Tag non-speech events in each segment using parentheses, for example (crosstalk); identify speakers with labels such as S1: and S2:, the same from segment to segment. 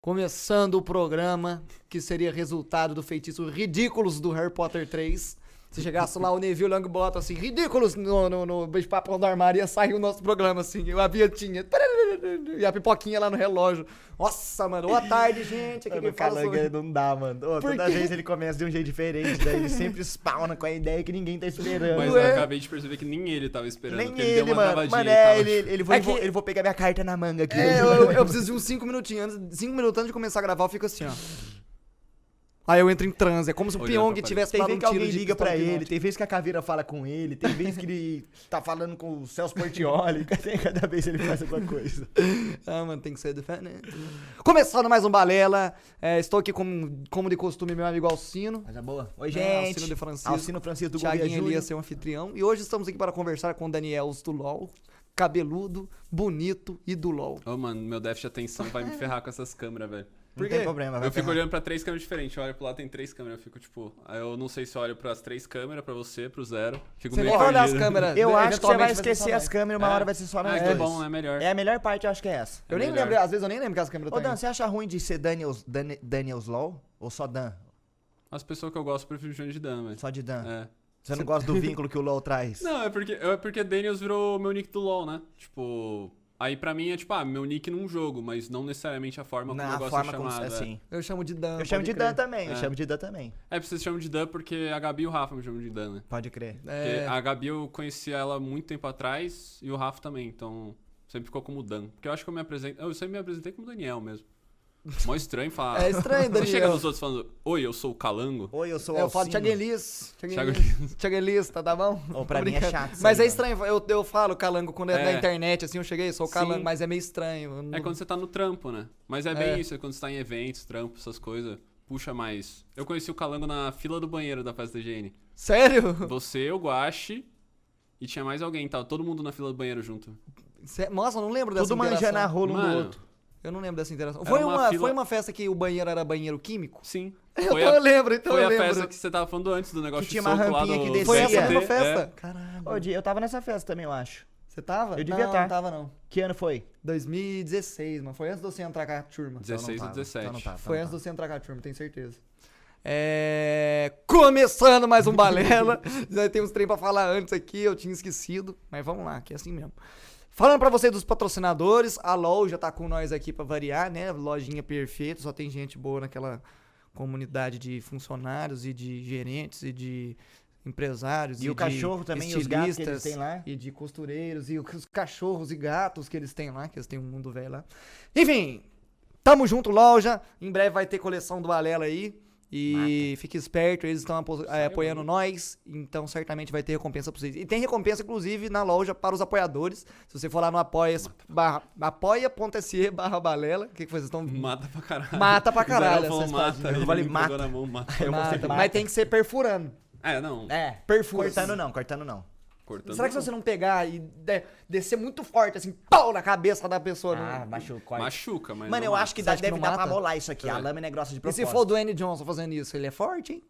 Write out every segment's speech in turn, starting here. S1: Começando o programa que seria resultado do feitiço Ridículos do Harry Potter 3. Se chegasse lá o Neville Longbottom assim, Ridículos no, no, no beijo-papão do armário, ia sair o nosso programa assim, eu a vinhetinha. E a pipoquinha lá no relógio. Nossa, mano, boa tarde, gente. Aqui
S2: Mano,
S1: quem
S2: o
S1: fala sou
S2: Calanga
S1: eu.
S2: não dá, mano. Ô,
S1: Por
S2: toda
S1: quê?
S2: vez ele começa de um jeito diferente, daí ele sempre spawna com a ideia que ninguém tá esperando.
S3: Mas
S1: Ué.
S3: eu acabei de perceber que nem ele tava esperando,
S2: Nem
S3: porque ele, deu
S2: ele,
S3: uma
S2: mano.
S3: travadinha
S2: Mano,
S3: e
S2: é,
S3: tava-
S2: ele, ele, vou,
S1: É
S2: ele vou-
S1: que-
S2: ele vou pegar minha carta na manga aqui. (laughs)
S1: É, eu, eu preciso de uns 5 minutinhos. 5 minutos antes de começar a gravar, eu fico assim, ó. Aí eu entro em transe. É como se o
S3: Olhando
S1: Pyong
S3: pra
S1: tivesse
S2: Tem
S1: dado um
S2: vez que
S1: tiro
S2: alguém
S1: de
S2: liga
S1: pistola
S2: pra
S1: de
S2: ele,
S1: note.
S2: tem vez que a caveira fala com ele, tem vez que ele (laughs) tá falando com o Celso Portioli, (laughs) cada vez ele faz alguma coisa.
S1: Ah, mano, tem que ser diferente. Começando mais um Balela. É, estou aqui, como, como de costume, meu amigo Alcino.
S2: Mas é boa. Oi,
S1: É,
S2: gente.
S1: Alcino de Francisco.
S2: Alcino Francisco do Gouveia
S1: Tiaguinho
S2: Júnior.
S1: Elias, seu anfitrião. E hoje estamos aqui para conversar com o Daniel do LOL. Cabeludo, bonito e do LOL.
S3: Ô, mano, meu déficit de atenção vai me ferrar com essas câmeras, velho.
S2: Não tem problema, vai
S3: Eu fico
S2: ferrar.
S3: olhando pra três câmeras diferentes. Eu olho pro lado, tem três câmeras. Eu fico, tipo... aí Eu não sei se eu olho pras três câmeras, pra você, pro zero. Fico
S1: Você
S3: meio
S1: vai olhar as
S3: perdido. (laughs)
S1: câmeras.
S2: Eu acho que você
S1: eventualmente
S2: vai
S1: ser só
S2: esquecer
S1: nós.
S2: as câmeras, uma
S3: É.
S2: hora vai ser só nós
S3: Ah, que
S2: dois.
S3: bom, é melhor.
S2: É a melhor parte, eu acho que é essa.
S1: Eu nem
S3: melhor.
S1: lembro, às vezes eu nem lembro que as câmeras
S2: Ô, Dan,
S1: estão.
S2: você acha ruim de ser Daniels, Dan, Daniels LOL? Ou só Dan?
S3: As pessoas que eu gosto, eu prefiro Johnny de Dan, velho.
S2: Só de Dan.
S3: É.
S2: Você não gosta do vínculo que o LOL traz?
S3: Não, é porque, é porque Daniels virou o meu nick do LoL, né? Tipo... Aí pra mim é tipo, ah, meu nick num jogo, mas não necessariamente a forma como
S2: Na
S3: eu gosto
S2: forma
S3: de
S2: como
S3: chamado.
S2: é
S3: é.
S2: assim.
S1: Eu chamo de Dan.
S2: Eu chamo de
S1: pode
S2: Dan
S1: crer.
S2: também, eu
S3: É.
S2: chamo de Dan também.
S3: É, porque vocês chamam de Dan porque a Gabi e o Rafa me chamam de Dan, né?
S2: Pode crer.
S3: Porque
S1: É,
S3: a Gabi eu conheci ela muito tempo atrás e o Rafa também, então sempre ficou como Dan. Porque eu acho que eu me apresento. Eu sempre me apresentei como Daniel mesmo. Mó estranho falar.
S1: é estranho,
S3: Você chega
S1: Daniel.
S3: nos outros falando, oi, eu sou o Calango.
S2: Oi, eu sou o
S1: é, Eu falo Thiago
S2: Alcino.
S1: Elias. Thiago
S3: Thiago
S1: Elias. Thiago Elias, tá, tá bom?
S2: Ô, pra
S1: Tô
S2: mim é
S1: brincando.
S2: chato isso
S1: Mas
S2: aí,
S1: é
S2: mano.
S1: estranho, eu, eu falo calango quando é,
S3: É.
S1: na internet, assim, eu cheguei, sou o
S3: Sim.
S1: calango, mas é meio estranho. eu
S3: É
S1: não-
S3: quando você tá no trampo, né? Mas é bem
S1: É.
S3: isso, é quando você tá em eventos, trampo, essas coisas. Puxa mais. Eu conheci o Calango na fila do banheiro da festa
S1: (laughs)
S3: da higiene.
S1: Sério?
S3: Você, o Guache e tinha mais alguém, tava todo mundo na fila do banheiro junto.
S1: Cê- Nossa, eu não lembro dessa
S2: Tudo
S1: interação.
S2: manjando a rola um do
S3: Mano,
S2: outro.
S1: Eu não lembro dessa interação.
S3: Era
S1: Foi uma,
S3: uma fila-
S1: foi uma festa que o banheiro era banheiro químico? (laughs)
S3: Sim.
S1: Eu,
S3: Foi
S1: tô- eu
S3: a,
S1: lembro, então
S3: foi
S1: eu
S3: a
S1: lembro.
S3: festa que você tava falando antes do negócio
S2: Que tinha
S3: de
S2: uma
S3: soco lá
S2: rampinha
S3: do-
S2: que
S3: do
S1: Foi
S2: descia.
S1: essa
S3: CT,
S1: mesma
S3: é.
S1: festa? Caralho.
S2: Ô, Di, eu tava nessa festa também, eu acho.
S1: Você tava?
S2: Eu devia
S1: não,
S2: tá.
S1: não tava não.
S2: Que ano foi?
S1: 2016, mano. Foi antes de você entrar com a turma.
S2: Então não
S3: 16 ou
S2: tava,
S3: 17.
S2: então não tava,
S1: Foi
S2: então
S1: antes
S2: não
S1: de você entrar com a turma, tenho certeza. É... Começando mais um Balela. (laughs) Já temos trem pra falar antes aqui, eu tinha esquecido. Mas vamos lá, que é assim mesmo. Falando pra você dos patrocinadores, a LOL já tá com nós aqui pra variar, né? Lojinha perfeita, só tem gente boa naquela comunidade de funcionários e de gerentes e de empresários.
S2: E o
S1: de
S2: cachorro também, e os gatos que eles
S1: estilistas
S2: têm lá.
S1: e de costureiros e os cachorros e gatos que eles têm lá, que eles têm um mundo velho lá. Enfim, tamo junto, loja. Em breve vai ter coleção do Alela aí. E fique esperto, eles estão apo- eh, apoiando nós, então certamente vai ter recompensa pra vocês. E tem recompensa, inclusive, na loja para os apoiadores. Se você for lá no apoia.se barra, apoia.se barra balela, o que, que vocês estão.
S3: É, Mata pra caralho.
S1: Mata pra caralho
S3: Eu
S1: essa
S3: mata.
S1: espadinha.
S3: Ele
S2: falei,
S3: me pegou
S2: mata.
S3: na mão, mata.
S1: Mata,
S2: mata.
S1: mas tem que ser perfurando.
S3: É, não.
S2: É,
S1: Perfura.
S2: cortando não, cortando não.
S3: Cortando.
S1: Será que se você não pegar e de- descer muito forte, assim, pau na cabeça da pessoa? né?
S2: Ah,
S1: não-
S2: machucou.
S3: Machuca, mas.
S2: Mano,
S3: não
S2: eu acho que, dá,
S1: acha que
S2: deve
S1: não
S2: dar
S1: mata?
S2: pra molar isso aqui. A
S3: É.
S2: lâmina é grossa de
S1: E
S2: propósito.
S1: se for o Dwayne Johnson fazendo isso, ele é forte, hein?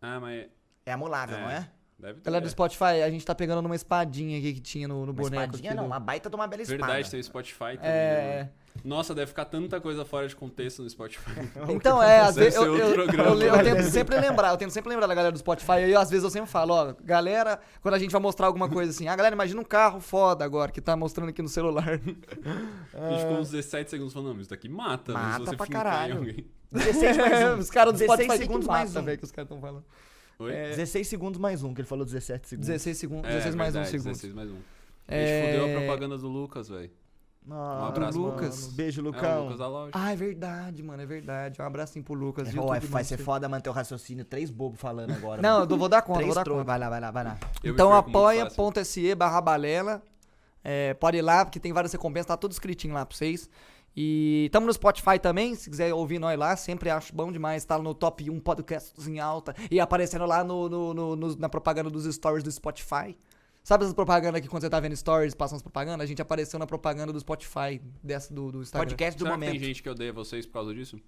S3: Ah, mas.
S2: É amolável,
S3: É.
S2: não é?
S3: Deve ter.
S1: Ela do Spotify, a gente tá pegando numa espadinha aqui que tinha no, no
S2: Uma
S1: boneco.
S2: espadinha
S1: aqui
S2: não,
S1: do-
S2: uma baita de uma bela espada.
S3: Verdade, tem o Spotify também. né,
S1: É.
S3: mano? Nossa, deve ficar tanta coisa fora de contexto no Spotify.
S1: Então, é, às
S3: Deve
S1: vezes.
S3: ser
S1: Eu,
S3: outro
S1: eu,
S3: programa.
S1: eu- eu tento sempre lembrar, eu tento sempre lembrar da galera do Spotify. Aí, às vezes, eu sempre falo, ó, galera, quando a gente vai mostrar alguma coisa assim, ah, galera, imagina um carro foda agora que tá mostrando aqui no
S2: (laughs)
S1: celular.
S3: A gente ficou uns 17 segundos falando, não, isso daqui mata. mas se
S2: Mata
S3: você
S2: pra
S3: fincar em
S2: caralho.
S3: alguém.
S2: 16 mais
S3: (laughs)
S2: um.
S1: os caras do
S2: 16
S1: Spotify que que
S2: segundos
S1: mata,
S2: mais um.
S1: velho, que os caras tão falando.
S3: Oi? É,
S2: 16 segundos mais um, que É, ele falou 17 segundos.
S1: 16 segundos, 16 mais um
S3: verdade,
S1: segundo.
S3: 16 mais um.
S1: É.
S3: A gente fudeu a propaganda do Lucas, velho.
S1: Um
S2: Nossa,
S3: abraço,
S2: mano.
S1: Lucas.
S2: Beijo,
S3: É, o
S2: Lucão.
S3: Lucas da loja.
S1: Ah, é verdade, mano, é verdade. Um abraço assim pro Lucas.
S2: Ô,
S1: YouTube,
S2: vai- É, vai
S1: mano.
S2: ser foda manter o raciocínio. Três bobos falando agora.
S1: Não,
S2: mano.
S1: eu vou dar conta,
S2: Três
S1: vou dar
S2: tro-
S1: conta.
S2: Vai lá, vai lá, vai lá.
S3: Eu me
S1: Então
S3: perco muito fácil.
S1: apoia.se barra balela. É, pode ir lá, porque tem várias recompensas, tá tudo escritinho lá pra vocês. E tamo no Spotify também, se quiser ouvir nós lá, sempre acho bom demais estar no top 1 podcasts em alta e aparecendo lá no, no- no- no- na propaganda dos stories do Spotify. Sabe essas propagandas que quando você tá vendo stories, passam as propagandas? A gente apareceu na propaganda do Spotify, dessa do, do Instagram.
S2: Podcast do
S3: Será que
S2: momento.
S3: tem gente que odeia vocês por causa disso?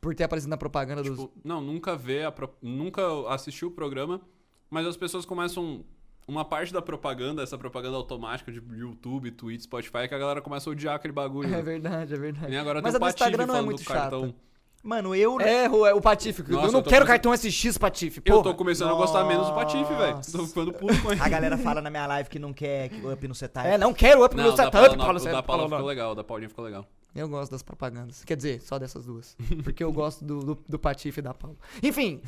S1: Por ter aparecido na propaganda dos.
S3: Tipo, não, nunca vê, a pro- nunca assistiu o programa, mas as pessoas começam uma parte da propaganda, essa propaganda automática de YouTube, Twitch, Spotify, é que a galera começa a odiar aquele
S1: (laughs)
S3: bagulho.
S1: É
S3: né?
S1: verdade, é
S3: Que
S1: verdade.
S3: Nem agora
S1: Mas a
S3: tem o
S1: do
S3: Patife
S1: Instagram não é
S3: falando
S1: muito
S3: do cartão.
S2: Mano, eu.
S1: É, o, é, o Patife.
S3: Nossa,
S1: eu não
S3: eu tô
S1: quero
S3: pensando-
S1: cartão SX, Patife.
S3: Eu
S1: Porra.
S3: tô começando a gostar menos do Patife, velho.
S1: Nossa.
S3: Tô ficando
S1: (laughs)
S3: puto com ele.
S2: A galera fala na minha live que não quer que o up no setup.
S1: É, não quero up no
S3: Não,
S1: meu
S3: o da
S1: setup,
S3: Paula,
S1: Paulo
S3: o
S1: Sérgio,
S3: da
S1: Paulo
S3: Paula ficou
S1: Nobre.
S3: legal, o da Paulinha ficou legal.
S1: Eu gosto das propagandas. Quer dizer, só dessas duas. Porque
S3: (laughs)
S1: eu gosto do, do, do Patife e da Paula. Enfim,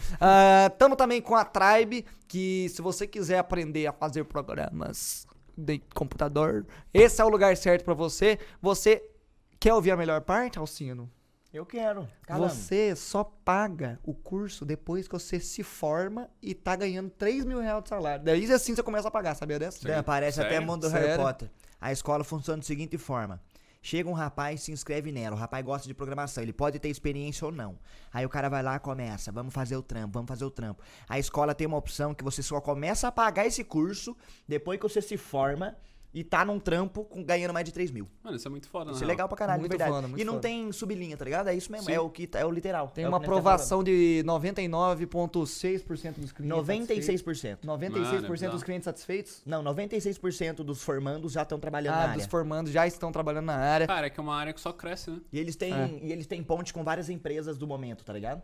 S1: estamos também com a Tribe, que se você quiser aprender a fazer programas de computador, esse é o lugar certo pra você. Você quer ouvir a melhor parte, Alcino?
S2: Eu quero. Calando.
S1: Você só paga o curso depois que você se forma e tá ganhando 3 mil reais de salário. Daí assim você começa a pagar, sabia dessa?
S2: Dan, parece
S3: Sério?
S2: até mundo do
S1: Sério?
S2: Harry Potter. A escola funciona da seguinte forma. Chega um rapaz, se inscreve nela. O rapaz gosta de programação, ele pode ter experiência ou não. Aí o cara vai lá e começa, vamos fazer o trampo, vamos fazer o trampo. A escola tem uma opção que você só começa a pagar esse curso depois que você se forma e tá num trampo com, ganhando mais de 3 mil.
S3: Mano, isso é muito foda,
S2: Isso
S3: né?
S2: é legal pra caralho,
S1: Muito
S2: de verdade.
S1: foda, muito
S2: e não
S1: foda.
S2: tem sublinha, tá ligado? É isso mesmo,
S3: Sim.
S2: é o que tá- é o literal.
S1: Tem
S2: É o
S1: uma
S2: que nós tá falando.
S1: aprovação de 99,6% dos clientes. satisfeitos. 96%
S2: 96%.
S3: Mano, é
S1: dos clientes satisfeitos?
S2: Não, 96% dos formandos já estão trabalhando na
S1: Ah,
S2: área.
S1: dos formandos já estão trabalhando na área.
S3: Cara, é que é uma área que só cresce, né?
S2: E eles têm,
S1: É.
S2: e eles têm ponte com várias empresas do momento, tá ligado?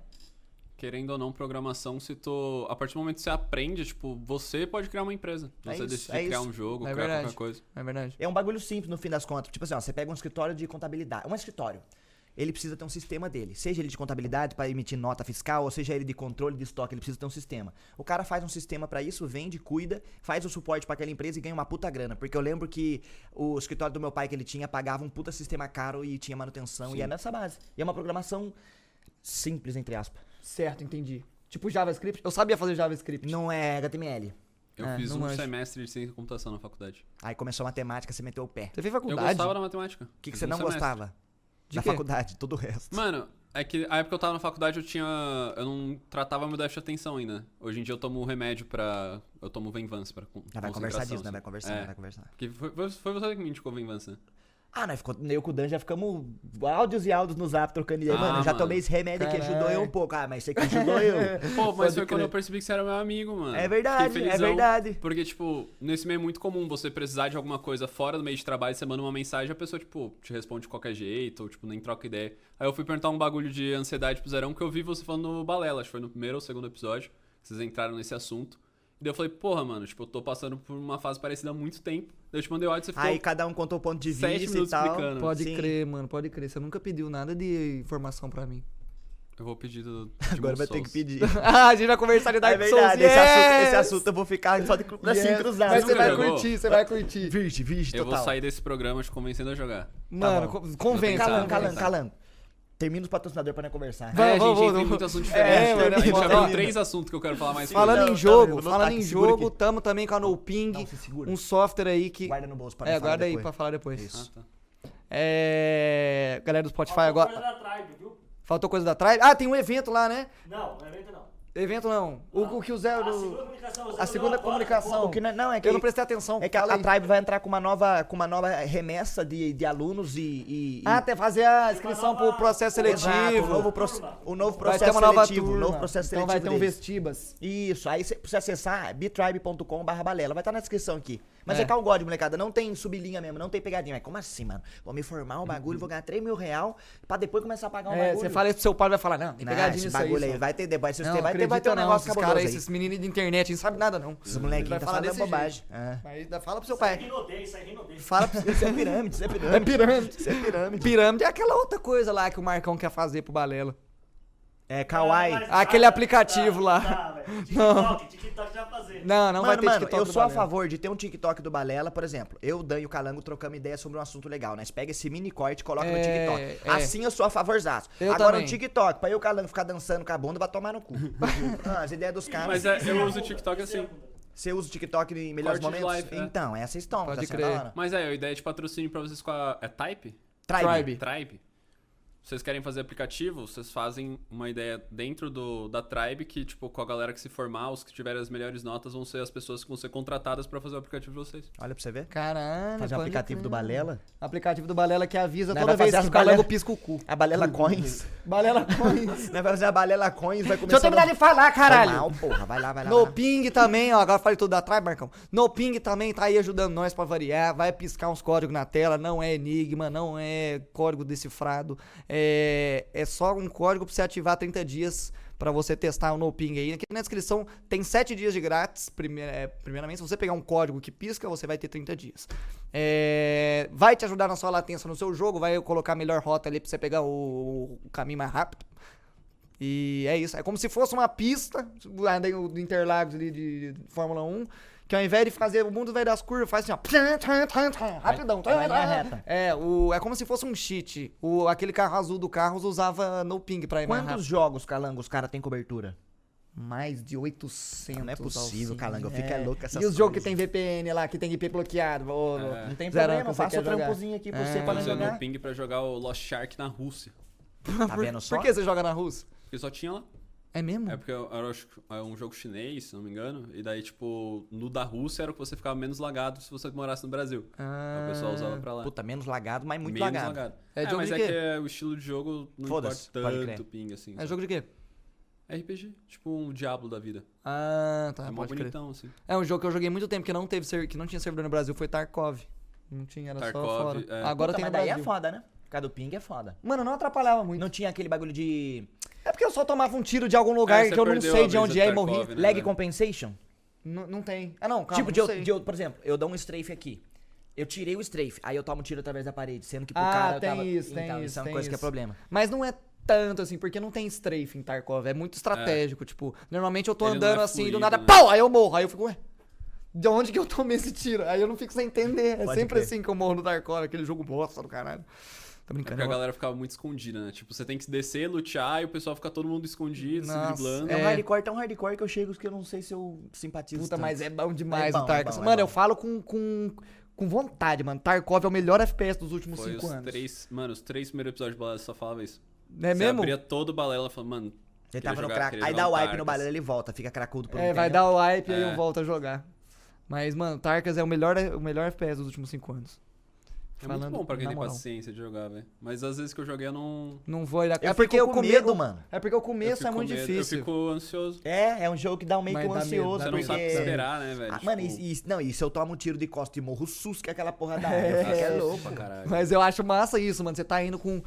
S3: Querendo ou não, programação, se tu. A partir do momento que você aprende, tipo, você pode criar uma empresa.
S2: É
S3: Você
S2: isso,
S3: decide
S2: é
S3: criar
S2: isso.
S3: um jogo,
S1: É
S3: criar
S1: verdade.
S3: qualquer coisa.
S1: É verdade.
S2: É um bagulho simples no fim das contas. Tipo assim, ó, você pega um escritório de contabilidade, um escritório. Ele precisa ter um sistema dele, seja ele de contabilidade para emitir nota fiscal, ou seja ele de controle de estoque, ele precisa ter um sistema. O cara faz um sistema pra isso, vende, cuida, faz o suporte pra aquela empresa e ganha uma puta grana, porque eu lembro que o escritório do meu pai que ele tinha pagava um puta sistema caro e tinha manutenção e é nessa base. E é uma programação simples entre aspas.
S1: Certo, entendi. Tipo JavaScript? Eu sabia fazer JavaScript.
S2: Não é HTML.
S3: Eu
S1: É,
S3: fiz
S1: não
S3: um
S1: manjo.
S3: semestre de ciência da computação na faculdade.
S2: Aí começou a matemática, você meteu o pé.
S1: Você fez
S3: Eu
S1: faculdade?
S3: gostava da matemática.
S2: O que, que
S3: Fiz
S2: você
S3: um
S2: não
S3: semestre.
S2: gostava?
S1: De
S2: da
S1: quê?
S2: faculdade, todo o resto.
S3: Mano, é que a época que eu tava na faculdade eu tinha. Eu não tratava meu déficit de atenção ainda. Hoje em dia eu tomo remédio pra. Eu tomo Venvance pra. Con
S2: Não Ah, vai conversar disso,
S3: né?
S2: não vai conversar, não vai conversar.
S3: Porque foi, foi- foi você que me indicou
S2: (laughs)
S3: Venvance, né?
S2: Ah, nós ficou, eu com o Dan já ficamos áudios e áudios no zap trocando ideia.
S3: Ah,
S2: mano, eu já
S3: mano.
S2: tomei esse remédio que
S1: Caralho.
S2: ajudou eu um pouco. Ah, mas você que ajudou eu.
S3: Pô, mas
S2: Pode
S3: foi quando
S2: crer.
S3: eu percebi que você era meu amigo, (laughs) mano.
S2: É verdade,
S3: Fiquei
S2: é
S3: felizão,
S2: verdade.
S3: Porque, tipo, nesse meio é muito comum você precisar de alguma coisa fora do meio de trabalho, você manda uma mensagem a pessoa, tipo, te responde de qualquer jeito, ou, tipo, nem troca ideia. Aí eu fui perguntar um bagulho de ansiedade pro Zerão que eu vi você falando no Balela, acho que foi no primeiro ou segundo episódio, que vocês entraram nesse assunto. E daí eu falei, porra, mano, tipo, eu tô passando por uma fase parecida há muito tempo. Daí eu te mandei o áudio e você ficou
S2: Aí cada um contou o ponto de
S3: sete
S2: vista e
S3: minutos
S2: tal.
S3: explicando.
S1: Pode
S2: Sim.
S1: crer, mano, pode crer. Você nunca pediu nada de informação pra
S2: (laughs)
S1: mim.
S3: Eu vou pedir do. do
S1: (laughs)
S2: Agora
S3: Demon
S2: vai ter que
S3: Souls.
S2: pedir.
S1: ah, a gente vai conversar de
S2: (laughs) É
S1: Dark Souls.
S2: verdade, esse, assunto, esse assunto eu vou ficar só de cru-
S3: é
S2: assim,
S1: Yes.
S2: cruzado.
S1: Mas você
S3: Nunca
S1: vai
S3: jogou? Tá
S1: curtir, você vai curtir.
S2: Virte, virte,
S3: Eu
S2: total.
S3: vou sair desse programa te convencendo a jogar.
S1: Mano,
S2: bom.
S1: co- convence.
S3: Tá
S2: Calando,
S3: bom,
S2: calando,
S3: tá.
S2: calando. Termina os patrocinadores pra não conversar.
S1: Vai,
S3: é,
S1: vamos,
S3: gente,
S1: vamos,
S3: tem
S1: vamos.
S3: muito
S1: É,
S3: assunto diferente. né?
S1: mano, é
S3: a gente
S1: foda.
S3: já viu
S1: Ó,
S3: três assuntos que eu quero falar mais
S1: Falando
S2: Não,
S1: em
S2: tá
S1: jogo,
S2: mesmo, não
S1: falando
S2: tá,
S1: em
S2: que segura
S1: jogo,
S2: aqui.
S1: tamo também com a No Ping,
S2: Não, se segura.
S1: um software aí que...
S2: Guarda no bolso pra
S1: É,
S2: não falar
S1: guarda aí
S2: depois.
S1: pra falar depois.
S2: Isso.
S3: Ah, tá.
S1: É... Galera do Spotify agora...
S4: Coisa da tribe, viu?
S1: Faltou coisa da Tribe? Ah, tem um evento lá, né?
S4: Não, não é evento não.
S1: Evento não. O, o que o Zé...
S4: A
S1: do-
S4: segunda comunicação. você
S1: Hum. A segunda
S4: mandou agora,
S1: comunicação.
S2: O que não, não, é que
S1: Eu não prestei atenção.
S2: É que a,
S1: Fala
S2: a
S1: aí.
S2: Tribe vai entrar com uma nova, com uma nova remessa de, de alunos e. e- e-
S1: Ah, até fazer a inscrição pro processo seletivo.
S2: Exato, o novo, proce- o novo
S1: vai
S2: processo
S1: ter uma nova
S2: seletivo.
S1: turma.
S2: O novo processo
S1: então vai ter
S2: seletivo
S1: um
S2: deles.
S1: vestibas.
S2: Isso, aí você precisa acessar bitribe.com.br balela. Vai estar na descrição aqui. Mas
S1: É.
S2: é, calgode, molecada. Não tem sublinha mesmo, não tem pegadinha. Mas como assim, mano? Vou me formar um bagulho, vou ganhar 3 mil real pra depois começar a pagar um
S1: Uhum. É,
S2: bagulho.
S1: você fala isso pro seu pai, vai falar, não, tem
S2: Não,
S1: pegadinha
S2: esse
S1: isso aí.
S2: bagulho aí,
S1: só.
S2: vai ter depois. Vai,
S1: não,
S2: ter- vai, ter, vai ter um
S1: acredita não,
S2: negócio
S1: esses caras,
S2: cabuloso aí.
S1: esses meninos de internet, não sabe nada não.
S2: Esses molequinhos tá falando bobagem. É.
S1: Mas dá- fala pro seu
S4: Quem
S1: pai.
S4: não odeia, isso é aí quem não odeia.
S1: Fala pro
S2: Isso é pirâmide, isso é
S1: É
S2: pirâmide.
S1: pirâmide.
S2: Isso é pirâmide.
S1: Pirâmide é aquela outra coisa lá que o Marcão quer fazer pro Balela.
S2: É kawaii.
S4: Mas-
S1: Aquele
S4: ah,
S1: aplicativo
S4: tá,
S1: lá. (laughs)
S4: tá, velho. TikTok, TikTok já vai fazer.
S1: Não, não vai
S2: mano,
S1: ter
S2: mano,
S1: TikTok
S2: eu
S1: do
S2: sou a
S1: Balela.
S2: favor de ter um TikTok do Balela, por exemplo. Eu, Dan e o Calango trocamos ideia sobre um assunto legal, né? Você pega esse mini corte e coloca
S1: É,
S2: no TikTok.
S1: é.
S2: Assim eu sou a favorzaço.
S1: Eu
S2: Agora
S1: também.
S2: o TikTok, pra eu e o Calango ficar dançando com a bunda, vai tomar
S1: (laughs)
S2: no cu. ah, as ideias dos caras.
S3: Mas é, eu uso o TikTok assim.
S2: Você usa o TikTok em melhores
S3: Corte de
S2: momentos?
S3: live, né?
S2: Então, essa é a história.
S1: Pode
S2: tá sendo
S1: crer.
S2: da hora.
S3: Mas é, a ideia de patrocínio pra vocês com a. É Type?
S2: Tribe.
S1: Tribe.
S3: é Tribe? vocês querem fazer aplicativo, vocês fazem uma ideia dentro do, da Tribe que, tipo, com a galera que se formar, os que tiverem as melhores notas vão ser as pessoas que vão ser contratadas pra fazer o aplicativo de vocês.
S2: Olha pra você ver.
S1: Caralho,
S2: Fazer um
S1: pode
S2: aplicativo
S1: crer.
S2: do Balela.
S1: Aplicativo do Balela que avisa
S2: Não,
S1: toda
S2: vai
S1: vez que
S2: fazer as
S1: o Calango
S2: balela-
S1: pisca o cu. (laughs)
S2: A Balela Coins.
S1: Balela Coins.
S2: Nós vai fazer a Balela Coins, vai
S1: Deixa
S2: começar.
S1: eu terminar de falar, caralho.
S2: Mal, porra. Vai lá, vai lá.
S1: No
S2: vai lá.
S1: Ping também, ó, agora falei tudo da Tribe, Marcão. No Ping também tá aí ajudando nós pra variar, vai piscar uns códigos na tela, não é enigma, não é código decifrado, é, é só um código pra você ativar 30 dias pra você testar o No Ping aí. Aqui na descrição tem 7 dias de grátis, primeir- é, primeiramente, se você pegar um código que pisca, você vai ter 30 dias. É, vai te ajudar na sua latência no seu jogo, vai colocar a melhor rota ali pra você pegar o- o caminho mais rápido. E é isso. É como se fosse uma pista lá do do Interlagos ali de Fórmula 1. Que ao invés de fazer o mundo vai das curvas, faz assim, ó. tchan, tchan, tchan, tchan, Rapidão.
S2: vai na
S1: tchan, tchan.
S2: reta.
S1: É, o, é como se fosse um cheat. O, aquele carro azul do Carros usava no ping pra ir mais
S2: Quantos
S1: rápido.
S2: jogos, Calango, os caras têm cobertura?
S1: Mais de 800.
S2: Não é possível,
S1: Alcine.
S2: Calango, fica louco essas
S1: E os jogos que
S2: coisas.
S1: tem VPN lá, que tem IP bloqueado. ô,
S3: É.
S2: Não tem
S1: Zerão,
S2: problema,
S1: que
S2: eu
S1: você
S2: faço o
S1: quer jogar.
S2: trampozinho aqui pra você pra nós
S3: Fazendo
S2: jogar.
S3: o ping pra jogar o Lost Shark na Rússia.
S2: Tá
S1: Por,
S2: vendo só?
S1: por que você joga na Rússia?
S3: Porque só tinha lá.
S2: Hum.
S1: É mesmo?
S3: É porque eu, eu acho que é um jogo chinês, se não me engano. E daí, tipo, no da Rússia era o que você ficava menos lagado se você morasse no Brasil. Aí
S1: Ah,
S3: o pessoal usava pra lá.
S2: Puta, menos lagado, mas muito
S3: menos
S2: lagado.
S1: É
S3: É,
S1: jogo
S3: mas
S1: de
S3: é
S1: quê?
S3: que é o estilo de jogo não importa
S2: Foda-se, pode
S3: tanto
S2: crer.
S3: o ping, assim.
S1: É
S3: sabe?
S1: jogo de quê?
S3: RPG, tipo um Diablo da vida.
S1: Ah, tá.
S3: é mó
S1: pode crer.
S3: bonitão, assim.
S1: É um jogo que eu joguei muito tempo que não teve ser, que não tinha servidor no Brasil, foi Tarkov. Não tinha, era só
S3: Tarkov,
S1: fora.
S3: é.
S1: Agora
S2: Puta,
S1: tem no
S2: mas daí
S1: Brasil.
S2: é foda, né? Por causa do ping é foda.
S1: Mano, não atrapalhava muito.
S2: Não tinha aquele bagulho de
S1: É porque eu só tomava um tiro de algum lugar
S3: É, você
S1: que eu não
S3: perdeu
S1: sei
S3: a
S1: de
S3: brisa
S1: onde
S3: do
S1: é e
S3: Tarkov,
S1: morri.
S3: né,
S2: lag
S3: velho?
S2: compensation?
S1: N- Não tem. Ah, não, calma.
S2: tipo, de
S1: não
S2: eu,
S1: sei.
S2: de eu- por exemplo, eu dou um strafe aqui. Eu tirei o strafe, aí eu tomo um tiro através da parede, sendo que pro
S1: Ah,
S2: cara eu
S1: tem
S2: tava...
S1: isso, tem
S2: então,
S1: isso,
S2: isso é uma
S1: tem
S2: coisa que é
S1: isso.
S2: problema.
S1: Mas não é tanto assim, porque não tem strafe em Tarkov. É muito estratégico. Tipo, normalmente eu tô
S3: Ele não
S1: andando
S3: é
S1: assim, do
S3: fluido,
S1: nada,
S3: né?
S1: pau! Aí eu morro. Aí eu fico, ué. De onde que eu tomei esse tiro? Aí eu não fico sem entender. É
S2: Pode
S1: sempre
S2: crer.
S1: assim que eu morro no Tarkov, aquele jogo bosta do caralho. Tá
S3: É
S1: brincando.
S3: porque a
S1: eu-
S3: galera ficava muito escondida, né? Tipo, você tem que descer, lutear e o pessoal fica todo mundo escondido,
S1: Nossa,
S3: se driblando.
S2: É, um
S1: É.
S2: hardcore, tão hardcore que eu chego que eu não sei se eu simpatizo
S1: Puta,
S2: tanto.
S1: mas é bom demais
S2: É
S1: o
S2: bom,
S1: Tarkov.
S2: é bom, é
S1: mano, eu
S2: bom.
S1: falo com, com, com vontade, mano. Tarkov é o melhor FPS dos últimos
S3: Foi
S1: cinco
S3: os
S1: anos.
S3: três. Mano, os três primeiros episódios de Balela só falava isso.
S1: É
S3: você
S1: mesmo?
S3: abria todo o Balela e falava, mano. é
S2: Ele
S3: queria
S2: tava no
S3: jogar-
S2: crack.
S3: queria
S2: Aí
S3: jogar
S2: dá
S3: um
S2: o wipe no
S3: Tarkus.
S2: balé, ele volta, fica cracudo por um
S1: É, vai
S2: tempo.
S1: dar o hype e aí eu
S3: É.
S1: volto a jogar. Mas, mano, Tarkas é o melhor, o melhor FPS dos últimos cinco anos.
S3: É muito
S1: Falando
S3: bom pra quem
S1: na
S3: tem
S1: moral.
S3: paciência de jogar, velho. Mas às vezes que eu joguei eu não.
S1: Não vou olhar.
S2: Eu fico com medo, mano.
S1: É porque o
S3: eu
S1: começo
S3: fico
S1: é
S3: com
S1: muito
S3: medo,
S1: difícil.
S3: Eu fico ansioso.
S2: É, é um jogo que dá um meio
S1: Mas
S2: que um
S1: dá medo,
S2: ansioso,
S1: dá
S3: Você não
S1: medo.
S2: porque...
S3: sabe o que esperar, né, velho?
S2: Ah,
S3: Tipo,
S2: mano, e, e- não, e se eu tomo um tiro de costa e morro, sus que é
S1: (laughs)
S2: aquela porrada.
S3: eu
S2: É,
S3: fico
S2: é
S3: ansioso
S2: louco.
S3: pra caralho.
S1: Mas eu acho massa isso, mano. Você tá indo com,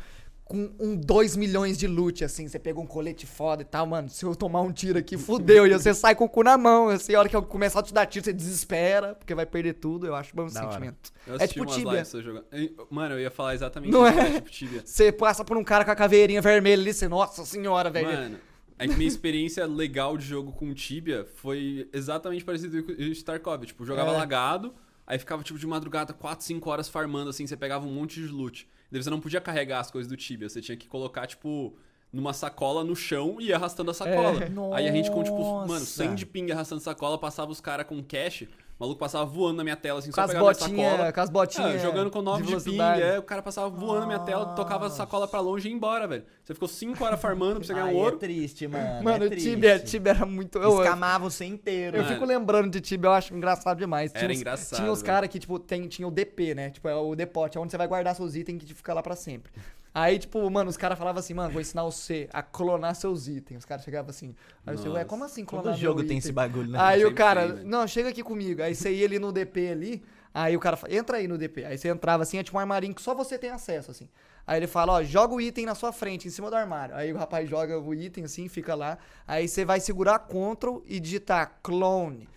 S1: com um 2 milhões de loot, assim. Você pegou um colete foda e tal, mano. Se eu tomar um tiro aqui, fudeu. e você sai com o cu na mão. Assim, a hora que eu começar a te dar tiro, você desespera, porque vai perder tudo. Eu acho bom
S2: Da hora.
S1: sentimento.
S3: Eu
S1: É
S3: assisti
S1: tipo
S3: umas
S1: Tibia.
S3: lives você jogando. E, Mano, eu ia falar exatamente
S1: Não
S3: isso,
S1: é?
S3: né? tipo Tibia.
S1: (laughs) Você passa por um cara com a caveirinha vermelha ali, você, nossa senhora, velho.
S3: Mano, é que minha experiência legal de jogo com Tibia foi exatamente parecido com o de Tarkov. Tipo, eu jogava
S1: É.
S3: lagado, aí ficava tipo de madrugada 4, 5 horas farmando, assim, você pegava um monte de loot. Daí você não podia carregar as coisas do Tibia, você tinha que colocar, tipo, numa sacola no chão e ir arrastando a sacola.
S1: É.
S3: Aí a gente com, tipo, mano,
S2: Nossa.
S3: 100 de ping arrastando sacola, passava os caras com cash, o maluco passava voando na minha tela, assim,
S1: Com
S3: só
S1: as
S3: pegava a
S1: botinhas,
S3: sacola.
S1: com as
S3: Ah,
S1: botinhas.
S3: jogando com 9 de, ping,
S1: velocidade.
S3: é, o cara passava voando na minha tela, tocava a sacola pra longe e ia embora, velho. Você ficou 5 horas farmando pra você ganhar
S2: Aí
S3: um ouro.
S2: é triste, mano.
S1: Mano,
S2: é
S1: o
S2: triste.
S1: Tibia, Tibia era muito. Eu, eu,
S2: Escamava você inteiro.
S1: eu
S3: Mano.
S1: fico lembrando de Tibia, eu acho engraçado demais.
S3: né? Era engraçado,
S1: Tinha os
S3: velho.
S1: caras que, tipo, tem, tinha o DP, né? Tipo, é o depote, é onde você vai guardar seus itens que fica lá pra sempre. Aí, tipo, mano, os caras falavam assim, mano, vou ensinar você a clonar seus itens. Os caras chegavam assim. Aí você, ué, como assim clonar
S2: Todo
S1: meu
S2: jogo tem
S1: item?
S2: esse bagulho, né?
S1: Aí o
S3: Sempre
S1: cara,
S3: tem, velho.
S1: não, chega aqui comigo. Aí você ia ali no DP ali, aí o cara fala, entra aí no DP. Aí você entrava assim, tinha um armarinho que só você tem acesso, assim. Aí ele fala, ó, joga o item na sua frente, em cima do armário. Aí o rapaz joga o item assim, fica lá. Aí você vai segurar Ctrl e digitar clone.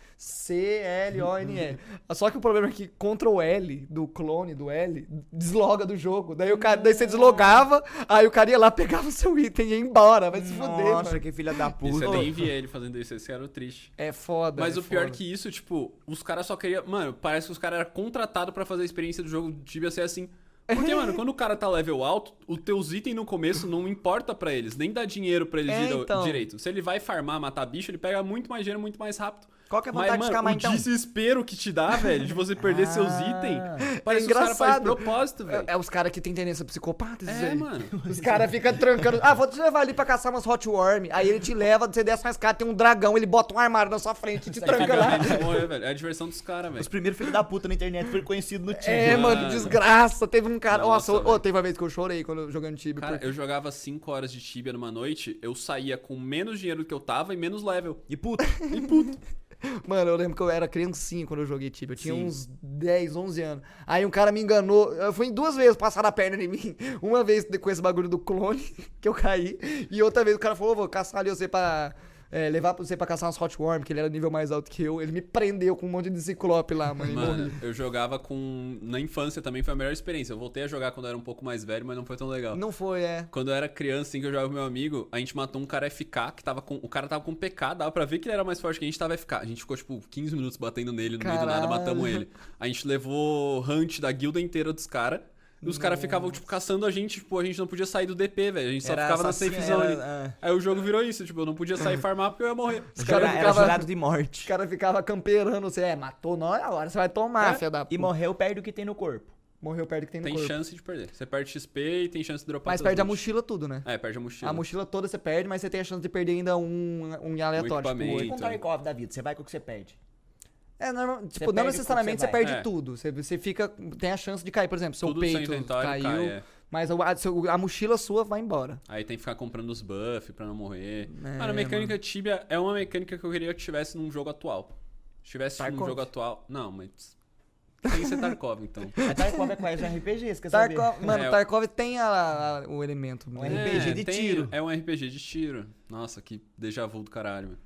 S1: C-L-O-N-E.
S3: (laughs)
S1: Só que o problema é que Ctrl L do clone, do L, desloga do jogo. Daí, o cara, daí você deslogava, aí o cara ia lá, pegava o seu item e ia embora. Vai se fuder,
S2: Nossa,
S1: mano.
S2: que filha da
S3: Isso é
S2: puta.
S3: eu nem vi ele fazendo isso, esse era o triste.
S1: É foda.
S3: Mas
S1: é
S3: o pior
S1: foda.
S3: que isso, tipo, os caras só queriam. Mano, parece que os caras eram contratados pra fazer a experiência do jogo do Tibia ser assim. Porque, mano, quando o cara tá level alto, os teus itens no começo não importa pra eles, nem dá dinheiro pra eles
S1: É,
S3: dire-
S1: então.
S3: direito. Se ele vai farmar, matar bicho, ele pega muito mais dinheiro, muito mais rápido.
S2: Qual que é a
S3: Mas,
S2: vantagem de
S3: mano,
S2: escamar
S3: o
S2: então?
S3: desespero que te dá, velho, de você perder seus itens. Parece que os caras fazem
S1: engraçado.
S3: propósito, velho.
S1: É, é os caras que tem tendência psicopata, esses
S3: É,
S1: aí.
S3: mano.
S1: Os caras ficam trancando. Ah, vou te levar ali pra caçar umas hot worm. Aí ele te leva, você desce mais cara, tem um dragão, ele bota um armário na sua frente e te (laughs) tranca lá.
S3: Eles morrem, velho. É a diversão dos caras, velho.
S2: Os primeiros filhos da puta na internet foram conhecidos no time.
S1: É, mano,
S3: Mano.
S1: desgraça. Teve um cara.
S3: Nossa,
S1: Nossa, ô,
S3: velho.
S1: teve uma vez que eu chorei quando eu jogando Tibia.
S3: Cara, eu jogava 5 horas de Tibia numa noite, eu saía com menos dinheiro do que eu tava e menos level.
S1: (laughs)
S2: E puta.
S1: Mano, eu lembro que eu era criancinha quando eu joguei Tibia. Eu tinha
S3: Sim.
S1: uns 10, 11 anos. Aí um cara me enganou. Eu fui em duas vezes passar a perna em mim. (laughs) Uma vez com esse bagulho do clone, (laughs) que eu caí. E outra vez o cara falou: "Ô, vou caçar ali você pra. é, levar pra você pra caçar umas hot worm, que ele era nível mais alto que eu. Ele me prendeu com um monte de ciclope lá, mano. e morri.
S3: Mano, eu jogava com. Na infância também foi a melhor experiência. Eu voltei a jogar quando eu era um pouco mais velho, mas não foi tão legal.
S1: Não foi, é.
S3: Quando eu era criança, assim, que eu jogava com meu amigo, a gente matou um cara FK que tava com. O cara tava com PK, dava pra ver que ele era mais forte que a gente tava FK. A gente ficou, tipo, 15 minutos batendo nele, no meio do nada
S1: Caralho.
S3: matamos ele. A gente levou hunt da guilda inteira dos caras. E os caras ficavam, tipo, caçando a gente, tipo, a gente não podia sair do DP, velho. A gente só
S2: Era
S3: ficava na
S2: assassino,
S3: safe zone.
S1: é.
S2: era-
S3: Aí o jogo virou isso, tipo, eu não podia sair
S1: (laughs)
S3: farmar porque eu ia morrer. Os
S1: cara
S2: Era, era
S1: ficava-
S2: jurado de
S1: Os
S2: morte.
S1: caras ficavam camperando. Você, é, matou nós, agora você vai tomar, filha da
S2: Ah, E
S1: puta.
S2: morreu, perde o que tem no corpo.
S1: Morreu, perde o que tem no
S3: É, Tem
S1: corpo.
S3: chance de perder. Você perde XP e tem chance de dropar
S1: Mas
S3: seus
S1: perde a
S3: loot.
S1: mochila tudo, né?
S3: É, perde a mochila.
S1: A mochila toda você perde, mas você tem a chance de perder ainda um, um em aleatório. tipo,
S3: equipamento.
S1: oito.
S2: Tipo um
S3: Então.
S2: Tarkov da vida, você vai com o que você perde.
S1: é, normal, tipo, não
S2: perde
S1: necessariamente você,
S2: quando você vai.
S1: perde
S3: É.
S1: tudo. Você, você fica. Tem a chance de cair. Por exemplo, seu
S3: Tudo do seu
S1: peito caiu.
S3: inventário cai, é.
S1: Mas a, a seu- a mochila sua vai embora.
S3: Aí tem que ficar comprando os buffs pra não morrer.
S1: É,
S3: mano, a mecânica Tibia é uma mecânica que eu queria que tivesse num jogo atual. Se tivesse num
S1: Tarkov.
S3: jogo atual. Não, mas. Tem que ser Tarkov, então.
S1: (laughs)
S2: Mas Tarkov é quase um RPG, você quer saber?
S1: Tarkov, mano,
S3: É, o-
S1: Tarkov tem a- a- o elemento.
S2: Um
S1: né?
S2: RPG de
S3: tem-
S2: tiro.
S3: É um RPG de tiro. Nossa, que déjà vu do caralho, mano.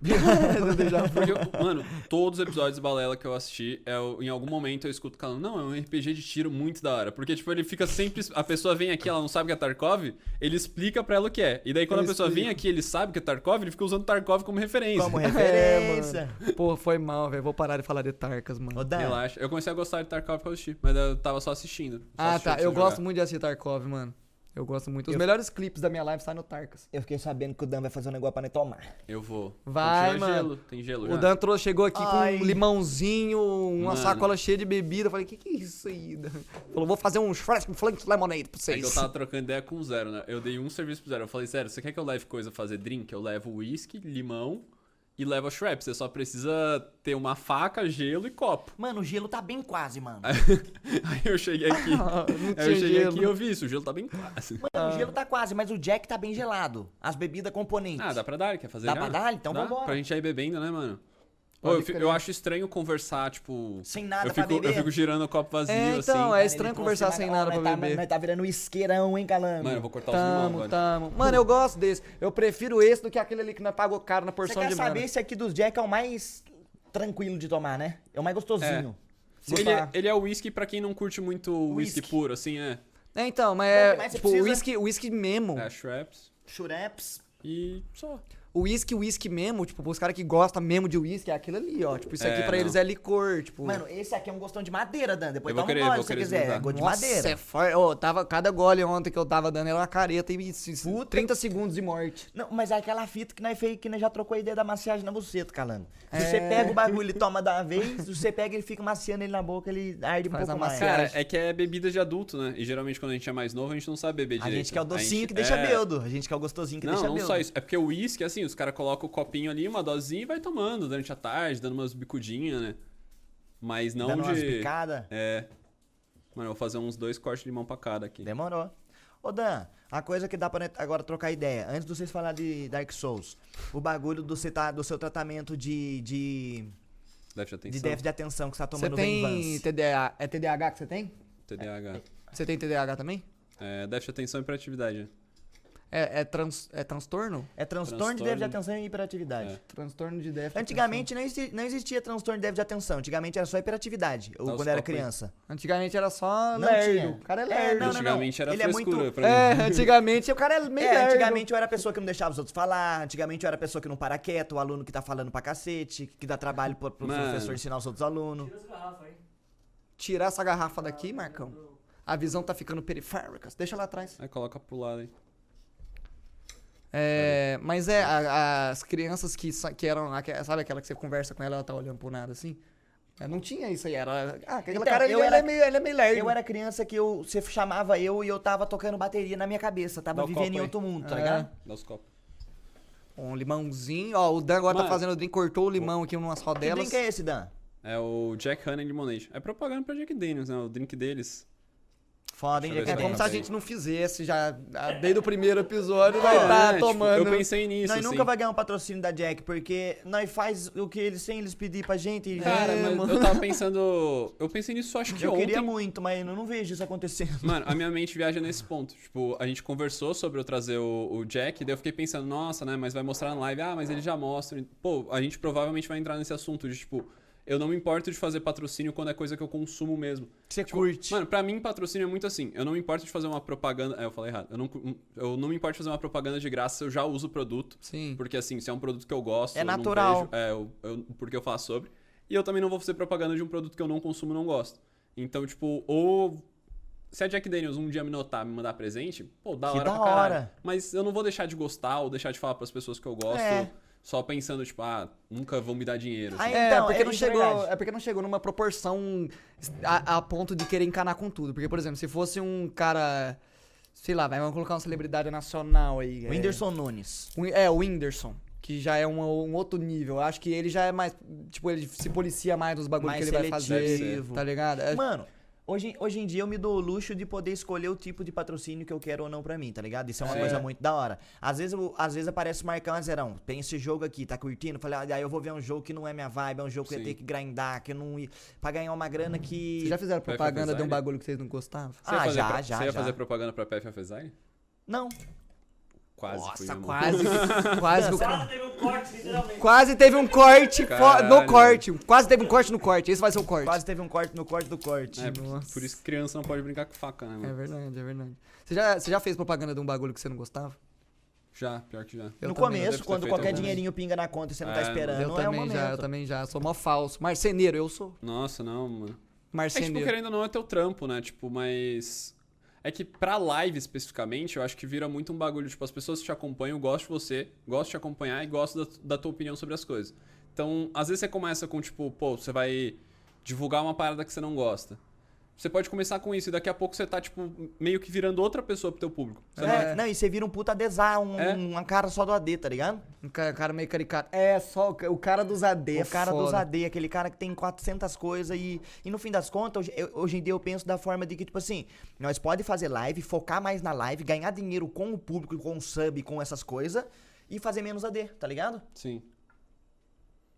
S1: Do déjà vu.
S3: Porque, eu- mano, todos os episódios de Balela que eu assisti, eu, em algum momento eu escuto o cara, não, é um RPG de tiro muito da hora. Porque, tipo, ele fica sempre. A pessoa vem aqui, ela não sabe que é Tarkov, ele explica pra ela o que é. E daí, quando
S1: Eu
S3: a pessoa
S1: explico.
S3: vem aqui e ele sabe que é Tarkov, ele fica usando Tarkov como referência.
S2: Como
S1: É,
S2: referência.
S3: É.
S1: mano. Pô, foi mal, velho. Vou parar de falar de Tarkas,
S2: Ô,
S1: mano.
S2: Dan,
S3: Relaxa. Eu comecei a gostar de Tarkov porque eu assisti, mas eu tava só assistindo. Só
S1: Ah,
S3: assistindo né?
S1: tá.
S3: sem
S1: Eu
S3: jogar.
S1: gosto muito de assistir Tarkov, mano. Eu gosto muito. Os
S2: Eu-
S1: melhores clipes da minha live saem no Tarkas.
S2: eu fiquei sabendo que o Dan vai fazer um negócio pra nós tomar.
S3: Eu vou.
S1: Vai,
S3: Tem
S1: mano.
S3: Gelo. Tem gelo já.
S1: O Dan trouxe- chegou aqui
S2: Ai.
S1: com um limãozinho, uma
S3: Mano.
S1: sacola cheia de bebida. Eu falei, que que é isso aí? Dan?" Falou, vou fazer uns fresh flakes lemonade pra
S3: É que
S1: vocês.
S3: eu tava trocando ideia com o Zero, né? Eu dei um serviço pro Zero. Eu falei, Zero, você quer que eu leve coisa a fazer drink? Eu levo uísque, limão e levo a Shrap. Você só precisa ter uma faca, gelo e copo. (laughs)
S2: Mano, o gelo tá bem quase, mano.
S3: Aí eu cheguei aqui.
S1: (laughs) não
S3: aí eu
S1: tinha
S3: cheguei
S1: gelo.
S3: aqui e eu vi isso. O gelo tá bem quase.
S2: Mano, o gelo tá quase, mas o Jack tá bem gelado. As bebidas componentes.
S3: Ah, dá pra dar? Quer fazer
S2: Dá
S3: já?
S2: pra dar? Então
S3: dá?
S2: vambora.
S3: Pra gente ir bebendo, né, mano? Ô,
S1: Pode
S3: eu, fi-
S1: crer.
S3: eu acho estranho conversar, tipo...
S2: Sem nada
S3: eu
S2: pra
S3: fico, Eu
S2: beber.
S3: fico girando o copo vazio,
S1: É, então,
S3: assim.
S1: é
S2: Ele
S1: estranho
S2: trouxe
S1: conversar
S2: mais-
S1: sem
S2: Ó,
S1: nada
S2: nós
S1: pra
S2: tá-
S1: beber.
S2: Nós tá virando um isqueirão, hein, calango.
S3: Mano, eu vou cortar os limão
S1: Tamo,
S3: Tá agora.
S1: tamo. Mano, eu gosto desse. Eu prefiro esse do que aquele ali que nós pagou caro na
S2: Você
S1: porção
S2: quer
S1: de
S2: saber
S1: mana.
S2: se aqui dos Jack é o mais tranquilo de tomar, né? É o mais gostosinho.
S1: Vou
S3: Ele é,
S1: falar.
S3: ele é whisky pra quem não curte muito whisky,
S2: Whisky.
S3: puro, assim, é.
S1: É, então, mas
S2: Bom, o que
S1: é
S2: mais você
S1: tipo
S2: precisa?
S1: whisky, whisky mesmo.
S3: É, Shreps.
S2: Chureps.
S3: E só.
S1: Whisky, whisky mesmo, tipo, os caras que gostam mesmo de whisky é aquilo ali, ó. Tipo, isso
S3: É,
S1: aqui pra
S3: não.
S1: eles é licor, tipo.
S2: Mano, esse aqui é um gostão de madeira, Dan. Depois
S3: Eu vou
S2: toma
S3: querer,
S2: um gole
S3: vou
S2: se você
S3: querer
S2: quiser.
S3: experimentar.
S2: É gosto de
S1: Nossa,
S2: madeira.
S1: é forte. Ô, tava, cada gole ontem que eu tava dando era uma careta e se- se-
S2: Puta
S1: 30 segundos de morte.
S2: Não, mas é aquela fita que nós fez que nós já trocou a ideia da maciagem na buceta, calango. Se
S1: É.
S2: você pega o bagulho e toma de uma vez, se você pega ele fica maciando ele na boca, ele arde um
S1: Faz
S2: pouco
S1: a
S2: mais.
S1: maciagem.
S3: Cara, é que é bebida de adulto, né? E geralmente quando a gente é mais novo, a gente não sabe beber
S2: a
S3: direito.
S2: gente quer o docinho
S3: gente-
S2: que deixa
S3: é.
S2: beudo. A gente quer o gostosinho que
S3: não,
S2: deixa
S3: não
S2: beudo.
S3: só isso. É porque o uísque, assim, os caras colocam o copinho ali, uma dosinha e vai tomando durante a tarde, dando umas bicudinhas, né? Mas não
S2: Dando umas
S3: de.
S2: picadas.
S3: É. Mano, eu vou fazer uns dois cortes de limão pra cada aqui.
S2: Demorou. Ô Dan, a coisa que dá pra nós agora trocar ideia, antes de vocês falar de Dark Souls, o bagulho do, cê tá- do seu tratamento de, de,
S3: Déficit de
S2: de
S3: atenção.
S2: déficit de atenção que você tá
S1: Você
S2: tomando
S1: tem
S2: Venvance.
S1: TDAH? É TDAH que você tem?
S3: TDAH.
S1: Você tem TDAH também?
S3: É, déficit de atenção e hiperatividade. né?
S1: É, é, trans, é transtorno?
S2: É transtorno de
S3: Transtorno. É.
S2: déficit de atenção e hiperatividade.
S1: Transtorno de déficit.
S2: Antigamente não existia, não existia transtorno de déficit de atenção, antigamente era só hiperatividade, ou
S3: Dá os
S2: quando era
S3: copos aí.
S2: criança.
S1: Antigamente era só
S2: Não
S1: lerdo.
S2: tinha.
S1: O cara é
S2: É,
S1: lerdo.
S2: não, não,
S3: antigamente era
S2: Ele é
S3: frescura
S2: muito-
S3: pra mim.
S1: É,
S3: (laughs)
S1: antigamente o cara é meio
S2: É,
S1: lerdo.
S2: antigamente eu era a pessoa que não deixava os outros falar, antigamente eu era a pessoa que não para quieto, o aluno que tá falando pra cacete, que dá trabalho pro, pro
S3: Mano.
S2: professor ensinar os outros alunos.
S4: Tira as garrafas aí.
S1: Tirar essa garrafa daqui, Marcão. A visão tá ficando periférica. Deixa lá atrás.
S3: Aí coloca pro lado aí.
S1: É, mas é, a- as crianças que, sa- que eram. aque- Sabe aquela que você conversa com ela, ela tá olhando pro nada assim? É, Não tinha isso aí, era. Ah, aquela
S2: Então,
S1: cara
S2: eu
S1: ele,
S2: era-
S1: é meio, ele é meio lerdo.
S2: Eu era criança que eu, você chamava eu e eu tava tocando bateria na minha cabeça,
S3: Dá
S2: tava
S3: o
S2: vivendo
S3: copo
S2: em
S3: aí.
S2: outro mundo, tá
S1: É.
S2: ligado?
S3: Dá os copos.
S1: Um limãozinho. Ó, o Dan agora
S3: Mano.
S1: tá fazendo o drink, cortou o limão aqui em umas
S2: Que
S1: rodelas.
S2: drink é esse, Dan?
S3: É o Jack Honey Lemonade. É propaganda pra Jack Daniels, né? O drink deles.
S2: Foda, hein,
S3: Deixa
S1: É
S2: Jack?
S3: eu ver
S1: como
S3: se
S2: Daniels.
S1: se a
S3: Também.
S1: gente não fizesse já ah, desde o primeiro episódio, vai tá
S3: É, tipo,
S1: tomando.
S3: eu pensei nisso,
S2: Nós
S3: assim.
S2: nunca vai ganhar um patrocínio da Jack, porque nós faz o que eles sem eles pedir pra gente. e-
S3: Cara,
S1: É,
S3: mas eu tava pensando... Eu pensei nisso acho que
S2: eu
S3: ontem.
S2: queria muito, mas eu não vejo isso acontecendo.
S3: Mano, a minha mente viaja nesse ponto. Tipo, a gente conversou sobre eu trazer o, o Jack, daí eu fiquei pensando, nossa, né? Mas vai mostrar na live. Ah, mas ele já mostra. Pô, a gente provavelmente vai entrar nesse assunto de, tipo, eu não me importo de fazer patrocínio quando é coisa que eu consumo mesmo.
S2: Você
S3: Tipo,
S2: curte.
S3: Mano, pra mim, patrocínio é muito assim. Eu não me importo de fazer uma propaganda. É, eu falei errado. Eu não, cu- eu não me importo de fazer uma propaganda de graça se eu já uso o produto.
S1: Sim.
S3: Porque assim, se é um produto que eu gosto,
S2: É
S3: eu não
S2: natural.
S3: vejo, é, eu- eu- porque eu faço sobre. E eu também não vou fazer propaganda de um produto que eu não consumo, não gosto. Então, tipo, ou se a Jack Daniels um dia me notar, me mandar presente, pô, da
S2: Que
S3: hora
S2: da
S3: pra caralho.
S2: hora.
S3: Mas eu não vou deixar de gostar ou deixar de falar pras pessoas que eu gosto,
S2: É.
S3: só pensando tipo, ah, nunca vão me dar dinheiro.
S2: Aí-
S3: assim.
S1: É,
S2: Então,
S1: porque
S2: é
S1: não
S2: isso é
S1: chegou,
S2: verdade.
S1: é porque não chegou numa proporção a, a ponto de querer encanar com tudo. Porque, por exemplo, se fosse um cara, sei lá, vai, vamos colocar uma celebridade nacional aí.
S2: O
S1: é,
S2: Whindersson Nunes.
S1: o- É, o Whindersson. Que já é um, um outro nível. Eu acho que ele já é mais. Tipo, ele se policia mais nos bagulhos
S2: Mais
S1: que ele vai fazer.
S2: seletivo.
S1: Tá ligado? É,
S2: Mano, hoje, hoje em dia eu me dou o luxo de poder escolher o tipo de patrocínio que eu quero ou não pra mim, tá ligado? Isso é uma
S1: Sim.
S2: coisa muito da hora. Às vezes, eu- às vezes aparece o Marcão Azerão, tem esse jogo aqui, tá curtindo? Falei, ah, aí eu vou ver um jogo que não é minha vibe, é um jogo que eu ia
S3: Sim.
S2: ter que grindar, que eu não ia. pra ganhar uma grana que. é
S1: Vocês já fizeram
S3: Vai
S1: propaganda de um
S3: fazer, né?
S1: bagulho que vocês não gostavam?
S3: Você ia
S2: Ah,
S3: fazer
S2: já,
S3: pro-
S2: já,
S3: Você
S2: já.
S3: ia fazer propaganda pra PF Design?
S2: Não.
S3: Quase fui, né,
S1: Nossa,
S2: um
S3: meu irmão.
S1: quase.
S2: (laughs)
S1: quase, que o cara-
S4: Quase teve um corte, literalmente.
S1: quase teve um corte fo- no
S3: Caralho.
S1: corte. Quase teve um corte no corte. Esse vai ser o corte.
S2: Quase teve um corte no corte do corte.
S3: É, por-
S1: Nossa.
S3: por isso que criança não pode brincar com faca, né,
S1: É
S3: mano?
S1: verdade, é verdade. Você já, você já fez propaganda de um bagulho que você não gostava?
S3: Já, pior que já.
S1: Eu também, eu
S2: no começo,
S3: devo ter
S2: quando
S3: feito
S2: qualquer
S3: algumas.
S2: dinheirinho pinga na conta e você não tá
S3: É,
S2: esperando,
S1: eu
S2: não é o
S1: também
S2: momento.
S1: já, eu também já. Sou mó falso. Marceneiro, eu sou.
S3: Nossa, não, mano. É tipo,
S1: Marceneiro.
S3: querendo ou não, é teu trampo, né? Tipo, mas. É que pra live especificamente, eu acho que vira muito um bagulho. Tipo, as pessoas que te acompanham gostam de você, gostam de te acompanhar e gostam da, da tua opinião sobre as coisas. Então, às vezes você começa com, tipo, pô, você vai divulgar uma parada que você não gosta. Você pode começar com isso e daqui a pouco você tá, tipo, meio que virando outra pessoa pro teu público. Você não-
S2: É, Não, e você vira um puta desar, um,
S3: É.
S2: uma cara só do AD, tá ligado?
S1: Um cara, um cara meio caricato. É, só o ca- o cara dos AD. é
S2: o cara
S1: foda.
S2: dos AD, aquele cara que tem 400 coisas e, e no fim das contas, hoje, eu- hoje em dia eu penso da forma de que, tipo assim, nós pode fazer live, focar mais na live, ganhar dinheiro com o público, com o sub, com essas coisas e fazer menos AD, tá ligado?
S3: Sim.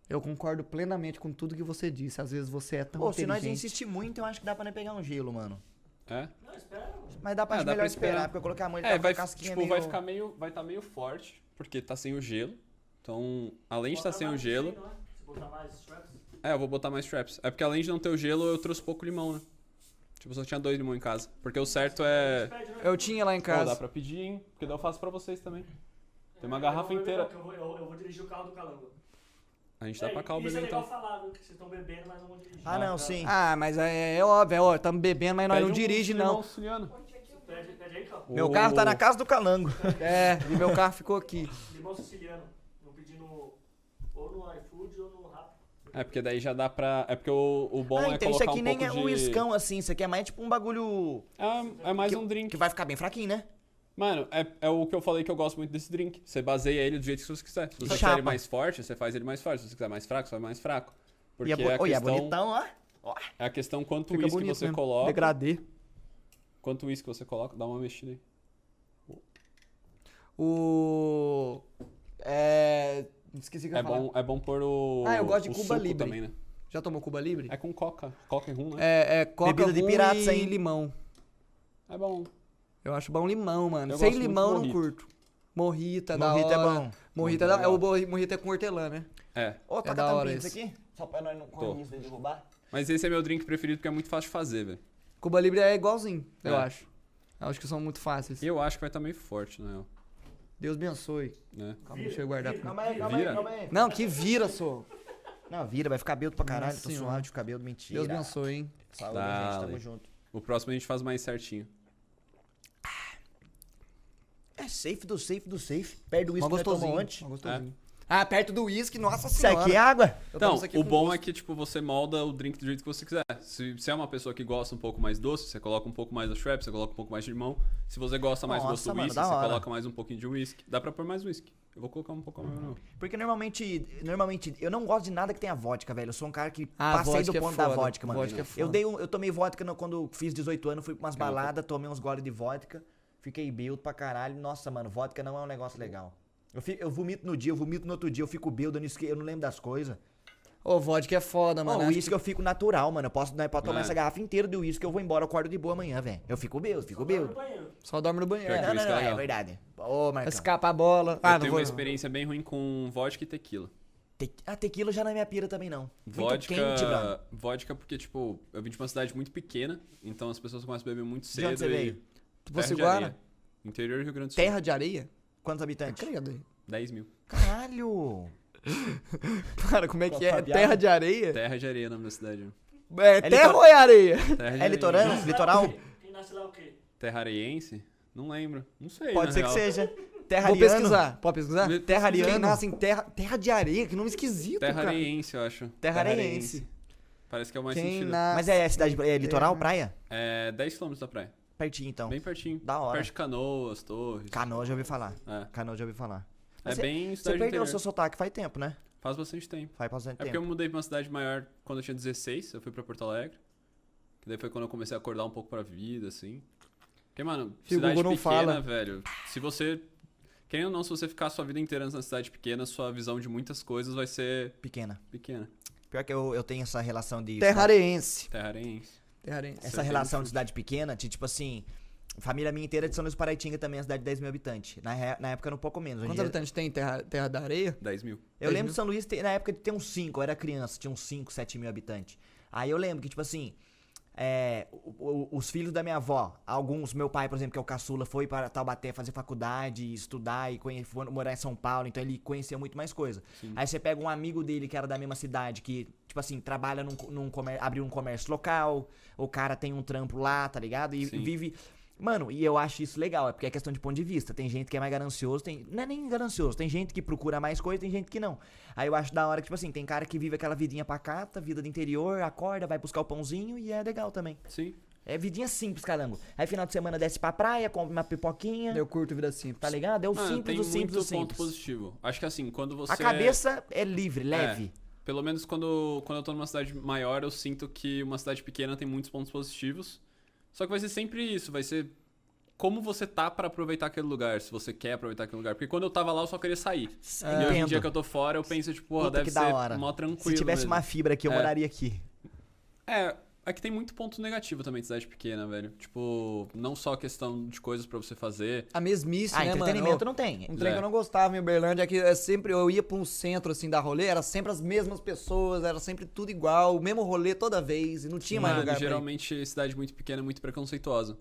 S1: Eu concordo plenamente com tudo que você disse. Às vezes você é tão
S2: Pô, se
S1: inteligente.
S2: nós insistir muito, eu acho que dá pra nós pegar um gelo, mano.
S3: É?
S4: Não, espera.
S2: Mas dá pra
S3: Ah,
S2: gente
S3: dá
S2: melhor esperar,
S3: pra esperar.
S2: porque eu coloquei a mão ele
S3: É,
S2: tava com a
S3: vai,
S2: casquinha
S3: tipo,
S2: meio...
S3: vai ficar meio. Vai tá meio forte, porque tá sem o gelo. Então, além de estar tá sem o gelo.
S4: assim, é? Se botar mais straps.
S3: É, eu vou botar mais traps. É porque além de não ter o gelo, eu trouxe pouco limão, né? Tipo, eu só tinha dois limões em casa. Porque o certo é.
S4: Pede, né?
S1: Eu tinha lá em
S3: Pô, dá
S1: casa.
S3: pra pedir, hein? Porque daí eu faço pra vocês também. Tem uma garrafa
S4: Eu vou-
S3: inteira.
S4: Eu vou, eu- eu vou dirigir o carro do Calango.
S3: A gente dá
S4: É,
S3: pra cá o
S4: Isso
S3: bebê
S4: é legal
S3: então.
S4: falar, viu? Que vocês estão bebendo, mas não vão dirigir.
S2: Ah, não,
S4: Tá.
S2: sim.
S1: Ah, mas é, é óbvio, é óbvio. Tamo bebendo, mas nós
S2: um
S1: não
S3: um
S1: dirige, não.
S4: Pede, pede aí, Calango.
S2: Meu carro tá na casa do calango.
S1: É, e meu carro ficou
S3: (laughs)
S1: aqui.
S4: Limão siciliano. Eu pedi no... Ou no iFood ou no Rappi.
S3: É porque daí já dá pra. É porque o, o bom
S2: ah,
S3: é
S2: então isso
S3: colocar
S2: aqui
S3: um
S2: nem
S3: pouco
S2: é
S3: de...
S2: um iscão assim, isso aqui é mais tipo um bagulho
S3: É, é mais
S2: Que-
S3: um drink.
S2: que vai ficar bem fraquinho, né?
S3: Mano, é, é o que eu falei que eu gosto muito desse drink. Você baseia ele do jeito que você quiser. Se você quiser
S2: Chapa.
S3: ele mais forte, você faz ele mais forte. Se você quiser mais fraco, você faz mais fraco.
S2: E
S3: Porque
S2: é, bo-
S3: é, a
S2: Oi, é
S3: questão,
S2: bonitão, ó.
S3: é a questão quanto
S1: Fica
S3: uísque
S1: bonito
S3: você
S1: mesmo.
S3: coloca.
S1: Degradê.
S3: Quanto uísque você coloca, dá uma mexida aí.
S1: O... É... Esqueci o que eu
S3: É
S1: ia falar.
S3: bom, é bom pôr o.
S1: Ah, eu gosto de
S3: o
S1: Cuba
S3: suco
S1: Libre.
S3: também, né?
S1: Já tomou Cuba Libre?
S3: É com coca. Coca e rum, né?
S1: É, é coca,
S2: Bebida de
S1: rum
S2: pirata,
S1: e
S2: hein?
S1: limão.
S3: É, bom.
S1: Eu acho bom limão, mano.
S3: Eu
S1: Sem
S3: gosto muito
S1: limão eu não
S3: morrito.
S1: curto. Morrita, da
S2: Morrito é
S1: hora.
S2: bom.
S1: Morrita é da... é, o morri- morrito é com hortelã, né?
S3: É.
S2: Ô, toca
S1: da
S2: a
S1: hora
S2: tampinha disso
S1: esse.
S2: aqui. Só pra nós não
S3: Tô.
S2: correr isso de derrubar.
S3: Mas esse é meu drink preferido porque é muito fácil de fazer, velho.
S1: Cuba Libre é igualzinho, eu
S3: É.
S1: acho. Eu acho que são muito fáceis.
S3: Eu acho que vai estar meio forte, na real.
S1: Deus abençoe.
S3: Né?
S1: Calma, deixa eu guardar. pra mim.
S2: Calma aí, calma aí,
S3: Vira.
S2: calma aí.
S1: Não, que vira, só.
S2: Não, vira, vai ficar belo pra caralho.
S1: Nossa
S2: tô
S1: Senhora.
S2: suado de ficar belo, mentira.
S1: Deus abençoe, hein?
S2: Saúde, gente,
S3: Dale.
S2: tamo junto.
S3: O próximo a gente faz mais certinho.
S2: É safe do safe do safe. Perde o uísque
S1: Mas
S2: que nós tomamos
S1: gostosinho.
S2: antes.
S1: mas gostosinho. Ah, perto do uísque, nossa
S2: Isso
S1: senhora.
S2: aqui é água.
S1: Eu
S3: Então,
S1: tomo isso aqui
S3: o
S1: com
S3: bom
S1: gosto.
S3: é que, tipo, você molda o drink do jeito que você quiser. Se, se é uma pessoa que gosta um pouco mais doce, você coloca um pouco mais da Schweppes, você coloca um pouco mais de limão. Se você gosta mais do
S2: Nossa,
S3: gosto do
S2: mano,
S3: whisky,
S2: da
S3: você
S2: hora.
S3: coloca mais um pouquinho de whisky. Dá pra pôr mais whisky. Eu vou colocar um pouco mais. não.
S2: Porque normalmente, normalmente, eu não gosto de nada que tenha vodka, velho. Eu sou um cara que
S1: Ah,
S2: passei do
S1: vodka é
S2: ponto da
S1: foda.
S2: vodka, mano.
S1: Vodka é foda.
S2: eu dei um- eu tomei vodka no- quando fiz 18 anos, fui pra umas baladas, tomei uns goles de vodka, fiquei bêbado pra caralho. Nossa, mano, vodka não é um negócio legal. Eu, fi- eu vomito no dia, eu vomito no outro dia, eu fico bêbado, eu não, esque- eu não lembro das coisas.
S1: Ô, vodka é foda,
S2: Mano,
S1: mano.
S2: o
S1: Acho
S2: uísque eu fico natural, mano. Eu posso nós pode tomar
S3: É.
S2: essa garrafa inteira de uísque, eu vou embora, eu acordo de boa amanhã, velho. Eu fico bêbado, fico
S4: Vai no
S2: bêbado.
S4: banheiro.
S1: que Só dorme no banheiro.
S3: Pior que
S2: Não,
S1: É.
S3: isso
S2: não,
S3: é
S2: não, é
S3: legal.
S2: verdade. Ô, Marcão.
S1: Escapa a bola. Ah,
S3: eu
S1: não
S3: tenho
S1: vou.
S3: uma experiência bem ruim com vodka e tequila.
S2: Te... Ah, tequila já não é minha pira também, não. Muito
S3: Vodka,
S2: quente, brother.
S3: vodka porque, tipo, eu vim de uma cidade muito pequena, então as pessoas começam a beber muito
S2: De onde
S3: cedo.
S2: você veio?
S1: Você
S3: e Terra de
S1: guarda?
S3: Areia. Interior do Rio Grande do Sul.
S1: Terra de areia?
S2: Quantos habitantes?
S1: Credo.
S3: 10 mil.
S2: Caralho!
S1: Cara, como é que é?
S2: Fabiano?
S1: Terra de areia?
S3: Terra de areia na minha cidade. né?
S1: É, terra
S2: litor-
S1: ou é areia?
S3: Terra de
S2: É
S3: areia.
S2: litorâneo? Litoral?
S4: Quem nasce lá o quê?
S3: Terra areiense? Não lembro. Não sei.
S2: Pode
S3: na
S2: ser que
S3: real.
S2: seja. Terra
S1: Vou
S2: ariano?
S1: pesquisar. Pode pesquisar?
S3: Me-
S1: Terra
S2: pesquisa.
S1: ariana. nasce em terra... Terra de areia? Que nome esquisito,
S3: Terra
S1: cara.
S3: areiense, eu acho.
S2: Terra
S3: areiense.
S2: areiense.
S3: Parece que é o mais
S1: Quem
S3: sentido.
S1: nasce...
S2: Mas é cidade, é litoral, praia?
S3: É 10 km da praia.
S2: Pertinho, então.
S3: Bem pertinho.
S2: Da hora.
S3: Perto de canoas, torres.
S2: Canoa, já ouvi falar.
S3: É.
S2: Canoa, já ouvi falar.
S3: É
S2: Mas cê-
S3: bem
S2: Você
S3: cidade do
S2: perdeu o
S3: interior.
S2: seu sotaque faz tempo, né?
S3: Faz bastante tempo.
S2: Faz bastante
S3: É porque eu
S2: tempo.
S3: mudei pra uma cidade maior quando eu tinha 16, eu fui pra Porto Alegre. Que daí foi quando eu comecei a acordar um pouco pra vida, assim. Porque, mano,
S1: Se o
S3: cidade
S1: Google não
S3: pequena,
S1: fala.
S3: velho. Se você. Querendo ou não, se você ficar a sua vida inteira na cidade pequena, sua visão de muitas coisas vai ser
S2: Pequena.
S3: pequena.
S2: Pior que eu, eu tenho essa relação de.
S1: Terra areense.
S3: Terra arense.
S1: Terra arense.
S2: Essa relação de cidade pequena, de, tipo assim. Família minha inteira é de São Luís do Paraitinga também, é uma cidade de 10 mil habitantes. Na, re- na época era um pouco menos. hoje em
S1: Quantos
S2: dia-
S1: habitantes tem terra, terra da areia?
S3: 10 mil.
S2: Eu
S1: 10
S2: lembro
S1: mil?
S2: de São Luís, ter- na época, de ter uns 5, eu era criança, tinha uns 5, 7 mil habitantes. Aí eu lembro que, tipo assim, é, o- o- os filhos da minha avó, alguns, meu pai, por exemplo, que é o caçula, foi para Taubaté fazer faculdade, estudar e conhe- foi morar em São Paulo, então ele conhecia muito mais coisa. Aí você pega um amigo dele que era da mesma cidade, que, tipo assim, trabalha num, co- num comer, abriu um comércio local, o cara tem um trampo lá, tá ligado? E
S3: Sim.
S2: vive. Mano, e eu acho isso legal, é porque é questão de ponto de vista. Tem gente que é mais ganancioso, tem. Não é nem ganancioso, tem gente que procura mais coisa, tem gente que não. Aí eu acho da hora que, tipo assim, tem cara que vive aquela vidinha pacata, vida do interior, acorda, vai buscar o pãozinho e é legal também.
S3: Sim.
S2: É vidinha simples, caramba. Aí final de semana desce pra praia, compra uma pipoquinha,
S1: Eu curto vida assim, simples.
S2: tá ligado? É o
S3: Mano,
S2: simples,
S3: Ah, tem
S2: o simples,
S3: muito
S2: o
S3: ponto
S2: simples.
S3: positivo. Acho que assim, quando você.
S2: A cabeça é livre, leve.
S3: Pelo menos quando, quando eu tô numa cidade maior, eu sinto que uma cidade pequena tem muitos pontos positivos. Só que vai ser sempre isso, vai ser como você tá pra aproveitar aquele lugar, se você quer aproveitar aquele lugar. Porque quando eu tava lá, eu só queria sair. E hoje em
S2: É. Entendo.
S3: dia que eu tô fora, eu penso, tipo, pô,
S2: Puta,
S3: deve
S2: que
S3: ser
S2: da hora.
S3: mó tranquilo.
S2: Se tivesse
S3: mesmo.
S2: uma fibra aqui, eu
S3: É.
S2: moraria aqui.
S3: É, aqui tem muito ponto negativo também de cidade pequena, velho. Tipo, não só a questão de coisas pra você fazer.
S1: A mesmice,
S2: Ah,
S1: né, mano?
S2: entretenimento
S1: Ô,
S2: não tem.
S1: Um trem
S3: É.
S1: que eu não gostava em Uberlândia é que é sempre, eu ia pra um centro assim da rolê, era sempre as mesmas pessoas, era sempre tudo igual, o mesmo rolê toda vez, e não tinha mais
S3: Mano,
S1: lugar pra ir.
S3: geralmente, cidade muito pequena é muito preconceituosa.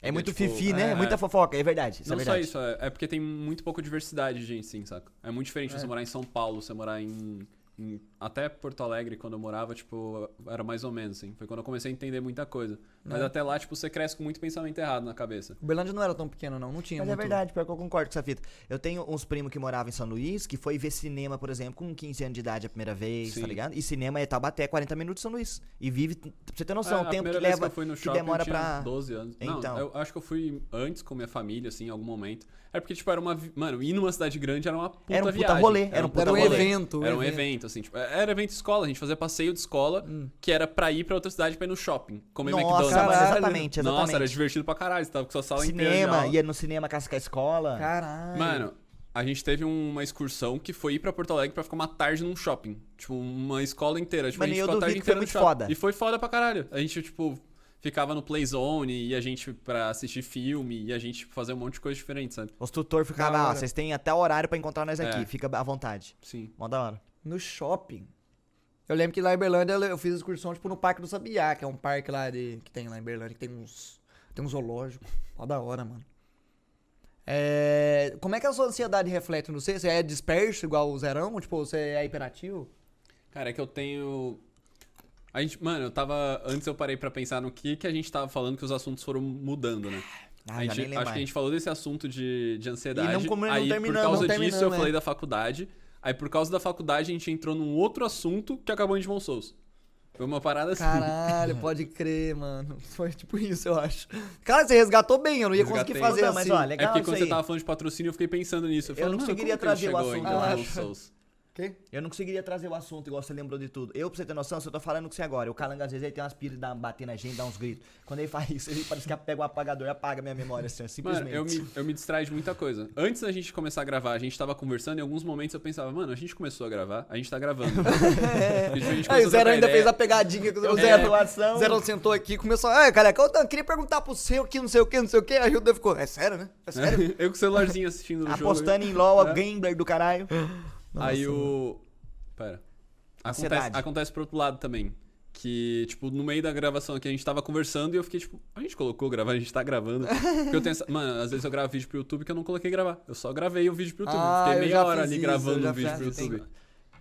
S2: É muito
S3: tipo,
S2: fifi, né?
S3: é.
S2: Muita fofoca, é verdade. Isso
S3: não
S2: é
S3: só
S2: verdade.
S3: isso, é, é porque tem muito pouca diversidade de gente, sim, saca? É muito diferente você morar em São Paulo, você morar em, em- Até Porto Alegre, quando eu morava, tipo, era mais ou menos, assim. Foi quando eu comecei a entender muita coisa. Mas
S2: É.
S3: até lá, tipo, você cresce com muito pensamento errado na cabeça.
S1: Uberlândia não era tão pequeno não, não tinha
S2: Mas é
S1: muito.
S2: verdade, pior que eu concordo com essa fita. Eu tenho uns primos que moravam em São Luís, que foi ver cinema, por exemplo, com 15 anos de idade a primeira vez,
S3: Sim.
S2: tá ligado? E cinema é Taubaté, 40 minutos de São Luís. E vive, pra você ter noção,
S3: É,
S2: o tempo
S3: a
S2: que
S3: primeira vez
S2: leva,
S3: que, eu fui no
S2: que
S3: shopping,
S2: demora
S3: eu tinha
S2: pra...
S3: 12 anos.
S2: Então.
S3: Não, eu acho que eu fui antes com minha família, assim, em algum momento. Era porque, tipo, era uma... vi- Mano, ir numa cidade grande era uma puta
S2: Era um puta
S3: viagem.
S2: rolê, era um puta
S1: Era um
S2: rolê.
S1: evento,
S3: Era um evento, assim, tipo, era evento de escola, a gente fazia passeio de escola, que era pra ir pra outra cidade pra ir no shopping, comer
S2: Hum. Nossa, mano,
S3: McDonald's.
S1: Caralho.
S2: exatamente, exatamente.
S3: Nossa, era divertido pra caralho. Você tava com sua sala inteira. de
S2: Cinema,
S3: aula.
S2: ia no cinema cascar a escola.
S1: Caralho.
S3: Mano, a gente teve uma excursão que foi ir pra Porto Alegre pra ficar uma tarde num shopping. Tipo, uma escola inteira. Tipo,
S2: Mano,
S3: a gente
S2: eu
S3: ficou a tarde
S2: duvido que foi
S3: inteira no
S2: muito
S3: shopping.
S2: foda.
S3: E foi foda pra caralho. A gente, tipo, ficava no Play Zone e a gente pra assistir filme e a gente tipo, fazer um monte de coisa diferente, sabe?
S2: Os tutor ficavam,
S1: Da
S2: ah,
S1: hora.
S2: vocês têm até horário pra encontrar nós aqui,
S3: É.
S2: fica à vontade.
S3: Sim.
S2: Mó da hora.
S1: no shopping. Eu lembro que lá em Berlândia eu- eu fiz excursão, tipo, no Parque do Sabiá, que é um parque lá de, que tem lá em Berlândia, que tem uns. Tem um zoológico. Ó da hora, mano. É, como é que a sua ansiedade reflete no você? Você é disperso igual o Zerão? Tipo, você é hiperativo?
S3: Cara, é que eu tenho. A gente, mano, eu tava. Antes eu parei pra pensar no que, que a gente tava falando, que os assuntos foram mudando, né?
S2: Ah,
S3: a gente-
S2: já nem lembro
S3: acho que a
S2: mais.
S3: gente falou desse assunto de, de ansiedade.
S2: E não como- não
S3: aí, por
S2: terminamos, né?
S3: causa
S1: não
S3: disso, eu
S1: terminamos,
S3: falei
S1: é.
S3: da faculdade. Aí, por causa da faculdade, a gente entrou num outro assunto que acabou em Demon Souls. Foi uma parada
S1: (laughs)
S3: assim.
S1: Caralho, pode crer, mano. Foi tipo isso, eu acho. Cara, você resgatou bem, eu não ia conseguir
S3: Resgatei.
S1: fazer
S2: Não,
S1: assim.
S2: mas olha,
S3: É
S2: legal
S3: porque
S2: isso
S3: quando
S2: aí.
S3: você tava falando de patrocínio, eu fiquei pensando nisso. Eu,
S2: Eu não
S3: falei, mano, como
S2: conseguiria
S3: que ele
S2: trazer o
S3: chegou ainda
S2: assunto,
S3: no
S1: eu
S3: Demon
S1: acho.
S3: Souls?
S1: Quê?
S2: Eu não conseguiria trazer o assunto igual você lembrou de tudo. Eu, pra você ter noção, se eu tô falando com você agora, o Calango às vezes ele tem umas pilhas dá- batendo um- na gente, dá uns gritos. Quando ele faz isso, ele parece que pega um apagador e apaga minha memória, assim, ó,
S3: Mano,
S2: simplesmente.
S3: eu me, eu me distraio de muita coisa. Antes da gente começar a gravar, a gente tava conversando e em alguns momentos eu pensava, mano, a gente começou a gravar, a gente
S1: (laughs)
S3: tá gravando. E, tipo, a gente começou a
S1: É. Aí o Zero
S3: trocar
S1: ainda
S3: ideia.
S1: fez a pegadinha com o
S2: Eu
S1: Zero.
S2: fiz a doação.
S1: Zero sentou aqui e começou. Ah, careca, eu tam- queria perguntar pro seu que não sei o que, não sei o que. Aí o Dan ficou. É sério, né? É sério? (laughs)
S3: eu com o celularzinho assistindo o jogo.
S2: Apostando em LOL,
S3: É.
S2: gambler do caralho.
S3: Aí o. Pera. Acontece,
S2: Ansiedade.
S3: acontece pro outro lado também. Que, tipo, no meio da gravação aqui, a gente tava conversando e eu fiquei, tipo, a gente colocou gravar, a gente tá gravando. Porque eu tenho essa... Mano, às vezes eu gravo vídeo pro YouTube que eu não coloquei gravar. Eu só gravei o vídeo pro YouTube.
S1: Ah, eu
S3: fiquei meia
S1: já fiz
S3: hora ali
S1: isso, eu
S3: gravando
S1: já
S3: um vídeo
S1: fiz
S3: pro
S1: isso.
S3: YouTube.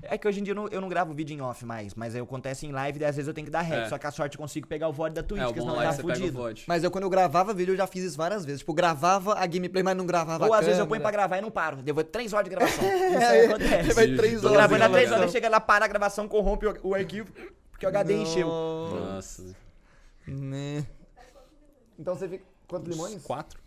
S2: É que hoje em dia eu não, eu não gravo vídeo em off mais, mas aí acontece em live e às vezes eu tenho que dar rec.
S3: É.
S2: Só que a sorte eu consigo pegar o VOD da Twitch,
S3: É, o
S2: porque
S3: bom
S2: senão
S3: lá é
S2: tá
S3: que você pega o
S2: fudido.
S3: VOD.
S1: Mas eu, quando eu gravava vídeo, eu já fiz isso várias vezes. Tipo, gravava a gameplay, mas não gravava.
S2: Ou
S1: a
S2: às vezes eu ponho pra
S1: câmera.
S2: gravar e não paro. Devo três horas de
S3: (laughs)
S2: gravação. Isso aí acontece.
S1: Você vai três
S3: Tô
S1: horas.
S2: Gravando
S1: de
S2: há três
S1: gravação.
S2: horas, chega lá, para a gravação, corrompe o, o arquivo, porque o HD encheu.
S3: Nossa.
S1: Né. Então você fica. Quantos limões?
S3: Quatro?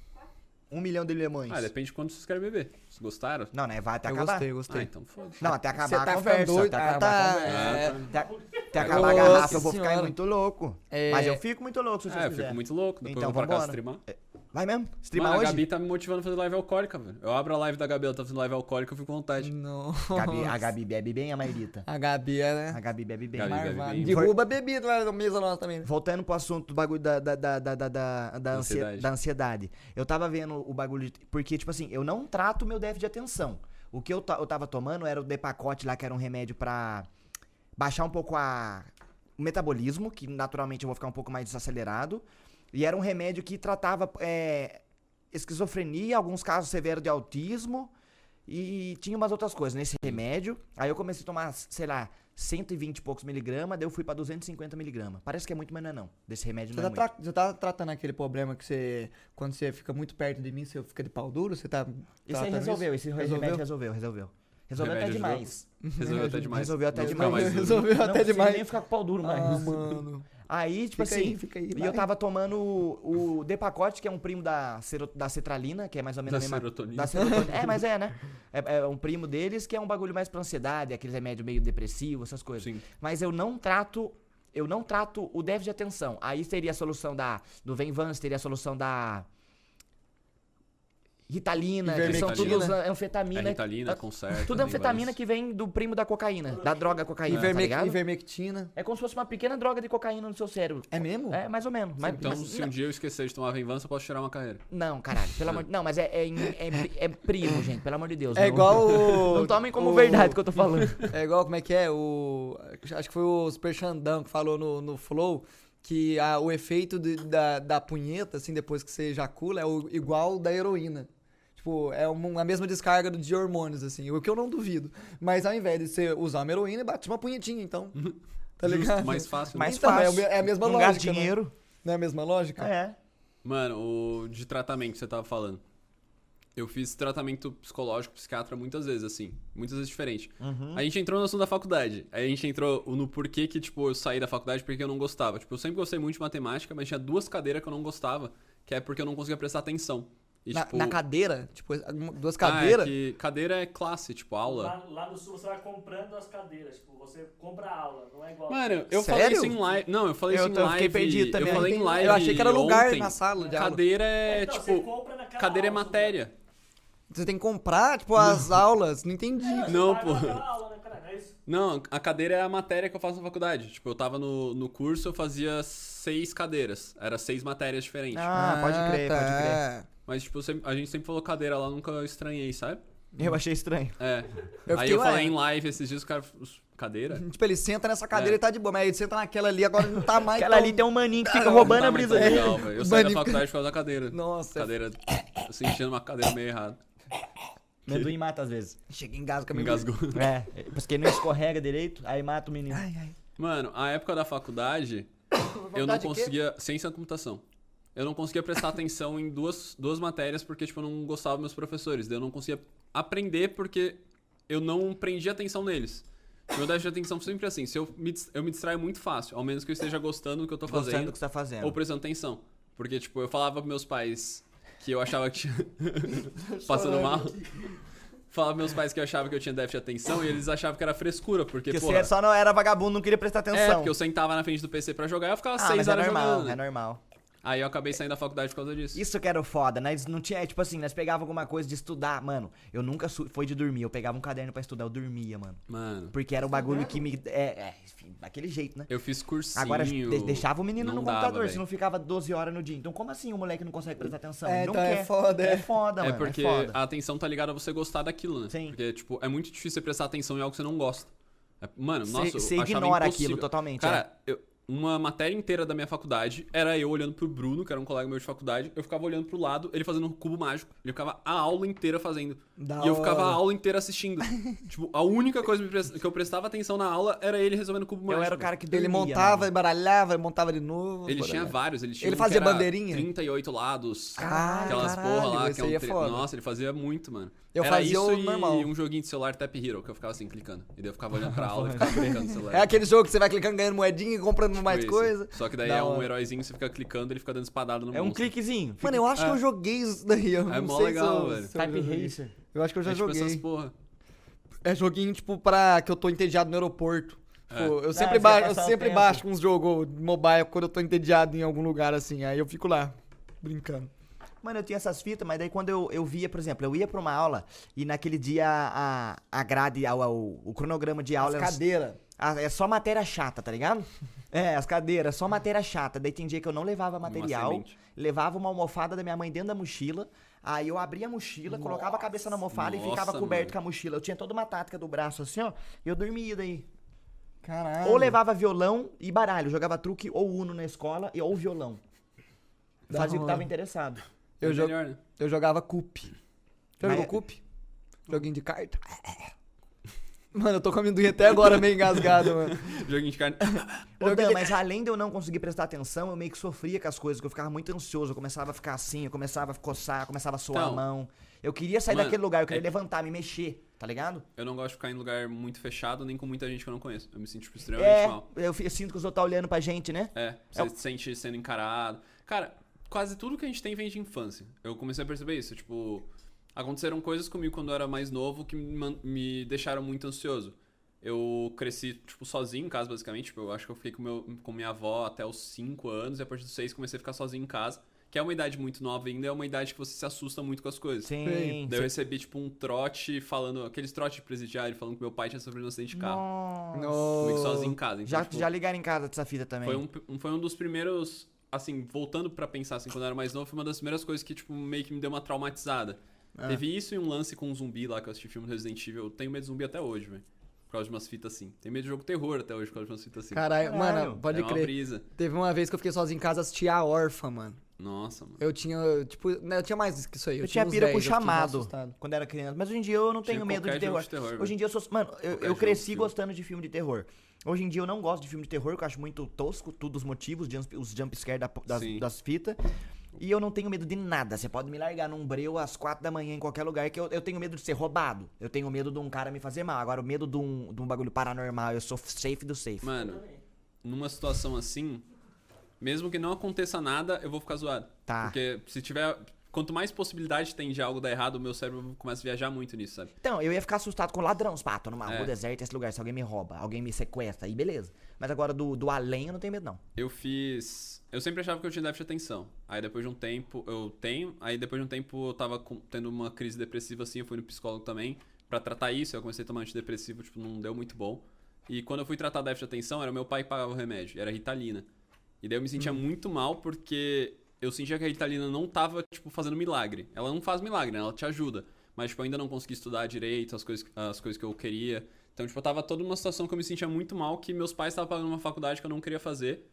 S2: Um milhão de lemães.
S3: Ah, depende de quanto vocês querem beber. Vocês gostaram?
S2: Não, né? Vai até
S1: Eu
S2: acabar.
S1: gostei,
S3: Ah,
S1: gostei.
S3: então foda-se.
S2: Não, até acabar
S1: Você
S2: a
S1: tá
S2: conversa.
S1: ficando doido?
S2: Até
S1: Ah,
S2: acabar a
S1: tá.
S2: conversa.
S1: É.
S2: Até, até acabar a
S1: Nossa
S2: garrafa, eu vou ficar
S1: senhora.
S2: muito louco.
S1: É.
S2: Mas eu fico muito louco se vocês
S3: Ah, eu fico
S2: quiserem.
S3: muito louco. Depois
S2: Então,
S3: eu vou pra casa
S2: vambora.
S3: streamar.
S2: Vai mesmo? Streamar
S3: Mano, a
S2: hoje?
S3: Gabi tá me motivando a fazer live alcoólica, velho. Eu abro a live da Gabi, ela tá fazendo live alcoólica, eu fico com vontade.
S1: Não. (laughs)
S2: Gabi- a Gabi bebe bem, a Mairita.
S1: A Gabi é,
S2: A
S1: né?
S2: Gabi bebe bem.
S3: Gabi bebe
S1: Marvada.
S3: bem.
S1: Derruba a bebida lá na mesa nossa também. né?
S2: Voltando pro assunto do bagulho da, da, da, da, da, da, da ansie-
S3: Ansiedade.
S2: da ansiedade. Eu tava vendo o bagulho. de- porque, tipo assim, eu não trato o meu déficit de atenção. O que eu, ta- eu tava tomando era o Depacote lá, que era um remédio pra baixar um pouco a, o metabolismo, que naturalmente eu vou ficar um pouco mais desacelerado. E era um remédio que tratava é, esquizofrenia, alguns casos severos de autismo. E tinha umas outras coisas nesse remédio. Aí eu comecei a tomar, sei lá, 120 e poucos miligramas, daí eu fui pra 250 miligramas. Parece que é muito, mas não é não. Desse remédio
S1: Você
S2: não é
S1: tá,
S2: muito.
S1: tra- você tá tratando aquele problema que você. Quando você fica muito perto de mim, você fica de pau duro? Você tá.
S2: Esse aí
S1: tratando
S2: resolveu,
S1: isso?
S2: esse remédio resolveu, resolveu. Resolveu até
S3: Remédio
S2: demais.
S3: Resolveu até demais.
S2: Uhum. Resolveu até
S3: Não ficar
S2: demais.
S3: mais duro.
S1: Resolveu
S2: Não
S1: até
S2: consigo
S1: demais.
S2: nem ficar com pau duro mais.
S1: Ah, mano.
S2: Aí, tipo
S1: Fica
S2: assim,
S1: aí, fica aí,
S2: e
S1: vai.
S2: eu tava tomando o, o Depacote, que é um primo da, sero- da cetralina, que é mais ou menos
S3: Da
S2: a mesma...
S3: serotonina.
S2: Da
S3: (laughs)
S2: serotonina. é, mas é, né? É, é um primo deles que é um bagulho mais pra ansiedade, aquele remédio meio depressivo, essas coisas.
S3: Sim.
S2: Mas eu não trato... Eu não trato o déficit de atenção. Aí teria a solução da... Do Venvance, teria a solução da... Ritalina, que são
S3: Ivermectina.
S2: todos
S3: É
S2: anfetamina.
S3: Ritalina, é conserta.
S2: tudo é
S3: tem
S2: anfetamina
S3: vários.
S2: que vem do primo da cocaína, da droga cocaína, tá
S1: Ivermec-
S2: ligado?
S1: Ivermectina.
S2: É como se fosse uma pequena droga de cocaína no seu cérebro.
S1: É mesmo?
S2: É, mais ou menos. Mas,
S3: Então,
S2: mas-
S3: se um dia eu esquecer de tomar Venvança, eu posso tirar uma carreira.
S2: Não, caralho, pelo amor de Não, mas é, é, em- é pri- é primo, gente, pelo amor de Deus.
S1: É
S2: não- (laughs)
S1: igual o.
S2: Não tomem como
S1: o-
S2: verdade o que eu tô (laughs) falando.
S1: É igual, como é que é? O, acho que foi o Super Xandão que falou no, no Flow que a- o efeito de- da, da punheta, assim, depois que você ejacula, é o, igual da heroína. Tipo, é uma, a mesma descarga de hormônios, assim, o que eu não duvido. Mas ao invés de você usar uma heroína, bate uma punhetinha,
S3: (laughs)
S1: então. Tá
S3: Justo,
S1: ligado?
S3: mais fácil. né?
S2: Mais
S1: Então,
S2: fácil.
S1: é o me- é a mesma
S2: não
S1: lógica,
S2: gasta dinheiro.
S1: Não é a mesma lógica?
S2: né? É.
S3: Mano, o de tratamento que você tava falando. Eu fiz tratamento psicológico, psiquiatra muitas vezes, assim. Muitas vezes diferente.
S1: Uhum.
S3: A gente entrou no assunto da faculdade. Aí a gente entrou no porquê que, tipo, eu saí da faculdade porque eu não gostava. Tipo, eu sempre gostei muito de matemática, mas tinha duas cadeiras que eu não gostava, que é porque eu não conseguia prestar atenção. E,
S1: Na,
S3: tipo,
S1: na cadeira? Tipo, duas
S3: ah, é
S1: cadeiras?
S3: que cadeira é classe, tipo, aula.
S4: Lá, lá no sul você vai comprando as cadeiras, tipo, você compra a aula, não é igual.
S3: Mano, eu falei
S1: Sério?
S3: isso em live. Não, eu falei
S2: Eu
S3: isso em
S2: tô- eu
S3: live.
S2: fiquei perdido também,
S3: Eu falei em
S1: eu
S3: live.
S1: achei que era lugar
S3: ontem.
S1: na sala de aula.
S3: Cadeira é,
S4: então, você
S3: tipo.
S4: compra naquela
S3: Cadeira é
S4: aula,
S3: matéria.
S1: Você tem que comprar, tipo,
S3: (laughs)
S1: as aulas? Não entendi.
S4: você-
S3: Não,
S4: né? você
S3: pô.
S4: paga naquela aula, né, cara? Não é isso?
S3: Não, a cadeira é a matéria que eu faço na faculdade. Tipo, eu tava no, no curso, eu fazia seis cadeiras. Era seis matérias diferentes.
S2: Ah, tá. pode crer,
S1: tá.
S2: pode crer.
S3: Mas, tipo, sempre- a gente sempre falou cadeira lá, nunca estranhei, sabe?
S2: Eu achei estranho.
S3: É.
S1: Eu
S3: Aí
S1: fiquei,
S3: eu
S1: ué.
S3: falei em live esses dias, o cara. os- Cadeira?
S1: Tipo, ele senta nessa cadeira
S3: É.
S1: e tá de boa, mas ele senta naquela ali, agora não
S3: (laughs)
S1: tá mais.
S2: Aquela
S1: tão-
S2: ali tem um maninho que fica roubando
S3: Não
S2: a
S3: tá mais
S2: brisa
S3: tão
S2: dele.
S3: legal, velho. Eu saí da
S1: Bani-
S3: faculdade por causa da cadeira.
S1: Nossa,
S3: Cadeira. Eu sentindo uma cadeira meio errada.
S2: Amendoim mata às vezes.
S1: cheguei em casa com a
S3: Me
S1: minha-
S3: um engasgou.
S2: É, porque não escorrega direito, aí mata o menino.
S1: Ai, ai. (coughs)
S3: Mano, a época da faculdade, eu não
S1: de quê?
S3: conseguia. Ciência da computação. eu não conseguia prestar atenção em duas, duas matérias porque, tipo, eu não gostava dos meus professores. Daí eu não conseguia aprender porque eu não prendia atenção neles. Meu déficit de atenção sempre é assim. Se eu me, dis- eu me distraio muito fácil, ao menos que eu esteja gostando do que eu tô
S2: Gostando
S3: fazendo
S2: do que você tá fazendo.
S3: ou prestando atenção. Porque, tipo, eu falava pros meus pais que eu
S1: (laughs)
S3: achava que tinha. (laughs) Passando mal. Falava pros meus pais que eu achava que eu tinha déficit de atenção e eles achavam que era frescura, porque,
S2: Porque
S3: porra.
S2: você só não era vagabundo, não queria prestar atenção.
S3: É, porque eu sentava na frente do PC pra jogar e eu ficava
S2: Ah,
S3: seis
S2: mas é
S3: horas
S2: normal,
S3: jogando.
S2: é normal.
S3: Aí eu acabei saindo da faculdade por causa disso.
S2: Isso que era o foda, né? Eles não tinha, é, tipo assim, nós pegava alguma coisa de estudar, mano. Eu nunca su- foi de dormir, eu pegava um caderno pra estudar, eu dormia, mano.
S3: Mano,
S2: Porque era o bagulho que me é, é, enfim, daquele jeito, né?
S3: eu fiz cursinho.
S2: Agora de- deixava o menino
S3: não
S2: no
S3: dava,
S2: computador,
S3: velho.
S2: senão ficava 12 horas no dia. Então como assim o moleque não consegue prestar atenção?
S1: É,
S2: Ele não
S1: então é
S2: quer.
S1: foda, é.
S2: é foda,
S3: é
S2: mano.
S3: porque
S2: é foda.
S3: a atenção tá ligada a você gostar daquilo, né?
S2: Sim.
S3: Porque, tipo, é muito difícil você prestar atenção em algo que você não gosta. É- Mano,
S2: Você-
S3: nossa,
S2: você
S3: eu achava
S2: ignora
S3: impossível.
S2: aquilo totalmente, é.
S3: Cara, eu- uma matéria inteira da minha faculdade era eu olhando pro Bruno, que era um colega meu de faculdade, eu ficava olhando pro lado, ele fazendo um cubo mágico. Ele ficava a aula inteira fazendo.
S1: Da
S3: e eu ficava a
S1: hora.
S3: aula
S2: (laughs)
S3: inteira assistindo. tipo, a única coisa me pres- que eu prestava atenção na aula era ele resolvendo o cubo mágico.
S2: Eu era o cara que dormia,
S1: Ele montava,
S2: mano.
S1: embaralhava, e montava de novo.
S3: né?
S1: né?
S3: Ele
S1: por
S3: tinha
S1: aí.
S3: vários, ele tinha
S1: Ele
S3: um que
S1: fazia
S3: era
S1: bandeirinha?
S3: 38 lados,
S1: Caralho,
S3: aquelas porra
S1: caralho,
S3: lá,
S1: esse
S3: que é um
S1: aí é
S3: tre-
S1: foda.
S3: Nossa, ele fazia muito, mano.
S1: Eu
S3: era
S1: fazia
S3: isso
S1: o
S3: e
S1: normal.
S3: um joguinho de celular Tap Hero, que eu ficava assim, clicando. E daí eu ficava olhando pra aula e ficava clicando no celular.
S1: É aquele jogo que você vai clicando, ganhando moedinha e comprando mais
S3: né? Tipo esse.
S1: coisa.
S3: Só que daí
S1: Da
S3: é um
S1: hora.
S3: heróizinho, você fica clicando, ele fica dando espadada no
S2: É um
S3: monstro.
S2: cliquezinho. Fica-
S1: Mano, eu acho que eu joguei isso daí. Eu
S3: É
S1: não
S3: mó
S1: sei
S3: legal,
S1: se eu,
S3: velho.
S1: se eu já joguei. Eu acho que eu já
S3: é tipo
S1: joguei.
S3: essas porra.
S1: É joguinho, tipo, pra que eu tô entediado no aeroporto.
S3: É.
S1: Tipo, eu sempre,
S2: Ah, você
S1: ba-
S2: vai
S1: eu
S2: passar o
S1: sempre
S2: tempo.
S1: baixo uns jogos mobile quando eu tô entediado em algum lugar, assim. Aí eu fico lá, brincando.
S2: Mano, eu tinha essas fitas, mas daí quando eu, eu via, por exemplo, eu ia pra uma aula e naquele dia a, a grade, a, a- o, o cronograma de aula era,
S1: Cadeira.
S2: a- é só matéria chata, tá ligado? (laughs) É, as cadeiras, só matéria chata. Daí tem dia que eu não levava material,
S3: semente.
S2: levava uma almofada da minha mãe dentro da mochila, aí eu abria a mochila, colocava a cabeça na almofada
S3: Nossa,
S2: e ficava coberto
S3: mano.
S2: com a mochila. Eu tinha toda uma tática do braço assim, ó, e eu dormia daí.
S1: Caralho.
S2: Ou levava violão e baralho, jogava truque ou uno na escola, e- ou violão.
S1: Da
S2: Fazia o que
S1: hora.
S2: tava interessado.
S1: Eu,
S3: é
S1: jo-
S3: melhor, né?
S1: eu jogava Coop. Já
S2: Mas-
S1: jogou Coop? Joguinho de carta? (laughs) Mano, eu tô com amendoim até agora meio engasgado, mano.
S3: Joguinho de carne.
S2: Ô,
S1: Joguei
S2: Dan,
S1: de-
S2: mas além de eu não conseguir prestar atenção, eu meio que sofria com as coisas, que eu ficava muito ansioso, eu começava a ficar assim, eu começava a coçar, começava a suar
S3: Então,
S2: a mão. Eu queria sair
S3: mano,
S2: daquele lugar, eu queria
S3: é-
S2: levantar, me mexer, tá ligado?
S3: Eu não gosto de ficar em lugar muito fechado, nem com muita gente que eu não conheço. Eu me sinto, tipo, extremamente
S2: É,
S3: mal.
S2: eu, fi- eu sinto que os outros tá olhando pra gente, né?
S3: É, você se sente sendo encarado. Cara, quase tudo que a gente tem vem de infância. Eu comecei a perceber isso, tipo, aconteceram coisas comigo quando eu era mais novo que me, man- me deixaram muito ansioso. Eu cresci, tipo, sozinho em casa, basicamente. Tipo, eu acho que eu fiquei com, meu, com minha avó até os 5 anos, e a partir dos 6 comecei a ficar sozinho em casa. Que é uma idade muito nova ainda, é uma idade que você se assusta muito com as coisas.
S2: Sim.
S3: Daí eu recebi, tipo, um trote falando, aqueles trote de presidiário, falando que meu pai tinha sofrido um acidente de carro.
S2: (laughs) Nossa.
S3: Comigo sozinho em
S1: No...
S3: casa. Então,
S2: Já,
S3: tipo,
S2: já ligaram em casa dessa fita também.
S3: foi um, um- foi um dos primeiros, assim, voltando pra pensar, assim, quando eu era mais novo, foi uma das primeiras coisas que, tipo, meio que me deu uma traumatizada.
S1: É.
S3: Teve isso e um lance com um zumbi lá, que eu assisti filme do Resident Evil. Eu tenho medo de zumbi até hoje, velho. Por causa de umas fitas assim. Tenho medo de jogo terror até hoje por causa de umas fitas assim.
S1: Caralho, mano,
S2: Caralho.
S1: pode
S3: é uma
S1: crer.
S3: brisa.
S1: Teve uma vez que eu fiquei sozinho em casa assistir A Órfã, mano.
S3: Nossa, mano.
S1: Eu tinha, tipo, né, eu tinha mais que isso aí.
S2: Eu,
S1: Eu,
S2: tinha
S1: uns
S2: pira
S1: 10,
S2: com
S1: eu fiquei mó
S2: chamado
S1: assustado.
S2: quando era criança. Mas hoje em dia eu não tenho
S3: Tinha
S2: medo de
S3: qualquer jogo
S2: terror.
S3: de terror, velho.
S2: hoje em dia eu sou. Mano, eu,
S3: Qualquer
S2: eu
S3: jogo,
S2: cresci
S3: filme.
S2: gostando de filme de terror. Hoje em dia eu não gosto de filme de terror, porque eu acho muito tosco, tudo os motivos, jump- os jumpscare da, das,
S3: Sim.
S2: das fitas. E eu não tenho medo de nada. Você pode me largar num breu às quatro da manhã em qualquer lugar, que eu, eu tenho medo de ser roubado. Eu tenho medo de um cara me fazer mal. Agora, o medo de um, de um bagulho paranormal, eu sou safe do safe.
S3: Mano, numa situação assim, mesmo que não aconteça nada, eu vou ficar zoado.
S2: Tá.
S3: Porque se tiver. Quanto mais possibilidade tem de algo dar errado, o meu cérebro começa a viajar muito nisso, sabe?
S2: Então, eu ia ficar assustado com ladrão, os pato, numa
S3: É.
S2: rua deserta, esse lugar, se alguém me rouba, alguém me sequestra, aí beleza. Mas agora do, do além eu não tenho medo, não.
S3: Eu fiz. Eu sempre achava que eu tinha déficit de atenção. Aí depois de um tempo, eu tenho. Aí depois de um tempo eu tava com- tendo uma crise depressiva assim, eu fui no psicólogo também pra tratar isso. Eu comecei a tomar antidepressivo, tipo, não deu muito bom. E quando eu fui tratar déficit de atenção, era meu pai que pagava o remédio, era Ritalina. E daí eu me sentia muito mal porque eu sentia que a Ritalina não tava, tipo, fazendo milagre. Ela não faz milagre, né? ela te ajuda. Mas, tipo, eu ainda não consegui estudar direito, as coisas, as coisas que eu queria. Então, tipo, eu tava toda uma situação que eu me sentia muito mal, que meus pais estavam pagando uma faculdade que eu não queria fazer.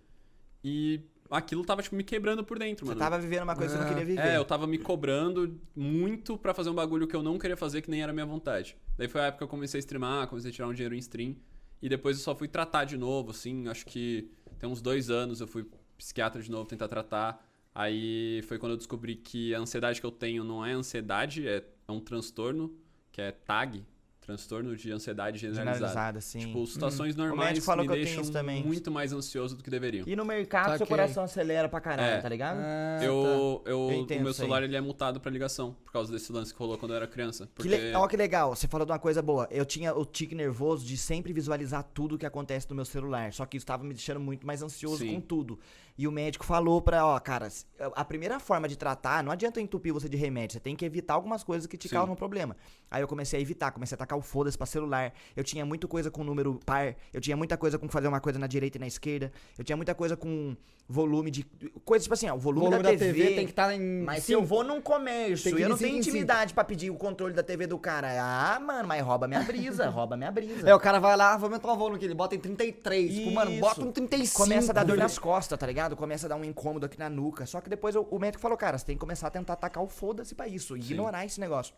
S3: E aquilo tava, tipo, me quebrando por dentro,
S2: Você
S3: mano.
S2: tava vivendo uma coisa que você não queria viver.
S3: É, eu tava me cobrando muito pra fazer um bagulho que eu não queria fazer, que nem era minha vontade. Daí foi a época que eu comecei a streamar, comecei a tirar um dinheiro em stream. E depois eu só fui tratar de novo, assim, acho que tem uns dois anos eu fui psiquiatra de novo tentar tratar. Aí foi quando eu descobri que a ansiedade que eu tenho não é ansiedade, é, é um transtorno, que é TAG, transtorno de ansiedade generalizada.
S2: Generalizada, sim. Uhum.
S3: Tipo, situações
S2: O
S3: normais
S2: médico falou
S3: me
S2: que eu tenho
S3: deixam
S2: isso também.
S3: muito mais ansioso do que deveriam.
S2: E no mercado, seu
S1: Saquei.
S2: coração acelera pra caralho,
S3: É.
S2: tá ligado?
S1: Ah,
S3: eu, eu,
S2: tá. Eu entendo
S3: o meu
S2: isso aí.
S3: celular ele é mutado pra ligação, por causa desse lance que rolou quando eu era criança.
S2: Que
S3: Porque
S2: le... Ó, que legal, você falou de uma coisa boa. Eu tinha o tique nervoso de sempre visualizar tudo que acontece no meu celular. Só que isso tava me deixando muito mais ansioso
S3: Sim.
S2: com tudo. E o médico falou pra, ó, cara, s- a primeira forma de tratar, não adianta entupir você de remédio. Você tem que evitar algumas coisas que te
S3: Sim.
S2: causam problema. Aí eu comecei a evitar, comecei a tacar o foda-se pra celular. Eu tinha muita coisa com número par. Eu tinha muita coisa com fazer uma coisa na direita e na esquerda. Eu tinha muita coisa com volume de. Coisas tipo assim, ó, o
S1: o
S2: volume,
S1: volume da, TV,
S2: TV
S1: tem que estar em.
S2: mas se
S1: cinco.
S2: eu vou num comércio
S1: Tem que
S2: e eu
S1: ir
S2: não
S1: cinco
S2: tenho
S1: em cinco.
S2: intimidade pra pedir o controle da TV do cara, ah, mano, mas rouba minha brisa, (laughs) rouba minha brisa.
S1: É, o cara vai lá, vou aumentar o volume aqui, ele bota em 33. Tipo, mano,
S2: Isso.
S1: bota um 35.
S2: Começa a dar dor
S1: velho.
S2: nas costas, tá ligado? Começa a dar um incômodo aqui na nuca. Só que depois o, o médico falou, cara, você tem que começar a tentar atacar o foda-se pra isso, ignorar esse negócio.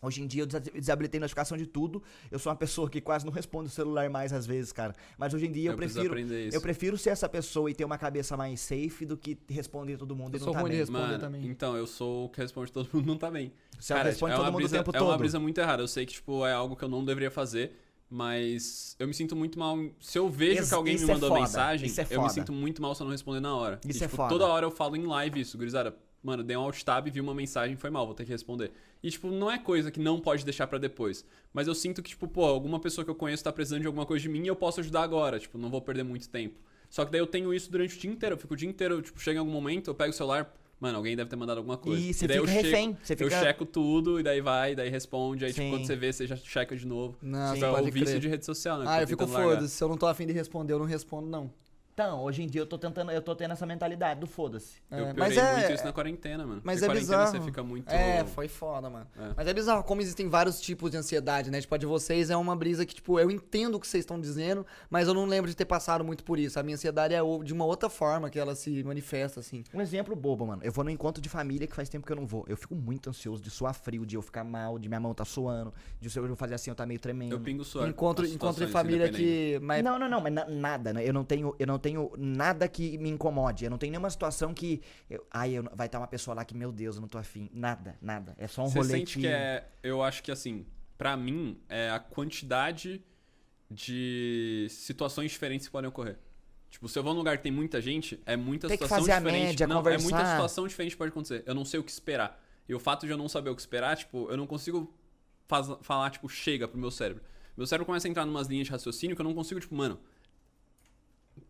S2: Hoje em dia eu desa- desabilitei notificação de tudo. Eu sou uma pessoa que quase não responde o celular mais às vezes, cara. Mas hoje em dia eu,
S3: Eu preciso
S2: prefiro.
S3: aprender isso.
S2: Eu prefiro ser essa pessoa e ter uma cabeça mais safe do que responder todo mundo
S1: Eu
S2: e não
S1: sou
S2: tá
S1: ruim
S2: bem.
S1: nisso. responder
S3: Mano,
S1: também.
S3: Então, eu sou o que responde todo mundo (laughs) não tá bem.
S2: Você responde todo
S3: uma
S2: mundo o
S3: brisa,
S2: tempo
S3: é
S2: todo.
S3: uma brisa muito errada. Eu sei que, tipo, é algo que eu não deveria fazer, mas eu me sinto muito mal. Se eu vejo
S2: Isso-
S3: que alguém
S2: isso
S3: me
S2: é
S3: mandou
S2: foda,
S3: mensagem,
S2: isso é
S3: eu
S2: foda.
S3: me sinto muito mal se eu não responder na hora.
S2: Isso
S3: e,
S2: é
S3: tipo,
S2: foda.
S3: toda hora eu falo em live isso, gurizada. Mano, dei um alt tab, vi uma mensagem, foi mal, vou ter que responder. E, tipo, não é coisa que não pode deixar pra depois. Mas eu sinto que, tipo, pô, alguma pessoa que eu conheço tá precisando de alguma coisa de mim e eu posso ajudar agora. Tipo, não vou perder muito tempo. Só que daí eu tenho isso durante o dia inteiro. Eu fico o dia inteiro, tipo, chega em algum momento, eu pego o celular, mano, alguém deve ter mandado alguma coisa.
S2: E você
S3: daí eu
S2: fica refém,
S3: checo-
S2: você
S3: Eu
S2: fica-
S3: checo tudo, e daí vai, daí responde. Aí,
S2: Sim.
S3: tipo, quando você vê, você já checa de novo.
S1: Não,
S3: Tipo,
S1: você
S3: é o
S1: pode
S3: vício
S1: crer.
S3: de rede social, né?
S1: Ah,
S3: Tô
S1: eu fico
S3: tentando largar.
S1: foda. Se eu não tô afim de responder, eu não respondo, não.
S2: Então, hoje em dia eu tô tentando, eu tô tendo essa mentalidade do foda-se.
S3: Eu
S1: É, mas
S3: piorei muito
S1: é.
S3: isso na quarentena, mano.
S1: mas
S3: Porque
S1: é
S3: quarentena
S1: bizarro.
S3: você fica muito...
S1: É, foi foda, mano.
S3: É.
S1: Mas é bizarro como existem vários tipos de ansiedade, né? Tipo, a de vocês é uma brisa que, tipo, eu entendo o que vocês estão dizendo, mas eu não lembro de ter passado muito por isso. A minha ansiedade é o- de uma outra forma que ela se manifesta, assim.
S2: Um exemplo bobo, mano. Eu vou no encontro de família que faz tempo que eu não vou. Eu fico muito ansioso de suar frio, de eu ficar mal, de minha mão tá suando, de se eu fazer assim eu tá meio tremendo.
S3: Eu pingo suor.
S1: encontro
S3: nas
S1: encontro de
S3: situações,
S1: família que.
S3: independente.
S1: Mas
S2: Não, não, não, mas na- nada, né? Eu não tenho, eu não tenho nada que me incomode. Eu não tenho nenhuma situação que eu- ai, eu não- vai estar uma pessoa lá que meu Deus, eu não tô afim. Nada, nada. É só um
S3: Você
S2: rolê
S3: sente que é... Eu acho que, assim, pra mim, é a quantidade de situações diferentes que podem ocorrer. Tipo, se eu vou num lugar que tem muita gente, é muita
S2: Tem que
S3: situação
S2: fazer a
S3: diferente.
S2: média,
S3: não, é muita
S2: conversar.
S3: situação diferente que pode acontecer. Eu não sei o que esperar. E o fato de eu não saber o que esperar, tipo, eu não consigo faz- falar, tipo, chega pro meu cérebro. Meu cérebro começa a entrar numas linhas de raciocínio que eu não consigo, tipo, mano.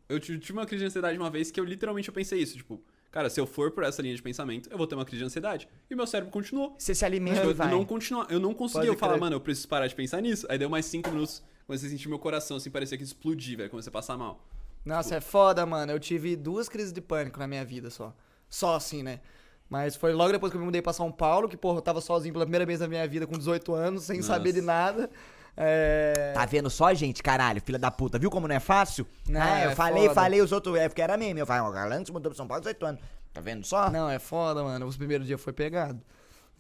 S3: Eu ti- tive uma crise de ansiedade uma vez que eu literalmente eu pensei isso, tipo, cara, se eu for por essa linha de pensamento, eu vou ter uma crise de ansiedade. E meu cérebro continuou.
S2: Você se alimenta
S3: Tipo,
S2: e
S3: eu
S2: vai.
S3: não continua, eu não consegui.
S1: Pode
S3: Eu falar,
S1: crer.
S3: mano, eu preciso parar de pensar nisso. Aí deu mais cinco minutos, comecei a sentir meu coração, assim, parecia que explodir, velho. Comecei a passar mal.
S1: Nossa, é foda, mano. Eu tive duas crises de pânico na minha vida só. Só assim, né? Mas foi logo depois que eu me mudei pra São Paulo, que, porra, eu tava sozinho pela primeira vez na minha vida, com 18 anos, sem
S3: Nossa.
S1: saber de nada. É...
S2: Tá vendo só, gente? Caralho, filha da puta. Viu como não é fácil?
S1: Não,
S2: ah, eu
S1: é
S2: falei,
S1: foda.
S2: falei, os outros. É porque era meme. Eu falei, o Galan se mudou pra São Paulo 18 anos. Tá vendo só?
S1: Não, é foda, mano. Os primeiros dias foi pegado.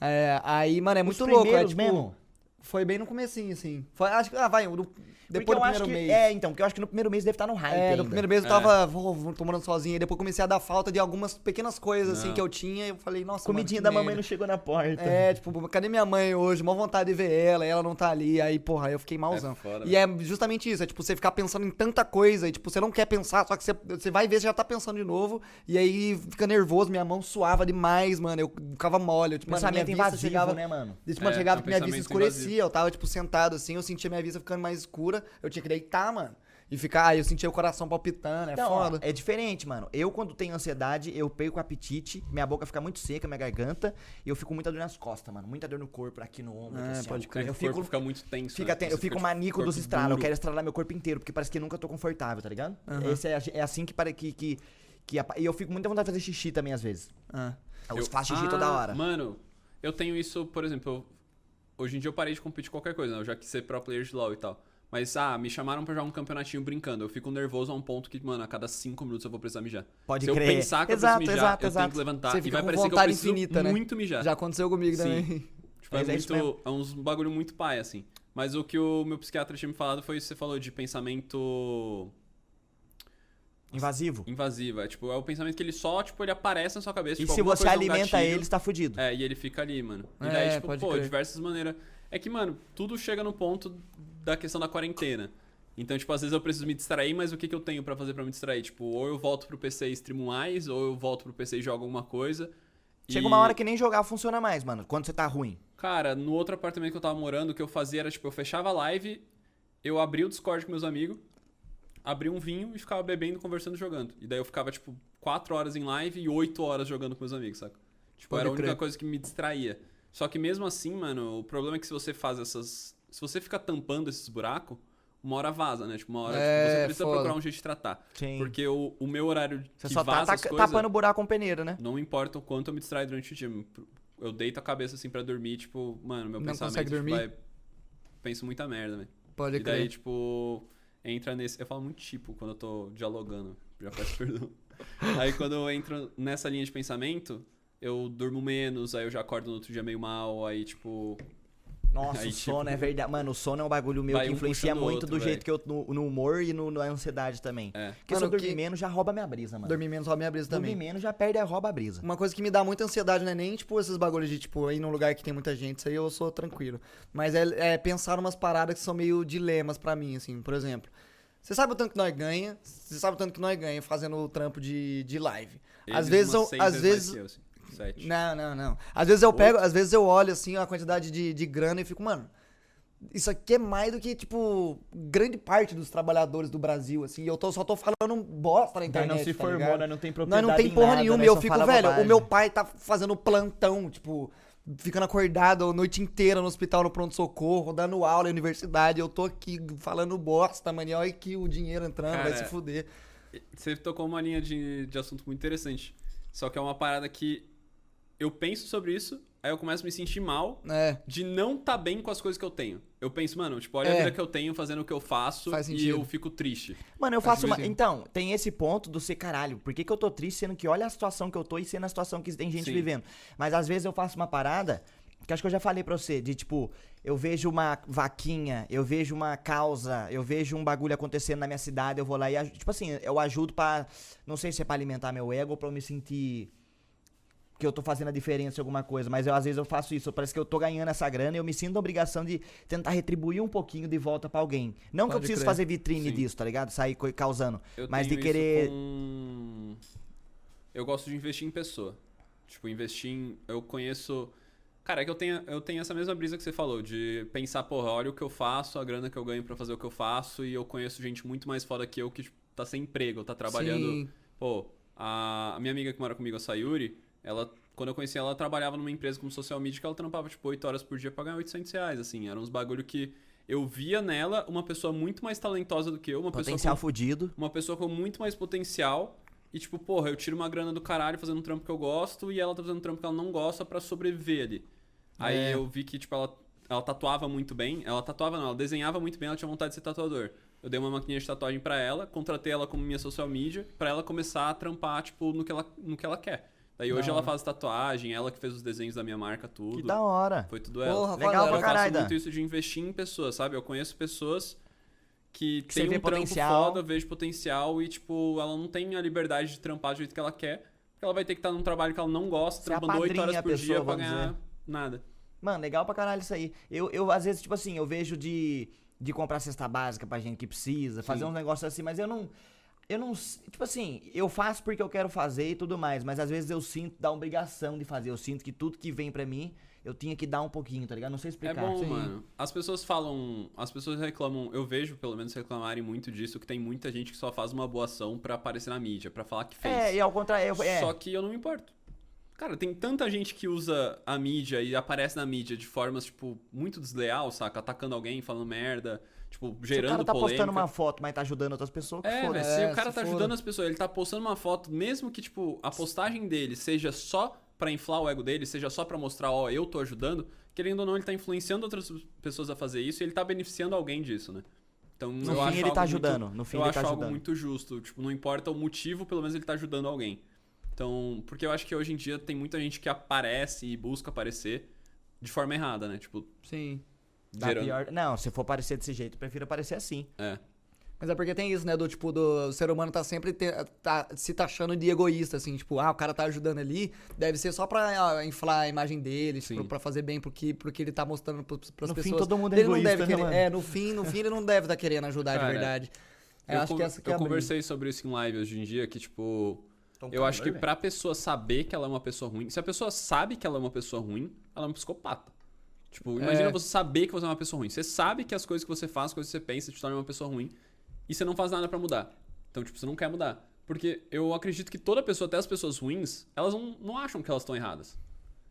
S1: É, aí, mano, é muito
S2: Os
S1: louco. É,
S2: primeiros
S1: tipo,
S2: mesmo?
S1: Foi bem no comecinho, assim. Foi, acho que, ah, vai, no-
S2: Porque
S1: depois do
S2: eu acho
S1: primeiro
S2: que,
S1: mês.
S2: É, então, porque eu acho que no primeiro mês deve estar no hype
S1: É,
S2: ainda.
S1: no primeiro mês eu
S3: É.
S1: tava vou, vou, tô morando sozinho. E depois comecei a dar falta de algumas pequenas coisas, assim,
S3: Não.
S1: que eu tinha. E eu falei, nossa,
S2: Comidinha
S1: mano, que
S2: da mamãe
S1: merda.
S2: não chegou na porta.
S1: É, tipo, cadê minha mãe hoje? Mó vontade de ver ela, e ela não tá ali. Aí, porra, aí eu fiquei malzão.
S3: É foda,
S1: e é justamente isso, é tipo, você ficar pensando em tanta coisa, e tipo, você não quer pensar, só que você, você vai ver, você já tá pensando de novo, e aí fica nervoso, minha mão suava demais, mano. Eu ficava mole, eu tipo, mano, minha
S2: Pensamento
S1: vista
S2: invasivo,
S1: chegava.
S2: né, mano?
S1: E, Tipo, mano,
S3: É,
S1: chegava
S3: é um
S1: que minha vista
S3: pensamento
S1: escurecia,
S3: invasivo.
S1: eu tava, tipo, sentado assim, eu sentia minha vista ficando mais escura, eu tinha que deitar, mano. E ficar, aí eu sentia o coração palpitando, é
S2: Então, ó,
S1: foda.
S2: é diferente, mano. Eu, quando tenho ansiedade, eu perco o apetite, minha boca fica muito seca, minha garganta, e eu fico muita dor nas costas, mano. Muita dor no corpo, aqui no ombro. aqui, assim, ó.
S3: É que
S2: Eu
S3: o corpo
S2: fico,
S3: fica muito tenso.
S2: Fica
S3: né?
S2: ten-
S3: Você
S2: eu fico
S3: tipo,
S2: maníaco dos
S3: corpo
S2: estralos, eu
S3: duro.
S2: quero estralar meu corpo inteiro, porque parece que eu nunca tô confortável, tá ligado? Esse é, é assim que, pare- que, que, que apa- E eu fico muito à vontade de fazer xixi também, às vezes.
S1: Ah.
S2: Eu,
S3: Eu-
S2: faço xixi
S3: Ah,
S2: toda hora.
S3: Mano, eu tenho isso, por exemplo, eu- hoje em dia eu parei de competir qualquer coisa, né? Eu já quis ser pro player de LoL e tal. Mas, ah, me chamaram pra jogar um campeonatinho brincando. Eu fico nervoso a um ponto que, mano, a cada cinco minutos eu vou precisar mijar.
S2: Pode
S3: Se
S2: crer.
S3: eu pensar que eu
S2: Exato,
S3: preciso mijar,
S2: exato,
S3: eu tenho
S2: exato.
S3: que levantar.
S1: Você
S3: e
S1: fica
S3: vai
S1: com
S3: parecer que eu
S1: vontade
S3: preciso
S1: infinita, né?
S3: muito mijar.
S1: Já aconteceu comigo
S3: é. Sim.
S1: também. (laughs)
S3: Tipo,
S2: Mas
S3: é,
S2: é isso
S3: muito, é uns bagulho muito pai, assim. Mas o que o meu psiquiatra tinha me falado foi isso que você falou de pensamento.
S2: Invasivo.
S3: invasiva. É, tipo, é o pensamento que ele só, tipo, ele aparece na sua cabeça.
S2: E
S3: tipo,
S2: se
S3: alguma
S2: você
S3: coisa, um
S2: alimenta
S3: gatilho.
S2: ele, você tá fudido.
S3: É, e ele fica ali, mano. E
S1: É,
S3: daí, tipo,
S1: pode
S3: pô,
S1: crer.
S3: diversas maneiras. É que, mano, tudo chega no ponto da questão da quarentena. Então, tipo, às vezes eu preciso me distrair, mas o que, que eu tenho pra fazer pra me distrair? Tipo, ou eu volto pro PC e streamo mais, ou eu volto pro PC e jogo alguma coisa.
S2: Chega
S3: E,
S2: uma hora que nem jogar funciona mais, mano, quando você tá ruim.
S3: Cara, no outro apartamento que eu tava morando, o que eu fazia era, tipo, eu fechava a live, eu abria o Discord com meus amigos, abria um vinho e ficava bebendo, conversando, jogando. E daí eu ficava, tipo, 4 horas em live e 8 horas jogando com meus amigos, saca? Tipo,
S1: Pode
S3: era a única
S1: crer.
S3: coisa que me distraía. Só que mesmo assim, mano, o problema é que se você faz essas. Se você fica tampando esses buracos, uma hora vaza, né? Tipo, uma hora
S1: É,
S3: tipo, você precisa
S1: foda.
S3: procurar um jeito de tratar.
S2: Sim.
S3: Porque o, o meu horário
S2: Você
S3: que
S2: só tá
S3: vaza
S2: taca-
S3: as coisas,
S2: tapando o buraco com peneira, né?
S3: não importa o quanto eu me distraio durante o dia. Eu deito a cabeça assim pra dormir, tipo, mano, meu
S1: Não
S3: pensamento
S1: consegue
S3: tipo,
S1: dormir?
S3: vai. Penso muita merda, velho.
S1: Pode
S3: E
S1: crer.
S3: daí, tipo, entra nesse. Eu falo muito tipo quando eu tô dialogando. (laughs) Já peço perdão. Aí quando eu entro nessa linha de pensamento, eu durmo menos, aí eu já acordo no outro dia meio mal, aí, tipo.
S2: Nossa,
S3: Aí,
S2: o
S3: tipo-
S2: sono é verdade. Mano, o sono é um bagulho meu
S3: Vai
S2: que
S3: um
S2: influencia
S3: puxando o
S2: muito do
S3: outro,
S2: jeito que eu. No, no humor e no, na ansiedade também.
S3: É.
S2: Porque se
S1: Mano,
S2: eu dormir
S1: que-
S2: menos, já rouba minha brisa, mano.
S1: Dormir menos rouba minha brisa
S2: Dormir
S1: também.
S2: menos já perde a rouba a brisa.
S1: Uma coisa que me dá muita ansiedade não é nem, tipo, esses bagulhos de, tipo, ir num lugar que tem muita gente, isso aí eu sou tranquilo. Mas é, é pensar umas paradas que são meio dilemas pra mim, assim, por exemplo. Você sabe o tanto que nós ganha, você sabe o tanto que nós ganha fazendo o trampo de, de live. às
S3: eles
S1: vezes,
S3: umas
S1: eu-
S3: seis
S1: às
S3: mais
S1: vezes, né?
S3: que eu, assim, sete.
S1: não, não, não. Às vezes eu pego, às vezes eu olho assim a quantidade de, de grana e fico, mano, isso aqui é mais do que, tipo, grande parte dos trabalhadores do Brasil, assim. E eu tô, só tô falando bosta na internet.
S2: se
S1: tá
S2: formou,
S1: ligado?
S2: nós não tem
S1: Nós não
S2: propriedade
S1: tem
S2: em
S1: porra
S2: nada,
S1: nenhuma.
S2: nós
S1: E eu
S2: só
S1: fico,
S2: fala
S1: velho,
S2: bobagem.
S1: o meu pai tá fazendo plantão, tipo, ficando acordado a noite inteira no hospital, no pronto-socorro, dando aula na universidade. Eu tô aqui falando bosta, mano. E olha que o dinheiro entrando, vai
S3: Cara,
S1: se fuder.
S3: Você tocou uma linha de, de assunto muito interessante. Só que é uma parada que eu penso sobre isso, aí eu começo a me sentir mal
S1: É.
S3: de não tá bem com as coisas que eu tenho. Eu penso, mano, tipo, olha
S1: É.
S3: a vida que eu tenho fazendo o que eu faço
S1: Faz
S3: e
S1: sentido.
S3: eu fico triste.
S2: Mano, eu
S1: Faz
S2: faço uma.
S1: sentido.
S2: Então, tem esse ponto do ser caralho. Por que, que eu tô triste sendo que olha a situação que eu tô e sendo a situação que tem gente
S3: Sim.
S2: vivendo? Mas às vezes eu faço uma parada que acho que eu já falei pra você, de tipo, eu vejo uma vaquinha, eu vejo uma causa, eu vejo um bagulho acontecendo na minha cidade, eu vou lá e. aj- Tipo assim, eu ajudo pra. Não sei se é pra alimentar meu ego ou pra eu me sentir. Que eu tô fazendo a diferença em alguma coisa, mas eu às vezes eu faço isso. Parece que eu tô ganhando essa grana e eu me sinto a obrigação de tentar retribuir um pouquinho de volta pra alguém. Não que eu
S1: Pode
S2: preciso
S1: crer.
S2: fazer vitrine
S3: Sim.
S2: disso, tá ligado? Sair coi- causando.
S3: Eu
S2: mas de
S3: tenho
S2: querer.
S3: Isso com... Eu gosto de investir em pessoa. Tipo, investir em. Eu conheço. Cara, é que eu tenho, eu tenho essa mesma brisa que você falou, de pensar, porra, olha o que eu faço, a grana que eu ganho pra fazer o que eu faço, e eu conheço gente muito mais foda que eu que tipo, tá sem emprego, tá trabalhando.
S1: Sim.
S3: Pô, a, a minha amiga que mora comigo, a Sayuri, ela, quando eu conheci ela, ela trabalhava numa empresa como social media que ela trampava, tipo, 8 horas por dia pra ganhar 800 reais, assim. Eram uns bagulho que eu via nela uma pessoa muito mais talentosa do que eu, uma pessoa
S2: Potencial fudido.
S3: uma pessoa com muito mais potencial. E tipo, porra, eu tiro uma grana do caralho fazendo um trampo que eu gosto e ela tá fazendo um trampo que ela não gosta pra sobreviver ali. Aí
S1: É.
S3: eu vi que, tipo, ela, ela tatuava muito bem. Ela tatuava não, ela desenhava muito bem, ela tinha vontade de ser tatuador. Eu dei uma maquininha de tatuagem pra ela, contratei ela como minha social media, pra ela começar a trampar, tipo, no que ela, no que ela quer. Daí hoje
S1: Da
S3: ela
S1: hora.
S3: faz tatuagem, ela que fez os desenhos da minha marca, tudo.
S2: Que da hora.
S3: Foi tudo ela.
S1: Porra,
S2: Legal
S3: Cara,
S2: pra
S3: eu
S2: caralho.
S3: faço
S2: Dan.
S3: muito isso de investir em pessoas, sabe? Eu conheço pessoas que,
S2: Que você
S3: têm
S2: vê
S3: um trampo
S2: potencial.
S3: foda, eu vejo potencial e, tipo, ela não tem a liberdade de trampar do jeito que ela quer. Porque ela vai ter que estar num trabalho que ela não gosta,
S2: Você
S3: trampando 8
S2: apadrinha
S3: horas
S2: a
S3: por dia
S2: pessoa,
S3: pra
S2: vamos
S3: ganhar nada.
S2: Mano, legal pra caralho isso aí. Eu, eu às vezes, tipo assim, eu vejo de, de comprar cesta básica pra gente que precisa, fazer uns negócios assim, mas eu não. Eu não. s- Tipo assim, eu faço porque eu quero fazer e tudo mais, mas às vezes eu sinto da obrigação de fazer. Eu sinto que tudo que vem pra mim, eu tinha que dar um pouquinho, tá ligado? Não sei
S3: É
S2: explicar.
S3: bom,
S2: Sim.
S3: mano. As pessoas falam, as pessoas reclamam, eu vejo pelo menos reclamarem muito disso, que tem muita gente que só faz uma boa ação pra aparecer na mídia, pra falar que fez.
S2: É, e ao contrário. eu- É,
S3: Só que eu não me importo. Cara, tem tanta gente que usa a mídia e aparece na mídia de formas, tipo, muito desleal, saca? Atacando alguém, falando merda, tipo,
S2: se o
S3: gerando
S2: cara tá
S3: polêmica.
S2: postando uma foto, mas tá ajudando outras pessoas, que
S3: É,
S2: foda.
S3: velho, se
S1: É,
S3: o cara
S1: se
S3: tá
S1: for.
S3: ajudando as pessoas, ele tá postando uma foto, mesmo que, tipo, a postagem dele seja só pra inflar o ego dele, seja só pra mostrar, ó, eu tô ajudando, querendo ou não, ele tá influenciando outras pessoas a fazer isso e ele tá beneficiando alguém disso, né? Então,
S2: No
S3: eu
S2: fim, ele
S3: acho algo
S2: tá
S3: muito-
S2: ajudando, no fim,
S3: eu
S2: ele tá
S3: acho algo
S2: ajudando.
S3: muito justo. Tipo, não importa o motivo, pelo menos ele tá ajudando alguém. Então, porque eu acho que hoje em dia tem muita gente que aparece e busca aparecer de forma errada, né? Tipo,
S1: Sim.
S2: Dá
S3: gerando.
S2: pior- Não, se for aparecer desse jeito, eu prefiro aparecer assim.
S3: É.
S1: Mas é porque tem isso, né? Do tipo, do o ser humano tá sempre te- tá se taxando de egoísta, assim, tipo, ah, o cara tá ajudando ali, deve ser só pra ah, inflar a imagem dele, tipo,
S3: Sim.
S1: pra fazer bem pro que, pro que ele tá mostrando pros- pras
S2: No fim,
S1: pessoas.
S2: todo mundo é
S1: ele
S2: egoísta,
S1: não deve
S2: né,
S1: querer,
S2: mano?
S1: É, no fim, no fim ele não deve estar querendo ajudar
S3: Cara,
S1: de verdade. Eu,
S3: eu
S1: acho que
S3: con-
S1: essa que é
S3: eu
S1: a briga.
S3: conversei sobre isso em live hoje em dia, que tipo. eu acho que pra pessoa saber que ela é uma pessoa ruim, se a pessoa sabe que ela é uma pessoa ruim, ela é um psicopata. Tipo, imagina
S1: É.
S3: você saber que você é uma pessoa ruim. Você sabe que as coisas que você faz, as coisas que você pensa, te tornam uma pessoa ruim. E você não faz nada pra mudar. Então, tipo, você não quer mudar. Porque eu acredito que toda pessoa, até as pessoas ruins, elas não, não acham que elas estão erradas.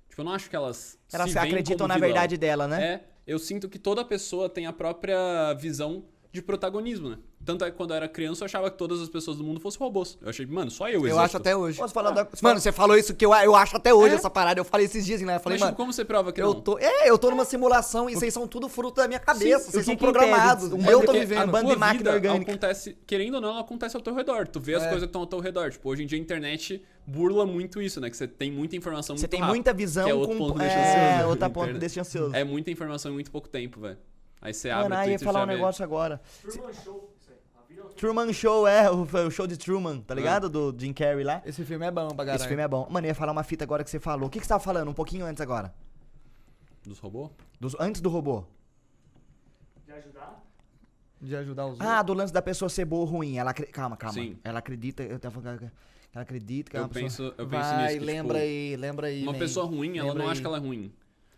S3: Tipo, eu não acho que elas.
S2: Elas
S3: se veem
S2: acreditam
S3: como
S2: na
S3: vilão.
S2: verdade dela, né?
S3: É, eu sinto que toda pessoa tem a própria visão de protagonismo, né? Tanto é que quando eu era criança eu achava que todas as pessoas do mundo fossem robôs. Eu achei, mano, só eu
S1: Eu
S3: existo.
S1: acho até hoje.
S2: Ô, você falou da- você
S1: Mano,
S2: falou-
S1: você falou isso que eu, eu acho até hoje
S3: É?
S1: essa parada. Eu falei esses dias, né? Eu falei,
S3: Mas, tipo,
S1: mano.
S3: como você prova que
S1: Eu
S3: não?
S1: tô, é, eu tô numa simulação e vocês são tudo fruto da minha cabeça.
S2: Sim, o
S1: vocês são
S2: que impede?
S1: programados.
S2: Um
S1: eu
S2: bando
S1: tô
S2: que-
S1: vivendo.
S2: a banda-
S3: É tua
S2: de máquina
S3: vida
S2: orgânica.
S3: acontece, querendo ou não, ela acontece ao teu redor. Tu vê as
S1: É.
S3: coisas que estão ao teu redor. Tipo, hoje em dia a internet burla muito isso, né? Que você tem muita informação
S2: Você
S3: muito
S2: tem
S3: rápido,
S2: muita visão
S3: que é outro ponto
S2: com.
S3: deixa
S2: É,
S3: ansioso.
S2: outra ponto
S3: (laughs) Internet.
S2: deixa ansioso.
S3: É muita informação em muito pouco tempo, velho. Aí você abre
S2: Mano,
S3: o
S2: aí eu ia
S3: Ah, Twitter e
S2: falar
S3: já
S2: um
S3: vê.
S2: negócio agora.
S4: Truman é Show. Isso aí. A vida é um
S2: Truman Show, é, o, o show de Truman,
S3: Ah.
S2: tá ligado? Do Jim Carrey lá.
S1: Esse filme é bom pra caralho.
S2: Esse filme é bom. Mano, eu ia falar uma fita agora que você falou. O que, que você tava falando um pouquinho antes agora?
S3: Dos robôs?
S2: Dos- antes do robô.
S4: de ajudar.
S1: De ajudar os
S2: Ah, do lance da pessoa ser boa ou ruim. Ela acre- Calma, calma.
S3: Sim.
S2: Ela acredita. Eu tava falando que ela acredita que é
S3: Eu
S2: uma pessoa-
S3: penso, eu penso
S1: Vai,
S3: nisso. que,
S1: lembra
S3: tipo,
S1: aí, lembra aí.
S3: Uma
S1: man.
S3: pessoa ruim, ela
S1: Lembra
S3: não
S1: aí.
S3: acha que ela é ruim.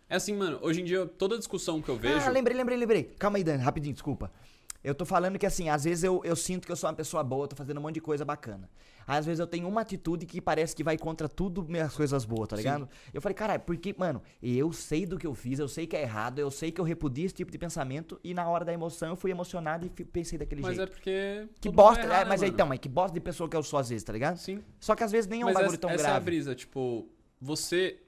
S3: É assim, mano, hoje em dia, toda discussão que eu vejo.
S2: Ah, lembrei, lembrei, lembrei. Calma aí, Dani, rapidinho, desculpa. Eu tô falando que assim, às vezes eu, eu sinto que eu sou uma pessoa boa, tô fazendo um monte de coisa bacana. Às vezes eu tenho uma atitude que parece que vai contra tudo minhas coisas boas, tá ligado? Eu falei, caralho, porque, mano, eu sei do que eu fiz, eu sei que é errado, eu sei que eu repudio esse tipo de pensamento e na hora da emoção eu fui emocionado e fi- pensei daquele
S3: mas é
S2: jeito.
S3: porque.
S2: Que
S3: todo mundo
S2: bosta,
S3: vai errar,
S2: é,
S3: né,
S2: mas é,
S3: mano?
S2: então, mas que bosta de pessoa que eu sou às vezes, tá ligado?
S3: Sim.
S2: Só que às vezes nem é um
S3: mas
S2: bagulho
S3: essa,
S2: tão
S3: essa é a
S2: grave.
S3: brisa, tipo, você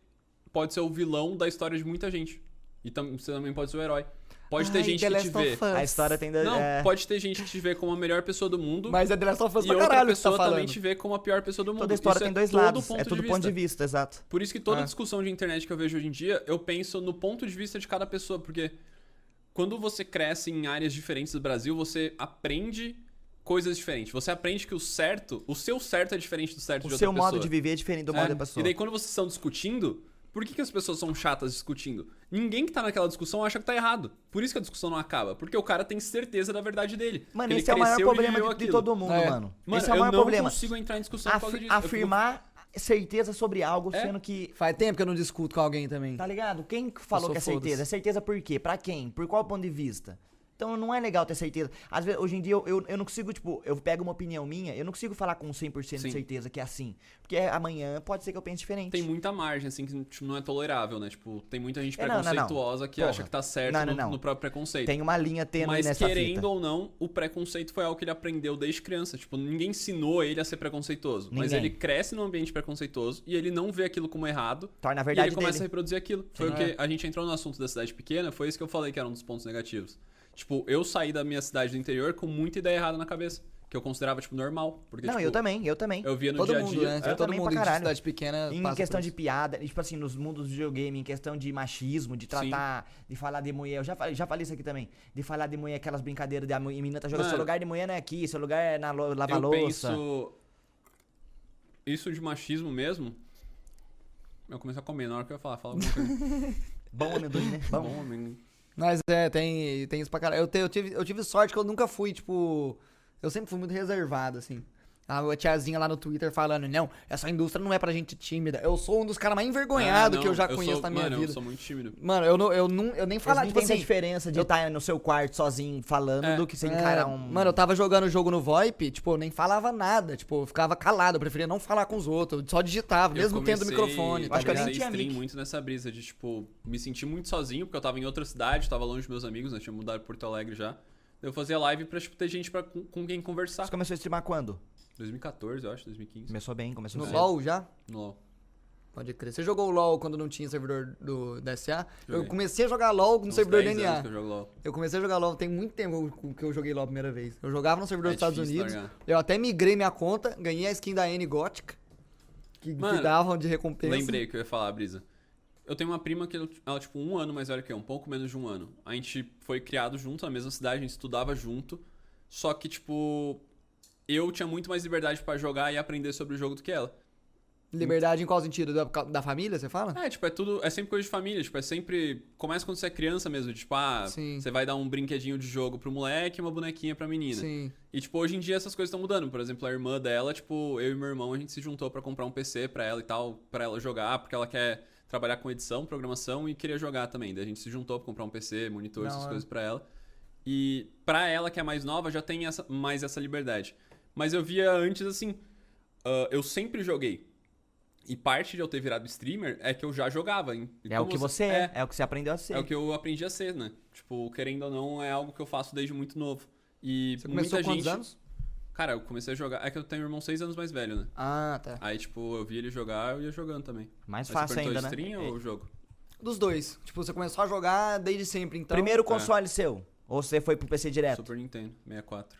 S3: pode ser o vilão da história de muita gente. E tam- você também pode ser o herói. Pode ter
S1: Ai,
S3: gente
S1: The
S3: que
S1: Last
S3: te
S1: of
S3: vê.
S1: Us.
S2: A história tem. da-
S3: Não,
S2: é...
S3: pode ter gente que te vê como a melhor pessoa do mundo.
S1: Mas é The Last of Us
S3: e
S1: pra
S3: outra
S1: caralho que você
S3: pessoa
S1: tá
S3: também
S1: falando.
S3: te vê como a pior pessoa do mundo.
S2: Toda história
S3: Isso
S2: tem dois
S3: todo
S2: lados.
S3: ponto
S2: É
S3: de
S2: todo ponto de vista, exato.
S3: Por isso que toda
S2: Ah.
S1: É.
S3: discussão de internet que eu vejo hoje em dia, eu penso no ponto de vista de cada pessoa, porque quando você cresce em áreas diferentes do Brasil, você aprende coisas diferentes. Você aprende que o certo, o seu certo é diferente do certo
S2: O
S3: de outra
S2: seu
S3: pessoa.
S2: modo de viver é diferente do
S3: É.
S2: modo da pessoa.
S3: E daí quando vocês estão discutindo, por que, que as pessoas são chatas discutindo? Ninguém que tá naquela discussão acha que tá errado. Por isso que a discussão não acaba, porque o cara tem certeza da verdade dele.
S2: Mano,
S3: que ele
S2: esse é o maior
S3: cresceu e
S2: problema
S3: viveu
S2: de, de
S3: aquilo.
S2: todo mundo,
S1: É.
S2: mano.
S3: Mano,
S2: Esse é o
S3: eu
S2: maior
S3: não
S2: problema.
S3: consigo entrar em discussão por causa
S2: Afir-
S3: disso. Eu fico-
S2: afirmar certeza sobre algo,
S3: É.
S2: sendo que.
S1: Faz tempo que eu não discuto com alguém também.
S2: Tá ligado? Quem que falou
S1: sou
S2: que é certeza?
S1: foda-se.
S2: É certeza por quê? Pra quem? Por qual ponto de vista? Então não é legal ter certeza. Às vezes, hoje em dia, eu, eu, eu não consigo, tipo, eu pego uma opinião minha, eu não consigo falar com 100% de
S3: Sim.
S2: certeza que é assim. Porque é, amanhã pode ser que eu pense diferente.
S3: tem muita margem, assim, que tipo, não é tolerável, né? Tipo, tem muita gente
S2: É, não, não, não.
S3: preconceituosa que
S2: Porra.
S3: acha que tá certo
S2: Não, não,
S3: no,
S2: não.
S3: no próprio preconceito.
S2: Tem uma linha tênue
S3: Mas
S2: nessa
S3: querendo
S2: fita.
S3: ou não, o preconceito foi algo que ele aprendeu desde criança. Tipo, ninguém ensinou ele a ser preconceituoso. Mas
S2: Ninguém.
S3: ele cresce num ambiente preconceituoso e ele não vê aquilo como errado.
S2: Torna a
S3: E ele
S2: verdade
S3: começa a
S2: dele. é?
S3: reproduzir aquilo. Foi o que a gente entrou no assunto da cidade pequena, foi isso que eu falei que era um dos pontos negativos. Tipo, eu saí da minha cidade do interior com muita ideia errada na cabeça. Que eu considerava, tipo, normal. Porque,
S2: Não,
S3: tipo,
S2: eu também, eu também.
S3: Eu via no
S1: Todo
S3: dia a
S1: mundo,
S3: dia.
S1: né?
S3: É.
S1: Todo
S2: também pra
S1: mundo em
S2: caralho.
S1: cidade pequena.
S2: Em
S1: passa
S2: questão
S1: por
S2: de
S1: isso.
S2: piada, tipo assim, nos mundos do videogame, em questão de machismo, de tratar, de falar de mulher. Eu já falei, já falei isso aqui também. De falar de mulher, aquelas brincadeiras de a mu- menina tá jogando.
S3: Mano,
S2: seu lugar de mulher não é aqui, seu lugar é na lo-
S3: eu
S2: lava-louça.
S3: penso. Isso de machismo mesmo. Eu comecei a comer na hora que eu ia falar. Fala alguma coisa.
S2: Bom amendoim, né? (laughs) Bom.
S3: Bom, menino.
S1: Mas é, tem, tem isso pra caralho. Eu, te- eu tive, eu tive sorte que eu nunca fui, tipo. Eu sempre fui muito reservado, assim. A minha tiazinha lá no Twitter falando, não, essa indústria não é pra gente tímida. Eu sou um dos caras mais envergonhados
S3: Ah,
S1: que eu
S3: não,
S1: já conheço
S3: sou,
S1: na minha
S3: mano,
S1: vida.
S3: Eu sou muito tímido.
S1: Mano, eu, não, eu, não, eu nem falar,
S2: Eles
S1: tipo
S2: não tem
S1: assim,
S2: diferença de estar no seu quarto sozinho falando
S3: É.
S2: do que você
S1: É,
S2: encarar um.
S1: Mano, eu tava jogando o jogo no VoIP, tipo, eu nem falava nada, tipo, eu ficava calado, eu preferia não falar com os outros, eu só digitava,
S3: Eu
S1: mesmo tendo
S3: comecei-
S1: microfone, tá
S2: acho que eu
S1: ligado?
S2: nem
S3: comecei
S2: tinha
S3: stream
S2: mic.
S3: muito nessa brisa de, tipo, me sentir muito sozinho, porque eu tava em outra cidade, tava longe dos meus amigos, né? Tinha mudado pra Porto Alegre já. Eu fazia live pra, tipo, ter gente pra, com, com quem conversar.
S2: Você começou a streamar quando?
S3: 2014, eu acho, 2015.
S2: Começou bem, começou
S1: No
S3: né?
S2: cedo.
S1: LoL já?
S3: No LOL.
S1: Pode crer. Você jogou o LoL quando não tinha servidor do, da SA? Eu
S3: Joguei.
S1: comecei a jogar LoL no
S3: Uns
S1: servidor
S3: 10 anos que eu
S1: DNA.
S3: jogo LOL.
S1: Eu comecei a jogar LoL tem muito tempo que eu joguei LoL a primeira vez. Eu jogava no servidor
S3: É
S1: dos Estados
S3: difícil
S1: Unidos,
S3: largar.
S1: eu até migrei minha conta, ganhei a skin da N Gothic, que, que
S3: Mano,
S1: davam de recompensa.
S3: Lembrei o que eu ia falar, Brisa. Eu tenho uma prima que ela, ela, tipo, um ano mais velha que eu, um pouco menos de um ano. A gente foi criado junto na mesma cidade, a gente estudava junto. Só que, tipo, eu tinha muito mais liberdade pra jogar e aprender sobre o jogo do que ela.
S1: Liberdade em qual sentido? Da, da família, você fala?
S3: É, tipo, é tudo. É sempre coisa de família, tipo, é sempre. Começa quando você é criança mesmo, tipo, ah,
S1: Sim.
S3: você vai dar um brinquedinho de jogo pro moleque e uma bonequinha pra menina.
S1: Sim.
S3: E, tipo, hoje em dia essas coisas estão mudando. Por exemplo, a irmã dela, tipo, eu e meu irmão, a gente se juntou pra comprar um PC pra ela e tal, pra ela jogar, porque ela quer trabalhar com edição, programação e queria jogar também. Daí a gente se juntou pra comprar um PC, monitor,
S1: Da
S3: essas
S1: hora.
S3: coisas pra ela. E pra ela, que é mais nova, já tem essa- mais essa liberdade. Mas eu via antes assim, ah, eu sempre joguei. E parte de eu ter virado streamer é que eu já jogava. hein? E
S2: É o
S3: como
S2: que você é, é o que você aprendeu a ser.
S3: é o que eu aprendi a ser, né? Tipo, querendo ou não, é algo que eu faço desde muito novo. E
S1: Você
S3: muita
S1: começou com
S3: gente.
S1: quantos anos?
S3: Cara, eu comecei a jogar. É que eu tenho um irmão 6 anos mais velho, né?
S1: Ah, tá.
S3: Aí, tipo, eu vi ele jogar, eu ia jogando também.
S2: Mais
S3: Mas
S2: fácil
S3: você perguntou
S2: ainda, né?
S3: stream ou o jogo?
S1: Dos dois. Tipo, você começou a jogar desde sempre, então.
S2: Primeiro console seu? Ou você foi pro PC direto?
S3: Super Nintendo, 64.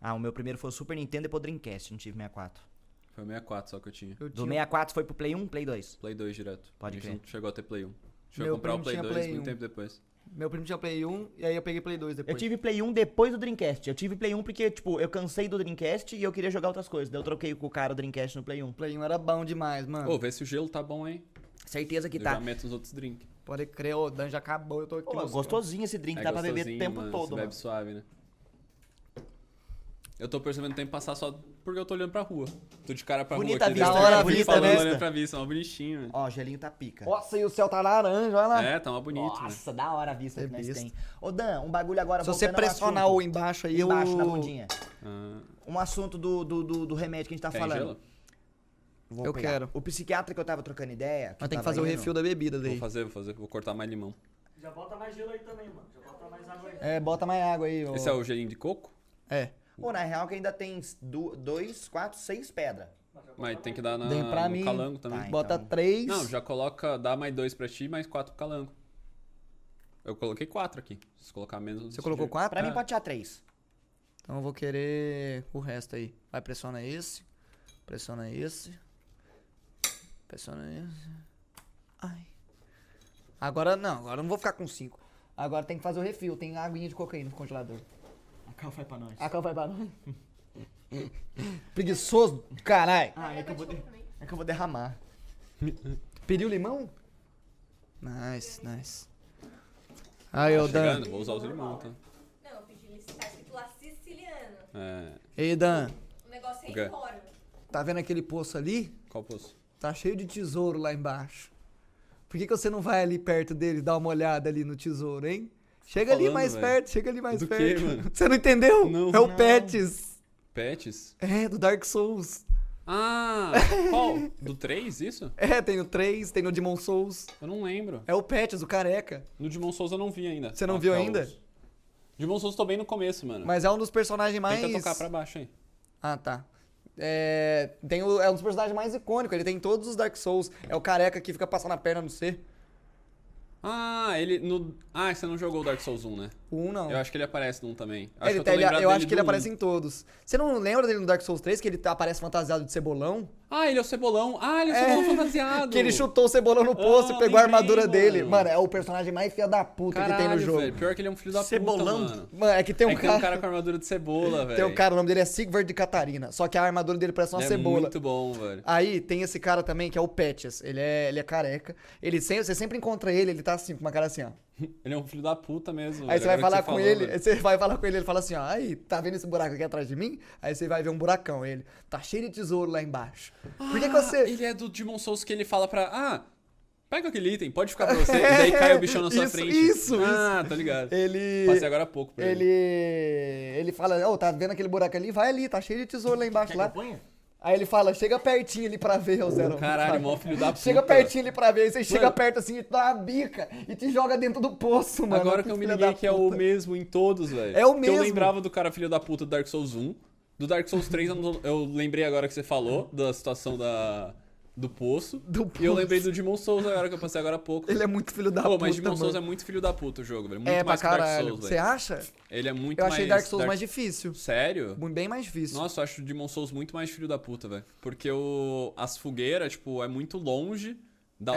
S2: Ah, o meu primeiro foi o Super Nintendo e pro Dreamcast, não tive 64.
S3: Foi 64 só que eu tinha.
S1: Eu
S2: Do
S1: tinha...
S2: 64 foi pro Play 1, Play 2.
S3: Play 2 direto.
S2: Pode
S3: a gente
S2: crer.
S3: não chegou a ter Play 1. Chegou
S1: Meu
S3: a comprar o
S1: primo
S3: Play
S1: tinha
S3: 2
S1: Play
S3: muito
S1: 1.
S3: tempo depois.
S1: Meu primo tinha Play 1 e aí eu peguei Play 2 depois.
S2: Eu tive Play 1 depois do Dreamcast. Eu tive Play 1 porque, tipo, eu cansei do Dreamcast e eu queria jogar outras coisas. Daí eu troquei com o cara o Dreamcast no Play 1.
S1: Play 1 era bom demais, mano.
S3: Ô, vê se o gelo tá bom, hein?
S2: Certeza que
S3: eu já
S2: tá.
S3: meto os outros drinks.
S1: Pode crer, ô, o Dan já acabou, eu tô aqui.
S2: Ô,
S1: mano.
S2: gostosinho esse
S1: é
S2: drink, dá pra beber o
S3: É gostosinho,
S2: tempo
S3: mano,
S2: todo,
S3: se
S2: mano.
S3: bebe suave, né? Eu tô percebendo o tempo passar só porque eu tô olhando pra rua. Tô de cara pra
S2: Bonita
S3: rua. aqui,
S2: vista,
S3: né?
S1: Da hora a
S3: Falando,
S1: vista, né?
S3: olhando pra vista, mó bonitinho, né?
S2: Ó, gelinho tá pica.
S1: Nossa, e o céu tá laranja, olha lá.
S3: É, tá mó bonito, né?
S2: Ah. Nossa, da hora a vista
S1: É
S2: que nós
S1: besta.
S2: tem. Ô, Dan, um bagulho agora
S1: Se você
S2: voltando ao
S1: pressionar
S2: assunto.
S1: o Tá embaixo aí,
S2: Embaixo,
S1: eu...
S2: na bundinha.
S3: Ah,
S2: Um assunto do, do, do, do remédio que a gente tá
S3: quer
S2: falando.
S3: gelo?
S2: Vou
S1: Eu
S2: pegar.
S1: quero.
S2: O psiquiatra que eu tava trocando ideia.
S1: Mas tem que
S2: tava
S1: fazer o
S2: indo,
S1: refil da bebida
S3: Vou
S1: daí.
S3: fazer, vou fazer. Vou cortar mais limão.
S4: Já bota mais gelo aí também, mano. Já bota mais água aí.
S1: É, bota mais água aí, ô.
S3: Esse é o gelinho de coco?
S1: É.
S2: Pô, na real que ainda tem du- dois, quatro, seis pedras.
S3: Mas tem que dar na,
S1: Dei pra
S3: no
S1: mim.
S3: calango também.
S2: Tá,
S1: Bota
S2: então.
S1: três.
S3: Não, já coloca, dá mais dois pra ti, mais quatro pro calango. Eu coloquei quatro aqui. Se colocar menos...
S1: Você colocou quatro?
S2: Pra mim
S3: Ah.
S2: pode tirar três.
S1: Então eu vou querer o resto aí. Vai, pressiona esse. Pressiona esse. Pressiona esse. Ai. Agora não, agora eu não vou ficar com cinco. Agora tem que fazer o refil. Tem aguinha de cocaína no congelador.
S2: A cal vai pra nós.
S1: A cal vai pra nós. (laughs) Preguiçoso, do caralho.
S2: Ah, é que, eu vou de- é que eu vou derramar.
S1: Pediu limão? Nice, nice. Aí, ô Dan.
S3: Chegando, Tá vou usar os limão, tá?
S5: Não, eu pedi lic- tá escrito lá siciliano.
S3: É...
S1: Ei, Dan.
S5: O negócio é
S3: Ok.
S5: embora.
S1: Tá vendo aquele poço ali?
S3: Qual poço?
S1: Tá cheio de tesouro lá embaixo. Por que, que você não vai ali perto dele dar uma olhada ali no tesouro, hein? Chega ali
S3: tá falando,
S1: mais
S3: velho?
S1: perto, chega ali mais
S3: Do quê,
S1: perto.
S3: mano?
S1: Você não entendeu?
S3: Não.
S1: é o
S3: Não.
S1: Pets.
S3: Pets?
S1: É, do Dark Souls.
S3: Ah, qual? Do 3, isso?
S1: É, tem o 3, tem o Demon Souls.
S3: Eu não lembro.
S1: É o Pets, o careca.
S3: No Demon Souls eu não vi ainda.
S1: Você não
S3: Ah,
S1: viu
S3: tá,
S1: ainda?
S3: os- Demon Souls tô bem no começo, mano.
S1: Mas é um dos personagens mais.
S3: Tenta tocar pra baixo aí.
S1: Ah, tá. É, tem o- é um dos personagens mais icônicos. Ele tem em todos os Dark Souls. É o careca que fica passando a perna no C.
S3: Ah, ele no... Ah, você não jogou o Dark Souls 1, né?
S1: O 1 não.
S3: Eu acho que ele aparece num também. Acho
S1: Ele
S3: que eu tô
S1: tá- ele-
S3: lembrado
S1: eu
S3: dele
S1: acho que
S3: do
S1: ele
S3: 1.
S1: aparece em todos. Você não lembra dele no Dark Souls 3 que ele tá- aparece fantasiado de cebolão?
S3: Ah, ele é o Cebolão. Ah, ele é o Cebolão fantasiado.
S1: Que ele chutou o cebolão no poço
S3: Ah,
S1: e pegou a
S3: lembrei,
S1: armadura dele.
S3: mano.
S1: Mano, é o personagem mais filha da puta
S3: Caralho,
S1: que tem no jogo.
S3: velho. Pior que ele é um filho da
S2: Cebolão?
S3: puta, mano.
S1: Mano, é que tem um
S3: é que tem
S1: cara.
S3: um cara com armadura de cebola, velho.
S1: tem um cara, o nome dele é Sigvard de Catarina. Só que a armadura dele parece uma
S3: é
S1: cebola.
S3: muito bom, velho.
S1: Aí tem esse cara também, que é o Patches. Ele é, ele é careca. Ele sempre, você sempre encontra ele, ele tá assim, com uma cara assim, ó.
S3: Ele é um filho da puta mesmo.
S1: Aí
S3: velho.
S1: você vai
S3: Agora
S1: falar
S3: que
S1: com
S3: falou,
S1: ele,
S3: velho.
S1: você vai falar com ele, ele fala assim, ó, aí, tá vendo esse buraco aqui atrás de mim? Aí você vai ver um buracão, ele, tá cheio de tesouro lá embaixo. Por que, que
S3: Ah,
S1: você...
S3: Ele é do Demon Souls que ele fala pra. Ah, pega aquele item, pode ficar pra
S1: (laughs)
S3: você. e daí cai o bichão na sua
S1: Isso,
S3: frente.
S1: isso,
S3: Ah, tá ligado.
S1: Ele...
S3: Passei agora há pouco pra ele.
S1: Ele... Ele fala, ô, tá vendo aquele buraco ali? Vai ali, tá cheio de tesouro lá embaixo, lá. Aí ele fala, chega pertinho ali pra ver, ô Zero.
S3: Caralho,
S1: Sabe?
S3: mó filho da puta.
S1: Chega pertinho ali pra ver, aí você chega
S3: Mano.
S1: perto assim, e dá uma bica e te joga dentro do poço, mano.
S3: Agora que eu me
S1: filha
S3: liguei
S1: da
S3: que é o
S1: puta.
S3: mesmo em todos, velho.
S1: É o
S3: Porque
S1: mesmo.
S3: Eu lembrava do cara filho da puta do Dark Souls 1. Do Dark Souls 3 eu não- eu lembrei agora que você falou, da situação da, do poço.
S1: Do
S3: E eu
S1: poço.
S3: lembrei do Demon Souls agora que eu passei agora há pouco.
S1: Ele é muito filho da
S3: Pô,
S1: puta,
S3: mas Demon Souls é
S1: mano.
S3: muito filho da puta o jogo, velho. Muito
S1: É, pra
S3: mais que Dark
S1: caralho.
S3: Souls,
S1: Você
S3: velho.
S1: acha?
S3: Ele é muito
S1: Eu
S3: mais...
S1: achei Dark Souls mais difícil.
S3: Sério?
S1: Mu- Bem mais difícil.
S3: Nossa, eu acho o Demon Souls muito mais filho da puta, velho. Porque o, as fogueiras, tipo, é muito longe da-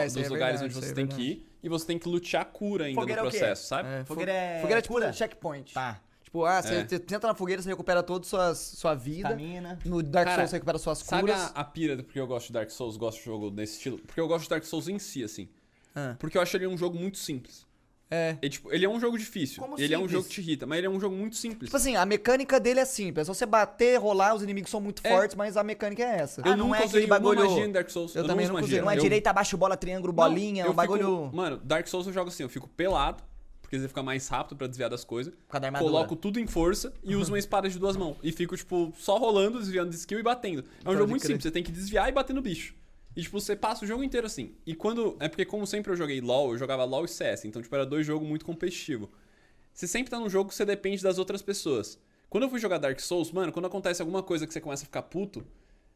S1: É,
S3: dos
S1: isso aí é
S3: lugares
S1: verdade,
S3: onde você
S1: isso aí é
S3: tem que ir. E você tem que lutear a cura ainda
S2: Fogueira é
S3: no
S2: o quê?
S3: processo, sabe?
S1: É, fo-
S2: Fogueira é
S1: Fogueira é tipo
S2: cura?
S1: checkpoint.
S2: Tá.
S1: Tipo, Tipo, ah, você
S3: É.
S1: você entra na fogueira, você recupera toda a sua, sua
S2: Tá
S1: vida.
S2: Vitamina.
S1: No Dark
S3: Cara,
S1: Souls você recupera suas
S3: Sabe
S1: curas.
S3: a, a pira do porque eu gosto de Dark Souls, gosto de jogo desse estilo? Porque eu gosto de Dark Souls em si, assim.
S1: Ah.
S3: Porque eu acho ele um jogo muito simples.
S1: É.
S3: E, tipo, ele é um jogo difícil.
S2: Como
S3: ele é um
S2: simples?
S3: jogo que te irrita, mas ele é um jogo muito simples.
S1: Tipo assim, a mecânica dele é simples. É só você bater, rolar, os inimigos são muito
S3: É.
S1: fortes, mas a mecânica é essa.
S3: eu
S2: Ah, não é
S3: nunca
S2: aquele
S3: usei uma
S2: bagulho-
S3: magia em Dark Souls.
S1: Eu
S3: Eu,
S1: também
S3: não uso
S1: nunca usei,
S3: magia.
S2: Não é
S3: eu...
S2: direita, abaixo, bola, triângulo, bolinha,
S3: Não,
S2: é
S3: eu
S2: um bagulho.
S3: fico- Mano, Dark Souls eu jogo assim, eu fico pelado, porque você fica mais rápido pra desviar das coisas.
S2: causa da armadura.
S3: Coloco tudo em força e uso uma espada de duas mãos. E fico, tipo, só rolando, desviando de skill e batendo. É um
S1: Pode
S3: jogo muito
S1: crer.
S3: simples, você tem que desviar e bater no bicho. E, tipo, você passa o jogo inteiro assim. E quando. É porque, como sempre eu joguei LOL, eu jogava LOL e CS, então, tipo, era dois jogos muito competitivos. Você sempre tá num jogo que você depende das outras pessoas. Quando eu fui jogar Dark Souls, mano, quando acontece alguma coisa que você começa a ficar puto,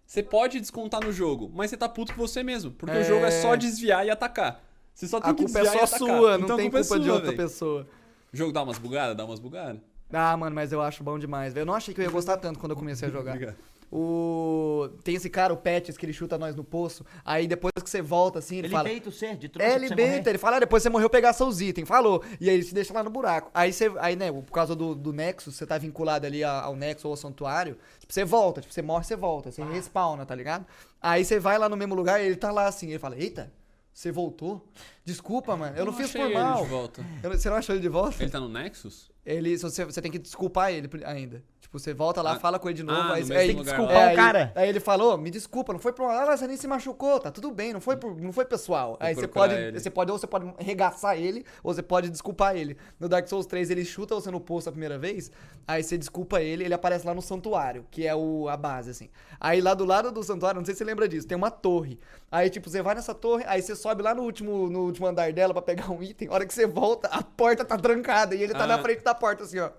S3: você pode descontar no jogo, mas você tá puto com você mesmo. Porque
S1: É.
S3: o jogo é só desviar e atacar. Você só tem
S1: A
S3: que
S1: culpa é
S3: desviar
S1: só
S3: e atacar.
S1: sua, não
S3: então, a
S1: tem
S3: culpa,
S1: culpa,
S3: é sua,
S1: de outra
S3: véi.
S1: pessoa.
S3: O jogo dá umas bugadas, dá umas bugadas.
S1: Ah, mano, mas eu acho bom demais, velho. Eu não achei que eu ia gostar tanto quando eu comecei a jogar.
S3: Obrigado.
S1: O... Tem esse cara, o Patches, que ele chuta nós no poço. Aí depois que você volta, assim, ele,
S2: Ele
S1: fala...
S2: beita o ser de trouxa
S1: É,
S2: pra
S1: ele
S2: você
S1: beita,
S2: morrer.
S1: ele fala, ah, depois você morreu pegar seus itens, falou. E aí ele te deixa lá no buraco. Aí você, aí, né, por causa do, do Nexus, você tá vinculado ali a- ao Nexus ou ao santuário, tipo, você volta, tipo, você morre, você volta,
S3: Ah.
S1: você respawna, tá ligado? Aí você vai lá no mesmo lugar e ele tá lá assim, ele fala, eita, você voltou? Desculpa, mano, eu não, fiz
S3: achei
S1: por
S3: ele
S1: mal.
S3: de volta.
S1: Eu não- Você não achou ele de volta?
S3: Ele tá no Nexus?
S1: Ele, se você, você tem que desculpar ele pri- ainda. Tipo, você volta lá,
S3: Ah,
S1: fala com ele de novo,
S3: ah,
S1: aí
S3: no
S1: você
S3: mesmo
S1: aí-
S3: lugar lá.
S1: é,
S2: Desculpar o
S1: aí-
S2: cara.
S1: Aí, ele falou, me desculpa, não foi pro ah, você nem se machucou, tá tudo bem, não foi, por, não foi pessoal. aí você
S3: procurar
S1: pode,
S3: ele.
S1: você pode, ou você pode arregaçar ele, ou você pode desculpar ele. No Dark Souls 3 ele chuta você no poço a primeira vez, aí você desculpa ele, ele aparece lá no santuário, que é o, a base, assim. Aí lá do lado do santuário, não sei se você lembra disso, tem uma torre. Aí tipo, você vai nessa torre, aí você sobe lá no último, no último andar dela pra pegar um item, a hora que você volta, a porta tá trancada e ele tá
S3: Ah.
S1: na frente da porta, assim, ó.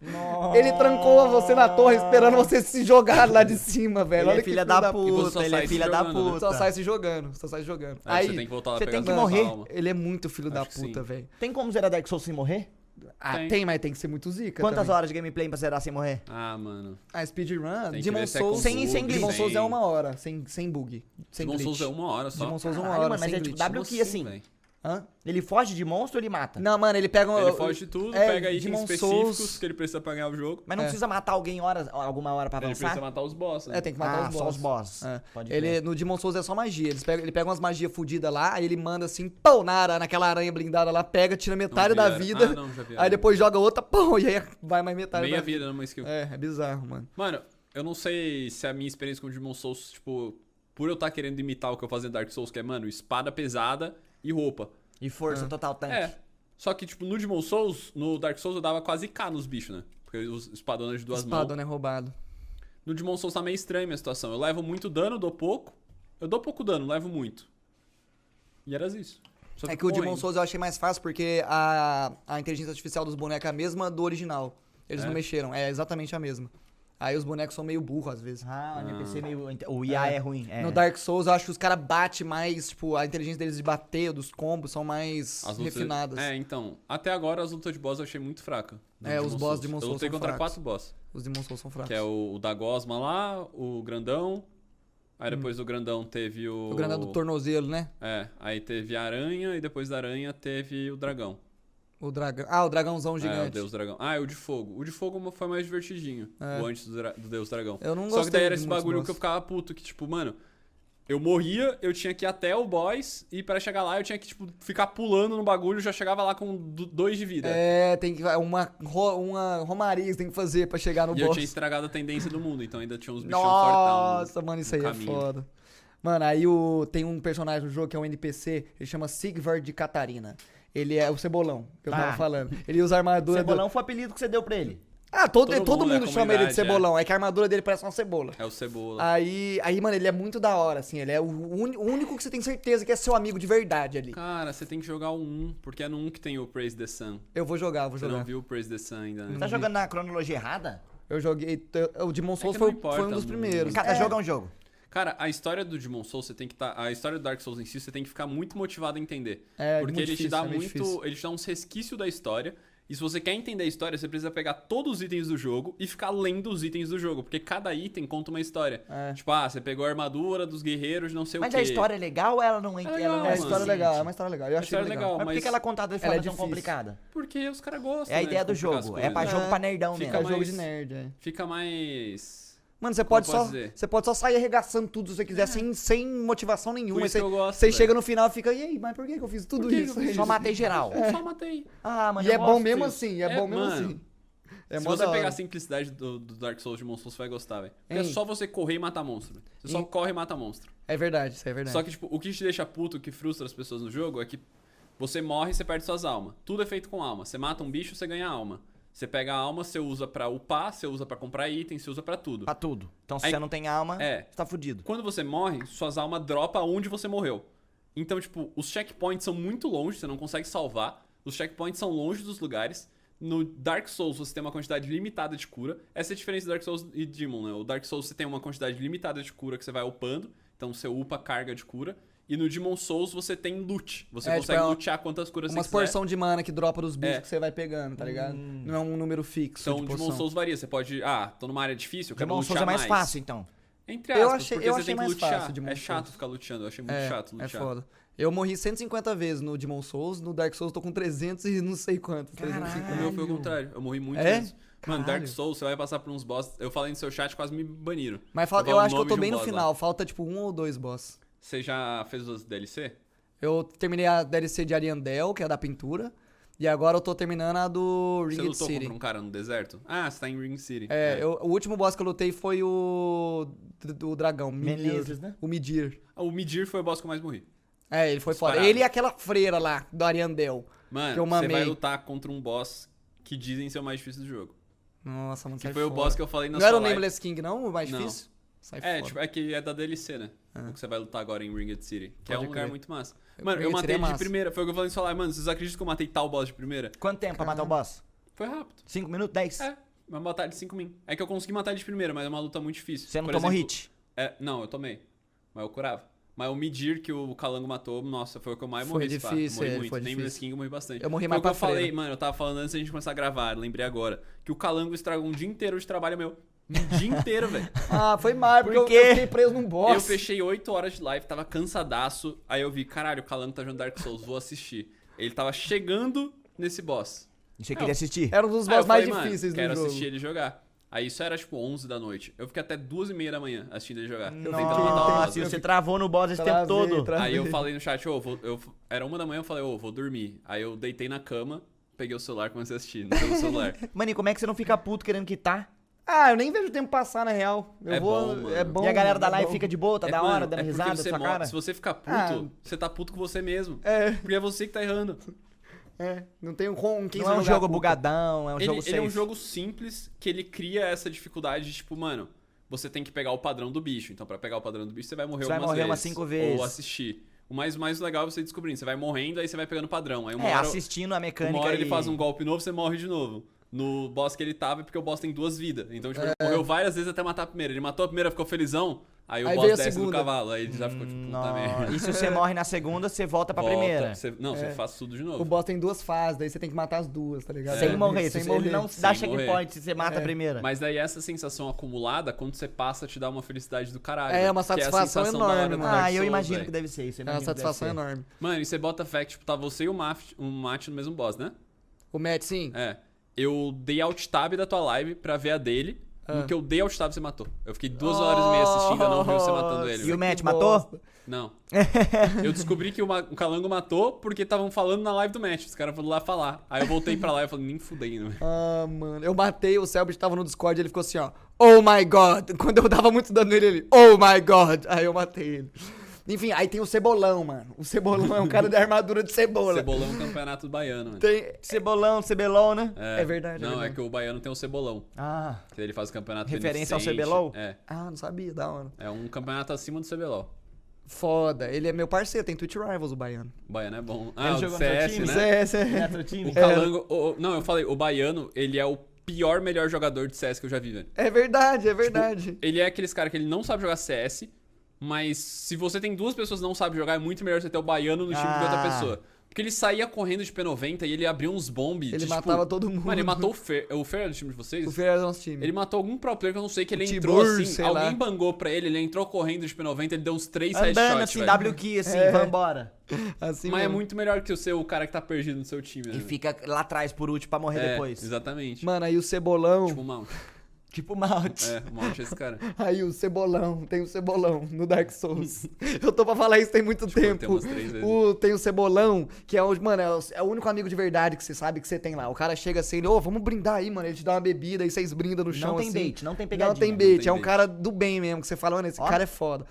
S2: Nossa.
S1: Ele trancou você na torre esperando você se jogar lá de cima, velho.
S2: Ele
S1: Olha
S2: é
S1: que
S2: filha da
S1: puta.
S3: E você só
S2: puta, ele
S3: sai
S2: é
S3: se
S2: filha da
S3: jogando, né?
S2: puta.
S1: Só sai se jogando, só sai se jogando.
S3: Aí
S1: Aí,
S3: É, você tem que voltar lá
S1: você
S3: pegar
S1: tem que
S3: sua
S1: morrer.
S3: alma.
S1: Ele é muito filho da
S3: Acho que
S1: puta,
S3: sim.
S1: velho.
S2: Tem como zerar Dark Souls sem morrer?
S1: Ah, tem.
S3: Tem.
S1: mas tem que ser muito zica
S2: Quantas
S1: também.
S2: horas de gameplay pra zerar sem morrer?
S3: Ah, mano.
S1: Ah, speedrun,
S3: Tem que
S1: Demon
S3: ver se é com
S1: Souls...
S2: Sem- sem
S1: Demon
S2: glitch.
S1: Souls é uma hora, sem, sem bug. Sem
S3: Demon
S1: glitch.
S3: Souls é uma hora só.
S1: Demon Souls é uma
S2: Caralho,
S1: hora,
S2: mano, mas
S1: sem
S2: é tipo
S1: glitch.
S2: W que assim.
S3: velho?
S1: Hã?
S2: Ele foge de monstro ou ele mata?
S1: Não, mano, ele pega... um-
S3: Ele foge de tudo,
S1: é,
S3: pega itens
S1: Demon
S3: específicos
S1: Souls-
S3: que ele precisa pra ganhar o jogo.
S2: Mas não
S1: É.
S2: precisa matar alguém horas, alguma hora pra
S3: Ele
S2: avançar?
S3: precisa matar os boss. Né?
S1: É, tem que matar
S2: ah,
S1: os
S2: só
S1: boss.
S2: os boss.
S1: É.
S2: Pode
S1: Ele,
S2: crer.
S1: no Demon Souls é só magia. Eles pegam, ele pega umas magias fodidas lá, aí ele manda assim, pão na ara, naquela aranha blindada lá, pega, tira
S3: Não
S1: metade
S3: vi,
S1: da
S3: era.
S1: vida.
S3: Ah, não, já vi,
S1: Aí
S3: era.
S1: depois joga outra, (laughs) pão, e aí vai mais metade
S3: Meia
S1: da vida.
S3: vida numa skill.
S1: É, é bizarro, mano.
S3: Mano, eu não sei se a minha experiência com Demon Souls, tipo, por eu estar querendo imitar o que eu fazia em Dark Souls, que é, mano, espada pesada e roupa.
S2: E força total tanque.
S3: É. Só que, tipo, no Demon Souls, no Dark Souls eu dava quase K nos bichos, né? Porque os espadonas de duas mãos.
S1: Espada, né? Roubado.
S3: No Demon Souls tá meio estranha a minha situação. Eu levo muito dano, dou pouco. Eu dou pouco dano, levo muito. E era isso. Só
S1: É que o
S3: bom
S1: Demon
S3: ainda.
S1: Souls eu achei mais fácil porque a, a inteligência artificial dos bonecos é a mesma do original. Eles
S3: É?
S1: não mexeram, é exatamente a mesma. Aí os bonecos são meio burros às vezes.
S2: Ah, o NPC meio. O IA é, ruim. É.
S1: No Dark Souls eu acho que os caras batem mais, tipo, a inteligência deles de bater, dos combos, são mais
S3: As lutas-
S1: refinadas.
S3: É, então. Até agora as lutas de boss eu achei muito fraca. do
S1: É, os boss
S3: Souls.
S1: de Demon
S3: Eu
S1: Souls
S3: lutei
S1: são
S3: contra
S1: fracos.
S3: quatro boss.
S1: Os Demon Souls são fracos.
S3: Que é o, o da Gosma lá, o Grandão. Aí depois do Grandão teve o...
S1: Hum. O granado do tornozelo, né?
S3: É, aí teve a Aranha e depois da Aranha teve o Dragão.
S1: O dragão. Ah, o dragãozão
S3: É,
S1: gigante.
S3: o Deus Dragão. Ah, é o de fogo. O de fogo foi mais divertidinho. O antes do, dra- do Deus Dragão.
S1: É. Eu não
S3: Só que daí
S1: gostei
S3: era
S1: de
S3: esse
S1: muitos
S3: bagulho
S1: boss.
S3: que eu ficava puto, que tipo, mano, eu morria, eu tinha que ir até o boss e pra chegar lá eu tinha que, tipo, ficar pulando no bagulho, já chegava lá com do- dois de vida.
S1: É, tem que. é Uma, ro- uma romaria que você tem que fazer pra chegar no
S3: E eu
S1: boss.
S3: tinha estragado a tendência do mundo, então ainda tinha uns bichão fortão.
S1: Nossa, mano, isso aí
S3: no
S1: é
S3: caminho.
S1: foda. Mano, aí o, tem um personagem no jogo que é um NPC, ele chama Sigvard de Catarina. Ele é o Cebolão, que eu
S2: Tá.
S1: tava falando. Ele usa a armadura é do-
S2: Cebolão foi o apelido que você deu pra ele.
S1: Ah, todo, todo,
S3: Todo mundo
S1: mundo
S3: da
S1: chama ele de
S3: comunidade,
S1: Cebolão. É. que a armadura dele parece uma cebola.
S3: É o
S1: Ah,
S3: cebola.
S1: Aí, aí, mano, ele é muito da hora, assim. Ele é o, uni- o único que você tem certeza que é seu amigo de verdade ali.
S3: Cara, você tem que jogar o 1, porque é no 1 que tem o Praise the Sun.
S1: Eu vou jogar, vou
S3: Você não
S1: jogar.
S3: viu o Praise the Sun ainda, né?
S2: Tá jogando na cronologia errada?
S1: Eu joguei. t- O Demon Souls
S3: É que
S1: foi,
S3: não importa,
S1: foi um dos
S3: não-
S1: primeiros.
S2: Cada
S1: É.
S2: jogo é um jogo.
S3: Cara, a história do Demon Souls, você tem que tá, a história do Dark Souls em si, você tem que ficar muito motivado a entender.
S1: É,
S3: porque
S1: muito
S3: ele
S1: difícil,
S3: te dá
S1: é meio
S3: muito,
S1: difícil.
S3: ele te dá uns resquícios da história E se você quer entender a história, você precisa pegar todos os itens do jogo e ficar lendo os itens do jogo, porque cada item conta uma história.
S1: É.
S3: Tipo, ah, você pegou a armadura dos guerreiros, não sei o
S2: Mas
S3: quê.
S2: a história é legal ou ela não entra? ela
S3: É
S2: não
S1: É uma
S3: legal,
S1: história
S3: mano.
S1: legal, é uma história legal. Eu achei
S3: história é
S1: legal.
S3: legal.
S2: Mas por que
S3: mas-
S2: que ela é contada de
S1: Ela é
S2: forma tão
S1: difícil.
S2: complicada?
S3: Porque os caras gostam.
S2: É a
S3: né, de
S2: ideia do
S3: complicar as
S2: jogo. É pra
S3: coisas.
S2: jogo pra nerdão
S3: Fica
S1: É
S2: mesmo.
S1: jogo
S3: mais-
S1: de nerd, é.
S3: Fica mais.
S1: Mano, você pode,
S3: Como
S1: só,
S3: pode dizer?
S1: você pode só sair arregaçando tudo se você quiser, sem, sem motivação nenhuma.
S3: Por isso
S1: Você-
S3: que eu gosto,
S1: Você
S3: velho.
S1: chega no final e fica, e aí, mas por que que eu fiz tudo
S3: Por que que
S1: isso?
S3: eu fiz
S2: Só matei geral.
S3: Eu só matei.
S2: Ah, mano,
S1: e
S2: eu
S1: é bom
S2: gosto
S1: mesmo
S2: disso.
S1: assim, é,
S3: É,
S1: bom mesmo
S3: mano.
S1: assim. É
S3: Se
S1: mó
S3: você
S1: da
S3: pegar assim,
S1: hora.
S3: a simplicidade do, do Dark Souls de monstros, você vai gostar, velho. Porque é
S1: Hein?
S3: só você correr e matar monstro. velho. Você
S1: Hein?
S3: só corre e mata monstro.
S1: É verdade, isso é verdade.
S3: Só que, tipo, o que te deixa puto, o que frustra as pessoas no jogo é que você morre e você perde suas almas. Tudo é feito com alma. Você mata um bicho, você ganha alma. Você pega a alma, você usa pra upar, você usa pra comprar item, você usa pra tudo.
S2: Pra tudo. Então se
S3: Aí-
S2: você não tem alma,
S3: É.
S2: você tá fudido.
S3: Quando você morre, suas almas dropa onde você morreu. Então, tipo, os checkpoints são muito longe, você não consegue salvar. Os checkpoints são longe dos lugares. No Dark Souls você tem uma quantidade limitada de cura. Essa é a diferença do Dark Souls e Demon, né? O Dark Souls você tem uma quantidade limitada de cura que você vai upando, então você upa a carga de cura. E no Demon Souls você tem loot. Você
S1: É, tipo,
S3: consegue
S1: é uma-
S3: lutear quantas curas
S1: Umas
S3: você quiser.
S1: porção de mana que dropa dos bichos
S3: É. Hum.
S1: que você vai pegando, tá ligado? Não é um número fixo
S3: Então,
S1: de
S3: Demon
S1: poção.
S3: Souls varia. Você pode. Ah, tô numa área difícil, eu quero
S2: Demon Souls
S3: lutear
S2: é mais fácil, então.
S3: Entre
S1: Eu
S3: aspas,
S1: achei-
S3: porque
S1: eu
S3: você
S1: achei
S3: tem que
S1: mais
S3: lutear.
S1: fácil Demon
S3: é chato
S1: Souls.
S3: ficar luteando, eu achei muito
S1: é,
S3: chato lutear.
S1: é foda. Eu morri 150 vezes no Demon Souls, no Dark Souls eu tô com 300 e não sei quantos.
S2: Caralho.
S1: 350.
S3: O meu foi o contrário. Eu morri muito
S1: É?
S3: antes. Mano, Dark
S1: Caralho.
S3: Souls, você vai passar por uns boss. Eu falei no seu chat, quase me baniram.
S1: Mas falta, eu
S3: falo o
S1: acho que eu
S3: nome
S1: tô
S3: de um
S1: bem no
S3: boss lá.
S1: final, falta tipo um ou dois boss.
S3: Você já fez os DLC?
S1: Eu terminei a DLC de Ariandel, que é a da pintura, e agora eu tô terminando a do
S3: Você
S1: Ringed
S3: lutou
S1: City.
S3: contra um cara no deserto? Ah, você tá em Ring City.
S1: É, eu- o último boss que eu lutei foi o do dragão, Midir,
S2: Menezes, né?
S1: O Midir.
S3: Ah, O Midir foi o boss que eu mais morri.
S1: É, ele foi fora.
S3: Disparado.
S1: Ele e aquela freira lá do Ariandel. que eu
S3: Mano, você
S1: mamei.
S3: vai lutar contra um boss que dizem ser o mais difícil do jogo.
S1: Nossa, mano,
S3: Que
S1: sai
S3: foi o
S1: fora.
S3: boss que eu falei na
S1: Não
S3: sua
S1: era o
S3: live.
S1: Nameless King não, o mais
S3: Não.
S1: difícil? Sai
S3: É,
S1: fora. Ah.
S3: tipo, é que é da DLC, né? O que você vai lutar agora em Ringed City. Que é um
S1: Pode
S3: lugar
S1: crer.
S3: muito massa. Mano,
S1: Ringed
S3: eu
S1: City
S3: matei
S1: é
S3: ele
S1: massa.
S3: de primeira. Foi o que eu falei na sua live. Mano, vocês acreditam que eu matei tal boss de primeira?
S2: Quanto tempo pra matar o boss?
S3: Foi rápido.
S2: 5 minutos? 10?
S3: É, uma batalha de 5 min. É que eu consegui matar ele de primeira, mas é uma luta muito difícil.
S2: Você não
S3: Por
S2: tomou
S3: exemplo,
S2: hit?
S3: É, não, eu tomei. Mas eu curava. Mas o Midir que o Calango matou, nossa, foi o que eu mais
S1: Foi
S3: morri. pá.
S1: difícil,
S3: morri
S1: é,
S3: muito.
S1: foi
S3: Nem
S1: difícil.
S3: Blitz King eu morri bastante.
S1: Eu morri
S3: Foi
S1: mais
S3: o que eu
S1: pra freira.
S3: falei, mano, eu tava falando antes da gente começar a gravar, lembrei agora. Que o Calango estragou um dia inteiro de trabalho meu. Um dia
S1: (laughs)
S3: inteiro, velho.
S1: Ah, foi mal, porque eu,
S2: Por quê?
S1: eu fiquei preso num boss.
S3: Eu fechei 8 horas de live, tava cansadaço. Aí eu vi, caralho, o Calango tá jogando Dark Souls, vou assistir. Ele tava chegando nesse boss.
S2: E Você queria assistir?
S1: Era um dos
S3: Aí Ah, eu
S1: boss mais
S3: falei, mano,
S1: difíceis do
S3: quero
S1: jogo.
S3: assistir ele jogar. Aí isso era tipo 11 da noite. Eu fiquei até 2 e meia da manhã assistindo ele jogar. Eu tentando matar o boss.
S2: Nossa, e você travou no boss esse tempo
S1: Travei,
S2: todo.
S1: travei.
S3: Aí eu falei no chat, ô, vou- eu, era uma da manhã, eu falei, ô, vou dormir. Aí eu deitei na cama, peguei o celular, comecei a assistir no pelo celular.
S2: Mano, e como é que você não fica puto querendo quitar?
S1: Ah, eu nem vejo o tempo passar, na real. Eu
S3: É
S1: vou.
S3: bom,
S1: é
S3: mano.
S1: bom.
S2: e a galera da
S1: é
S2: live
S1: bom.
S2: fica de boa, tá
S3: É,
S2: da
S3: mano,
S2: hora, dando
S3: é porque
S2: risada,
S3: você
S2: sua
S3: mor-
S2: cara.
S3: Se você ficar puto,
S1: Ah.
S3: você tá puto com você mesmo.
S1: É,
S3: Porque é você que tá errando.
S1: é. Não tem com quem
S2: Não é um
S1: jogar
S2: jogo
S1: com.
S2: bugadão, é um
S3: ele,
S2: jogo
S3: ele
S2: safe.
S3: é um jogo simples que ele cria essa dificuldade de, tipo, mano, você tem que pegar o padrão do bicho. Então, pra pegar o padrão do bicho, você vai morrer
S2: Você vai
S3: algumas
S2: morrer
S3: vezes.
S2: umas cinco vezes.
S3: Ou assistir. O mais, mais legal é você descobrindo. Você vai morrendo, aí você vai pegando o padrão. Aí uma
S2: É,
S3: hora,
S2: assistindo a mecânica
S3: Uma hora
S2: e...
S3: ele faz um golpe novo, você morre de novo. No boss que ele tava, é porque o boss tem duas vidas. Então, tipo,
S2: É.
S3: ele morreu várias vezes até matar a primeira. Ele matou a primeira, ficou felizão, aí o
S1: Aí
S3: boss
S1: veio a
S3: desce do
S1: segunda.
S3: cavalo. Aí ele já ficou, tipo, puta
S2: Nossa,
S3: merda.
S2: E se você morre na segunda, você volta pra
S3: Volta,
S2: primeira. É.
S3: você- não, você faz tudo de novo.
S1: O boss tem duas fases, daí você tem que matar as duas, tá ligado?
S2: Sem
S1: É,
S2: morrer.
S1: Sem
S2: se você-
S1: morrer.
S2: Ele não dá
S3: Sem
S2: checkpoint
S3: morrer.
S2: se você mata a
S1: É.
S2: primeira.
S3: Mas daí essa sensação acumulada, quando você passa, te dá uma felicidade do caralho. né?
S1: É, uma
S3: que a
S1: satisfação
S3: sensação da hora
S1: enorme,
S3: do
S1: mano.
S3: Dark
S2: Ah, eu
S3: Souls,
S2: imagino
S3: velho.
S2: que deve ser isso. eu
S1: É uma
S2: imagino que deve
S1: satisfação
S2: ser.
S1: enorme.
S3: Mano, e você bota fact, tipo, tá você e o Mate, um Mate no mesmo boss, né?
S1: O Matt, sim.
S3: É. Eu dei alt tab da tua live pra ver a dele.
S1: Ah.
S3: No que eu dei alt tab, você matou. Eu fiquei duas horas e meia assistindo, eu não vi você matando ele.
S2: E o
S3: velho.
S2: Matt
S1: Que
S2: matou?
S1: bosta. (laughs)
S3: Não. Eu descobri que o, ma- o Calango matou porque estavam falando na live do Match. Os caras foram lá falar. Aí eu voltei pra lá e falei, nem fudei, né?
S1: Ah, mano. Eu matei, o Selbit tava no Discord, ele ficou assim, ó. Oh my god. (laughs) Quando eu dava muito dano nele, ele. Oh my god. Aí eu matei ele. Enfim, aí tem o Cebolão, mano. O Cebolão é um cara da armadura de cebola.
S3: Cebolão é um campeonato do baiano, mano.
S1: Tem...
S2: Cebolão, cebelão, né?
S1: É verdade, é
S3: Não, é
S1: verdade.
S3: que o baiano tem o cebolão.
S2: Ah, (laughs)
S3: que Ele faz o campeonato
S2: Referência ao
S3: beneficente.
S2: CBLOL?
S3: É.
S1: Ah, não sabia, da hora.
S3: É um campeonato acima do CBLOL.
S1: Foda. Ele é meu parceiro, tem Twitch Rivals, o baiano.
S3: O baiano é bom. Ah, o
S2: jogou no seu
S3: CS,
S2: time? é.
S3: né?
S1: Zé, Zé.
S3: O Calango. o- o- não, eu falei, o baiano, ele é o pior melhor jogador de CS que eu já vi, velho.
S1: É verdade, é verdade.
S3: Ele é aqueles cara que ele não sabe jogar CS, mas se você tem duas pessoas que não sabem jogar, é muito melhor você ter o baiano no time que outra
S2: Ah.
S3: pessoa. Porque ele saía correndo de P90 e ele abria uns bombes.
S1: Ele
S3: de, tipo,
S1: matava todo mundo.
S3: Mano, ele matou o Fer. O Fer é do time de vocês?
S1: O Fer era do nosso time.
S3: Ele matou algum pro player que eu não sei que ele
S1: O
S3: entrou
S1: Tibur,
S3: assim.
S1: sei
S3: Alguém
S1: lá.
S3: bangou pra ele, ele entrou correndo de P90, ele deu uns 3
S2: Andando
S3: headshots.
S2: assim,
S3: é velho.
S2: W key, assim,
S1: É.
S2: vambora.
S1: Assim,
S3: Mas é
S1: mesmo.
S3: muito melhor que o seu o cara que tá perdido no seu time, né?
S2: E fica lá atrás por último pra morrer
S3: é,
S2: depois.
S3: Exatamente.
S1: Mano, aí o Cebolão.
S3: Tipo o Mount.
S2: Tipo Mount.
S3: É, o Mount é esse cara.
S1: Aí o Cebolão. Tem o Cebolão no Dark
S3: (laughs)
S1: Souls. Eu tô pra falar isso tem muito
S3: Tipo, tem
S1: tempo.
S3: umas três vezes.
S1: O, tem o Cebolão, que é o. Mano, é o, é o único amigo de verdade que você sabe que você tem lá. O cara chega assim, ele, ô, vamos brindar aí, mano. Ele te dá uma bebida e vocês brindam no chão.
S2: Não tem
S1: assim.
S2: bait, não tem pegadinha.
S1: Não tem
S3: não
S1: bait,
S3: tem
S1: é um
S3: bait.
S1: cara do bem mesmo, que você fala, mano, esse
S2: Ó.
S1: cara é foda.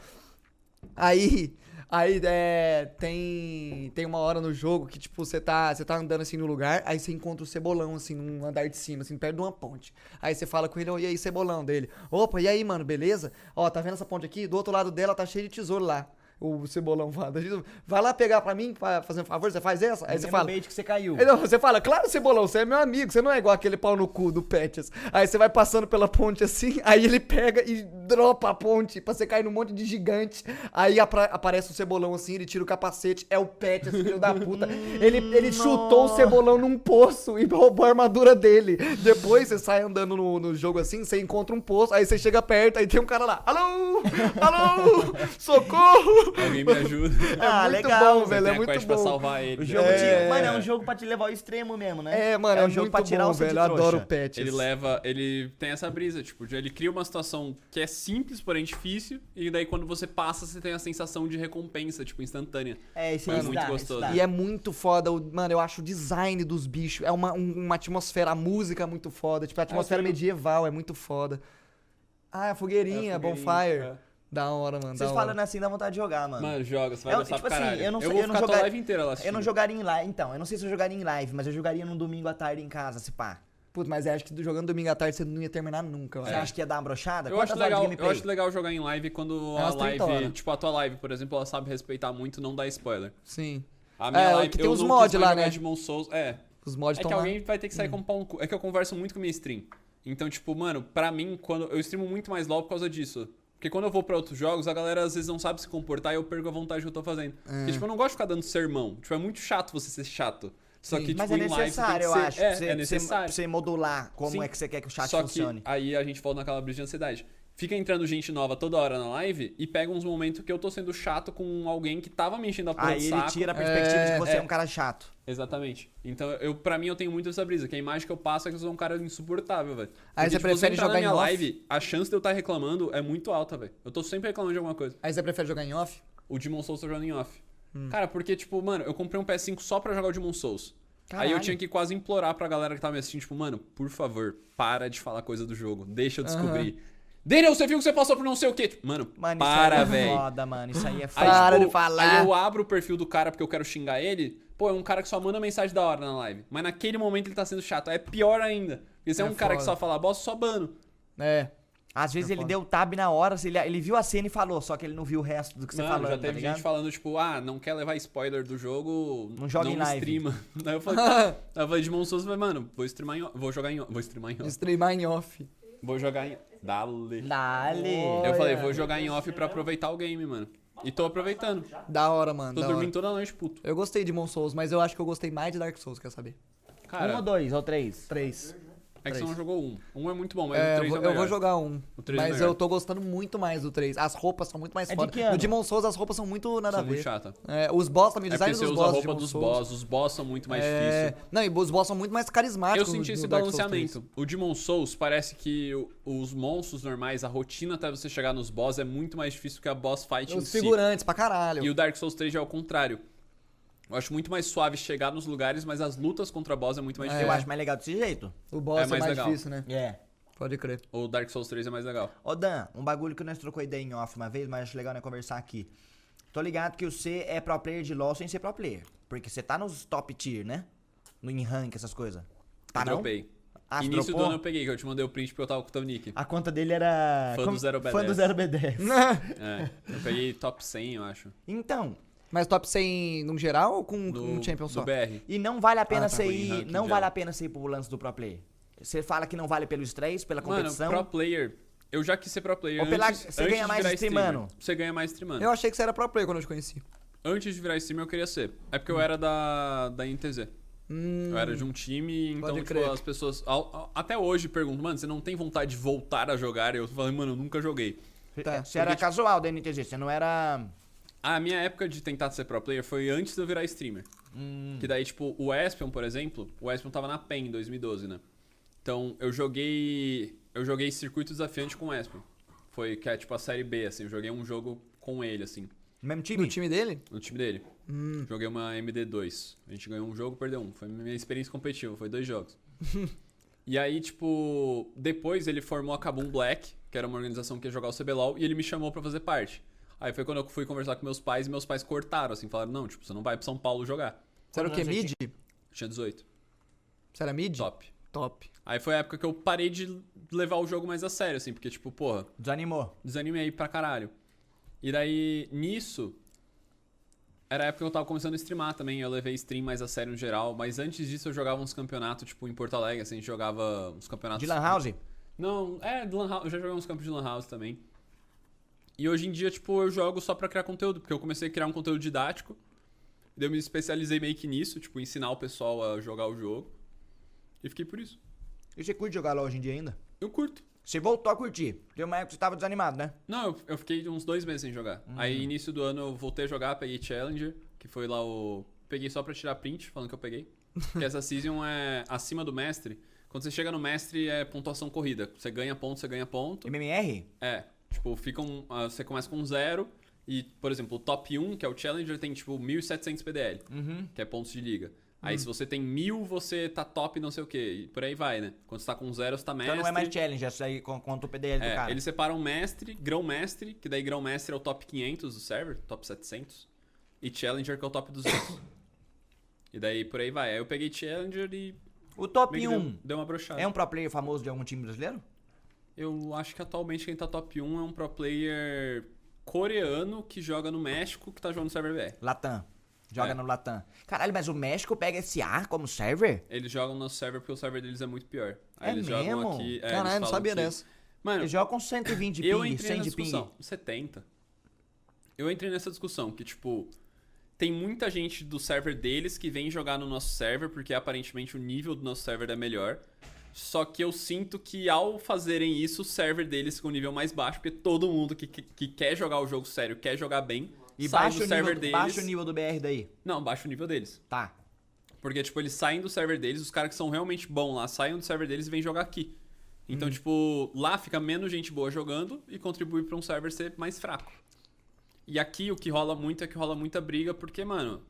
S1: Aí, aí é, tem, tem uma hora no jogo que, tipo, você tá, você tá andando assim no lugar, aí você encontra o Cebolão, assim, num andar de cima, assim, perto de uma ponte. Aí você fala com ele, ô, e aí, Cebolão dele? Opa, e aí, mano, beleza? Ó, tá vendo essa ponte aqui? Do outro lado dela tá cheio de tesouro lá. O Cebolão fala, "Deixa eu- vai lá pegar pra mim, pra fazer um favor, você faz essa? Aí
S2: Aí
S1: você fala,
S2: bait que você é caiu.
S1: Aí não, você fala, claro, Cebolão, você é meu amigo, você não é igual aquele pau no cu do Patches. Aí você vai passando pela ponte assim, aí ele pega e dropa a ponte pra você cair num monte de gigante. Aí apra- aparece o Cebolão assim, ele tira o capacete, é o Patches, filho da puta. Ele, ele
S2: Hum,
S1: chutou o Cebolão num poço e roubou a armadura dele. Depois você sai andando no, no jogo assim, você encontra um poço, aí você chega perto, aí tem um cara lá, alô, alô, socorro.
S3: Alguém
S2: (laughs)
S3: me ajuda.
S1: É
S2: Ah,
S1: muito
S2: legal,
S1: bom,
S2: você
S1: velho,
S3: tem
S1: é
S3: a
S1: muito
S3: quest pra
S1: bom.
S3: salvar ele. né?
S2: O jogo
S1: É.
S2: te- Mano, é um jogo pra te levar ao extremo mesmo, né?
S1: É, mano, é,
S2: um
S1: um
S2: jogo
S1: muito
S2: pra tirar
S1: bom,
S2: o seu de
S1: velho, eu adoro o
S2: trouxa.
S1: Patches.
S3: Ele leva, ele tem essa brisa, tipo, de ele cria uma situação que é simples, porém difícil, e daí quando você passa, você tem a sensação de recompensa, tipo, instantânea.
S2: É, esse
S3: Mas
S2: aí
S3: muito
S2: dá, esse
S3: gostoso.
S2: dá.
S1: E é muito foda, o- mano, eu acho o design dos bichos, é uma, um- uma atmosfera, a música é muito foda, tipo, a atmosfera
S3: sei.
S1: medieval é muito foda. Ah, a fogueirinha,
S3: É, a
S1: bonfire.
S3: fogueirinha, é.
S1: Da hora, mano,
S2: Vocês
S1: da hora.
S2: falando assim, dá vontade de jogar, mano.
S3: né? Mano, joga, você vai
S2: Eu-
S3: gostar
S2: tipo
S3: pra
S2: assim,
S3: caralho.
S2: eu não sei-
S3: vou
S2: eu não
S3: ficar tua
S2: jogar-
S3: live inteira lá
S2: eu não
S3: assistindo.
S2: jogaria em live. Então, eu não sei se eu jogaria em live, mas eu jogaria num domingo à tarde em casa, se pá.
S1: Putz, mas é, acho que jogando domingo à tarde você não ia terminar nunca, eu
S3: É.
S2: Você
S1: acho.
S2: acha que ia dar uma brochada?
S3: Eu
S2: Tá
S3: acho,
S2: horas
S3: legal,
S2: de gameplay?
S3: eu acho legal jogar em live quando
S1: É
S3: a
S1: umas 30
S3: live,
S1: horas.
S3: tipo, a tua live, por exemplo, ela sabe respeitar muito, não dá spoiler.
S1: Sim.
S3: A minha
S1: É,
S3: live,
S1: que tem
S3: eu
S1: uns
S3: não
S1: mod
S3: quis mais
S1: lá,
S3: jogar
S1: né?
S3: Demon Souls, é.
S1: Os mods
S3: É que
S1: estão lá.
S3: alguém vai ter que
S2: Hum.
S3: sair comprar um cu. É que eu converso muito com minha stream. Então, tipo, mano, pra mim, quando eu streamo muito mais LOL por causa disso. Porque quando eu vou pra outros jogos, a galera às vezes não sabe se comportar e eu perco a vontade que eu tô fazendo.
S2: É.
S3: Porque, tipo, eu não gosto de ficar dando sermão. Tipo, é muito chato você ser chato. Só que, tipo,
S2: Mas é
S3: em live você tem que
S2: necessário, eu
S3: ser-
S2: acho.
S3: É,
S2: pra você-
S3: é necessário.
S2: Pra você modular como
S3: Sim.
S2: é que você quer que o chat
S3: Só
S2: funcione.
S3: que aí a gente volta naquela brisa de ansiedade. Fica entrando gente nova toda hora na live e pega uns momentos que eu tô sendo chato com alguém que tava me enchendo a porra do
S2: Aí ele
S3: saco.
S2: tira a perspectiva de que você é.
S3: é.
S2: um cara chato.
S3: Exatamente. Então, eu para mim eu tenho muito essa brisa, que a imagem que eu passo é que eu sou um cara insuportável, velho.
S1: Aí você
S3: Porque, tipo,
S1: prefere
S3: entrar
S1: jogar
S3: na
S1: em
S3: minha
S1: off?
S3: live, a chance de eu estar reclamando é muito alta, velho. Eu tô sempre reclamando de alguma coisa.
S1: Aí você prefere jogar em off?
S3: O Demon Souls tá jogando em off.
S2: Hum.
S3: Cara, porque tipo, mano, eu comprei um PS5 só pra jogar o Demon Souls. Aí eu
S2: Caralho.
S3: tinha que quase implorar pra galera que tava me assistindo, tipo, mano, por favor, para de falar coisa do jogo, deixa eu descobrir. Daniel, você viu que você passou por não sei o quê? Tipo, mano,
S2: Mano, isso
S3: para,
S2: aí é
S3: velho.
S2: foda, mano. Isso aí é
S3: Aí,
S2: foda.
S1: Para
S3: tipo,
S1: de falar.
S3: Aí eu abro o perfil do cara porque eu quero xingar ele. Pô, é um cara que só manda mensagem da hora na live. Mas naquele momento ele tá sendo chato. É pior ainda. Porque se é,
S1: É
S3: um cara que
S1: foda.
S3: só fala bosta, só bano.
S1: É.
S2: Às vezes ele
S1: foda.
S2: deu tab na hora, se ele, ele viu a cena e falou, só que ele não viu o resto do que você
S3: Mano,
S2: falou.
S3: já teve
S2: tá
S3: gente falando, tipo, ah, não quer levar spoiler do jogo.
S2: Não joga
S3: não
S2: em live.
S3: streama. (laughs) Aí eu
S1: (laughs)
S3: falei, aí eu falei de Souza, falei, mano, vou streamar em. o- Vou jogar em. o- Vou streamar em. o-
S1: Streamar em off.
S3: Vou jogar em. Dale.
S2: Dale.
S3: Eu falei, vou jogar em off pra aproveitar o game, mano. E tô aproveitando.
S1: Da hora, mano.
S3: Tô
S1: da
S3: dormindo
S1: hora.
S3: toda noite, puto.
S1: Eu gostei de Demon Souls, mas eu acho que eu gostei mais de Dark Souls, quer saber?
S2: um ou
S3: Cara,
S2: dois, ou três.
S1: Três.
S3: é que você
S1: três.
S3: não jogou um. Um é muito bom, mas
S1: É,
S3: o
S1: eu
S3: três
S1: vou-
S3: é o
S1: eu vou
S3: melhor.
S1: jogar um.
S3: O três é
S1: mas
S3: melhor.
S1: eu tô gostando muito mais do 3. As roupas são muito mais
S2: É de
S1: foda.
S2: que ano?
S1: No Demon Souls, as roupas são muito nada
S3: Sou
S1: a
S3: muito
S1: ver.
S3: chata.
S1: É, os boss também, o
S3: É porque
S1: design
S3: você
S1: dos
S3: usa a
S1: boss. de Demon
S3: roupa dos
S1: Souls.
S3: boss, os boss são muito mais
S1: é...
S3: difíceis.
S1: Não, e os boss são muito mais
S3: Eu
S1: carismáticos.
S3: senti
S1: no-
S3: esse
S1: no Dark Souls
S3: balanceamento. O Demon Souls parece que o- os monstros normais, a rotina até você chegar nos boss é muito mais difícil que a boss fight
S1: 3.
S3: em
S1: Os
S3: si.
S1: figurantes pra caralho.
S3: E o Dark Souls 3 já é o contrário. Eu acho muito mais suave chegar nos lugares, mas as lutas contra boss é muito mais
S2: Eu
S3: difícil.
S2: acho mais legal desse jeito.
S1: O boss
S3: é
S1: é
S3: mais
S1: mais,
S3: legal.
S1: difícil, né?
S2: É.
S1: Pode crer.
S3: O Dark Souls 3 é mais legal.
S2: Ô Dan, um bagulho que nós trocou ideia em off uma vez, mas acho legal né, conversar aqui. Tô ligado que você é pro player de LoL sem ser pro player. Porque você tá nos top tier, né? No in rank, essas coisas. Tá
S3: eu
S2: não?
S3: dropei.
S2: Ah, você
S3: Início do
S2: dropou? Ah.
S3: ano eu peguei, que eu te mandei o print porque eu tava com o teu nick.
S2: A conta dele era.
S3: Fã do Zero B10.
S2: Fã do 0B10.
S3: É, eu peguei top 100, eu acho.
S2: (laughs) Então,
S1: Mas top 100 no geral ou com
S3: Do,
S1: um champion
S3: do
S1: só?
S3: BR.
S2: e não vale a pena
S3: Ah, tá.
S2: você
S3: Foi em
S2: ir.
S3: ranking
S2: Não
S3: já.
S2: vale a pena você ir pro lance do pro player. Você fala que não vale pelo estresse, pela
S3: Mano,
S2: competição.
S3: pro player, eu já quis ser pro player
S2: Ou pela-
S3: antes,
S2: você
S3: antes
S2: ganha
S3: de
S2: mais
S3: virar
S2: streamando.
S3: streamer. Você ganha mais streamando.
S1: Eu achei que você era pro player quando eu te conheci.
S3: Antes de virar streamer, eu queria ser. É porque eu era da, da INTZ. Eu
S1: Hum,
S3: era de um time, então,
S1: Pode
S3: tipo,
S1: crer.
S3: as pessoas. ao- ao- até hoje perguntam, mano, você não tem vontade de voltar a jogar? Eu falei, mano, eu nunca joguei.
S1: Tá.
S2: Você era casual da NTG, você não era.
S3: A minha época de tentar ser pro player foi antes de eu virar streamer.
S1: Hum.
S3: Que daí, tipo, o Espion, por exemplo, o Espion tava na PEN em 2012, né? Então, eu joguei. Eu joguei circuito desafiante com o Espion. Foi que é tipo a série B, assim, eu joguei um jogo com ele, assim,
S2: no Mesmo time?
S1: No time dele?
S3: no time dele. Joguei uma MD2. A gente ganhou um jogo, perdeu um. Foi minha experiência competitiva, foi dois jogos. e aí, tipo, depois ele formou a Kabum Black, que era uma organização que ia jogar o CBLOL, e ele me chamou pra fazer parte. Aí foi quando eu fui conversar com meus pais e meus pais cortaram, assim, falaram: não, tipo, você não vai pra São Paulo jogar.
S1: Você era o quê?
S2: anos ele
S1: Mid?
S3: Eu tinha 18.
S1: Você era mid?
S3: Top.
S1: Top.
S3: Aí foi a época que eu parei de levar o jogo mais a sério, assim, porque, tipo, porra,
S2: Desanimou.
S3: desanimei pra caralho. E daí, nisso, era a época que eu tava começando a streamar também, eu levei stream mais a sério no geral, mas antes disso eu jogava uns campeonatos, tipo, em Porto Alegre, assim, a gente jogava uns campeonatos...
S2: De Lan House?
S3: Não, é, de lan house, eu já joguei uns campos de lan house também. E hoje em dia, tipo, eu jogo só pra criar conteúdo, porque eu comecei a criar um conteúdo didático, e daí eu me especializei meio que nisso, tipo, ensinar o pessoal a jogar o jogo, e fiquei por isso.
S2: E você curte jogar LOL hoje em dia ainda?
S3: Eu curto.
S2: Você voltou a curtir. Deu uma época que você tava desanimado, né?
S3: Não, eu, eu fiquei uns dois meses sem jogar.
S2: Uhum.
S3: Aí, início do ano, eu voltei a jogar, peguei Challenger, que foi lá o. Peguei só pra tirar print, falando que
S2: (laughs)
S3: eu peguei. Porque essa season é acima do mestre. Quando você chega no mestre, é pontuação corrida. Você ganha ponto, você ganha ponto.
S2: MMR?
S3: É, tipo, ficam. ah, Você começa com zero. E, por exemplo, o top 1, que é o Challenger, tem tipo 1.700 PDL,
S2: Uhum.
S3: que é pontos de liga. Aí, se você tem 1.000, você tá top não sei o quê. E por aí vai, né? Quando você tá com zero, você tá mestre.
S2: Então não é mais challenge essa aí con- contra o PDL do
S3: É,
S2: cara.
S3: eles separam mestre, grão-mestre, que daí grão-mestre é o top 500 do server, top 700, e challenger que é o
S2: (coughs)
S3: top 200. e daí por aí vai. Aí eu peguei challenger e
S2: O top
S3: meio que deu,
S2: 1
S3: deu uma brochada.
S2: é um pro player famoso de algum time brasileiro?
S3: Eu acho que atualmente quem tá top 1 é um pro player coreano que joga no México, que tá jogando no server BR.
S2: Latam. Joga
S3: É.
S2: no Latam. Caralho, mas o México pega SA como server?
S3: Eles jogam no server porque o server deles é muito pior. Aí
S2: É
S3: eles
S2: mesmo?
S3: jogam aqui. é,
S1: Caralho,
S3: eles
S1: não
S3: falam
S1: sabia
S3: que-
S1: dessa.
S3: Mano,
S2: Eles jogam com 120 de
S3: eu
S2: ping,
S3: entrei
S2: 100
S3: nessa
S2: de ping.
S3: discussão. 70. Eu entrei nessa discussão que, tipo, tem muita gente do server deles que vem jogar no nosso server, porque aparentemente o nível do nosso server é melhor. Só que eu sinto que ao fazerem isso, o server deles fica um nível mais baixo, porque todo mundo que, que, que quer jogar o jogo sério, quer jogar bem,
S2: E
S3: sai
S2: baixa
S3: do
S2: o, nível,
S3: server
S2: do-
S3: deles.
S2: baixa o nível do BR daí.
S3: Não, baixa o nível deles.
S2: Tá.
S3: Porque, tipo, eles saem do server deles, os caras que são realmente bons lá saem do server deles e vêm jogar aqui. Então,
S2: Uhum.
S3: tipo, lá fica menos gente boa jogando e contribui pra um server ser mais fraco. E aqui o que rola muito é que rola muita briga, porque, mano,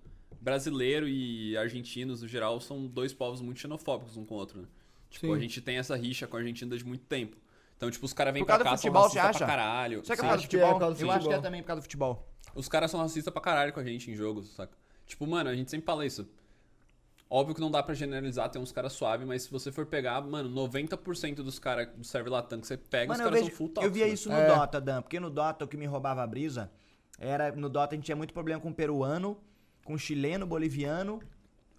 S3: brasileiro e argentinos, no geral, são dois povos muito xenofóbicos um com o outro, né? Tipo,
S1: Sim.
S3: a gente tem essa rixa com a Argentina desde muito tempo. Então, tipo, os caras vêm
S2: Por
S3: pra
S2: causa
S3: cá,
S2: do futebol,
S3: são
S2: você
S3: racistas pra
S2: acha? Será
S3: caralho.
S2: que é
S3: Sim.
S2: por causa
S1: Acho
S2: do
S1: que é
S2: futebol?
S1: por causa do
S2: eu acho que é
S1: futebol.
S2: também por causa do futebol.
S3: Os caras são racistas pra caralho com a gente em jogos, saca? Tipo, mano, a gente sempre fala isso. Óbvio que não dá pra generalizar, tem uns caras suaves, mas se você for pegar, mano, 90% dos caras do server Latam que você pega,
S2: Mano,
S3: os
S2: eu,
S3: caras
S2: vejo,
S3: são full
S2: eu
S3: tóxicos,
S2: via
S3: né?
S2: isso no
S1: É.
S2: Dota, Dan, porque no Dota o que me roubava a brisa era. No Dota a gente tinha muito problema com peruano, com chileno, boliviano.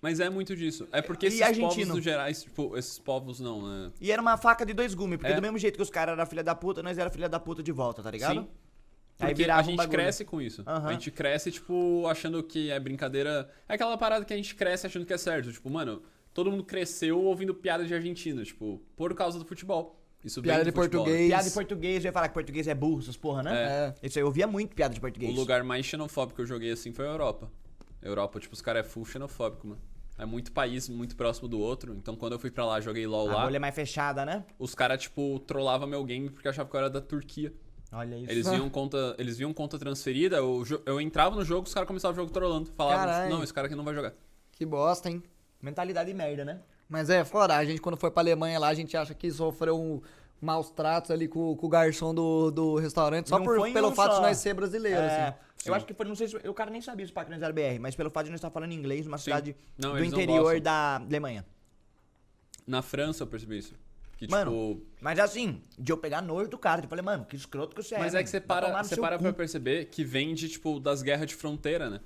S3: Mas é muito disso. É porque
S2: E
S3: esses povos,
S2: argentino?
S3: no geral, esses- tipo, esses povos não, né?
S2: E era uma faca de dois gumes, porque
S3: É.
S2: do mesmo jeito que os caras eram filha da puta, nós era filha da puta de volta, tá ligado?
S3: Sim.
S2: Aí
S3: Porque
S2: virava
S3: a
S2: um
S3: gente
S2: bagulho.
S3: cresce com isso.
S2: Aham.
S3: A gente cresce, tipo, achando que é brincadeira. É aquela parada que a gente cresce achando que é certo. Tipo, mano, todo mundo cresceu ouvindo piada de argentino, tipo, por causa do futebol. Isso vem
S1: Piada
S3: do
S1: de
S3: futebol, né?
S1: português.
S2: Piada de português, eu ia falar que português é burro, essas porra, né?
S1: É.
S2: Isso aí, eu ouvia muito piada de português.
S3: O lugar mais xenofóbico que eu joguei assim foi a Europa. Europa, tipo, os caras é full xenofóbico, mano. É muito país, muito próximo do outro. Então quando eu fui pra lá, joguei LOL
S2: A
S3: lá.
S2: bolha é mais fechada, né?
S3: Os caras, tipo, trollavam meu game porque achavam que eu era da Turquia.
S2: Olha isso.
S3: Eles viam conta, eles viam conta transferida, eu, jo- eu entrava no jogo, os caras começavam o jogo trollando. Falavam,
S1: Caralho.
S3: não, esse cara aqui não vai jogar.
S1: Que bosta, hein?
S2: Mentalidade de merda, né?
S1: Mas é, fora, a gente quando foi pra Alemanha lá, a gente acha que sofreu um maus tratos ali com, com o garçom do, do restaurante, só
S2: Não
S1: por,
S2: foi
S1: pelo
S2: um
S1: fato
S2: só.
S1: de nós ser brasileiros,
S2: É,
S1: assim.
S2: Eu acho que foi, não sei se. O cara nem sabia se o Pacrões era BR, mas pelo fato de nós estar falando inglês, uma cidade
S3: Não,
S2: do
S3: eles não
S2: interior
S3: gostam.
S2: da Alemanha.
S3: Na França eu percebi isso. Que,
S2: Mano,
S3: tipo.
S2: mas assim, de eu pegar nojo do cara, eu falei, mano, que escroto que você é.
S3: Mas é
S2: mano.
S3: que você
S2: Vai tomar
S3: para,
S2: no
S3: você
S2: seu
S3: para
S2: cu.
S3: pra perceber que vem de, tipo, das guerras de fronteira, né?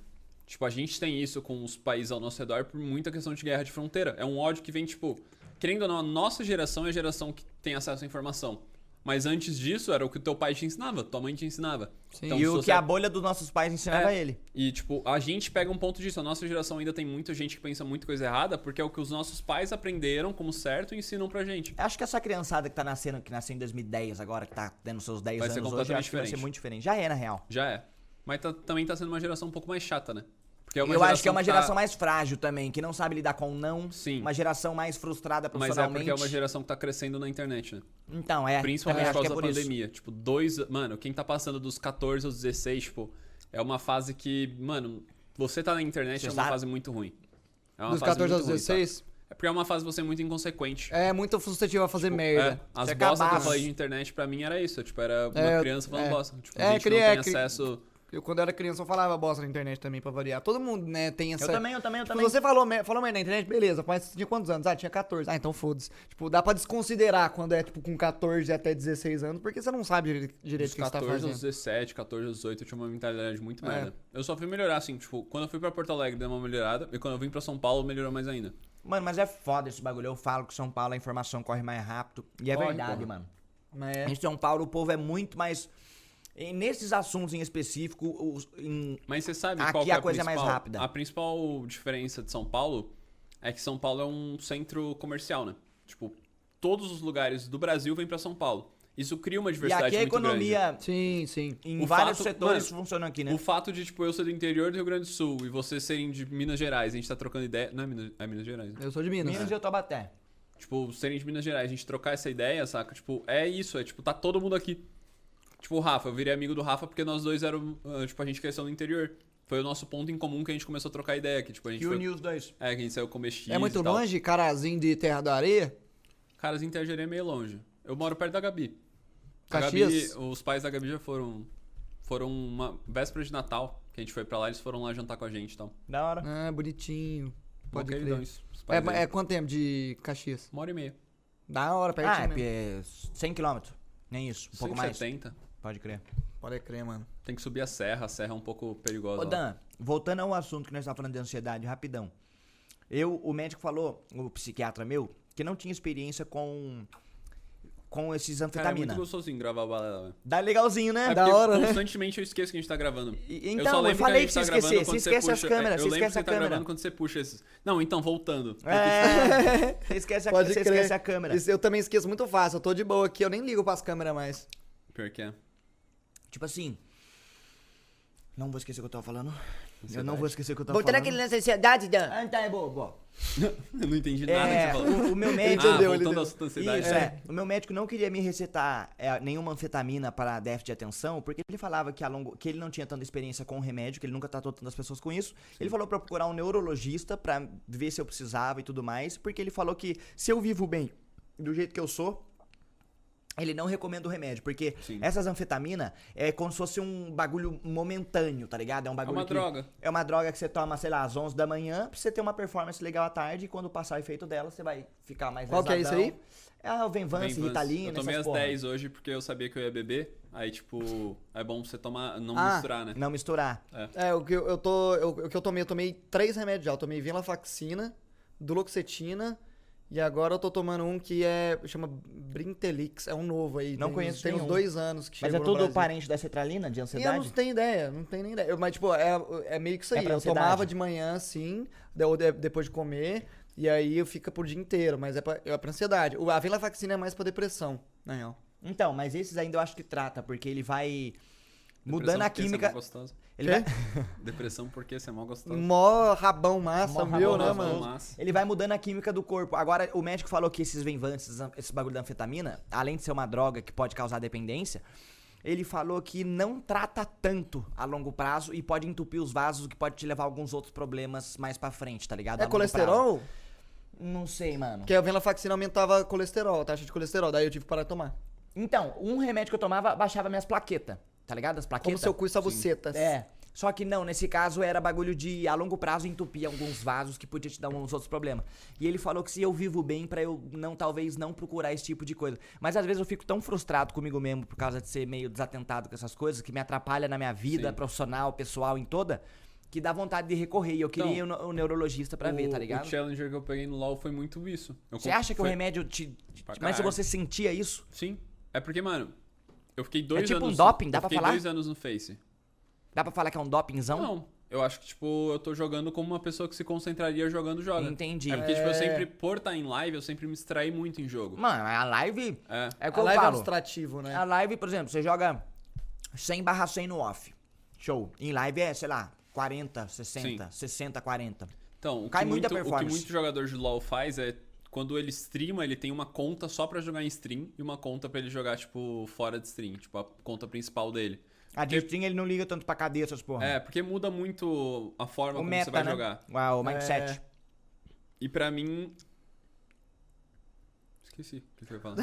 S3: Tipo, a gente tem isso com os países ao nosso redor por muita questão de guerra de fronteira. É um ódio que vem, tipo, querendo ou não, a nossa geração é a geração que tem acesso à informação. Mas antes disso, era o que teu pai te ensinava, tua mãe te ensinava.
S1: Sim.
S3: Então,
S2: e
S3: se
S2: o
S3: você-
S2: que a bolha dos nossos pais ensinava a
S3: É.
S2: ele.
S3: E, tipo, a gente pega um ponto disso. A nossa geração ainda tem muita gente que pensa muita coisa errada, porque é o que os nossos pais aprenderam como certo e ensinam pra gente.
S2: Acho que essa criançada que tá nascendo, que nasceu em 2010 agora, que tá tendo seus 10
S3: Vai ser
S2: anos hoje,
S3: completamente
S2: acho que vai ser
S3: diferente.
S2: muito diferente. Já é, na real.
S3: Já é. Mas tá- também tá sendo uma geração um pouco mais chata, né? Porque é
S2: eu acho que é uma geração
S3: tá-
S2: mais frágil também, que não sabe lidar com o não.
S3: Sim.
S2: Uma geração mais frustrada
S3: Mas é
S2: profissionalmente.
S3: porque é uma geração que tá crescendo na internet, né?
S2: Então, é.
S3: Principalmente por
S2: também acho que
S3: causa
S2: é
S3: da
S2: por isso.
S3: pandemia. Tipo, dois. Mano, quem tá passando dos 14 aos 16, tipo, é uma fase que, mano, você tá na internet
S2: Você
S3: é uma
S2: sabe?
S3: fase muito ruim. É uma
S1: Dos
S3: fase
S1: 14 aos
S3: muito ruim, tá?
S1: 16,
S3: É porque é uma fase você é muito inconsequente.
S1: é muito frustrativo a fazer merda.
S3: É, as
S2: Você
S3: bostas que eu
S2: acabasse.
S3: falei de internet pra mim era isso. Tipo, era uma
S1: É,
S3: criança falando
S1: é.
S3: bosta. Tipo,
S1: É,
S3: a gente
S1: cria-
S3: não tem
S1: cri-
S3: acesso.
S1: Eu, quando eu era criança, eu falava bosta na internet também, pra variar. Todo mundo, né, tem essa...
S2: Eu também, eu também, eu
S1: Tipo,
S2: também.
S1: você falou, mer- falou merda na internet, beleza, mas você tinha quantos anos? Ah, tinha 14. Ah, então foda-se. Tipo, dá pra desconsiderar quando é, tipo, com 14 até 16 anos, porque você não sabe dire- direito o
S3: Dos
S1: que você tá
S3: 14 aos
S1: fazendo.
S3: 17, 14 aos 18, eu tinha uma mentalidade muito
S1: É.
S3: merda. Eu só fui melhorar, assim, tipo, quando eu fui pra Porto Alegre deu uma melhorada, e quando eu vim pra São Paulo melhorou mais ainda.
S2: Mano, mas é foda esse bagulho. Eu falo que São Paulo a informação corre mais rápido. E é
S3: Corre,
S2: verdade,
S3: porra.
S2: mano.
S1: Mas é-
S2: Em São Paulo o povo é muito mais. e nesses assuntos em específico, os- em-
S3: Mas você sabe
S2: Aqui
S3: qual que é
S2: a coisa é mais
S3: principal?
S2: rápida.
S3: A principal diferença de São Paulo é que São Paulo é um centro comercial, né? Tipo, todos os lugares do Brasil vêm pra São Paulo. Isso cria uma
S2: e
S3: diversidade
S2: aqui a
S3: muito grande.
S2: economia
S1: Sim, sim.
S2: em
S3: O
S2: vários
S3: fato-
S2: setores
S3: mano,
S2: funciona aqui, né?
S3: O fato de, tipo, eu ser do interior do Rio Grande do Sul e vocês serem de Minas Gerais, a gente tá trocando ideia. Não é Minas, é Minas Gerais, né?
S1: Eu sou de Minas.
S2: Minas e Otobaté.
S3: Tipo, serem de Minas Gerais, a gente trocar essa ideia, saca? Tipo, é isso, é tipo, tá todo mundo aqui. Tipo, o Rafa, eu virei amigo do Rafa porque nós dois éramos. ah, Tipo, a gente cresceu no interior. Foi o nosso ponto em comum que a gente começou a trocar ideia, que, tipo, a gente.
S2: Que
S3: foi-
S2: uniu os dois.
S3: É, que a gente saiu comer X
S1: É muito
S3: e tal.
S1: longe, Carazinho de Terra da Areia?
S3: Cara, as Intergerê é meio longe. Eu moro perto da Gabi. A
S1: Caxias?
S3: Gabi, os pais da Gabi já foram. Foram uma véspera de Natal, que a gente foi pra lá, eles foram lá jantar com a gente e tal.
S2: Da hora.
S1: Ah, bonitinho. Pode
S3: Ok,
S1: crer.
S3: então, os pais
S1: É, é
S3: dele.
S1: quanto tempo de Caxias?
S3: Uma hora e meia.
S1: Da hora,
S2: Ah,
S1: pertinho.
S2: é,
S1: né?
S2: é 100 km. Nem isso, um pouco mais.
S3: 170.
S2: Pode crer.
S1: Pode crer, mano.
S3: Tem que subir a serra, a serra é um pouco perigosa.
S2: Ô,
S3: lá.
S2: Dan, voltando ao assunto que nós estávamos falando de ansiedade, rapidão. Eu, o médico falou, o psiquiatra meu, que não tinha experiência com com esses
S3: Cara, é muito
S2: anfetamina.
S3: gostosinho gravar o balela. né?
S2: Dá legalzinho, né?
S3: É
S1: da
S3: porque
S1: hora, né?
S3: constantemente eu esqueço que a gente tá gravando.
S2: E-
S3: eu só
S2: então, eu,
S3: lembro
S2: falei
S3: que
S2: pra
S3: a
S2: você esquecer. Você
S3: gente tá gravando quando você
S2: esquece as
S3: puxa-
S2: câmeras,
S3: eu
S2: você
S3: lembro que
S2: esquece
S3: você
S2: a
S3: tá
S2: câmera.
S3: gravando quando você puxa esses. Não, então, voltando.
S2: É, (laughs) você esquece a,
S1: Pode
S2: você
S1: crer.
S2: esquece a câmera.
S1: Isso eu também esqueço muito fácil. Eu tô de boa aqui, eu nem ligo pras câmeras mais. Tá
S3: Pior que é.
S2: Tipo assim. Não vou esquecer o que eu tava falando. Eu não
S3: Ansiedade.
S2: vou esquecer o que eu tava
S6: Voltando
S2: falando.
S6: aquele lance da ansiedade, Dan.
S2: Ah, tá, é boa, boa.
S3: (laughs) Eu não entendi nada
S2: É,
S3: que você falou.
S2: o, o
S3: (laughs)
S2: meu
S3: Ah,
S2: médico.
S1: entendeu, ele
S3: voltando
S1: deu-
S3: à né? substancialidade.
S2: Isso, é. O meu médico não queria me recetar é, nenhuma anfetamina para déficit de atenção, porque ele falava que, a longo, que ele não tinha tanta experiência com o remédio, que ele nunca tratou tantas pessoas com isso. Ele falou pra eu procurar um neurologista pra ver se eu precisava e tudo mais, porque ele falou que se eu vivo bem do jeito que eu sou. Ele não recomenda o remédio, porque
S3: Sim.
S2: essas anfetaminas é como se fosse um bagulho momentâneo, tá ligado? É um bagulho
S3: uma
S2: que-
S3: droga.
S2: É uma droga que você toma, sei lá, às 11 da manhã, pra você ter uma performance legal à tarde, e quando passar o efeito dela, você vai ficar mais
S1: Qual que é isso
S2: lesadão.
S1: aí?
S2: É a
S3: Bem,
S2: Venvance,
S3: Vans,
S2: Ritalina,
S3: Eu tomei
S2: essas
S3: às
S2: porra.
S3: 10 hoje porque eu sabia que eu ia beber. Aí, tipo, é bom você tomar, não
S1: Ah,
S3: misturar, né?
S2: Não misturar.
S1: É, o que eu, eu tô. eu- o que eu tomei, eu tomei três remédios já. Eu tomei venlafaxina, duloxetina. E agora eu tô tomando um que é. chama Brintelix. É um novo aí.
S2: Não
S1: tem,
S2: conheço
S1: Tem uns
S2: nenhum.
S1: dois anos que
S2: Mas é
S1: chegou no
S2: tudo
S1: Brasil.
S2: parente da cetralina, de
S1: Eu não
S2: ansiedade?
S1: tenho ideia, não tenho nem ideia. Eu- mas, tipo, é, é meio que isso
S2: É
S1: aí.
S2: pra
S1: eu
S2: ansiedade.
S1: tomava de manhã, assim, de- ou de- depois de comer, e aí eu fica pro dia inteiro, mas é pra, é pra ansiedade. O, a venlafaxina é mais pra depressão, na real.
S2: Então, mas esses ainda eu acho que trata, porque ele vai mudando
S3: Depressão
S2: a
S3: porque você É
S2: química.
S3: mal gostosa.
S2: Ele vai,
S3: Depressão porque você é mal gostosa.
S1: Mó rabão massa,
S2: Mó
S1: meu,
S2: rabão
S1: né,
S3: Nossa,
S1: mano?
S3: massa.
S2: ele vai mudando a química do corpo. Agora, o médico falou que esses venvances, esse bagulho da anfetamina, além de ser uma droga que pode causar dependência, ele falou que não trata tanto a longo prazo e pode entupir os vasos, o que pode te levar a alguns outros problemas mais pra frente, tá ligado? A
S1: É
S2: longo prazo.
S1: colesterol?
S2: Não sei, mano.
S1: Porque a venlafaxina aumentava colesterol, a taxa de colesterol, daí eu tive que parar de tomar.
S2: Então, um remédio que eu tomava baixava minhas plaquetas, tá ligado? As
S1: Como
S2: plaquetas.
S1: seu cu e sabucetas.
S2: É. Só que não, nesse caso era bagulho de a longo prazo entupir alguns vasos que podia te dar uns outros problemas. E ele falou que se eu vivo bem, pra eu não, talvez, não procurar esse tipo de coisa. Mas às vezes eu fico tão frustrado comigo mesmo por causa de ser meio desatentado com essas coisas, que me atrapalha na minha vida
S3: Sim.
S2: profissional, pessoal, em toda, que dá vontade de recorrer. E eu queria
S3: Então,
S2: ir no- o neurologista pra ver,
S3: O-
S2: tá
S3: O
S2: ligado?
S3: Challenger que eu peguei no LoL foi muito isso. Eu
S2: Você
S3: comp-
S2: acha que
S3: foi-
S2: o remédio te.
S3: Pra
S2: Mas se
S3: caralho.
S2: você sentia isso?
S3: Sim. É porque, mano, eu fiquei dois
S2: tipo um
S3: anos.
S2: doping, dá
S3: eu
S2: pra
S3: fiquei
S2: falar?
S3: dois anos no Face.
S2: Dá pra falar que é um dopingzão?
S3: Não. Eu acho que, tipo, eu tô jogando como uma pessoa que se concentraria jogando, joga.
S2: Entendi.
S3: É porque, tipo, eu sempre, por estar em live, eu sempre me distraí muito em jogo.
S2: Mano, a live.
S3: É.
S2: É o que
S1: A
S2: eu
S1: live é
S2: falo.
S1: abstrativo, né?
S2: A live, por exemplo, você joga 100 barra 100 no off. Show. Em live é, sei lá, 40, 60, 60, 40.
S3: Então, o
S2: Cai
S3: que,
S2: muito a
S3: muito, o que
S2: performance.
S3: muito jogador de LoL faz é quando ele streama, ele tem uma conta só pra jogar em stream e uma conta pra ele jogar, tipo, fora de stream, tipo, a conta principal dele.
S2: A de stream ele não liga tanto pra cabeça, essas porra.
S3: É, porque muda muito a
S2: o
S3: forma como
S2: meta,
S3: você vai
S2: né?
S3: jogar. É,
S2: Ah, o mindset.
S3: E pra mim. Esqueci o que que eu ia
S2: (laughs)
S3: falar.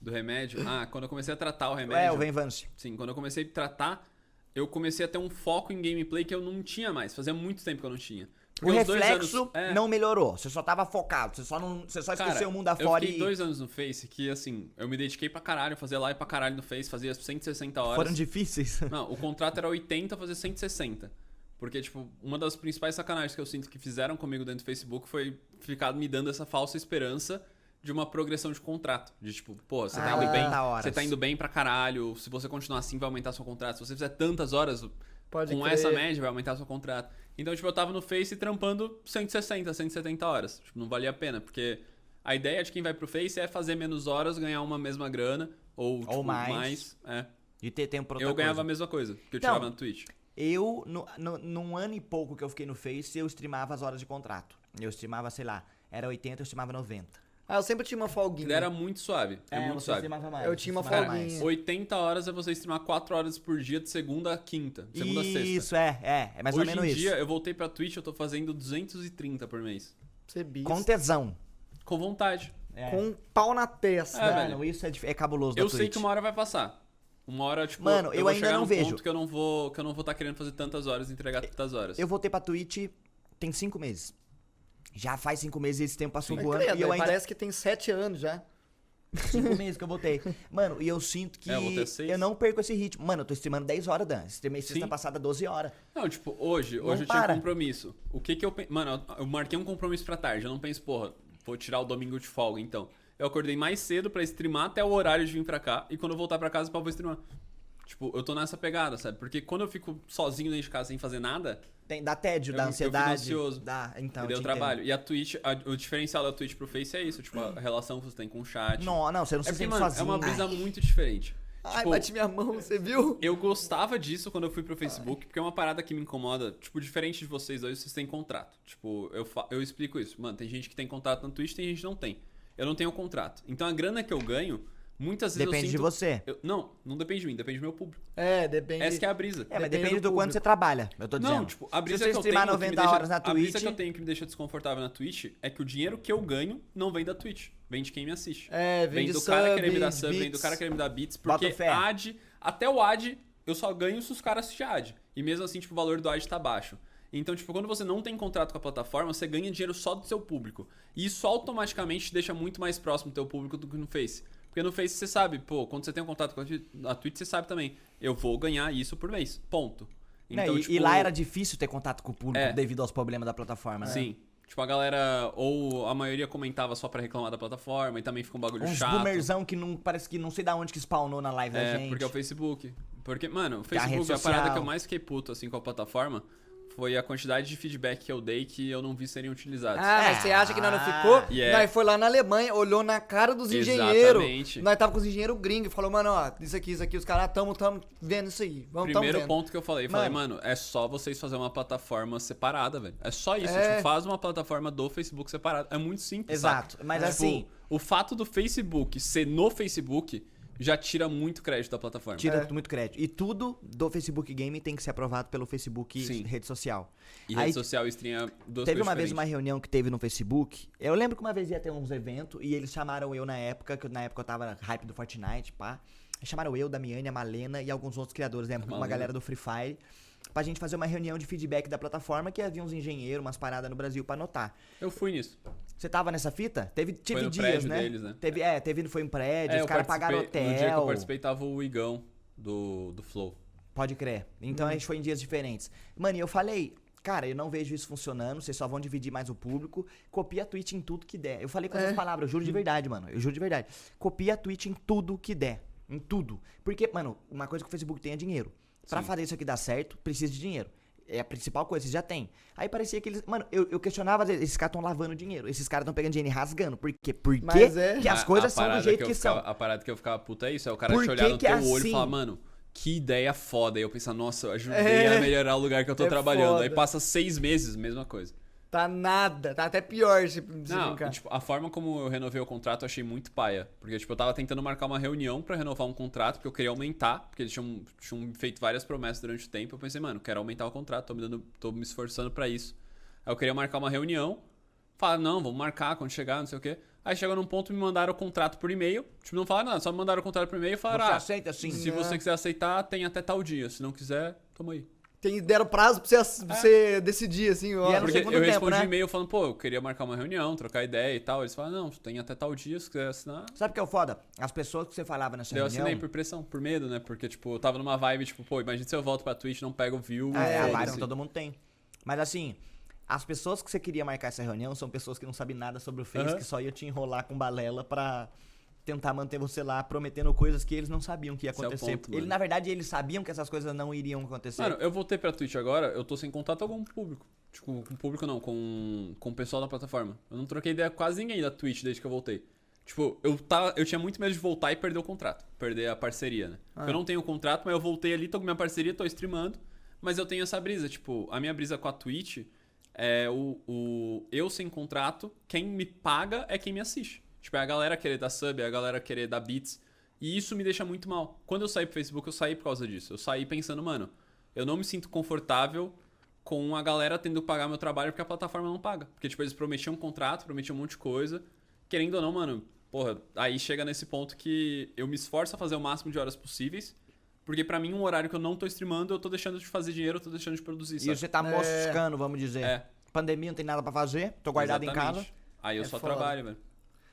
S3: Do remédio? Ah, quando eu comecei a tratar o remédio.
S2: É, o Venvance.
S3: Sim, quando eu comecei a tratar, eu comecei a ter um foco em gameplay que eu não tinha mais. Fazia muito tempo que eu não tinha.
S2: O
S3: os dois
S2: reflexo
S3: anos- é,
S2: não melhorou. Você só tava focado. Você só, não, você só
S3: Cara,
S2: esqueceu o mundo afora
S3: eu fiquei
S2: e.
S3: dois anos no Face que, assim, eu me dediquei pra caralho, eu fazia live pra caralho no Face, fazia 160 horas.
S2: Foram difíceis.
S3: (laughs) Não, o contrato era 80, fazer 160. Porque, tipo, uma das principais sacanagens que eu sinto que fizeram comigo dentro do Facebook foi ficar me dando essa falsa esperança de uma progressão de contrato. De tipo, pô, você tá
S2: Ah,
S3: indo bem.
S2: 80 horas.
S3: Você tá indo bem pra caralho. Se você continuar assim, vai aumentar seu contrato. Se você fizer tantas horas
S1: Pode
S3: com
S1: crer.
S3: essa média, vai aumentar seu contrato. Então, tipo, eu tava no Face trampando 160, 170 horas. Tipo, não valia a pena, porque a ideia de quem vai pro Face é fazer menos horas, ganhar uma mesma grana. Ou, tipo,
S2: mais.
S3: mais. É.
S2: E ter tempo pra outra
S3: Eu ganhava
S2: coisa.
S3: a mesma coisa que eu
S2: Então,
S3: tirava no Twitch.
S2: Eu, no, no, num ano e pouco que eu fiquei no Face, eu streamava as horas de contrato. Eu streamava, sei lá, era 80, eu streamava 90.
S1: Ah, eu sempre tinha uma folguinha.
S3: Ele era muito suave. É, muito
S2: você
S3: suave.
S2: streamava mais.
S1: Eu
S2: você
S1: tinha uma
S2: streamava
S1: folguinha.
S2: mais.
S3: 80 horas é você streamar 4 horas por dia de segunda a quinta. Segunda a sexta.
S2: Isso, é, é. É mais
S3: Hoje
S2: ou menos
S3: em
S2: isso.
S3: dia, eu voltei pra Twitch, eu tô fazendo 230 por mês.
S1: Você bis.
S2: Com tesão.
S3: Com vontade.
S2: É.
S1: Com um pau na testa.
S3: É,
S2: Mano, isso é, dif- é cabuloso
S3: eu
S2: da
S3: sei
S2: Twitch.
S3: que uma hora vai passar. Uma hora, tipo,
S2: Mano, eu
S3: vou
S2: ainda
S3: chegar
S2: não
S3: num
S2: vejo.
S3: ponto que eu não vou que eu não vou estar querendo fazer tantas horas e entregar tantas horas.
S2: Eu voltei pra Twitch tem cinco meses. Já faz cinco meses e esse tempo passou
S1: Mas
S2: voando.
S1: credo,
S2: E eu
S1: né?
S2: ainda...
S1: Parece que tem sete anos já.
S2: Cinco meses que eu voltei. Mano, e eu sinto que
S3: É, eu voltei
S2: eu,
S3: às seis.
S2: não perco esse ritmo. Mano, eu tô streamando 10 horas, Dan. Streamei sexta
S3: Sim.
S2: passada 12 horas.
S3: Não, tipo, hoje,
S2: Não
S3: hoje eu
S2: para.
S3: tinha compromisso. O que que eu. pe- Mano, eu- eu marquei um compromisso pra tarde. Eu não penso, porra, vou tirar o domingo de folga, então. Eu acordei mais cedo pra streamar até o horário de vir pra cá. E quando eu voltar pra casa, pá, eu vou streamar. Tipo, eu tô nessa pegada, sabe? Porque quando eu fico sozinho dentro de casa sem fazer nada,
S2: Tem, dá tédio,
S3: Eu-
S2: dá
S3: eu fico
S2: ansiedade.
S3: ansioso.
S2: Dá, então.
S3: eu
S2: eu te
S3: trabalho.
S2: entendo. Hum.
S3: E a Twitch, a- o diferencial da Twitch pro Face é isso, tipo, a relação que você tem com o chat.
S2: Não, não, você não
S3: é
S2: se
S3: porque,
S2: sente
S3: mano,
S2: sozinho.
S3: é uma brisa
S2: Ai.
S3: muito diferente.
S1: Ai,
S3: Tipo,
S1: bati minha mão, você viu?
S3: Eu gostava disso quando eu fui pro Facebook, porque é uma parada que me incomoda. Tipo, diferente de vocês dois, vocês têm contrato. Tipo, eu, fa- eu explico isso. Mano, tem gente que tem contrato no Twitch, tem gente que não tem. Eu não tenho contrato. Então a grana que eu ganho, muitas vezes
S2: Depende
S3: eu
S2: de
S3: sinto...
S2: você. É,
S3: eu- não, não depende de mim, depende do meu público.
S1: É, depende.
S3: Essa que é a brisa.
S2: É, mas
S1: Depende
S2: depende
S1: do
S2: do, quanto
S1: público.
S2: você trabalha. Eu tô dizendo.
S3: Não, tipo, a brisa
S2: Se você
S3: que eu tenho
S2: streamar
S3: que me
S2: 90
S3: deixa-
S2: horas na
S3: a brisa
S2: Twitch.
S3: que eu tenho que me deixa desconfortável na Twitch é que o dinheiro que eu ganho não vem da Twitch, vem de quem me assiste.
S1: É, vem
S3: vem
S1: de
S3: do cara querer me dar
S1: subs,
S3: sub, vem
S1: bits.
S3: do cara querer me dar beats,
S2: Bota
S3: porque
S2: fé.
S3: ad, até o ad eu só ganho se os caras assistirem ad. E mesmo assim, tipo, o valor do ad tá baixo. Então, tipo, quando você não tem contrato com a plataforma, você ganha dinheiro só do seu público. E isso automaticamente te deixa muito mais próximo do teu público do que no Face. Porque no Face você sabe, pô, quando você tem um contrato com a Twi- a Twitch, você sabe também, eu vou ganhar isso por mês. Ponto.
S2: Não,
S3: Então,
S2: Né, e,
S3: tipo,
S2: e lá era difícil ter contato com o público
S3: É.
S2: devido aos problemas da plataforma, né?
S3: Sim. Tipo, a galera, ou a maioria comentava só pra reclamar da plataforma e também fica um bagulho
S2: Uns
S3: chato.
S2: boomerzão que não parece que não sei da onde que spawnou na live da
S3: É,
S2: gente.
S3: porque é o Facebook. Porque, mano, o
S2: Que é a rede
S3: Facebook, a,
S2: social.
S3: parada que eu mais fiquei puto, assim, com a plataforma, foi a quantidade de feedback que eu dei que eu não vi serem utilizados.
S1: Ah, mas
S2: É.
S1: você acha que nós não ficou?
S3: Yeah.
S1: Nós foi lá na Alemanha, olhou na cara dos engenheiros.
S3: Exatamente.
S1: Nós tava com os engenheiros gringos, falou, mano, ó, isso aqui, isso aqui, os caras tamo, tamo vendo isso aí. Vamos, tamo
S3: Primeiro
S1: vendo.
S3: ponto que eu falei, falei, mano, é só vocês fazerem uma plataforma separada, velho. É só isso,
S1: É.
S3: tipo, faz uma plataforma do Facebook separada. É muito simples,
S2: Exato,
S3: saca?
S2: mas
S3: Tipo,
S2: assim-
S3: o fato do Facebook ser no Facebook já tira muito crédito da plataforma.
S2: Tira muito crédito. E tudo do Facebook Game tem que ser aprovado pelo Facebook
S3: Sim.
S2: rede social.
S3: E
S2: Aí
S3: rede social e stream é duas
S2: teve
S3: coisas
S2: uma vez
S3: diferentes.
S2: uma reunião que teve no Facebook. Eu lembro que uma vez ia ter uns eventos e eles chamaram eu na época, que eu- na época eu tava na hype do Fortnite, pá. Aí Chamaram eu, Damiane, a Malena e alguns outros criadores, né? Uma
S3: Malena.
S2: galera do Free Fire. Pra gente fazer uma reunião de feedback da plataforma que havia uns engenheiros, umas paradas no Brasil pra anotar.
S3: Eu fui nisso.
S2: Você tava nessa fita? Teve, tive
S3: no
S2: dias,
S3: prédio
S2: né?
S3: deles, né?
S2: Teve, é, teve, foi em prédio,
S3: eu
S2: os caras pagaram
S3: participei- No dia que
S2: hotel.
S3: eu participei tava o Igão do, do Flow.
S1: Uhum.
S2: Pode crer. Então a gente foi em dias diferentes. Mano, e eu falei, Cara, eu não vejo isso funcionando, vocês só vão dividir mais o público. Copia a Twitch em tudo que der. Eu falei com essas
S1: É.
S2: palavras, eu
S1: Uhum.
S2: juro de verdade, mano. Eu juro de verdade. Copia a Twitch em tudo que der. Em tudo. Porque, mano, uma coisa que o Facebook tem é dinheiro. Pra fazer isso aqui dar certo, precisa de dinheiro. É a principal coisa, vocês já têm. Aí parecia que eles. Mano, eu, eu questionava, às vezes, esses caras estão lavando dinheiro, esses caras estão pegando dinheiro e rasgando. Por quê? Por quê?
S1: Mas é.
S2: que as
S3: A-
S2: coisas
S3: a
S2: são do
S3: parada
S2: jeito que,
S3: eu
S2: são.
S3: ficava- A parada que eu ficava puta é isso, é o cara
S2: Por
S3: te
S2: que
S3: olhar no
S2: que é
S3: teu olho
S2: assim?
S3: e falar, mano, que ideia foda. E eu pensar, nossa, eu ajudei
S1: É.
S3: a melhorar o lugar que eu tô
S1: É
S3: trabalhando. Aí
S1: foda.
S3: passa seis meses, mesma coisa.
S1: Tá nada, tá até pior se, se
S3: Não,
S1: brincar.
S3: tipo, a forma como eu renovei o contrato eu achei muito paia. Porque, tipo, eu tava tentando marcar uma reunião pra renovar um contrato, porque eu queria aumentar, porque eles tinham, tinham feito várias promessas durante o tempo. Eu pensei, mano, quero aumentar o contrato, tô me, dando, tô me esforçando pra isso. Aí eu queria marcar uma reunião, falaram, não, vamos marcar quando chegar, não sei o quê. Aí chegou num ponto, me mandaram o contrato por e-mail. Tipo, não falaram nada, só me mandaram o contrato por e-mail e falaram,
S2: Você
S3: ah,
S2: aceita assim?
S3: se você quiser aceitar, tem até tal dia. Se não quiser, toma aí.
S1: Tem, deram prazo pra você, ass- pra você decidir, assim, ó.
S2: E era no
S3: É. Porque eu
S2: segundo tempo,
S3: respondi
S2: né?
S3: e-mail falando, pô, eu queria marcar uma reunião, trocar ideia e tal. Eles falaram, não, tem até tal dia, se quiser assinar.
S2: Sabe o que é o foda? As pessoas que você falava nessa
S3: Daí Eu assinei
S2: reunião.
S3: por pressão, por medo, né? Porque, tipo, eu tava numa vibe, tipo, pô, imagina se eu volto pra Twitch, não pego view.
S2: Ah, é a
S3: foda-se.
S2: vibe que todo mundo tem. Mas assim, as pessoas que você queria marcar essa reunião são pessoas que não sabem nada sobre o Face,
S3: Aham.
S2: que só ia te enrolar com balela pra tentar manter você lá, prometendo coisas que eles não sabiam que ia
S3: Esse é o
S2: acontecer.
S3: ponto, mano.
S2: Ele, na verdade, eles sabiam que essas coisas não iriam acontecer.
S3: Mano, eu voltei pra Twitch agora, eu tô sem contato algum com o público. Tipo, com o público não, com, com o pessoal da plataforma. Eu não troquei ideia com quase ninguém da Twitch desde que eu voltei. Tipo, eu, tava, eu tinha muito medo de voltar e perder o contrato, perder a parceria, né? Porque Eu
S2: Ah.
S3: não tenho contrato, mas eu voltei ali, tô com minha parceria, tô streamando. Mas eu tenho essa brisa, tipo, a minha brisa com a Twitch é o, o eu sem contrato, quem me paga é quem me assiste. Tipo, é a galera querer dar sub, é a galera querer dar beats. E isso me deixa muito mal. Quando eu saí pro Facebook, eu saí por causa disso. Eu saí pensando, mano, eu não me sinto confortável com a galera tendo que pagar meu trabalho porque a plataforma não paga. Porque, tipo, eles prometiam um contrato, prometiam um monte de coisa. Querendo ou não, mano, porra, aí chega nesse ponto que eu me esforço a fazer o máximo de horas possíveis. Porque pra mim, um horário que eu não tô streamando, eu tô deixando de fazer dinheiro, eu tô deixando de produzir,
S2: e
S3: sabe?
S1: É.
S2: você tá moscando, vamos dizer.
S3: É.
S2: Pandemia, não tem nada pra fazer, tô guardado em
S3: Exatamente.
S2: casa.
S3: Aí eu
S1: É
S3: só
S1: foda.
S3: trabalho, velho.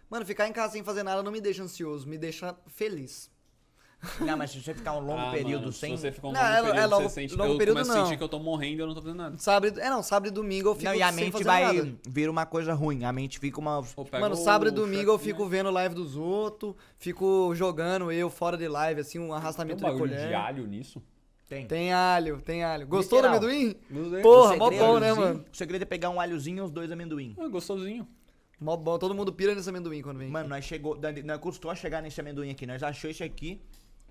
S1: Mano, ficar em casa sem fazer nada não me deixa ansioso, me deixa feliz.
S2: Não, mas se você ficar um longo
S3: (laughs) Ah,
S2: período
S3: mano,
S2: sem.
S3: Se você ficar um
S1: Não,
S3: longo
S1: é lo- é
S3: período, você
S1: longo-
S3: sente,
S1: longo
S3: eu
S1: período
S3: começo a
S1: não.
S3: sentir que eu tô morrendo e eu não tô fazendo nada.
S1: Sábado, é não, sábado e domingo eu fico
S2: Não, e a
S1: sem
S2: mente
S1: fazer
S2: vai
S1: nada.
S2: vira uma coisa ruim. A mente fica uma.
S3: Pô, pega
S1: Mano,
S3: o
S1: sábado e domingo eu
S3: Shrek, né?
S1: fico vendo live dos outros, fico jogando eu fora de live, assim, um
S3: Tem um
S1: arrastamento de
S3: bagulho
S1: colher.
S3: de alho nisso?
S2: Tem.
S1: Tem alho, tem alho. Gostou
S2: Literal.
S1: do amendoim?
S2: O
S1: Porra, mó
S2: segredo-
S1: bom, né, mano?
S2: O segredo é pegar um alhozinho e os dois amendoim.
S3: Ah, gostosinho.
S1: Mó bom, todo mundo pira nesse amendoim quando vem.
S2: Mano, nós chegou, nós nós custou a chegar nesse amendoim aqui. Nós achou esse aqui.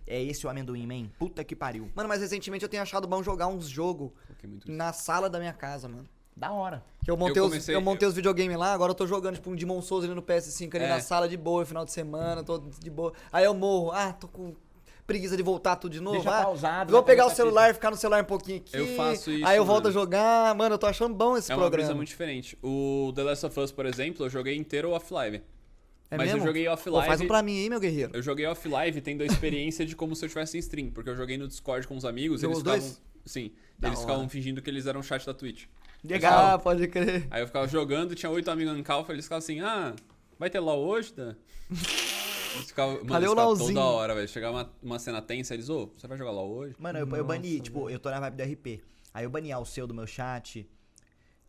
S2: É esse o amendoim, man. Puta que pariu.
S1: Mano, mas recentemente eu tenho achado bom jogar uns jogos
S3: Coloquei muito isso.
S1: na sala da minha casa, mano.
S2: Da hora.
S1: Que eu montei,
S3: Eu
S1: os,
S3: comecei-
S1: eu montei os videogames lá, agora eu tô jogando, tipo, um Demon Souls ali no PS5 ali
S3: É.
S1: na sala de boa, final de semana, tô de boa. Aí eu morro, ah, tô com preguiça de voltar tudo de novo.
S2: Deixa
S1: ah,
S2: pausado,
S1: vou
S2: vai pra
S1: pegar o
S2: outra
S1: celular, ficar no celular um pouquinho aqui.
S3: Eu faço isso,
S1: Aí eu volto
S3: mano.
S1: a jogar. Mano, eu tô achando bom esse
S3: É uma brisa
S1: programa.
S3: muito diferente. O The Last of Us, por exemplo, eu joguei inteiro offline.
S1: É
S3: Mas
S1: mesmo?
S3: eu joguei
S1: Pô,
S3: offline.
S1: faz um pra mim aí, meu guerreiro.
S3: Eu joguei offline tendo a experiência de como se eu estivesse em stream, porque eu joguei no Discord com os amigos,
S1: Jogou
S3: eles
S1: os dois?
S3: ficavam. Sim.
S1: Da
S3: eles
S1: hora.
S3: ficavam fingindo que eles eram chat da Twitch.
S1: Ah, pode crer.
S3: Aí eu ficava jogando, tinha oito amigos no calfa, eles ficavam assim, ah, vai ter LOL hoje, Dan? Eles ficavam, mano,
S1: Cadê
S3: eles
S1: o
S3: ficavam
S1: LOLzinho?
S3: toda hora, velho. Chegava uma, uma cena tensa, eles, ô, você vai jogar LOL hoje?
S2: Mano, eu, eu bani, tipo, eu tô na vibe do RP. Aí eu bani ah, o seu do meu chat,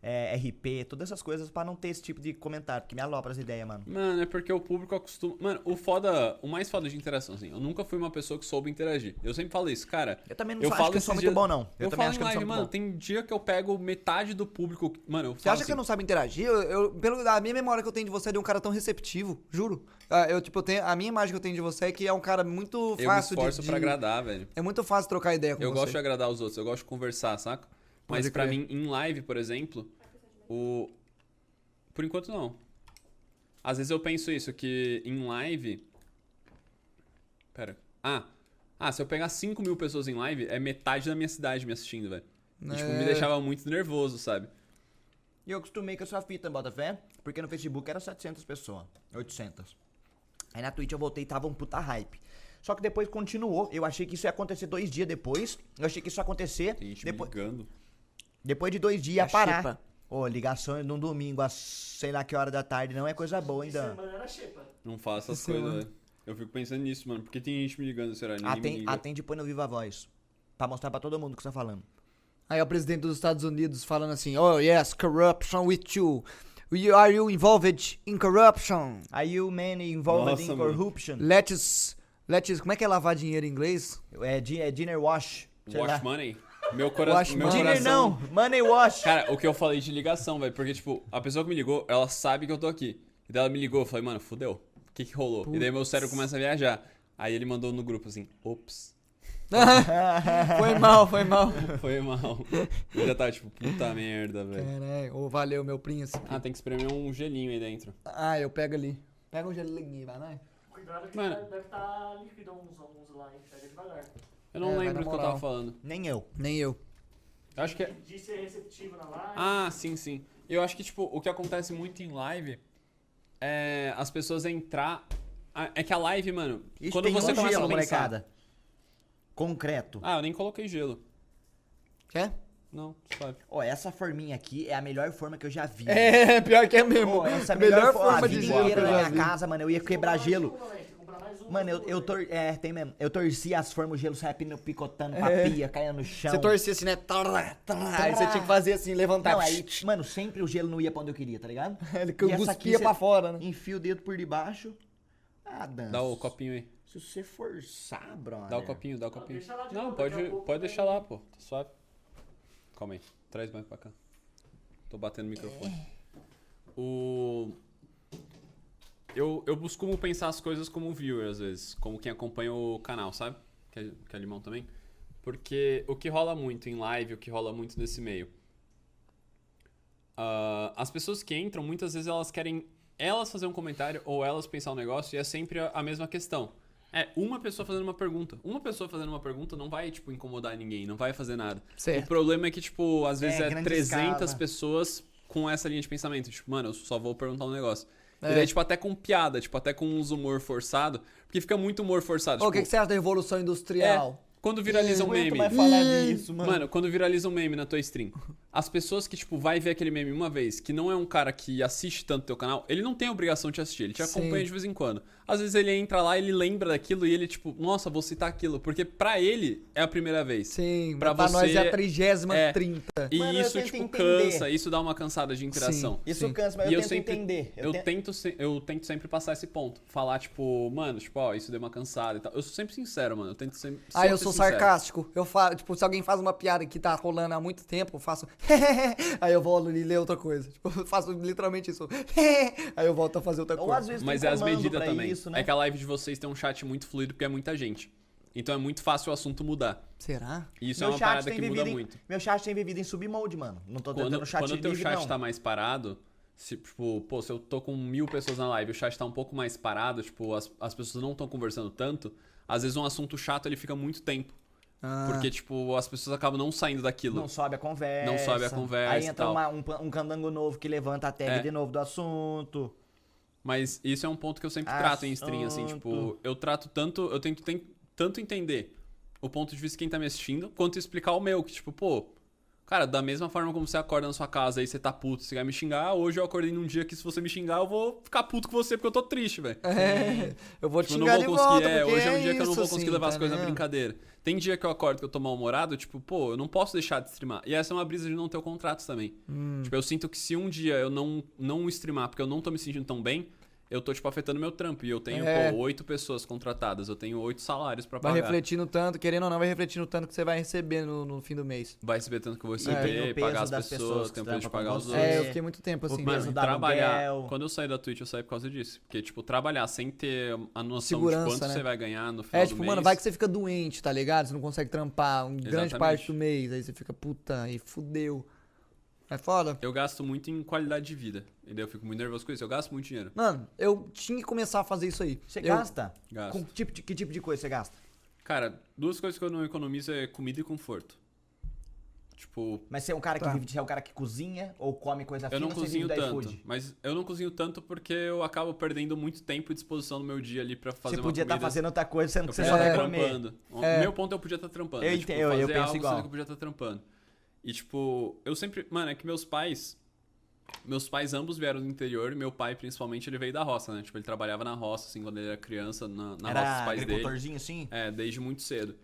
S2: é, RP, todas essas coisas pra não ter esse tipo de comentário, porque me alopra as ideias, mano.
S3: Mano, é porque o público acostuma. Mano, o foda. O mais foda de interação, assim. Eu nunca fui uma pessoa que soube interagir. Eu sempre falo isso, cara.
S2: Eu também não
S3: eu
S2: sou- acho
S3: falo
S2: que eu
S3: esses
S2: sou muito
S3: dias-
S2: bom, não. Eu
S3: Eu,
S2: também
S3: falo
S2: acho
S3: em
S2: que eu não sou
S3: live,
S2: muito
S3: mano.
S2: bom.
S3: Tem dia que eu pego metade do público. Mano, eu
S1: Você
S3: falo
S1: acha que eu
S3: assim,
S1: não sabe interagir? Eu, eu- pelo, a minha memória que eu tenho de você é de um cara tão receptivo, juro. Ah, Eu, tipo, eu tenho, a minha imagem que eu tenho de você é que é um cara muito
S3: eu me
S1: fácil de-
S3: esforço
S1: de.
S3: pra agradar, velho.
S1: É muito fácil trocar ideia com
S3: Eu
S1: você.
S3: gosto de agradar os outros, eu gosto de conversar, saca? Mas
S1: Pode
S3: pra
S1: crer.
S3: mim, em live, por exemplo, o. Por enquanto não. Às vezes eu penso isso, que em live. Pera. Ah. Ah, se eu pegar 5 mil pessoas em live, é metade da minha cidade me assistindo, velho. E, Tipo, me
S1: É.
S3: deixava muito nervoso, sabe?
S2: E eu acostumei com essa fita, Botafé, porque no Facebook era 700 pessoas, 800. Aí na Twitch eu voltei e tava um puta hype. Só que depois continuou, eu achei que isso ia acontecer dois dias depois, eu achei que isso ia acontecer,
S3: Tem gente
S2: depois,
S3: me ligando.
S2: depois de dois dias ia
S1: A
S2: parar.
S1: xepa.
S2: Ô, ligação num domingo, às sei lá que hora da tarde, não é coisa boa, hein, Dan?
S4: Semana era xepa.
S3: Não faço essas
S1: Sim, mano. Ah,
S3: coisas, velho. Eu fico pensando nisso, mano. Porque tem gente me ligando, será? Ninguém me
S2: Aten-
S3: liga.
S2: atende e põe no Viva Voz, pra mostrar pra todo mundo o que você tá falando.
S1: Aí é o presidente dos Estados Unidos falando assim, oh yes, corruption with you. We- Are you involved in corruption?
S2: Are you man involved
S3: Nossa,
S2: in
S3: mano.
S2: corruption?
S1: Let's, let's... Como é que é lavar dinheiro em inglês? (laughs)
S2: É, di- é dinner wash. sei lá.
S3: Wash money. Meu,
S1: Wash
S3: coração meu
S1: money.
S2: Dinner
S3: coração.
S2: não, money wash.
S3: Cara, o que eu falei de ligação, velho. Porque, tipo, a pessoa que me ligou, ela sabe que eu tô aqui. E daí ela me ligou, eu falei, mano, fudeu. O que que rolou? E daí meu cérebro começa a viajar. Aí ele mandou no grupo assim, ops,
S1: foi mal, foi mal. (laughs)
S3: foi mal. Eu já tava tipo, puta merda, velho.
S1: Caralho, ô, valeu meu príncipe.
S3: Ah, tem que espremer um gelinho aí dentro.
S1: Ah, eu pego ali. Pega um gelinho, vai lá.
S4: Cuidado que
S3: Mano.
S4: tá- deve estar liquidão uns alguns lá, hein? Pega devagar.
S3: Eu não
S1: É, vai na
S3: lembro o que eu
S1: moral.
S3: tava falando.
S2: Nem eu.
S1: Nem eu.
S3: Eu acho que é.
S4: De ser receptivo na live.
S3: Ah, sim, sim. Eu acho que, tipo, o que acontece muito em live é as pessoas entrar. Ah, É que a live, mano,
S2: Isso
S3: quando
S2: tem
S3: você
S2: um
S3: começa
S2: gelo,
S3: a pensar.
S2: molecada. Concreto.
S3: Ah, eu nem coloquei gelo.
S1: Quer?
S3: Não, suave.
S2: Ó, essa forminha aqui é a melhor forma que eu já vi.
S1: É, pior que é mesmo. (laughs)
S2: Pô, essa é a melhor,
S1: melhor
S2: forma,
S1: forma
S2: a
S1: de
S2: vida
S1: gelo que
S2: inteira
S1: eu
S2: na
S1: já
S2: minha
S1: vi.
S2: casa, mano. Eu ia quebrar gelo. Mano,
S4: Mano,
S2: eu, eu tor... É, tem mesmo. Eu torcia as formas, o gelo saia pino- picotando pra pia, caia no chão.
S1: Você torcia assim, né? Tará, tará. Aí você tinha que fazer assim, levantar.
S2: Não, aí, mano, sempre o gelo não ia pra onde eu queria, tá ligado?
S1: Ele
S2: E essa aqui
S1: cuspia
S2: cê
S1: pra fora, né?
S2: Enfia o dedo por debaixo. Ah, dança.
S3: Dá o copinho aí.
S2: Se você forçar, brother.
S3: Dá o copinho, dá o copinho.
S4: deixa lá de
S3: Não,
S4: novo,
S3: pode,
S4: daqui a pouco né?
S3: pode
S4: tem-
S3: deixar lá, pô. Tá suave. Calma aí. Traz mais pra cá. Tô batendo o microfone. O. Eu, eu costumo pensar as coisas como viewer, às vezes. Como quem acompanha o canal, sabe? Que é, que é limão também. Porque o que rola muito em live, o que rola muito nesse meio. ah, as pessoas que entram, muitas vezes elas querem elas fazer um comentário ou elas pensar um negócio e é sempre a, a mesma questão. É uma pessoa fazendo uma pergunta. Uma pessoa fazendo uma pergunta não vai, tipo, incomodar ninguém, não vai fazer nada. O
S1: Certo.
S3: problema é que, tipo, às vezes
S2: É,
S3: é,
S2: grande
S3: 300
S2: escala.
S3: pessoas com essa linha de pensamento. Tipo, mano, eu só vou perguntar um negócio.
S1: É.
S3: E daí, tipo, até com piada, tipo, até com uns humor forçado. Porque fica muito humor forçado.
S1: Ô, O
S3: tipo,
S1: que, que você acha da Revolução
S3: é,
S1: Industrial?
S3: quando viraliza um meme.
S2: falar disso,
S3: Mano. quando viraliza um meme na tua stream, as pessoas que, tipo, vai ver aquele meme uma vez, que não é um cara que assiste tanto teu canal, ele não tem obrigação de te assistir, ele te
S1: Sim.
S3: acompanha de vez em quando. Às vezes ele entra lá, ele lembra daquilo e ele, tipo, nossa, vou citar aquilo. Porque pra ele é a primeira vez.
S1: Sim, pra,
S3: Pra você-
S1: nós é a trigésima
S3: é.
S1: trinta.
S3: E
S2: Mano, eu
S3: isso,
S2: tento
S3: tipo,
S2: entender.
S3: cansa, isso dá uma cansada de interação.
S2: Isso
S1: Sim.
S2: cansa, mas
S3: E
S2: eu,
S3: eu
S2: tento
S3: sempre-
S2: entender.
S3: Eu,
S2: te-
S3: tento se- eu tento sempre passar esse ponto. Falar, tipo, mano, tipo, ó, isso deu uma cansada e tal. Eu sou sempre sincero, mano. Eu tento sempre.
S1: Ah, eu
S3: sempre
S1: sou
S3: sincero.
S1: sarcástico. Eu falo, tipo, se alguém faz uma piada que tá rolando há muito tempo, eu faço. (laughs) aí eu volto e leio outra coisa. Tipo, eu faço literalmente isso. (laughs) aí eu volto a fazer outra
S2: Ou
S1: coisa.
S2: às vezes tem
S3: Mas é as
S2: comando
S3: medidas
S2: pra
S3: também.
S2: Isso, né?
S3: É que a live de vocês tem um chat muito fluido porque é muita gente. Então é muito fácil o assunto mudar.
S1: Será?
S3: E isso é uma
S2: chat
S3: parada
S2: tem
S3: que muda
S2: vivido em-
S3: muito.
S2: Meu chat tem vivido em submode, mano. Não tô
S3: Quando,
S2: tentando chat
S3: quando o teu
S2: livre,
S3: chat
S2: não.
S3: tá mais parado, se, tipo, pô, se eu tô com mil pessoas na live e o chat tá um pouco mais parado, tipo, as, as pessoas não estão conversando tanto, às vezes um assunto chato ele fica muito tempo.
S1: Ah.
S3: Porque, tipo, as pessoas acabam não saindo daquilo.
S2: Não sobe a conversa.
S3: Não sobe a conversa
S2: Aí
S3: e
S2: entra
S3: tal.
S2: uma- um, pa- um candango novo que levanta a tag
S3: É.
S2: de novo do assunto.
S3: Mas isso é um ponto que eu sempre trato em stream, assim, tipo,
S2: Assunto.
S3: eu trato tanto, eu tento ten- tanto entender o ponto de vista de quem tá me assistindo, quanto explicar o meu, que tipo, pô, cara, da mesma forma como você acorda na sua casa e você tá puto, você vai me xingar, hoje eu acordei num dia que se você me xingar, eu vou ficar puto com você porque eu tô triste, velho.
S1: (laughs) É, eu vou te
S3: Tipo, eu não
S1: xingar
S3: vou
S1: de
S3: conseguir,
S1: volta.
S3: é,
S1: porque
S3: hoje é um dia que eu não
S1: isso,
S3: vou conseguir
S1: assim,
S3: levar as
S1: tá
S3: coisas na
S1: vendo?
S3: brincadeira. Tem dia que eu acordo que eu tô mal-humorado, tipo, pô, eu não posso deixar de streamar. E essa é uma brisa de não ter o contrato também.
S1: Hum.
S3: Tipo, eu sinto que se um dia eu não, não streamar porque eu não tô me sentindo tão bem, eu tô, tipo, afetando meu trampo. E eu tenho,
S1: É.
S3: pô, oito pessoas contratadas, eu tenho oito salários pra
S1: Vai
S3: pagar.
S1: refletindo tanto, querendo ou não, vai refletindo tanto que você vai receber no, no fim do mês.
S3: Vai receber tanto que eu vou
S2: tem
S3: receber,
S2: o peso
S3: pagar as
S2: das pessoas
S3: pessoas,
S2: que
S3: tem o peso de
S2: trampam com
S3: pagar os
S2: você.
S3: outros.
S1: É, eu fiquei muito tempo assim,
S2: peso
S3: Mano,
S1: mesmo.
S2: da-
S3: trabalhar.
S2: aluguel.
S3: Quando eu saí da Twitch, eu saí por causa disso. Porque, tipo, trabalhar sem ter a noção
S1: Segurança,
S3: de quanto
S1: né?
S3: você vai ganhar no final
S1: É,
S3: do
S1: tipo,
S3: mês.
S1: mano, vai que você fica doente, tá ligado? Você não consegue trampar um grande
S3: Exatamente.
S1: parte do mês. Aí você fica, puta, aí fudeu. É foda.
S3: Eu gasto muito em qualidade de vida. Entendeu? Eu fico muito nervoso com isso. Eu gasto muito dinheiro.
S1: Mano, eu tinha que começar a fazer isso aí.
S2: Você
S1: eu,
S2: gasta?
S3: Gasto.
S2: Com tipo de- que tipo de coisa você gasta?
S3: Cara, duas coisas que eu não economizo é comida e conforto. Tipo,
S2: Mas você é um cara
S1: Tá.
S2: que vive, você é um cara que cozinha ou come coisa
S3: eu
S2: fina
S3: não
S2: ou você vive
S3: cozinho
S2: da
S3: tanto.
S2: é iFood?
S3: Mas eu não cozinho tanto porque eu acabo perdendo muito tempo e disposição no meu dia ali pra fazer
S2: Você
S3: uma
S2: podia estar
S3: comida.
S2: fazendo outra coisa, sendo
S3: Eu
S2: que você
S3: podia
S2: só
S3: estar
S2: quer comer.
S3: trampando. O meu ponto é eu podia estar trampando.
S2: Eu
S3: É, tipo,
S2: entendo, eu- eu
S3: fazer
S2: penso
S3: algo,
S2: igual.
S3: sendo que eu podia estar trampando. E tipo, eu sempre... Mano, é que meus pais... Meus pais ambos vieram do interior e meu pai, principalmente, ele veio da roça, né? Tipo, ele trabalhava na roça, assim, quando ele era criança, na, na roça dos
S2: Era
S3: pais dele.
S2: agricultorzinho assim?
S3: É, desde muito cedo.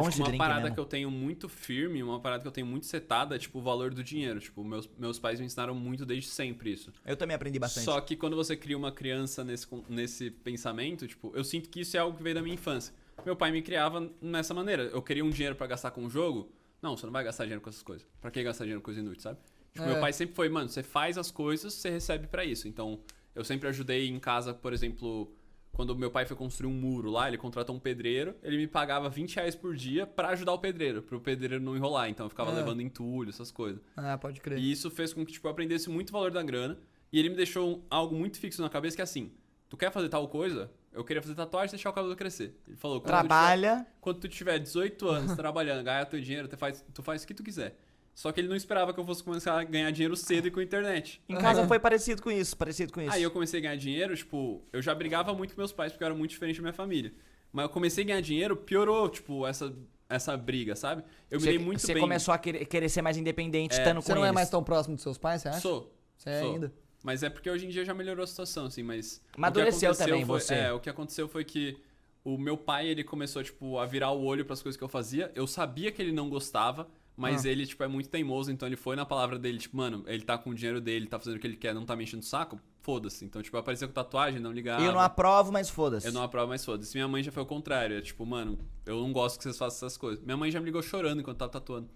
S2: bom
S3: tipo,
S2: esse
S3: uma
S2: drink
S3: parada
S2: mesmo.
S3: que eu tenho muito firme, uma parada que eu tenho muito setada é, tipo, o valor do dinheiro. Tipo, meus, meus pais me ensinaram muito desde sempre isso.
S2: Eu também aprendi bastante.
S3: Só que quando você cria uma criança nesse, con- nesse pensamento, tipo, eu sinto que isso é algo que veio da minha infância. Meu pai me criava nessa maneira. Eu queria um dinheiro pra gastar com o jogo. Não, você não vai gastar dinheiro com essas coisas. Pra que gastar dinheiro com coisa inútil, sabe? Tipo,
S1: É.
S3: meu pai sempre foi, mano, você faz as coisas, você recebe pra isso. Então, eu sempre ajudei em casa, por exemplo, quando meu pai foi construir um muro lá, ele contratou um pedreiro, ele me pagava 20 reais por dia pra ajudar o pedreiro, pro pedreiro não enrolar. Então, eu ficava
S1: É.
S3: levando entulho, essas coisas.
S1: Ah, pode crer.
S3: E isso fez com que tipo, eu aprendesse muito o valor da grana. E ele me deixou um- algo muito fixo na cabeça que é assim: tu quer fazer tal coisa? Eu queria fazer tatuagem e deixar o cabelo crescer. Ele falou: quando tu tiver-
S2: Trabalha.
S3: quando tu tiver 18 anos trabalhando, ganhar teu dinheiro, tu faz, tu faz o que tu quiser. Só que ele não esperava que eu fosse começar a ganhar dinheiro cedo e com a internet.
S2: Em casa foi parecido com isso, parecido com isso.
S3: Aí eu comecei a ganhar dinheiro, tipo, eu já brigava muito com meus pais porque eu era muito diferente da minha família. Mas eu comecei a ganhar dinheiro, piorou, tipo, essa, essa briga, sabe? Eu me
S2: Você-
S3: dei muito
S2: Você
S3: bem.
S2: começou a querer, querer ser mais independente, estando com
S1: Você não é
S2: eles.
S1: mais tão próximo dos seus pais, você acha?
S3: Sou.
S1: Você é
S3: sou.
S1: ainda.
S3: Mas é porque hoje em dia já melhorou a situação, assim, mas... o que
S2: Amadureceu
S3: aconteceu
S2: também
S3: foi-
S2: você.
S3: É, o que aconteceu foi que o meu pai, ele começou, tipo, a virar o olho pras coisas que eu fazia. Eu sabia que ele não gostava, mas
S2: Ah.
S3: ele, tipo, é muito teimoso, então ele foi na palavra dele, tipo, mano, ele tá com o dinheiro dele, tá fazendo o que ele quer, não tá me enchendo o saco, foda-se. Então, tipo, apareceu com tatuagem, Ah, não ligava.
S2: Eu não aprovo, mas foda-se.
S3: Eu não aprovo mais foda-se. Minha mãe já foi o contrário, é tipo, mano, eu não gosto que vocês façam essas coisas. Minha mãe já me ligou chorando enquanto tava tatuando.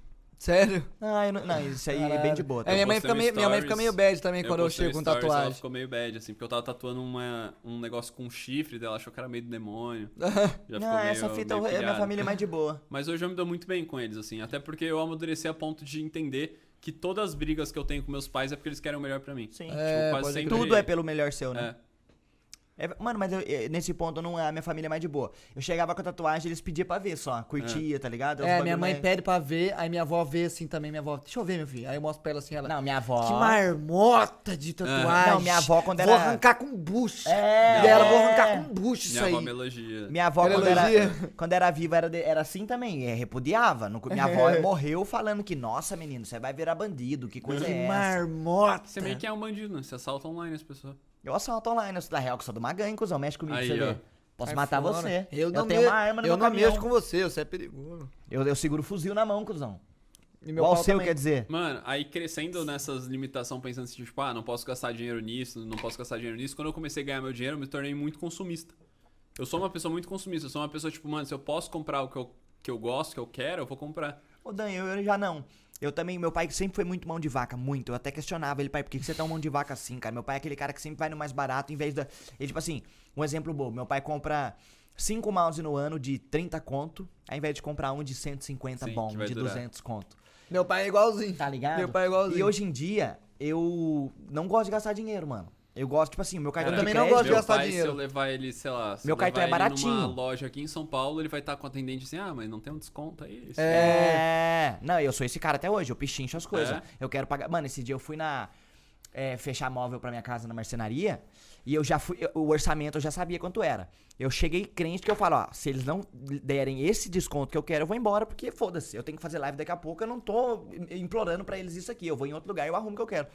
S3: (laughs)
S1: Sério?
S2: Ah, eu não... não, isso aí é bem de boa.
S1: É, minha, mãe
S3: postei
S1: fica
S3: um
S1: meio, minha mãe fica meio
S3: stories.
S1: bad também quando eu
S3: É, postei
S1: chego com
S3: stories, Ela
S1: tatuagem.
S3: ficou meio bad, assim, porque eu tava tatuando uma- um negócio com um chifre dela, achou que era meio do demônio. Já
S2: Não,
S3: ficou meio,
S2: essa fita
S3: meio
S2: é minha
S3: pilhada.
S2: família é mais de boa.
S3: Mas hoje eu me dou muito bem com eles, assim. Até porque eu amadureci a ponto de entender que todas as brigas que eu tenho com meus pais é porque eles querem o melhor pra mim. Tipo,
S2: Sim.
S1: É,
S3: quase
S1: pode
S3: sempre-
S2: Tudo é pelo melhor seu, né?
S3: É.
S2: É, mano, mas eu- eh, nesse ponto eu não a minha família é mais de boa. Eu chegava com a tatuagem, eles pediam pra ver só, curtia, tá ligado?
S1: É,
S2: Os
S1: minha
S2: bagulho
S1: mãe
S2: mais-
S1: pede pra ver, aí minha avó vê assim também, minha avó. Deixa eu ver, meu filho. Aí eu mostro pra ela assim, ela.
S2: Não, minha avó.
S1: Que marmota de tatuagem.
S2: Não, minha avó, quando
S1: Vou
S2: era-
S1: arrancar com bucho.
S2: É.
S1: E ela, vou arrancar com bucho isso
S3: Minha avó
S1: aí.
S3: me elogia.
S2: Minha avó,
S1: Ela
S2: quando era,
S1: elogia.
S2: quando era viva, era, de- era assim também, eh, repudiava. Não- minha avó
S3: (laughs)
S2: morreu falando que, nossa, menino, você vai virar bandido, que coisa
S1: Que
S2: é essa?
S1: marmota.
S3: Você meio que é um bandido, né? Você assalta online as pessoas.
S2: Eu assalto online, eu sou da real, que sou do Magan, cuzão, mexe comigo, pra
S3: Aí,
S2: você
S3: ó.
S2: ver. Posso
S1: Sai
S2: matar
S1: fora.
S2: você.
S1: Eu, não
S2: tenho
S1: me-
S2: uma arma no
S1: Eu
S2: meu
S1: não
S2: caminhão.
S1: mexo com você, você é perigoso.
S2: Eu, eu seguro o fuzil na mão, cuzão.
S1: E
S2: Qual o
S1: pau
S2: seu,
S1: também.
S2: quer dizer?
S3: Mano, aí crescendo nessas limitações, pensando assim, tipo, ah, não posso gastar dinheiro nisso, não posso gastar dinheiro nisso. Quando eu comecei a ganhar meu dinheiro, eu me tornei muito consumista. Eu sou uma pessoa muito consumista, eu sou uma pessoa, tipo, mano, se eu posso comprar o que eu, que eu gosto, que eu quero, eu vou comprar.
S2: Ô, Dan, eu, eu já não. Eu também, meu pai sempre foi muito mão de vaca, muito. Eu até questionava ele, pai, por que que você é tão mão de vaca assim, cara? Meu pai é aquele cara que sempre vai no mais barato, em vez da. Ele, tipo assim, um exemplo bom. Meu pai compra cinco mouse no ano de 30 conto, ao invés de comprar um de 150
S3: Sim,
S2: bom,
S3: que vai
S2: de
S3: durar.
S2: 200 conto.
S1: Meu pai é igualzinho.
S2: Tá ligado?
S1: Meu pai é igualzinho.
S2: E hoje em dia, eu não gosto de gastar dinheiro, mano. Eu gosto, tipo assim, meu cartão de
S3: Cara,
S1: também não
S2: crédito-
S1: gosto de
S3: meu
S1: gastar
S3: pai,
S1: dinheiro.
S3: Se eu levar ele, sei lá, se
S2: Meu
S3: eu
S2: cartão
S3: levar
S2: é
S3: ele numa
S2: baratinho.
S3: loja aqui em São Paulo, ele vai estar com a atendente assim, ah, mas não tem um desconto aí?
S2: É. Não, eu sou esse cara até hoje, eu pichincho as coisas.
S3: É?
S2: Eu quero pagar. Mano, esse dia eu fui na. é, fechar móvel pra minha casa na marcenaria. E eu já fui. eu- o orçamento eu já sabia quanto era. Eu cheguei crente que eu falo, ó, se eles não derem esse desconto que eu quero, eu vou embora, porque foda-se, eu tenho que fazer live daqui a pouco, eu não tô implorando pra eles isso aqui. Eu vou em outro lugar e eu arrumo o que eu quero.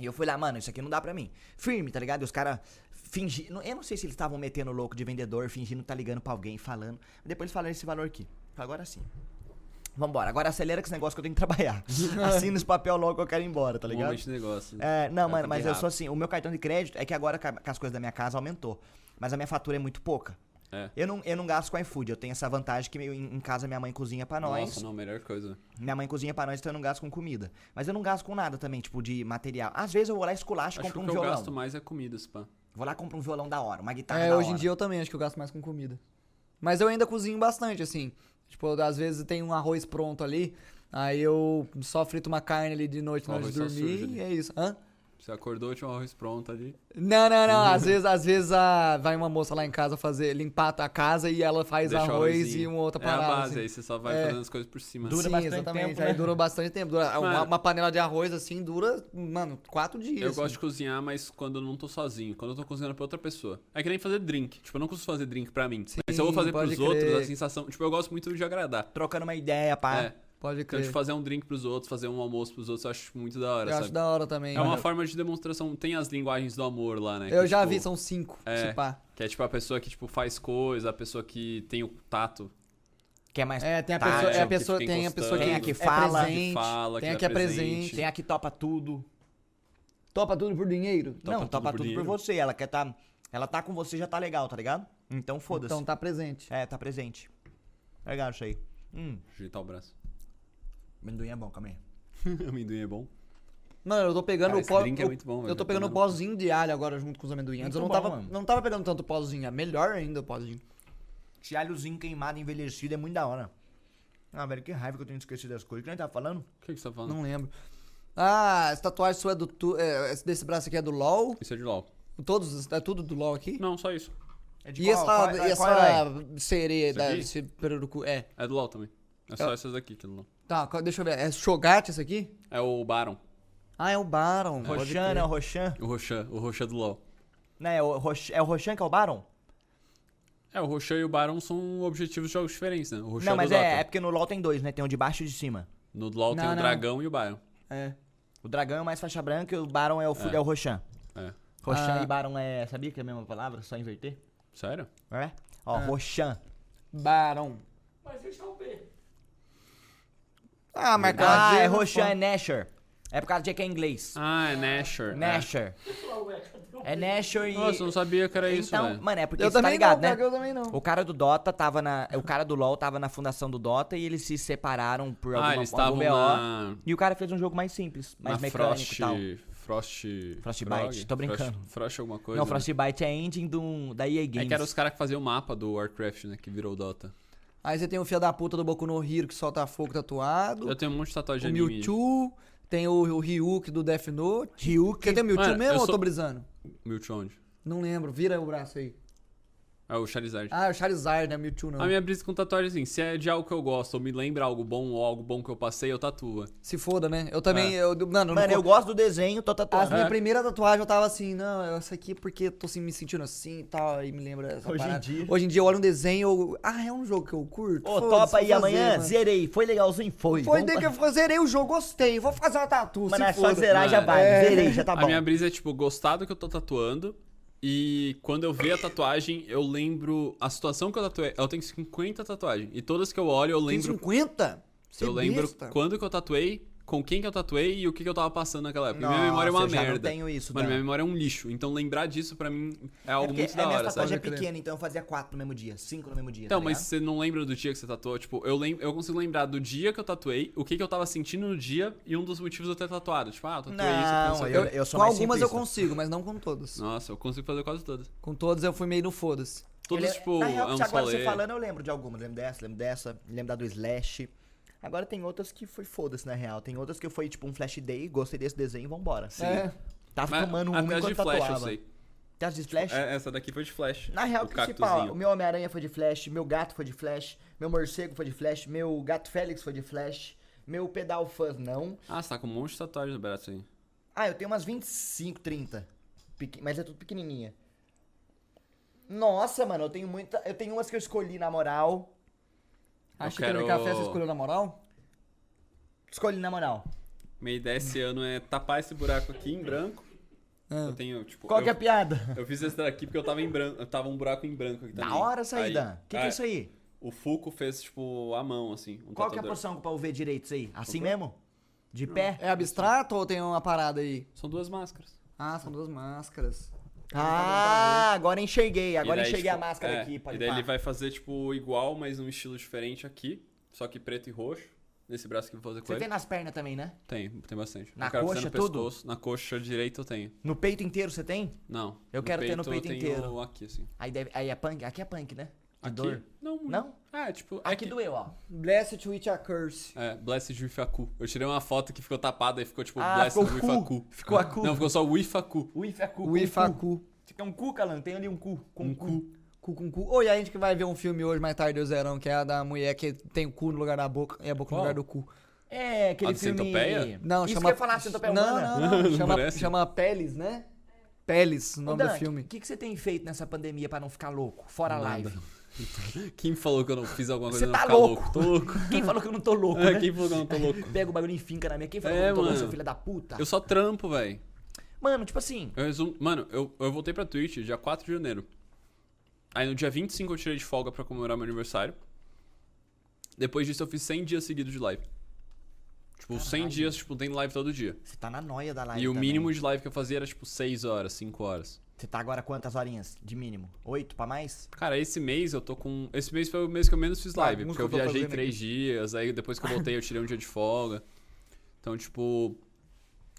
S2: E eu fui lá, mano, isso aqui não dá pra mim. Firme, tá ligado? E os caras fingindo. Eu não sei se eles estavam metendo louco de vendedor, fingindo que tá ligando pra alguém, falando. Depois eles falaram esse valor aqui. Agora sim. Vambora, agora acelera com esse negócio que eu tenho que trabalhar. Assina esse papel logo que eu quero ir embora, tá
S3: Um
S2: ligado?
S3: homem de negócio.
S2: É, não,
S3: Cara,
S2: mano,
S3: tem
S2: mas
S3: que ir
S2: eu sou assim. O meu cartão de crédito é que agora ca- que as coisas da minha casa aumentou. Mas a minha fatura é muito pouca.
S3: É.
S2: Eu não, eu não gasto com iFood, eu tenho essa vantagem que meu- em em casa minha mãe cozinha pra nós.
S3: Nossa, não, melhor coisa.
S2: Minha mãe cozinha pra nós, então eu não gasto com comida. Mas eu não gasto com nada também, tipo, de material. Às vezes eu vou lá esculacho e
S3: Acho que
S2: compro
S3: o
S2: um
S3: que eu
S2: violão.
S3: gasto mais é comida, pá.
S2: Vou lá e compro um violão da hora, uma guitarra
S1: É,
S2: da
S1: hoje em
S2: hora.
S1: dia eu também acho que eu gasto mais com comida. Mas eu ainda cozinho bastante, assim. Tipo, às vezes tem um arroz pronto ali, aí eu só frito uma carne ali de noite
S3: O
S1: na hora de
S3: arroz só surge
S1: dormir
S3: ali.
S1: e é isso. Hã?
S3: Você acordou, tinha um arroz pronto ali.
S1: Não, não,
S3: (laughs)
S1: não. Às vezes, às vezes a... vai uma moça lá em casa fazer, limpar a casa e ela faz
S3: deixa o
S1: arroz
S3: arrozinho.
S1: e uma outra
S3: É a
S1: parada.
S3: base,
S1: assim.
S3: aí você só vai
S1: É.
S3: fazendo as coisas por cima. assim.
S2: Dura
S1: Sim,
S2: bastante
S1: exatamente.
S2: tempo,
S1: Aí
S2: né?
S1: durou bastante tempo. Dura- uma,
S3: Mano.
S1: uma panela de arroz, assim, dura, mano, quatro dias.
S3: Eu
S1: assim.
S3: gosto de cozinhar, mas quando eu não tô sozinho, quando eu tô cozinhando pra outra pessoa. É que nem fazer drink. Tipo, eu não consigo fazer drink pra mim. mas se eu vou
S1: Sim,
S3: fazer
S1: pode
S3: pros
S1: crer. Ah,
S3: outros, a sensação. Tipo, eu gosto muito de agradar.
S2: Trocando uma ideia, pá.
S3: É.
S1: Pode
S3: Então,
S1: crer.
S3: de fazer um drink pros outros, fazer um almoço pros outros, eu acho muito da hora,
S1: eu acho
S3: sabe?
S1: da hora também.
S3: É uma
S1: mano.
S3: forma de demonstração. Tem as linguagens do amor lá, né?
S1: Eu
S3: que,
S1: já
S3: tipo,
S1: vi, são cinco,
S3: É.
S1: se pá.
S3: Que é tipo a pessoa que tipo, faz coisa, a pessoa que tem o tato.
S2: Que é mais.
S1: É, tem a
S2: tátil,
S1: pessoa, é a
S3: que
S1: pessoa
S3: fica
S1: tem a pessoa que,
S2: encostando. Tem a que
S1: é
S2: fala, que
S1: presente,
S3: fala,
S1: tem
S3: que
S1: a que é
S3: dá
S1: presente.
S3: presente.
S2: Tem a que topa tudo.
S1: Topa tudo por dinheiro?
S2: não,
S3: tudo
S2: topa
S3: por
S2: tudo por
S3: dinheiro.
S2: você. Ela quer tá. Ela tá com você já tá legal, tá ligado? Então foda-se.
S1: Então tá presente.
S2: É, tá presente. Legal isso aí. Hum,
S3: Digitar o braço.
S2: amendoim é bom, calma aí.
S3: Amendoim é bom.
S1: Mano, eu tô pegando
S3: Cara,
S1: o
S3: esse
S1: pó.
S3: drink é
S1: eu-
S3: muito bom, velho.
S1: eu tô
S3: Vai
S1: pegando o
S3: tomar no
S1: pozinho de alho agora junto com os amendoim. Antes eu não
S2: Muito bom,
S1: tava,
S2: mano.
S1: não tava pegando tanto pozinho. É melhor ainda o pozinho.
S2: Esse alhozinho queimado, envelhecido, é muito da hora. Ah, velho, que raiva que eu tenho esquecido das coisas. O que a gente tava falando?
S3: O que, que você tá falando?
S1: Não lembro. Ah, essa tatuagem sua é do. Tu, é, esse desse braço aqui é do LOL.
S3: Isso é de LOL.
S1: Todos, é tudo do LOL aqui?
S3: Não, só isso.
S2: É
S1: E essa, e
S2: herói?
S1: essa sereia
S3: Isso
S1: da,
S3: aqui?
S1: desse perurucu? É.
S3: É do LOL também. É só essas daqui que é do LOL.
S1: Tá, qual- deixa eu ver. É Shogat esse aqui?
S3: É o Baron.
S1: Ah, é o Baron. pode
S2: Roxana,
S1: crer.
S2: Roxan.
S3: O Roshan. O Roshan do LOL.
S2: Não, é o, Rox... é o Roxan que é o Baron?
S3: É, o Roshan e o Baron são objetivos de jogos diferentes, né? O Roshan
S2: não,
S3: é
S2: mas
S3: do Dota.
S2: é, é porque no LoL tem dois, né? Tem o de baixo e o de cima.
S3: No LoL tem
S1: Não,
S3: o
S1: não.
S3: Dragão e o Baron.
S1: É.
S2: O dragão é mais faixa branca e o Baron é o, fu- é. o Roxan.
S3: É.
S2: Roxan
S1: Ah.
S2: e Baron é. Sabia que é a mesma palavra? Só inverter?
S3: Sério?
S2: É? Ó, Roxan.
S1: Barão.
S4: Mas esse é o B.
S1: Ah, né? mas
S2: Ah,
S1: Cavaleiro
S2: é
S1: não
S2: Roxan,
S1: foi.
S2: é Nasher. É por causa de que é inglês.
S3: Ah, é Nasher.
S2: Nasher.
S4: Lá, ué, cadê o
S2: É Nasher
S3: É.
S2: e.
S3: Nossa, eu não sabia que era isso,
S2: então,
S3: velho.
S2: mano, é porque
S1: Eu
S2: você tá
S1: também
S2: ligado,
S1: não,
S2: né?
S1: pior que eu também não.
S2: O cara do Dota tava na. O cara do LoL tava na fundação do Dota e eles se separaram por alguma
S3: Ah, eles
S2: algum
S3: estavam
S2: BO.
S3: na...
S2: E o cara fez um jogo mais simples, mais
S3: na
S2: mecânico
S3: Frost...
S2: e tal.
S3: Frost...
S2: Frostbite,
S3: Frog?
S2: tô brincando.
S3: Frost, Frost alguma coisa,
S2: Não,
S3: né?
S2: Frostbite é engine do, da EA Games.
S3: É que eram os caras que faziam o mapa do Warcraft, né? Que virou Dota.
S1: Aí você tem o filho da puta do Boku no Hero que solta fogo tatuado.
S3: Eu tenho um monte de tatuagem
S1: o
S3: de anime.
S1: Mewtwo. Tem o, o Ryuk do Death Note. Ryuk. Você tem o Mewtwo
S3: Mano,
S1: mesmo
S3: eu
S1: ou eu
S3: sou-
S1: tô brisando?
S3: Mewtwo onde?
S1: Não lembro. Vira o braço aí.
S3: É o Charizard.
S1: Ah, é o Charizard, né? Mewtwo não.
S3: A
S2: Ah.
S3: minha brisa com tatuagem, assim, se é de algo que eu gosto ou me lembra algo bom ou algo bom que eu passei, eu tatua.
S1: Se foda, né? Eu também. Eu, mano, eu não
S2: Mano, eu
S1: co-
S2: gosto do desenho, tô
S1: As
S2: tatuando.
S1: minha
S3: É.
S1: primeira tatuagem eu tava assim, não, essa aqui é porque eu tô assim, me sentindo assim e tal, e me lembra essa
S2: Hoje em
S1: parada.
S2: dia.
S1: Hoje em dia eu olho um desenho, eu- ah, é um jogo que eu curto.
S2: Ô,
S1: foda-se,
S2: topa
S1: vou
S2: aí
S1: fazer,
S2: amanhã,
S1: mano.
S2: zerei. Foi legalzinho? Foi.
S1: Foi
S2: Vamos-
S1: desde que (laughs) eu fa- zerei o jogo, gostei, vou fazer uma tatu,
S2: Mano,
S1: se
S2: é só
S1: foda.
S2: zerar já
S3: Mano,
S2: vai.
S1: é.
S2: Zerei, já tá bom.
S3: A minha brisa é, tipo, gostar do que eu tô tatuando. E quando eu vejo a tatuagem, eu lembro a situação que eu tatuei. Eu tenho 50 tatuagens. E todas que eu olho, eu
S1: Tem
S3: lembro.
S1: 50? Você é
S3: Eu lembro
S1: besta.
S3: quando que eu tatuei, com quem que eu tatuei e o que que eu tava passando naquela época. minha
S2: Nossa,
S3: memória é uma
S2: eu já não
S3: merda.
S2: tenho isso,
S3: Mano,
S2: Dan.
S3: minha memória é um lixo. Então lembrar disso pra mim é algo
S2: porque
S3: muito
S2: a
S3: da
S2: minha
S3: hora,
S2: tatuagem
S3: sabe?
S2: é pequena, então eu fazia quatro no mesmo dia, cinco no mesmo dia.
S3: Então,
S2: tá
S3: mas
S2: ligado?
S3: você não lembra do dia que você tatuou? Tipo, eu, lembro, eu consigo lembrar do dia que eu tatuei, o que que eu tava sentindo no dia e um dos motivos de eu ter tatuado. Tipo, ah, eu tatuei isso. porque
S2: Não,
S3: sei o
S2: eu-
S3: quê.
S2: eu sou
S1: com
S2: mais
S1: algumas eu
S2: simplista.
S1: consigo, mas não com todas.
S3: Nossa, eu consigo fazer quase todas.
S1: Com todas eu fui meio no foda-se.
S3: Todas,
S2: Ele-
S3: tipo,
S2: na real,
S3: é um
S2: se agora
S3: solê.
S2: você falando, eu lembro de algumas. Lembro dessa, lembro dessa, lembro da do Slash. Agora tem outras que foi foda-se, na real. Tem outras que eu fui, tipo, um flash day, gostei desse desenho, vambora. Sim.
S1: É.
S2: Tava
S3: Mas
S2: tomando um
S3: até as
S2: enquanto
S3: de flash, eu
S2: tatuava.
S3: sei.
S2: Tem as de flash?
S3: É, essa daqui foi de flash.
S2: Na real, tipo,
S3: o
S2: principal,
S3: cactuzinho.
S2: o meu Homem-Aranha foi de flash, meu gato foi de flash, meu morcego foi de flash, meu gato Félix foi de flash, meu pedal fãs não.
S3: Ah, você tá com um monte de tatuagem no braço aí.
S2: Ah, eu tenho umas 25, 30. pequ- Mas é tudo pequenininha. Nossa, mano, eu tenho muita. Eu tenho umas que eu escolhi na moral.
S1: Acho
S3: quero-
S1: que no café você escolheu na moral?
S2: Escolhi na moral.
S3: Minha ideia esse ano é tapar esse buraco aqui em branco.
S1: Ah.
S3: Eu tenho, tipo.
S2: Qual
S3: eu,
S2: que é a piada?
S3: eu fiz essa daqui porque eu tava em branco. Eu tava um buraco em branco aqui também.
S2: Da hora essa aí, Dan. O que, que é isso aí?
S3: O Fuco fez, tipo, a mão, assim. Ah, Um
S2: Qual que é a
S3: tatuador.
S2: posição pra eu ver direito isso aí? Assim mesmo? De pé?
S1: É abstrato ou tem uma parada aí?
S3: São duas máscaras.
S1: Ah, são duas máscaras.
S2: Ah, agora enxerguei.
S3: E
S2: Agora
S3: daí,
S2: enxerguei a
S3: tipo,
S2: máscara
S3: é,
S2: aqui. Pode
S3: E daí
S2: pá.
S3: ele vai fazer, tipo, igual, mas um estilo diferente aqui. Só que preto e roxo. Nesse braço que eu vou fazer com
S2: Você
S3: ele.
S2: tem nas pernas também, né?
S3: Tem, tem bastante.
S2: Na
S3: eu quero
S2: coxa,
S3: fazer no
S2: tudo?
S3: pescoço. Na coxa direita eu tenho.
S2: No peito inteiro você tem?
S3: Não.
S2: Eu quero ter no peito
S3: eu tenho
S2: inteiro.
S3: Aqui, assim.
S2: Aí, deve, aí é punk? Aqui é punk, né? De
S3: Aqui?
S2: dor.
S3: Não, muito.
S2: Não?
S3: É, tipo. é
S2: Aqui
S3: que-
S2: doeu, ó.
S1: Blessed with a curse.
S3: É, Blessed with a cu. Eu tirei uma foto que ficou tapada e ficou tipo
S2: Ah,
S3: Blessed
S2: ficou
S3: with a
S2: cu.
S3: cu.
S2: Ficou a cu.
S3: Não, ficou só with a cu.
S2: O if é cu.
S1: O Ifaku.
S2: Fica um cu, Calan. Tem ali um cu. Com
S3: Um cu.
S1: Cu com cu. Oi, a gente que vai ver um filme hoje mais tarde, o Zerão, que é a da mulher que tem o cu no lugar da boca e a boca
S3: Qual?
S1: no lugar do cu.
S2: É, aquele
S3: A Ah, de
S2: filme...
S3: centopeia?
S1: Não,
S2: Isso
S1: chama.
S2: que eu ia falar, centopeia
S1: não,
S2: humana.
S1: não, não,
S3: (laughs) Não
S1: chama,
S3: parece?
S1: chama Peles, né? Peles, o
S2: Ô,
S1: nome
S2: Dan,
S1: do filme.
S2: O que, que você tem feito nessa pandemia pra não ficar louco? Fora a live.
S3: Quem falou que eu não fiz alguma coisa
S2: Você
S3: e
S2: tá
S3: não ficar
S2: louco.
S3: Tô louco.
S2: (laughs) Quem falou que eu não tô louco,
S3: É,
S2: né?
S3: quem falou que eu não tô louco?
S2: Pega o bagulho e finca na minha. Quem falou
S3: É,
S2: que eu não tô louco,
S3: mano.
S2: seu filho da puta?
S3: Eu só trampo, velho.
S2: Mano, tipo assim...
S3: Eu resumo. Mano, eu, eu voltei pra Twitch dia 4 de janeiro. Aí no dia 25 eu tirei de folga pra comemorar meu aniversário. Depois disso eu fiz 100 dias seguidos de live. Tipo, 100
S2: Caralho.
S3: dias, tipo, tem live todo dia.
S2: Você tá na noia da live.
S3: e o
S2: também.
S3: mínimo de live que eu fazia era, tipo, 6 horas, 5 horas.
S2: Você tá agora quantas horinhas de mínimo? Oito pra mais?
S3: Cara, esse mês eu tô com. Esse mês foi o mês que eu menos fiz
S1: Ah,
S3: live,
S1: alguns
S3: porque
S1: que
S3: eu
S1: eu tô
S3: viajei
S1: fazendo
S3: três
S1: aqui.
S3: dias, aí depois que eu voltei eu tirei um dia de folga. Então, tipo.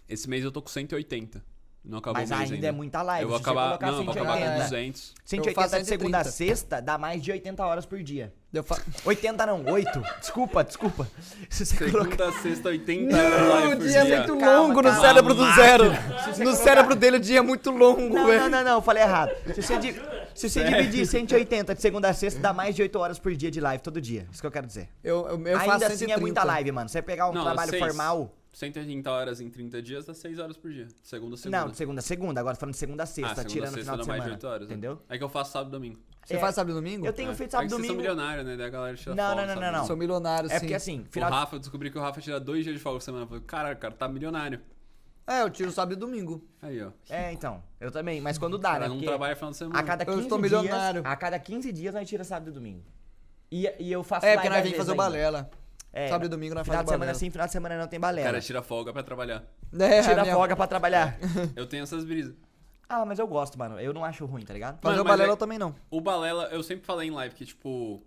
S3: Esse mês eu tô com 180. Não acabou
S2: Mas
S3: o mês
S2: ainda é muita live.
S3: Eu vou
S2: Se você
S3: acabar.
S2: colocar
S3: Não, eu vou acabar com
S2: 180.
S3: 200.
S2: 180 de
S1: 130.
S2: segunda a sexta dá mais de 80 horas por dia.
S1: Eu (laughs) fa...
S2: 80 não, 8. Desculpa, desculpa. Se você colocar.
S3: Segunda, sexta, 80
S1: Não,
S3: live
S1: o
S3: por
S1: dia é
S3: dia.
S1: muito
S2: Calma,
S1: longo no
S2: calma,
S1: cérebro do (laughs) zero.
S2: você
S1: No
S2: colocar-
S1: cérebro dele o dia é muito longo,
S2: Não,
S1: velho.
S2: não, não, não, eu falei errado. Se você, di- se você dividir 180 de segunda a sexta, dá mais de 8 horas por dia de live todo dia. Isso que eu quero dizer.
S1: Eu, eu, eu
S2: Ainda
S1: faço
S2: assim é
S1: 130.
S2: muita live, mano. Você pegar um
S3: Não,
S2: trabalho
S3: seis.
S2: formal.
S3: 180 horas em 30 dias dá 6 horas por dia. Segunda, segunda.
S2: Não, de segunda a segunda. Agora falando de segunda a
S3: ah,
S2: sexta,
S3: segunda,
S2: tirando o
S3: sexta
S2: final
S3: dá
S2: de
S3: mais
S2: semana.
S3: de 8 horas. né?
S2: entendeu?
S3: É que eu faço sábado e domingo.
S1: Você
S2: É.
S1: faz sábado e domingo?
S2: Eu tenho
S3: é.
S2: feito
S3: é
S2: sábado
S3: que
S2: e
S3: vocês são
S2: domingo.
S3: milionários, né? Daí a galera tira
S2: Não,
S3: folga,
S2: não, não,
S3: sábado
S2: não, não.
S3: e
S1: Sou
S3: domingo.
S1: milionário,
S2: É
S1: sim.
S2: porque assim,
S3: O
S2: final,
S3: Rafa, eu descobri que o Rafa tira dois dias de folga por semana. Eu falei, caralho, cara, tá milionário.
S1: É, eu tiro sábado e domingo.
S3: Aí, ó.
S2: É, então. Eu também, mas quando dá,
S3: Cara,
S2: né?
S3: não
S2: Porque
S3: trabalha final de semana.
S2: a cada
S1: Eu
S2: 15
S1: estou
S2: dias,
S1: milionário.
S2: a cada 15 dias nós tira sábado e domingo. E, e eu faço
S1: É,
S2: live
S1: porque nós
S2: às
S1: vem
S2: vezes
S1: fazer o
S2: ainda.
S1: balela.
S2: É,
S1: Sábado e domingo nós
S2: Final
S1: fazemos
S2: de semana
S1: balela.
S2: sim, final de semana não tem né?
S3: O
S2: balela.
S3: cara tira folga pra trabalhar.
S1: É,
S2: tira
S1: a minha-
S2: folga pra trabalhar.
S3: Eu tenho essas brisas.
S2: ah, mas eu gosto, mano. Eu não acho ruim, tá ligado?
S1: Fazer
S3: Mano,
S1: o
S3: mas
S1: balela
S3: é-
S1: eu também não.
S3: O Balela, eu sempre falei em live que, tipo.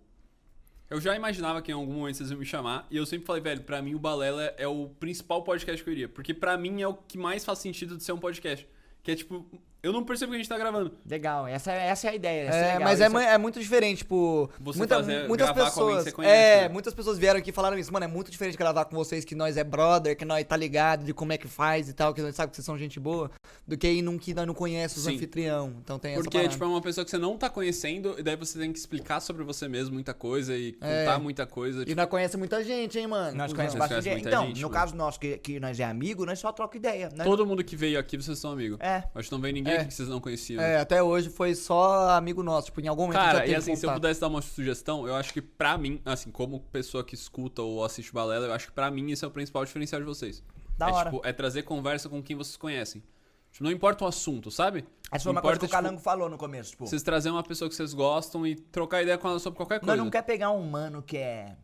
S3: Eu já imaginava que em algum momento vocês iam me chamar. E eu sempre falei, velho, pra mim o Balela é o principal podcast que eu iria. Porque pra mim é o que mais faz sentido de ser um podcast. Que é tipo, eu não percebo que a gente tá gravando.
S2: Legal, essa, é- essa é a ideia. essa é,
S1: É,
S2: legal,
S1: mas é,
S2: isso
S1: mu- é muito diferente, tipo.
S3: Você
S1: muita-
S3: fazer-
S1: muitas
S3: gravar
S1: pessoas.
S3: com alguém que você conhece,
S1: é,
S3: né?
S1: muitas pessoas vieram aqui e falaram isso, mano. É muito diferente gravar com vocês que nós é brother, que nós tá ligado de como é que faz e tal, que nós sabe que vocês são gente boa, do que ir num que nós não conhecemos os
S3: Sim.
S1: anfitrião. Então tem essa
S3: Porque,
S1: parada.
S3: tipo, é uma pessoa que você não tá conhecendo. E daí você tem que explicar sobre você mesmo muita coisa e contar muita coisa.
S1: É. E
S3: Tipo,
S1: nós conhecemos muita gente, hein, mano.
S2: Nós
S1: Cusão.
S2: conhecemos
S3: Vocês
S2: bastante
S3: conhecem
S2: gente.
S3: muita
S2: Então, no
S3: gente, mano.
S2: caso nosso, que, que nós é amigo, nós só troca ideia. Né?
S3: todo mundo que veio aqui, vocês são amigos.
S2: É.
S3: Acho que não veio ninguém
S1: É.
S3: aqui que vocês não conheciam.
S1: É, até hoje foi só amigo nosso, tipo, em algum momento já
S3: Cara,
S1: teve
S3: e assim, se
S1: (laughs)
S3: eu
S1: contato.
S3: pudesse dar uma sugestão, eu acho que pra mim, assim, como pessoa que escuta ou assiste balela, eu acho que pra mim esse é o principal diferencial de vocês.
S2: Da
S3: é,
S2: hora.
S3: Tipo, é trazer conversa com quem vocês conhecem. Tipo, não importa o assunto, sabe?
S2: Essa foi É uma
S3: Importa,
S2: coisa que o
S3: tipo,
S2: Calango falou no começo, tipo.
S3: Vocês trazer uma pessoa que vocês gostam e trocar ideia com ela sobre qualquer coisa.
S2: Nós não quer pegar um mano que é,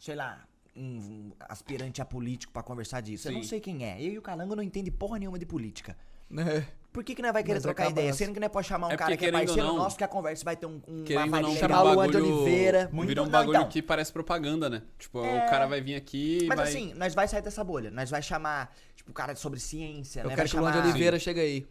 S2: sei lá, um aspirante a político pra conversar disso. Eu não
S3: Sim.
S2: sei quem é. Eu e o Calango não entende porra nenhuma de política.
S1: É.
S2: Por que, que nós vai querer
S1: Mas vai
S2: trocar
S1: acabar
S2: ideia?
S1: essa.
S2: Sendo que nós pode chamar um
S3: É
S2: cara
S3: porque,
S2: que é
S3: querendo ou
S2: parceiro
S3: não-
S2: nosso que a conversa vai ter um, um uma
S3: Querendo ou
S2: vibe
S3: não,
S2: legal.
S1: chamar
S3: vira um
S1: o Andy
S3: bagulho-
S1: Oliveira,
S2: muito-
S3: Vira um
S2: não,
S3: bagulho
S2: então.
S3: que parece propaganda, né? Tipo,
S2: É.
S3: o cara vai vir aqui e
S2: Mas
S3: vai...
S2: assim, nós vai sair dessa bolha. Nós vai chamar, tipo, o cara sobre ciência,
S1: Eu
S2: né?
S1: quero
S2: vai
S1: que o Lorde
S2: chamar...
S1: Oliveira chegue aí.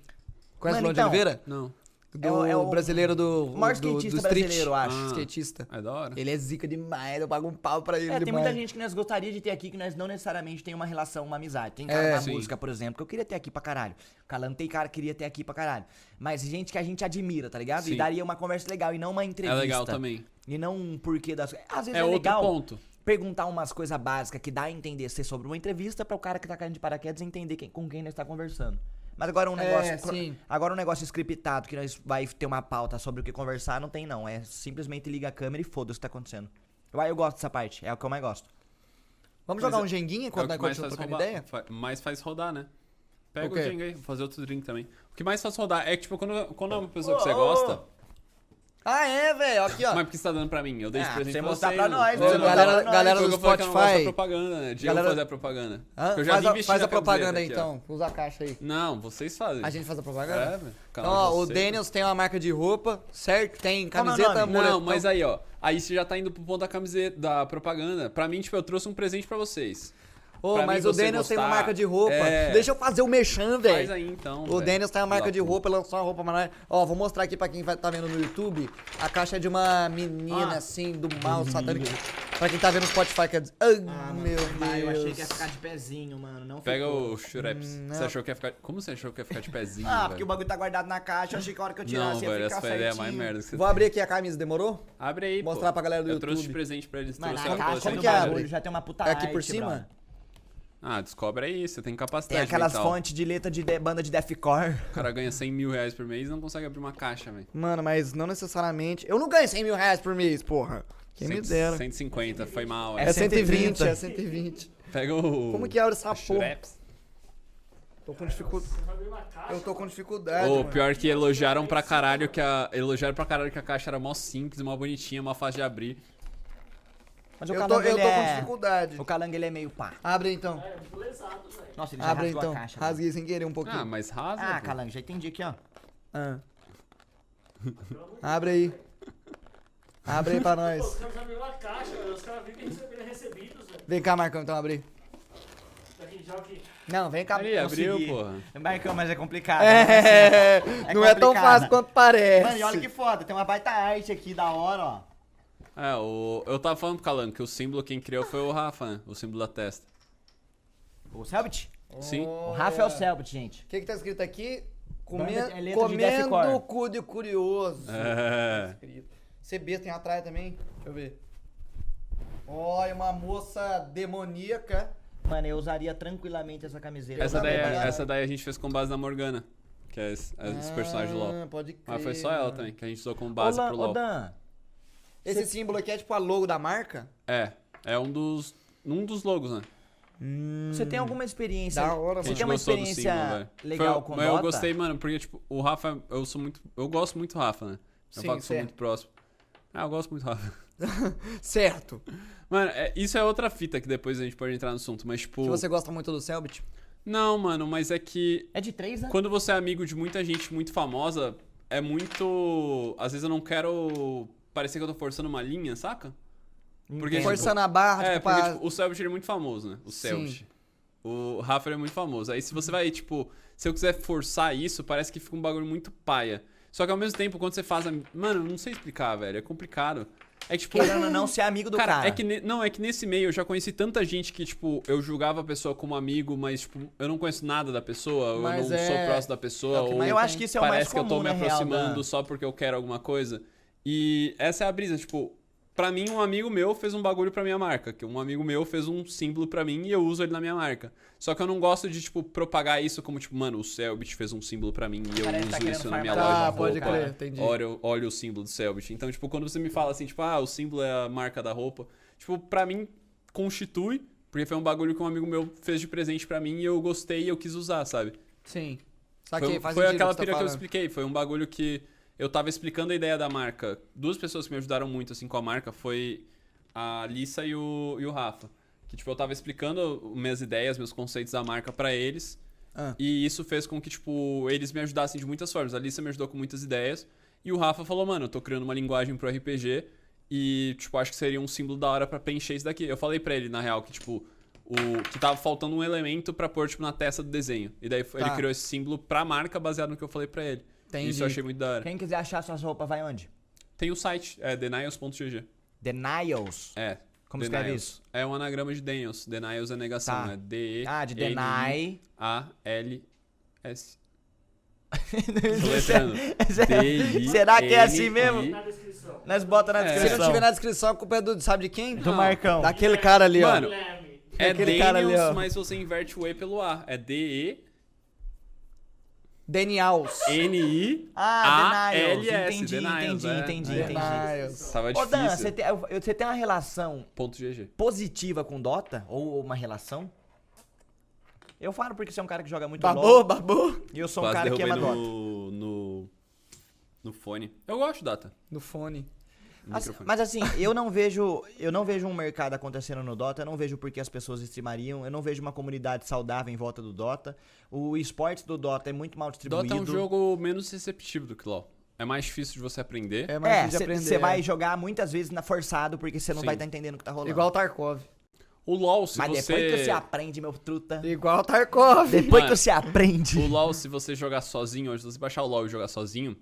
S1: Conhece
S2: Mano,
S1: o Lorde
S2: então,
S1: Oliveira?
S3: Não.
S1: Do,
S2: é o- é o
S1: brasileiro do.
S2: maior
S1: do, do
S2: skatista
S1: street.
S2: brasileiro, eu acho.
S3: Ah.
S1: Skatista.
S3: É da hora.
S1: Ele é zica demais, eu pago um pau pra ele.
S2: É, tem
S1: demais.
S2: muita gente que nós gostaria de ter aqui que nós não necessariamente tem uma relação, uma amizade. Tem cara
S1: É.
S2: da
S3: Sim.
S2: música, por exemplo, que eu queria ter aqui pra caralho. Calango tem cara que queria ter aqui pra caralho. Mas gente que a gente admira, tá ligado? E
S3: Sim.
S2: daria uma conversa legal e não uma
S3: É
S2: entrevista.
S3: legal também.
S2: E não um porquê das coisas. Às vezes
S3: É,
S2: é,
S3: outro
S2: legal
S3: ponto.
S2: perguntar umas coisas básicas que dá a entender ser sobre uma entrevista pra o cara que tá caindo de paraquedas entender quem- com quem nós tá conversando. Mas agora um
S1: É,
S2: negócio.
S1: sim.
S2: Agora um negócio scriptado que nós vai ter uma pauta sobre o que conversar, não tem não. É simplesmente liga a câmera e foda-se o que tá acontecendo. Eu, eu gosto dessa parte, é o que eu mais gosto.
S1: Vamos jogar
S3: Mas
S1: um jenguinha
S3: É o
S1: enquanto
S3: que
S1: nós
S3: mais
S1: continuamos
S3: faz
S1: trocando ideia?
S3: rodar. Fa- Mais faz rodar, né? Pega
S1: O
S3: o
S1: quê?
S3: drink aí, vou fazer outro drink também. O que mais faz rodar é que, tipo, quando, quando é uma pessoa que você gosta.
S1: Ah, é, velho. Aqui, ó.
S3: Mas por que você tá dando pra mim? Eu dei esse
S2: Ah,
S3: presente
S2: você
S3: pra
S2: mostrar
S3: você,
S2: pra
S3: né?
S2: nós,
S3: Não,
S2: você
S3: não,
S2: mostrar
S1: galera
S2: pra nós.
S1: galera
S3: Foi o
S1: do
S3: que eu falei que eu não gosto da
S1: Spotify.
S3: propaganda, né? Diego
S1: Galera-
S3: fazer a propaganda.
S1: Hã?
S3: Porque eu já
S1: faz
S3: vim
S1: a,
S3: vestido
S1: faz
S3: da
S1: a propaganda
S3: camiseta aqui, ó.
S1: então. Usa a caixa aí.
S3: Não, vocês fazem.
S1: A gente faz a
S3: É,
S1: propaganda?
S3: velho.
S1: Então, ó,
S3: Canal de
S1: o
S3: vocês.
S1: Daniels tem uma marca de roupa, certo? Tem
S2: Como é o
S1: camiseta,
S2: nome?
S1: tá moletom.
S3: Não, mas aí, ó. Aí você já tá indo pro ponto da camiseta, da propaganda. Pra mim, tipo, eu trouxe um presente pra vocês.
S1: Ô,
S3: pra
S1: mas
S3: mim
S1: o
S3: você
S1: Daniels tem uma
S3: gostar,
S1: marca de roupa.
S3: é.
S1: Deixa eu fazer o merchan,
S3: Faz
S1: velho.
S3: aí então.
S1: O
S3: velho.
S1: Daniels tem uma marca
S3: Lá,
S1: de roupa, lançou uma roupa maravilhosa. Ó, vou mostrar aqui pra quem vai, tá vendo no YouTube. A caixa é de uma menina,
S2: Ah.
S1: assim, do mal, satânica. Pra quem tá vendo no Spotify, quer dizer... Ah, meu Deus.
S2: de pezinho, mano. Não
S3: Pega o Shreps.
S1: Hum,
S3: Você
S1: não.
S3: achou que ia ficar. Como você achou que ia ficar de pezinho?
S2: Ah,
S3: velho?
S2: porque o bagulho tá guardado na caixa, eu achei que a hora que eu tirasse
S3: Não,
S2: ia
S3: velho,
S2: ficar
S3: essa foi a ideia
S2: certinho.
S3: mais merda que você
S1: Vou
S3: tem.
S1: abrir aqui a camisa, demorou?
S3: Abre aí,
S1: Mostrar
S3: pô.
S1: pra galera do
S3: Eu trouxe de
S1: YouTube.
S3: presente pra eles.
S2: Mas
S3: trouxe
S2: na
S3: a
S2: caixa
S3: coleção
S1: como
S2: do
S3: do
S1: que abre?
S2: bagulho
S3: Mario.
S2: já tem uma puta
S1: É aqui
S2: arte,
S1: por cima?
S2: brother.
S3: Ah, descobre aí. Você tem
S2: Tem
S3: capacidade
S2: aquelas
S3: mental.
S2: fontes de letra de, de- banda de deathcore.
S3: O cara ganha 100 mil reais por mês e não consegue abrir uma caixa, velho.
S1: Mano, mas não necessariamente... Eu não ganho 100 mil reais por mês, porra. Quem me
S3: Cento-
S1: dera.
S3: 150, foi mal.
S1: É
S3: É.
S1: 120, é 120.
S3: Pega o.
S1: Como que é abre essa porra?
S3: Shreps.
S1: Tô com dificuldade.
S4: Você vai abrir uma caixa.
S1: Eu tô com
S4: mano.
S1: dificuldade,
S3: Ô,
S1: mano.
S3: pior que elogiaram
S1: é,
S3: pra caralho que a. Elogiaram pra caralho que a caixa era mó simples, mó bonitinha, mó fácil de abrir.
S2: Mas o
S1: Eu tô,
S2: calango,
S1: eu
S2: ele
S1: tô com
S2: é...
S1: dificuldade.
S2: O calango, ele é meio pá.
S1: Abre então.
S4: É, tipo, lesado, velho.
S2: Nossa, ele já
S1: Abre
S2: rasgou
S1: então.
S2: a caixa. né?
S1: Rasguei sem querer um pouquinho.
S3: Ah, mas rasa.
S2: Ah,
S3: pô.
S2: calango, já entendi aqui, ó.
S1: Ah.
S4: Pelo amor de
S1: Abre aí. Abre aí pra
S4: Deus. Os
S1: nós.
S4: caras já abriram a caixa, velho. Os caras vivem recebendo recebidos, velho.
S1: Vem cá, Marcão, então abre. aí.
S4: Daqui já aqui.
S1: Não, vem cá.
S3: Aí, abriu,
S2: Consegui.
S3: porra.
S2: Marcão, mas é complicado. né?
S1: É, (laughs) não é tão
S2: complicado.
S1: fácil quanto parece.
S2: Mano, e olha que foda, tem uma baita arte aqui da hora, ó.
S3: É, o... eu tava falando pro Calango que o símbolo quem criou foi o Rafa, né? O símbolo da testa.
S2: O Selbit?
S3: Sim.
S2: O Rafa é o Selbit, gente.
S1: O que que tá escrito aqui? Come...
S2: Banda- é letra de
S1: Comendo
S2: deathcore.
S1: o cu de curioso.
S3: É.
S1: CB tem atrás também. Deixa eu ver. Olha, uma moça demoníaca.
S2: Mano, eu usaria tranquilamente essa camiseta.
S3: Essa daí, é
S1: também, né?
S3: essa daí a gente fez com base na Morgana, que é esse, é esse personagem do LoL.
S1: Ah, Pode crer.
S3: Mas foi só ela também, que a gente usou como base
S2: Ô,
S3: pro LoL.
S2: Dan,
S1: Esse símbolo aqui é tipo a logo da marca?
S3: É, é um dos, um dos logos, né?
S2: você tem alguma experiência?
S1: Da hora,
S2: você
S3: Que a gente
S2: tem uma
S3: gostou do
S2: experiência
S3: símbolo, velho.
S2: legal
S3: Foi-
S2: com
S3: Mas
S2: Dota?
S3: eu gostei, mano, porque, tipo, o Rafa, eu sou muito. Eu gosto muito do Rafa, né? Eu
S1: Sim,
S3: falo que sou
S2: é.
S1: certo.
S3: muito próximo. Ah, eu gosto muito do Rafa. (laughs)
S1: Certo.
S3: Mano, é- isso é outra fita que depois a gente pode entrar no assunto, mas, tipo.
S1: Se você gosta muito do Selbit.
S3: Não, mano, mas é que
S2: É de três, né?
S3: Quando você é amigo de muita gente muito famosa, é muito. Às vezes eu não quero parecer que eu tô forçando uma linha, saca? Porque, tipo,
S1: Forçando a barra,
S3: é,
S1: tipo,
S3: porque
S1: pra-
S3: tipo, o Selbit ele é muito famoso, né? O
S1: Sim.
S3: Selbit. O Rafa ele é muito famoso. Aí se você vai, tipo, se eu quiser forçar isso, parece que fica um bagulho muito paia. Só que ao mesmo tempo, quando você faz. A... Mano, eu não sei explicar, velho. É complicado. É que, tipo.
S2: Querendo ou não ser amigo do cara.
S3: Cara, é que ne- não, é que nesse meio eu já conheci tanta gente que, tipo, eu julgava a pessoa como amigo, mas, tipo, eu não conheço nada da pessoa,
S1: Mas
S3: eu não sou
S1: é-
S3: próximo da pessoa,
S1: é o que
S3: ou
S1: mais
S2: Eu acho que isso é o mais
S3: parece que eu tô
S2: comum,
S3: me
S2: na real, né?
S3: aproximando
S2: Dan.
S3: só porque eu quero alguma coisa. E essa é a brisa, tipo, pra mim, um amigo meu fez um bagulho pra minha marca, que um amigo meu fez um símbolo pra mim e eu uso ele na minha marca. Só que eu não gosto de, tipo, propagar isso como, tipo, mano, o Selbit fez um símbolo pra mim e eu
S2: Parece que tá
S3: uso isso
S2: querendo
S3: na minha
S2: farmar.
S3: loja.
S1: Ah,
S3: de
S1: pode
S3: roupa.
S1: crer, entendi.
S3: Olha, o- olha o símbolo do Selbit. Então, tipo, quando você me fala assim, tipo, ah, o símbolo é a marca da roupa, tipo, pra mim constitui, porque foi um bagulho que um amigo meu fez de presente pra mim e eu gostei e eu quis usar, sabe?
S1: Sim.
S3: foi
S1: Saquei, faz
S3: foi
S1: sentido
S3: aquela
S1: o que você tá
S3: pira que eu
S1: falando.
S3: expliquei, foi um bagulho que eu tava explicando a ideia da marca. Duas pessoas que me ajudaram muito assim com a marca foi a Lissa e o, e o Rafa. Que, tipo, eu tava explicando minhas ideias, meus conceitos da marca pra eles.
S1: Ah.
S3: E isso fez com que, tipo, eles me ajudassem de muitas formas. A Lissa me ajudou com muitas ideias. E o Rafa falou, mano, eu tô criando uma linguagem pro RPG. E, tipo, acho que seria um símbolo da hora pra preencher isso daqui. Eu falei pra ele, na real, que, tipo, o que tava faltando um elemento pra pôr, tipo, na testa do desenho. E daí
S1: Tá.
S3: ele criou esse símbolo pra marca baseado no que eu falei pra ele.
S1: Entendi.
S3: Isso eu achei muito da hora.
S2: Quem quiser achar suas roupas, vai onde?
S3: Tem o site, é denials.gg.
S2: Denials.
S3: É.
S2: Como
S3: denials.
S2: escreve isso?
S3: É um anagrama de Daniels. Denials é negação,
S2: Tá.
S3: né? D E
S2: Ah, de deny.
S3: A L S.
S2: (laughs) Será que é assim mesmo?
S4: Na descrição.
S2: Nós bota na
S3: É.
S1: Se não
S2: descrição.
S1: tiver na descrição, a culpa é do, sabe de quem?
S2: Do Marcão.
S1: Daquele cara ali, ó.
S3: Mano,
S4: Guilherme.
S3: É
S1: Aquele cara ali, ó.
S3: Daniels, mas você inverte o E pelo A. É D
S1: Denials.
S3: E N I
S2: Ah,
S3: A
S2: Denials.
S3: L S.
S2: Entendi,
S3: Denials,
S2: entendi,
S3: é.
S2: entendi,
S3: É.
S2: entendi.
S1: Denials.
S3: Tava
S2: Ô, Dan,
S3: difícil.
S2: você tem, eu- você tem uma relação
S3: Ponto GG.
S2: positiva com Dota? Ou uma relação? Eu falo porque você é um cara que joga muito
S1: Babou,
S2: LOL.
S1: babou.
S2: E eu sou um
S3: Quase
S2: cara que
S3: derrubei
S2: ama Dota.
S3: no, no no fone. Eu gosto de data.
S1: No fone.
S3: No
S2: Assim,
S3: microfone.
S2: mas assim, eu não vejo, eu não vejo um mercado acontecendo no Dota, eu não vejo por que as pessoas streamariam, eu não vejo uma comunidade saudável em volta do Dota. O esporte do Dota é muito mal distribuído.
S3: Dota é um jogo menos receptivo do que LoL. É mais difícil de você aprender.
S1: É, mais
S2: É,
S1: difícil de aprender.
S2: você vai jogar muitas vezes na forçado porque você não
S3: Sim.
S2: vai estar entendendo o que tá rolando.
S1: Igual o Tarkov.
S3: O LoL, se
S2: Mas
S3: você
S2: depois que você aprende, meu truta.
S1: Igual o Tarkov.
S2: Depois
S3: Mano,
S2: que você aprende.
S3: O LoL, se você jogar sozinho, ou se você baixar o LoL e jogar sozinho,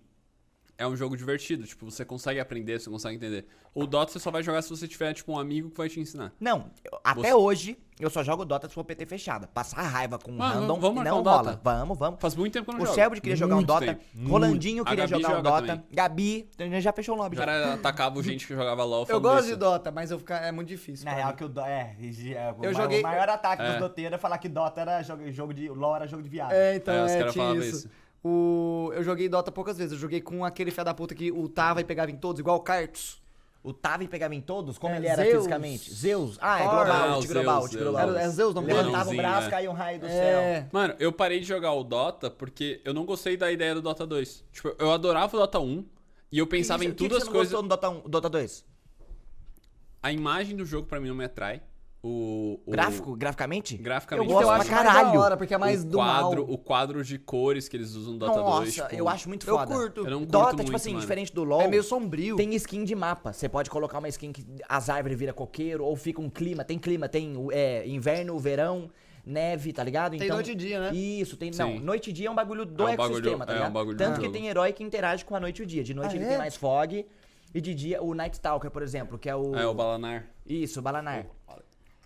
S3: é um jogo divertido. Tipo, você consegue aprender, você consegue entender. O Dota você só vai jogar se você tiver, tipo, um amigo que vai te ensinar.
S2: Não, eu- até
S3: Você-
S2: hoje eu só jogo Dota se for PT fechada. Passar raiva com um
S3: Mano,
S2: random
S3: vamos marcar
S2: não
S3: um
S2: rola.
S3: Dota?
S2: Vamos, vamos.
S3: Faz muito tempo que eu não
S2: O
S3: jogo.
S2: Selbit queria jogar um
S3: Muito
S2: Dota,
S3: tempo.
S2: Rolandinho
S3: Muito.
S2: queria
S3: A Gabi
S2: jogar um
S3: joga
S2: Dota,
S3: também.
S2: Gabi, então já fechou o lobby
S3: O
S2: já.
S3: cara atacava gente que jogava LoL.
S1: Eu
S3: falando
S1: gosto
S3: isso.
S1: de Dota, mas eu ficar... é muito difícil.
S2: Na
S1: pra
S2: real
S1: mim.
S2: que o Dota. É, é, é, o
S1: Eu
S2: ma-
S1: joguei-
S2: o maior ataque
S3: É.
S2: dos doteiros é falar que Dota era jogo, jogo de. LOL era jogo de viado.
S1: É, então,
S3: É, os
S1: é,
S3: caras
S1: tinha
S3: falavam
S1: isso.
S3: isso.
S1: O... Eu joguei Dota poucas vezes. Eu joguei com aquele fé da puta que ultava e pegava em todos, igual o Kartus.
S2: O Tavi pegava em todos? Como
S1: É,
S2: ele era
S1: Zeus.
S2: fisicamente? Zeus. Ah, é
S1: Ah,
S2: global,
S3: o
S2: ult, global,
S3: Zeus,
S2: ult,
S3: Zeus.
S2: global.
S1: Era, é Zeus, não
S2: Levantava o
S3: Leãozinho,
S2: braço,
S3: é.
S2: caía um raio do céu.
S1: É.
S3: Mano, eu parei de jogar o Dota porque eu não gostei da ideia do Dota 2. Tipo, eu adorava o Dota 1 e eu pensava
S2: E
S3: em
S2: o que que
S3: todas
S2: você
S3: as
S2: não
S3: coisas.
S2: gostou no Dota 1, Dota 2?
S3: A imagem do jogo pra mim não me atrai. O, o-
S2: Gráfico, graficamente?
S3: Graficamente,
S2: Eu gosto pra
S3: acho
S1: Então, mais
S2: caralho.
S1: da hora, porque é mais
S3: o
S1: do mal.
S3: quadro, o quadro de cores que eles usam no Dota 2.
S2: Nossa,
S3: tipo,
S2: eu acho muito
S1: Eu
S2: foda.
S1: curto.
S3: Eu não curto
S2: Dota,
S3: muito,
S2: tipo assim,
S3: mano.
S2: diferente do LoL.
S1: É meio sombrio.
S2: Tem skin de mapa. Você pode colocar uma skin que as árvores vira coqueiro, ou fica um clima. Tem clima, tem é, inverno, verão, neve, tá ligado?
S1: Tem noite e dia, né?
S2: Isso, tem. Não,
S3: Sim.
S2: noite e dia é um bagulho do
S3: É um bagulho-
S2: ecossistema, tá
S3: é um
S2: ligado?
S3: bagulho do
S2: Tanto que
S3: jogo.
S2: tem herói que interage com a noite e o dia. De noite
S1: Ah,
S2: ele
S1: é?
S2: tem mais fog. E de dia, o Night Stalker, por exemplo, que é o.
S3: É, o Balanar.
S2: Isso, o Balanar.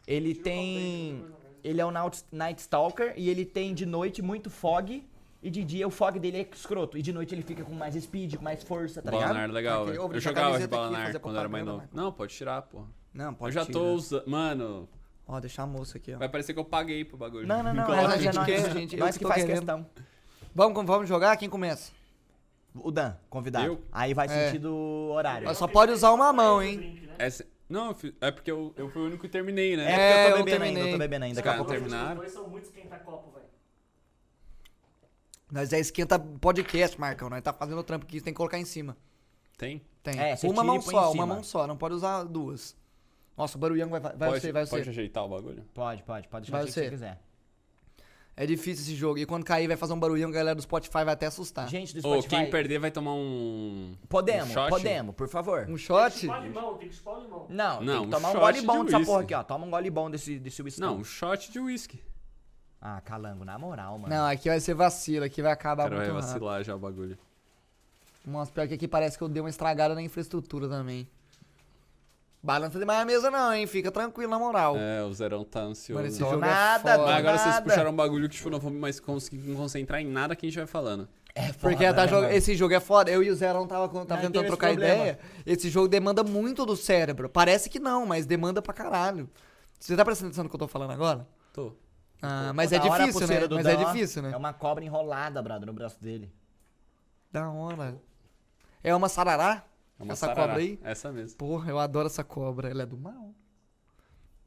S2: Ele tem. Ele é um Naut- Night Stalker e ele tem de noite muito fog. E de dia o fog dele é escroto. E de noite ele fica com mais speed, com mais força, tá ligado?
S3: Balanar, é legal.
S1: Ok, eu vou
S3: velho. Eu
S1: deixar a
S3: jogava de
S1: camiseta aqui,
S3: Balanar
S1: fazer
S3: quando era mais
S1: propaganda,
S3: novo. Não, pode tirar, pô.
S1: Não,
S3: Eu
S1: pode
S3: já
S1: tirar.
S3: tô usando. Mano,
S1: Ó, deixar a moça aqui, ó.
S3: vai parecer que eu paguei pro bagulho.
S2: Não, não, não.
S1: Coloca
S2: Ela
S1: aí,
S2: já não
S1: que
S2: é,
S1: a gente- eu
S2: nós
S1: que
S2: que
S1: tô
S2: faz
S1: querendo.
S2: questão.
S1: Vamos, vamos jogar? Quem começa?
S2: O Dan, convidado.
S3: Eu?
S2: Aí vai
S1: É.
S2: sentido horário.
S1: Ó, Só pode usar uma mão, hein?
S4: né?
S3: É, se- não, eu fi- é porque eu, eu fui o único que terminei, né?
S1: É,
S2: É, porque eu
S1: eu
S2: tô bebendo ainda,
S1: terminei.
S2: eu tô bebendo ainda. Daqui a
S3: Cara,
S2: pouco eu-
S3: terminaram.
S4: Os dois são muito esquenta-copo, velho.
S1: Nós é esquenta podcast, Marcão. Nós tá fazendo o trampo aqui, tem que colocar em cima.
S3: Tem?
S1: Tem.
S2: É, você
S1: uma
S2: tira e
S1: mão
S2: põe
S1: só,
S2: em
S1: uma
S2: cima.
S1: mão só. Não pode usar duas. Nossa, o barulhão vai, vai,
S3: pode
S1: ser, vai
S3: pode
S1: ser.
S3: ajeitar o bagulho?
S2: Pode, pode, pode deixar
S1: Vai
S2: o jeito que
S1: ser.
S2: você quiser.
S1: É difícil esse jogo. E quando cair, vai fazer um barulhão, a galera do Spotify vai até assustar.
S2: Gente do
S3: Ou
S2: Spotify,
S3: quem perder vai tomar um.
S2: podemos,
S3: um shot?
S2: podemos, por favor.
S1: Um
S4: Tem que
S1: shot?
S4: chupar limão, tem que chupar o limão.
S2: Não,
S3: Não,
S2: tem
S3: um
S2: que tomar um
S3: shot
S2: gole
S3: de
S2: bom dessa
S3: uísque.
S2: porra aqui, ó. Toma um gole bom desse, desse whisky.
S3: Não, um shot de whisky.
S2: Ah, calango, na moral, mano.
S1: Não, aqui vai ser vacilo, aqui vai
S3: O
S1: acabar
S3: cara vai
S1: Tá muito rápido.
S3: vacilar já o bagulho.
S1: Nossa, pior que aqui parece que eu dei uma estragada na infraestrutura também. Balança demais a mesa não, hein? Fica tranquilo, na moral.
S3: É, o Zerão tá ansioso.
S1: Mano, esse
S2: Tô
S1: jogo é
S2: nada,
S1: foda.
S2: tô
S3: Mas agora vocês
S2: nada.
S3: puxaram um bagulho que, tipo, eu não vou mais conseguir me concentrar em nada que a gente vai falando.
S2: É
S1: Porque
S2: foda,
S1: tá
S2: né,
S1: jo-
S2: mano?
S1: esse jogo é foda. Eu e o Zerão tava, quando tava
S2: Mas tem
S1: tentando
S2: esse
S1: trocar
S2: problema.
S1: ideia. Esse jogo demanda muito do cérebro. Parece que não, mas demanda pra caralho. Você tá prestando atenção no que eu tô falando agora?
S3: Tô.
S1: Ah, mas é
S2: Da hora a
S1: difícil, né?
S2: pulseira do
S1: Mas é
S2: Dan, ó.
S1: difícil, né?
S2: É uma cobra enrolada, brother, no braço dele.
S1: Da hora. É uma sarará?
S3: É uma
S1: Essa
S3: sarará.
S1: cobra aí?
S3: Essa mesmo.
S1: Porra, eu adoro essa cobra. Ela é do mal.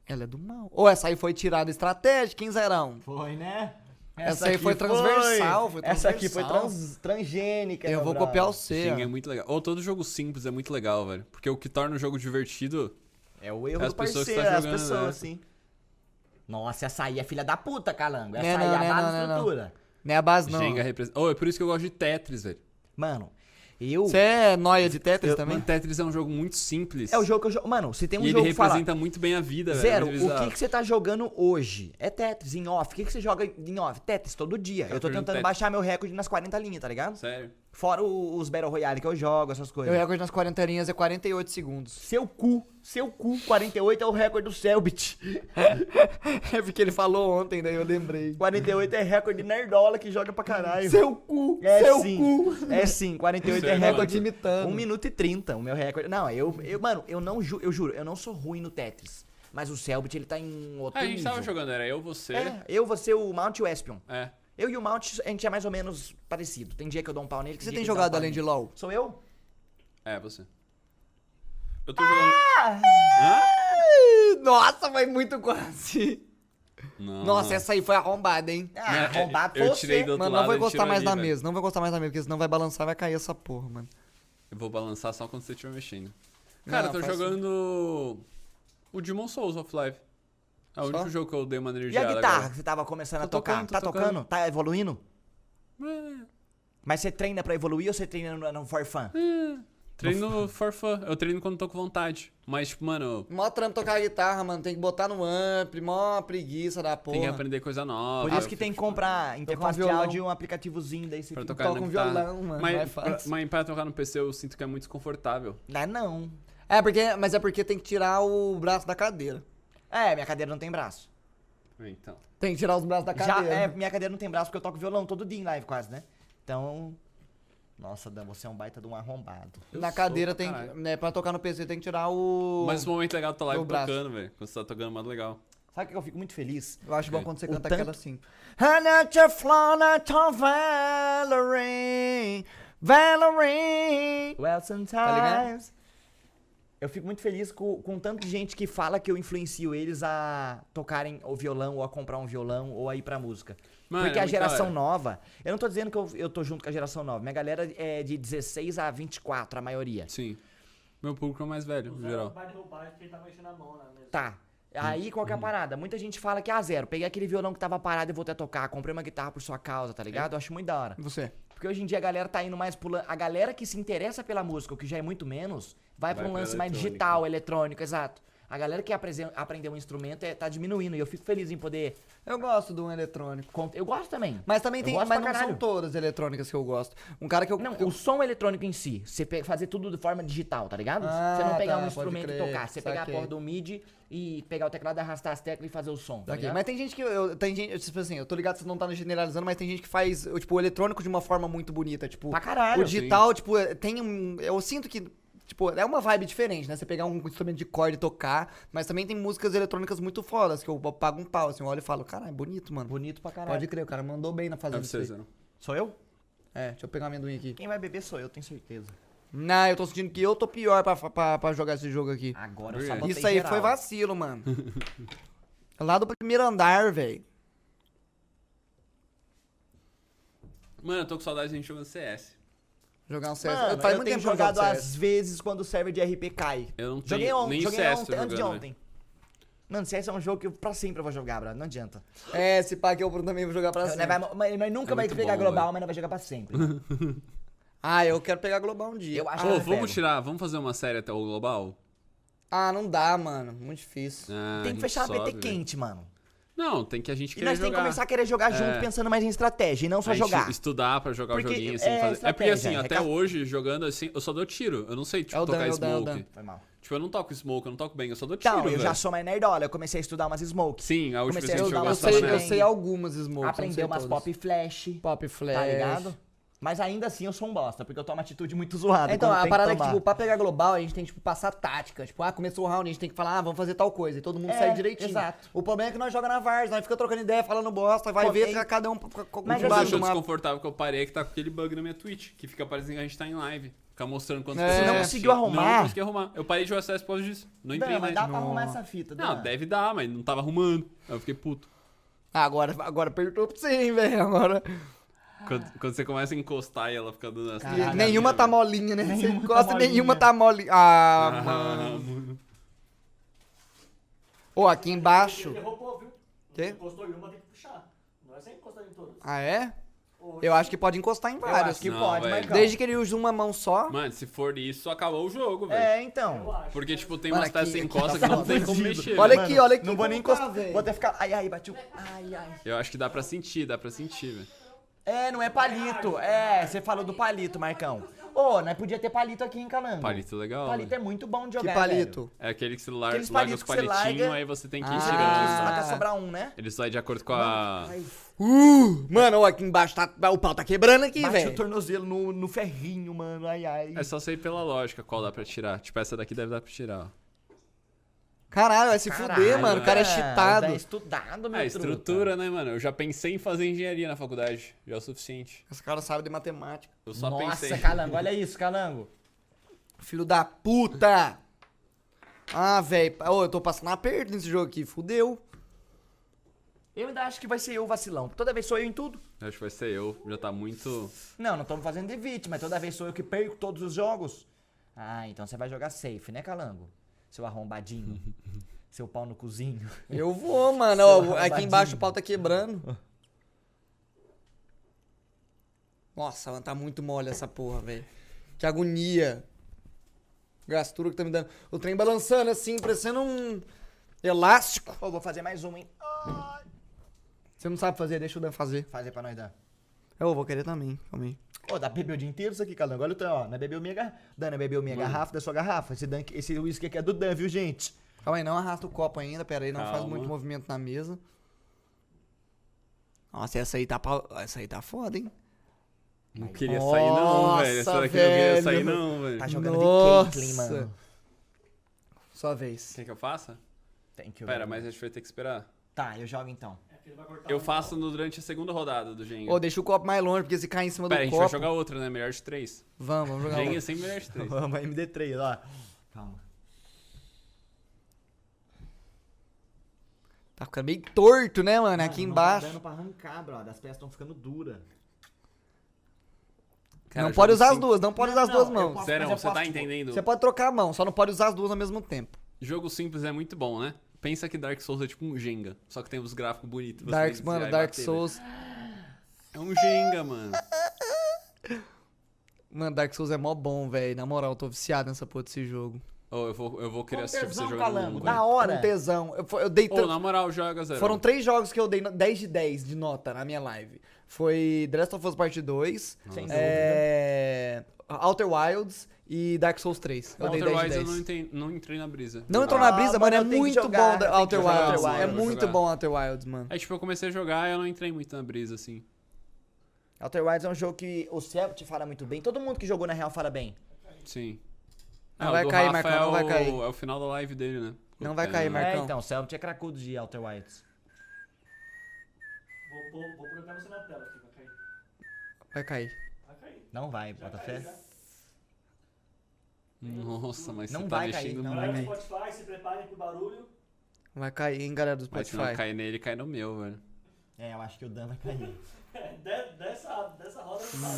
S1: Ela é do mal. Ou essa aí foi tirada estratégica, hein, Zerão?
S2: Foi, né?
S1: Essa aí
S2: aqui
S1: foi transversal, foi
S2: Essa aqui foi
S1: transversal.
S2: trans- transgênica.
S1: eu
S2: meu
S1: vou
S2: brother.
S1: copiar o
S3: Xing é
S1: C.
S3: muito legal. Ou todo jogo simples é muito legal, velho. Porque o que torna o jogo divertido.
S2: É o erro
S3: As
S2: do
S3: pessoas que
S2: parceiro,
S3: tá
S2: as
S3: jogando,
S2: pessoas,
S3: né?
S2: sim. Nossa, essa aí é filha da puta, calango.
S1: Né,
S2: Essa
S1: não,
S2: aí é
S1: né,
S2: a
S1: não, né,
S2: bala
S1: não.
S2: estrutura.
S1: Não é a base, não.
S3: Jenga representa. Oh, é por isso que eu gosto de Tetris, velho.
S2: Mano, eu...
S1: Você é noia de Tetris
S2: Eu- Então,
S1: também?
S3: Mano, Tetris é um jogo muito simples.
S2: É o jogo que eu jogo... Mano, se tem um
S3: e ele
S2: jogo que fala...
S3: representa muito bem a vida, velho.
S2: Zero,
S3: É
S2: o que,
S3: bizarro.
S2: que você tá jogando hoje? É Tetris, em off. O que, que você joga em off? Tetris, todo dia.
S3: Tá
S2: Eu tô
S3: jogando
S2: tentando
S3: Tetris.
S2: baixar meu recorde nas 40 linhas, tá ligado?
S3: Sério.
S2: Fora o- os Battle Royale que eu jogo, essas
S1: Meu
S2: coisas.
S1: recorde nas quarentelinhas é 48
S2: (laughs)
S1: segundos.
S2: Seu cu, seu cu, 48 é o recorde do Selbit.
S1: É porque ele falou ontem, daí eu lembrei.
S2: 48 é recorde nerdola que joga pra caralho.
S1: Seu cu,
S2: É
S1: seu
S2: sim.
S1: cu.
S2: É sim, 48 é
S3: Seu
S2: recorde.
S1: cu. Imitando.
S2: 1 minuto e 30, o meu recorde. Não, eu, eu mano, eu não ju, eu juro, eu não sou ruim no Tetris. Mas o Selbit, ele tá em outro
S3: Ah, a gente tava
S2: nível.
S3: jogando, era eu, você.
S2: É, eu, você, o Mount e o Espion.
S3: É.
S2: Eu e o Mount, a gente é mais ou menos parecido. Tem dia que eu dou um pau nele.
S1: Você
S2: dia
S1: tem
S2: que ele dá um
S1: jogado
S2: pau
S1: além
S2: em
S1: de
S2: mim.
S1: LOL?
S2: Sou eu?
S3: É, você. Eu tô jogando.
S2: Ah!
S3: Hã?
S1: Nossa, foi muito quase.
S3: Não.
S1: Nossa, essa aí foi arrombada, hein?
S2: Ah,
S3: Não, é,
S2: arrombado
S3: eu
S2: foi
S3: tirei do
S2: você.
S3: outro
S1: Mano,
S3: lado,
S1: não vai
S3: ele
S1: gostar
S3: tirou
S1: mais
S3: ali,
S1: da
S3: velho.
S1: mesa, não vai gostar mais da mesa, porque senão vai balançar, vai cair essa porra, mano.
S3: Eu vou balançar só quando você estiver mexendo. Cara,
S1: Não,
S3: eu tô
S1: faz
S3: jogando. O Demon Souls Offline. É
S1: Só?
S3: o único jogo que eu dei uma
S2: E
S3: energia.
S2: a guitarra que você tava começando a
S3: Tô
S2: tocar?
S3: tocando, tô
S2: tá tocando?
S3: tocando.
S2: Tá evoluindo?
S3: Agora. É,
S2: Mas você treina pra evoluir ou você treina no, no for fun?
S1: Hum.
S3: Treino for fun. Eu treino quando tô com vontade. Mas, tipo, mano,
S1: Mó trampo tocar guitarra, mano. Tem que botar no amp, mó preguiça da porra.
S3: tem que aprender coisa nova.
S1: Ah,
S2: Por isso
S3: eu
S2: que
S3: fico,
S2: tem que
S3: tipo,
S2: comprar interface de
S1: violão.
S2: áudio e um aplicativozinho daí você
S3: Pra
S2: fica-
S3: tocar
S1: toca
S3: na
S1: um
S3: guitarra.
S1: violão, mano,
S3: Mas,
S1: mais fácil.
S3: mas pra tocar no PC eu sinto que é muito desconfortável.
S2: Não, é não.
S1: É, porque, mas é porque tem que tirar o braço da cadeira.
S2: É, minha cadeira não tem braço.
S3: Então.
S1: Tem que tirar os braços da
S2: Já,
S1: cadeira.
S2: é, minha cadeira não tem braço porque eu toco violão todo dia em live quase, né? Então... Nossa, Dan, você é um baita de um arrombado.
S3: Eu
S1: Na
S3: sou
S1: cadeira
S3: pra
S1: tem que.
S3: caralho.
S1: Né, pra tocar no PC tem que tirar o.
S3: Mas o momento legal tá lá
S1: Meu braço.
S3: tocando, velho. Quando você tá tocando, é mais legal.
S2: Sabe o que eu fico muito feliz?
S1: Eu acho bom quando você
S2: O
S1: canta
S2: tanto-
S1: aquela assim.
S2: Anata Flona Tom Valerie, Valerie. Well, sometimes. Eu fico muito feliz com, com tanto de gente que fala que eu influencio eles a tocarem o violão, ou a comprar um violão, ou a ir pra música.
S3: Mano,
S2: Porque
S3: é
S2: a
S3: muito da
S2: geração
S3: hora.
S2: nova. Eu não tô dizendo que eu, eu tô junto com a geração nova. Minha galera é de 16 a 24, a maioria.
S3: Sim. Meu público é o mais velho,
S4: O
S3: no
S4: Zé
S3: geral.
S4: vai derrubar porque ele tá mexendo a mão na mesa.
S2: Tá. Aí, qual que é a parada? Muita gente fala que, ah, zero, peguei aquele violão que tava parado e voltei a tocar, comprei uma guitarra por sua causa, tá ligado? Eu acho muito da hora.
S1: Você.
S2: Porque hoje em dia a galera tá indo mais pro lan- A galera que se interessa pela música, o que já é muito menos, vai,
S3: Vai
S2: pra um
S3: pra
S2: lance mais
S3: eletrônica.
S2: digital, eletrônico, exato. A galera que apresen- aprendeu um instrumento é, tá diminuindo. E eu fico feliz em poder.
S1: Eu gosto de um eletrônico.
S2: cont- Eu gosto também.
S1: Mas também
S2: Eu
S1: tem.
S2: gosto
S1: Mas
S2: pra
S1: não são
S2: caralho.
S1: todas eletrônicas que eu gosto. Um cara que eu.
S2: Não,
S1: eu-
S2: o som eletrônico em si, você pe- fazer tudo de forma digital, tá ligado?
S1: Ah,
S2: você não pegar
S1: tá,
S2: um
S1: pode
S2: instrumento
S1: crer,
S2: e tocar, você pegar a
S1: saquei.
S2: porta do MIDI e pegar o teclado, arrastar as teclas e fazer o som, tá
S1: Saquei.
S2: ligado?
S1: Mas tem gente que. Eu, tem gente, tipo assim, eu tô ligado que você não tá generalizando, mas tem gente que faz eu, tipo, o eletrônico de uma forma muito bonita. Tipo,
S2: Pra caralho.
S1: o digital, tipo, é- tem um. Eu sinto que. Tipo, é uma vibe diferente, né? Você pegar um instrumento de corda e tocar, mas também tem músicas eletrônicas muito fodas, que eu pago um pau, assim, eu olho e falo, caralho, bonito, mano.
S2: Bonito pra caralho.
S1: Pode crer, o cara mandou bem na
S3: É
S1: fazenda.
S3: você, Zero.
S2: Sou eu?
S1: É, deixa eu pegar um amendoim aqui.
S2: Quem vai beber sou eu, tenho certeza.
S1: Não, eu tô sentindo que eu tô pior pra, pra, pra jogar esse jogo aqui.
S2: Agora eu
S3: Obrigado.
S2: sabotei
S1: Isso aí
S2: Ah, geral.
S1: foi vacilo, mano. (laughs) Lá do primeiro andar, velho.
S3: Mano, eu tô com saudade de gente jogando CS.
S1: Jogar um CS.
S2: Mano,
S1: faz
S2: eu
S1: muito tempo
S2: tenho
S1: que eu não jogo
S2: jogado
S1: CS.
S2: às vezes quando o server de RP cai.
S3: Eu não né?
S2: Joguei
S3: tenho
S2: ontem,
S3: nem
S2: joguei
S3: CS
S2: ontem,
S3: tô
S2: antes de
S3: jogando. velho.
S2: ontem. Mano, CS é um jogo que eu pra sempre eu vou jogar, brother. Não adianta.
S1: É, se pá que eu também vou jogar pra
S2: Nós
S1: cima.
S2: vai- mas nós nunca
S3: É
S2: vai
S3: muito
S2: pegar
S3: bom,
S2: global,
S3: velho.
S2: mas nós vai jogar pra
S3: (laughs)
S2: sempre.
S1: Ah, eu quero pegar global um dia.
S2: Eu acho que
S3: Ô,
S2: eu pego.
S3: vamos tirar, vamos fazer uma série até o global?
S1: Ah, não dá, mano. Muito difícil.
S3: Ah,
S2: Tem que
S3: gente
S2: fechar a
S3: sobe,
S2: PT
S3: velho.
S2: quente, mano.
S3: Não, tem que a gente
S2: E
S3: querer
S2: nós
S3: jogar.
S2: tem que começar a querer jogar junto,
S3: É.
S2: pensando mais em estratégia e não só
S3: A gente
S2: jogar.
S3: Estudar pra jogar
S2: Porque
S3: o joguinho,
S2: é
S3: assim, fazer. É porque,
S2: estratégia,
S3: assim,
S2: é
S3: até
S2: ca-
S3: hoje, jogando assim, eu só dou tiro. Eu não sei, tipo,
S1: É o
S3: tocar
S1: dano, é o dano, é o
S3: smoke.
S1: dano.
S2: Foi mal.
S3: Tipo, eu não toco smoke, eu não toco bem, eu só dou tiro,
S2: Então, eu
S3: velho.
S2: já sou mais nerdola. Eu comecei a estudar umas smoke.
S3: Sim, a
S2: Comecei
S3: última vez
S2: a
S3: que a gente
S2: usar
S3: jogou
S1: eu,
S2: umas
S3: essa
S1: sei,
S2: também.
S1: eu
S3: semana.
S1: sei algumas smokes.
S2: Aprender umas pop flash.
S1: Pop flash.
S2: Tá ligado? Mas ainda assim eu sou um bosta, porque eu tomo atitude muito zoada.
S1: Então,
S2: quando
S1: a
S2: Ah, tem
S1: parada é que,
S2: tomar.
S1: tipo, pra pegar global, a gente tem que, tipo, passar tática. Tipo, ah, começou o round, a gente tem que falar, ah, vamos fazer tal coisa. E todo mundo
S2: É,
S1: sai direitinho.
S2: exato.
S1: O problema é que nós joga na Vars, nós fica trocando ideia, falando bosta, vai
S2: Pô,
S1: ver
S2: é-
S1: fica cada um com com-
S2: Mas
S1: com
S3: Me
S2: assim-
S1: baixo
S3: deixou
S1: do mapa.
S3: desconfortável que eu parei é que tá com aquele bug na minha Twitch, que fica parecendo que a gente tá em live. Fica mostrando quantas
S1: É.
S3: pessoas.
S1: Você não
S2: conseguiu
S3: assistindo.
S2: arrumar?
S3: Não consegui arrumar. Eu parei de jogar CS por causa disso. Não entrei
S2: Dan, mas
S3: mais.
S2: dá pra
S1: Não.
S2: arrumar essa fita,
S3: Não,
S2: Dan.
S3: deve dar, mas não tava arrumando. Aí eu fiquei puto.
S1: Ah, Agora, agora apertou pra você, hein, velho. Agora.
S2: Ah.
S3: Quando, quando você começa a encostar e ela fica dando assim.
S1: E nenhuma tá molinha, né? Você
S2: Nenhuma tá
S1: encosta e nenhuma
S2: molinha.
S1: tá molinha. Ah,
S3: Ah,
S1: mano.
S3: mano.
S1: Ô, aqui embaixo.
S4: Ele roubou, viu?
S1: Quê?
S4: Encostou em uma, tem que puxar. Não é sem encostar em todas.
S1: Ah, é?
S4: Ou-
S1: Eu acho que pode encostar em
S2: Eu
S1: vários.
S2: acho que
S3: Não,
S2: pode,
S3: velho.
S2: mas
S1: Desde que ele use uma mão só.
S3: Mano, se for isso, acabou o jogo, velho.
S2: É,
S4: Eu
S2: então.
S4: acho.
S3: Porque, tipo, tem
S1: Mano,
S3: umas peças
S1: aqui-
S3: sem
S1: aqui
S3: costa
S1: tá
S3: que não tem como
S2: fudido.
S3: mexer.
S1: Olha
S3: velho.
S1: aqui, olha aqui.
S2: Não vou nem
S1: como tá,
S2: encostar.
S1: velho.
S2: Vou até ficar. Ai, ai, bateu. Ai, ai.
S3: Eu acho que dá pra sentir, dá pra sentir, velho.
S2: É, não é palito. É, você falou do palito, Marcão. Ô, nós podia ter palito aqui, hein, Calango?
S3: Palito é legal.
S2: Palito
S3: velho.
S2: é muito bom de jogar.
S1: Que palito.
S3: é... aquele que você lar-
S2: Aqueles
S3: larga
S2: palitos
S3: os
S2: que você
S3: palitinhos,
S2: larga-
S3: aí você tem que ir
S1: Ah.
S2: Velho. Você
S3: tirando.
S2: tem que
S3: sabe?
S2: só quer sobrar um, né?
S3: Ele sai de acordo com a.
S1: Uh, mano, ó, aqui embaixo tá. O pau tá quebrando aqui,
S2: Bate o
S1: velho.
S2: tornozelo no, no ferrinho, mano. Ai, ai.
S3: É só sei pela lógica qual dá pra tirar. Tipo, essa daqui deve dar pra tirar, ó.
S1: Caralho, vai se fuder,
S2: Caralho,
S1: mano. O cara é
S2: Dan,
S1: cheatado.
S2: Dan, estudado, meu
S3: né? É,
S2: truta.
S3: estrutura, né, mano? Eu já pensei em fazer engenharia na faculdade. Já é o suficiente.
S1: Esse cara sabe de matemática.
S3: Eu só
S2: Nossa,
S3: pensei.
S2: Calango, olha isso, Calango.
S1: Filho da puta! Ah, velho. Ô, eu tô passando aperto nesse jogo aqui. Fudeu.
S2: Eu ainda acho que vai ser eu o vacilão. Toda vez sou eu em tudo.
S3: Acho que vai ser eu. Já tá muito.
S2: Não, não tô me fazendo de vítima, mas toda vez sou eu que perco todos os jogos. Ah, então você vai jogar safe, né, Calango? Seu (laughs) arrombadinho. seu pau no cozinho.
S1: Eu
S2: (laughs)
S1: vou, mano.
S2: Seu
S1: Ó, aqui
S2: arrombadinho.
S1: embaixo o pau tá
S2: (laughs)
S1: quebrando. Nossa, mano, tá muito mole essa porra, velho. Que agonia. Gastura que tá me dando. O trem balançando assim, parecendo um elástico.
S2: Ô, vou fazer mais uma, hein?
S1: Você não sabe fazer, deixa o Dan fazer.
S2: Fazer pra nós dar.
S1: É, Eu vou querer também, calma aí.
S2: Ô, dá pra beber o dia inteiro isso aqui, Calango. Olha o teu, ó. Não bebeu minha garrafa. Dana, bebeu minha garrafa da sua garrafa. Esse, Dan, esse uísque aqui é do Dan, viu, gente?
S1: Calma aí, não arrasta o copo ainda, pera aí, não faz
S3: Calma.
S1: muito movimento na mesa. Nossa, essa aí tá, pau- essa aí tá foda, hein?
S3: Não queria sair, não, velho. Essa
S1: Nossa,
S3: daqui não queria
S1: velho.
S3: sair, não, velho.
S2: Tá jogando
S1: Nossa.
S2: de Caitlyn, mano.
S1: Sua vez.
S3: Quer que eu faça?
S2: Tem que
S3: Pera, mas a gente vai ter que esperar.
S2: Tá, eu jogo então.
S4: É porque ele vai cortar
S3: Eu
S4: um-
S3: faço no- durante a segunda rodada do Jenga.
S1: Ô, deixa o copo mais longe, porque se cair em cima
S3: Pera, a
S1: do
S3: gente
S1: copo...
S3: vai jogar outra, né? Melhor de três.
S1: Vamos, vamos jogar
S3: Jenga
S1: outra. Uhum.
S3: é sempre melhor de três.
S2: Vamos, MD3, ó. Calma.
S1: Tá ficando meio torto, né, mano? Aqui
S2: Mano,
S1: embaixo.
S2: Não tá dando pra arrancar, brother. As peças estão ficando duras.
S3: Cara, assim.
S1: não pode usar
S3: jogo
S1: as
S3: sim-
S1: duas, não pode usar as
S2: Não,
S1: duas
S2: eu
S1: mãos.
S2: posso-
S3: Sério,
S2: mas eu
S3: você
S2: posso,
S3: tá
S2: tipo,
S3: entendendo?
S1: Você pode trocar a mão, só não pode usar as duas ao mesmo tempo.
S3: Jogo simples é muito bom, né? Pensa que Dark Souls é tipo um Jenga, só que tem os gráficos bonitos. pra você
S1: Dark,
S3: desviar
S1: mano,
S3: e
S1: Dark
S3: bater, né?
S1: Souls.
S3: velho. É um Jenga, mano.
S1: Mano, Dark Souls é mó bom, velho. Na moral, eu tô viciado nessa porra desse jogo.
S3: Ô, eu, vou, eu vou querer
S2: Com
S3: assistir pra você
S2: tesão,
S3: jogar
S2: calango,
S3: no
S2: na
S1: Um
S2: hora.
S1: tesão. Eu, fo- eu dei
S3: Ou,
S1: tan-
S3: na moral, joga zero.
S1: então- Foram três jogos que eu dei no- 10 de 10 de nota na minha live. Foi The Last of Us Part 2,
S2: Sem
S1: é... Outer Wilds e Dark Souls 3. Eu dei 10 de
S3: Outer Wilds
S1: 10.
S3: eu não, enten- não entrei na brisa.
S1: Não
S3: Eu-
S1: entrou na
S2: Ah,
S1: brisa,
S2: mano,
S1: mano, é
S2: eu tenho que
S1: muito
S2: jogar,
S1: bom
S2: eu tenho
S1: da
S2: que
S1: Outer
S2: jogar
S1: Wilds.
S2: Outer
S1: É
S2: Wilds, eu vou
S1: muito
S3: jogar.
S1: bom Outer Wilds, mano.
S3: É tipo, eu comecei a jogar e eu não entrei muito na brisa, assim.
S2: Outer Wilds é um jogo que o Celtic fala muito bem. Todo mundo que jogou na real fala bem.
S3: Sim.
S1: Não
S3: o
S1: vai
S3: do
S1: cair,
S3: Rafa
S1: Marcão,
S3: é
S1: não vai
S3: o-
S1: cair.
S3: É o final da live dele, né?
S1: Não vai cair,
S3: É,
S1: Marcão.
S2: É, então, o Celtic é cracudo de Outer Wilds.
S4: Vou, vou, vou colocar você na tela aqui, vai cair.
S1: Vai cair.
S4: Vai cair.
S2: Não vai, bota fé.
S3: É, Nossa, mas
S2: Não
S3: você tá
S2: vai cair,
S3: mexendo
S2: não
S4: Vai
S3: muito.
S4: no Spotify, se preparem pro barulho.
S1: Vai cair, hein, galera do
S3: Mas se não
S1: Spotify. Tá
S3: cair nele, cai no meu, velho.
S2: É, eu acho que o Dan vai cair.
S4: É, De- dessa, dessa roda não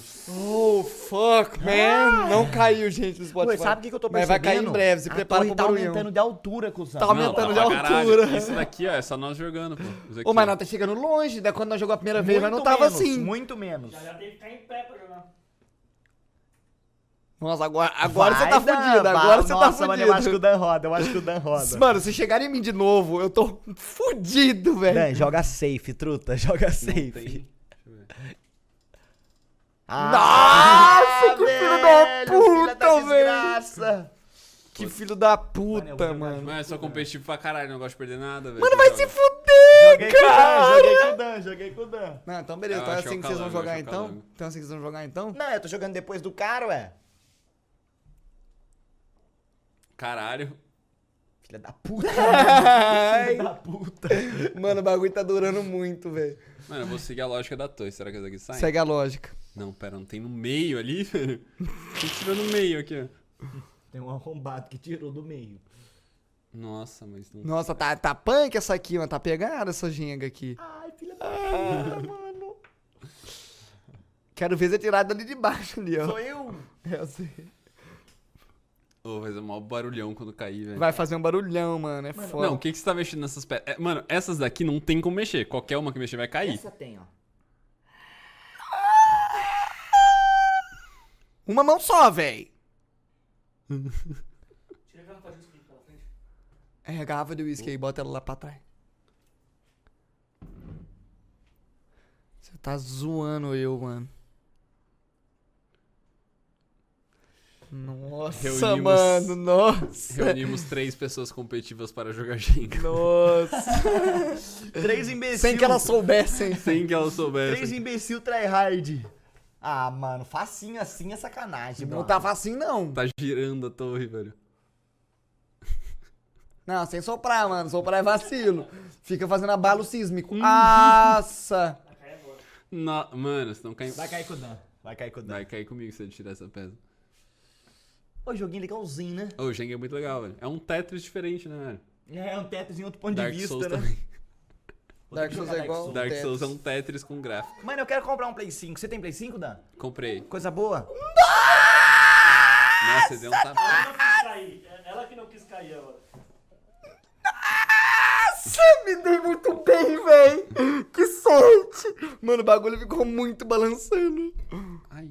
S4: sai.
S1: Oh, fuck, man. Não caiu, gente, do
S2: Ah! Ué,
S1: Spotify.
S2: sabe o que, que eu tô
S1: Mas
S2: percebendo?
S1: vai cair em breve, se
S2: A
S1: prepara
S2: torre
S1: pro
S2: tá
S1: barulhão.
S2: aumentando de altura, cuzão.
S1: Tá aumentando.
S3: Não,
S1: de
S3: pra caralho.
S1: altura.
S3: Isso daqui, ó, é só nós jogando, pô. Isso aqui,
S1: Ô, mas
S3: ó.
S1: nós tá chegando longe, né? Quando nós jogou a primeira vez, nós não
S2: Muito
S1: tava
S2: menos,
S1: assim.
S2: Muito menos.
S4: Já já tem que ficar em pé pra jogar.
S1: Nossa, agora, agora
S2: Ah, Vai,
S1: você tá
S2: Dan,
S1: fudido,
S2: vai.
S1: agora você tá
S2: Nossa, mano, eu acho que
S1: fudido.
S2: o Dan roda, eu acho que o Dan roda.
S1: Mano, se chegarem em mim de novo, eu tô fudido,
S2: Dan,
S1: velho.
S2: joga safe, truta, (laughs) joga
S3: Não
S2: safe. Ah,
S3: tem. Deixa eu ver.
S1: Nossa, que filho da puta,
S2: velho.
S1: Que filho da
S2: Mano, eu
S1: puta,
S2: vou jogar
S1: mano.
S3: Mas eu sou competitivo pra caralho, não gosto de perder nada, velho.
S1: Mano, vai se
S3: Joga.
S1: fuder,
S2: Joguei com o Dan,
S1: cara!
S2: joguei com o Dan, joguei com o Dan.
S1: Não, então beleza,
S3: Eu
S1: então é
S3: acho
S1: assim que
S3: que é o
S1: vocês vão
S3: Calango, eu
S1: jogar
S3: acho que é o
S1: então?
S3: Calango.
S1: Então é assim que vocês vão jogar então?
S2: Não, eu tô jogando depois do cara, ué.
S3: Caralho.
S2: Filha da puta. Filha da puta.
S1: (laughs) Mano, o bagulho tá durando muito, velho.
S3: Mano, eu vou seguir a lógica da Toy. Será que essa aqui sai?
S1: Segue a lógica.
S3: Não, pera, não tem no meio ali, (laughs) velho? Quem tirou no meio aqui, ó?
S2: Tem um arrombado que tirou do meio.
S3: Nossa, mas não.
S1: Nossa, tá, tá punk essa aqui, mano. Tá pegada essa ginga aqui.
S2: Ai, filha da puta, mano.
S1: Quero ver você tirar dali de baixo ali, ó. É assim.
S2: Sou eu.
S1: Eu sei.
S3: Ô, vai fazer um maior barulhão quando cair, velho.
S1: Vai fazer um barulhão, mano. É foda.
S3: Não, o que, que você tá mexendo nessas pedras? mano, essas daqui não tem como mexer. Qualquer uma que mexer vai cair.
S2: Essa tem, ó.
S1: Uma mão só, velho.
S4: Tira aquela fatia de espírito pela frente.
S1: É, a garrafa de uísque aí, bota ela lá pra trás. Você tá zoando eu, mano. Nossa,
S3: Reunimos-
S1: mano, nossa.
S3: (laughs) Reunimos três pessoas competitivas para jogar Jenga.
S1: Nossa.
S2: Três imbecil.
S1: Sem que elas soubessem.
S3: (laughs) (laughs) Sem que elas
S2: Três
S3: soubessem.
S2: imbecil tryhard. Ah, mano, facinho assim é sacanagem,
S1: Não
S2: mano.
S1: tava assim, não.
S3: Tá girando a torre, velho.
S1: Não, sem soprar, mano. Soprar é vacilo. Fica fazendo abalo sísmico.
S3: Uhum.
S1: Nossa.
S4: Vai cair agora.
S3: Na- Mano, se não cair.
S2: Vai cair com o Dan. Vai cair com o Dan.
S3: Vai cair comigo se eu tirar essa pedra.
S2: Ô, joguinho legalzinho, né?
S3: Ô, o Jenga é muito legal, velho. É um Tetris diferente, né, velho?
S2: É um Tetris em outro ponto
S3: Dark
S2: de vista,
S3: Souls
S2: né?
S3: também.
S2: Vou ter
S1: Dark
S2: que
S1: Souls
S2: jogar
S1: é igual-
S3: Dark
S1: Tetris.
S3: Souls é um Tetris com gráfico.
S2: Mano, eu quero comprar um Play 5. Você tem Play 5, Dan?
S3: Comprei.
S2: Coisa boa?
S3: Nossa, você deu um tapa.
S4: Ela não quis cair. É Ela que não quis cair agora.
S1: Nossa, me dei muito bem, véi. Que sorte. Mano, o bagulho ficou muito balançando.
S3: Ai.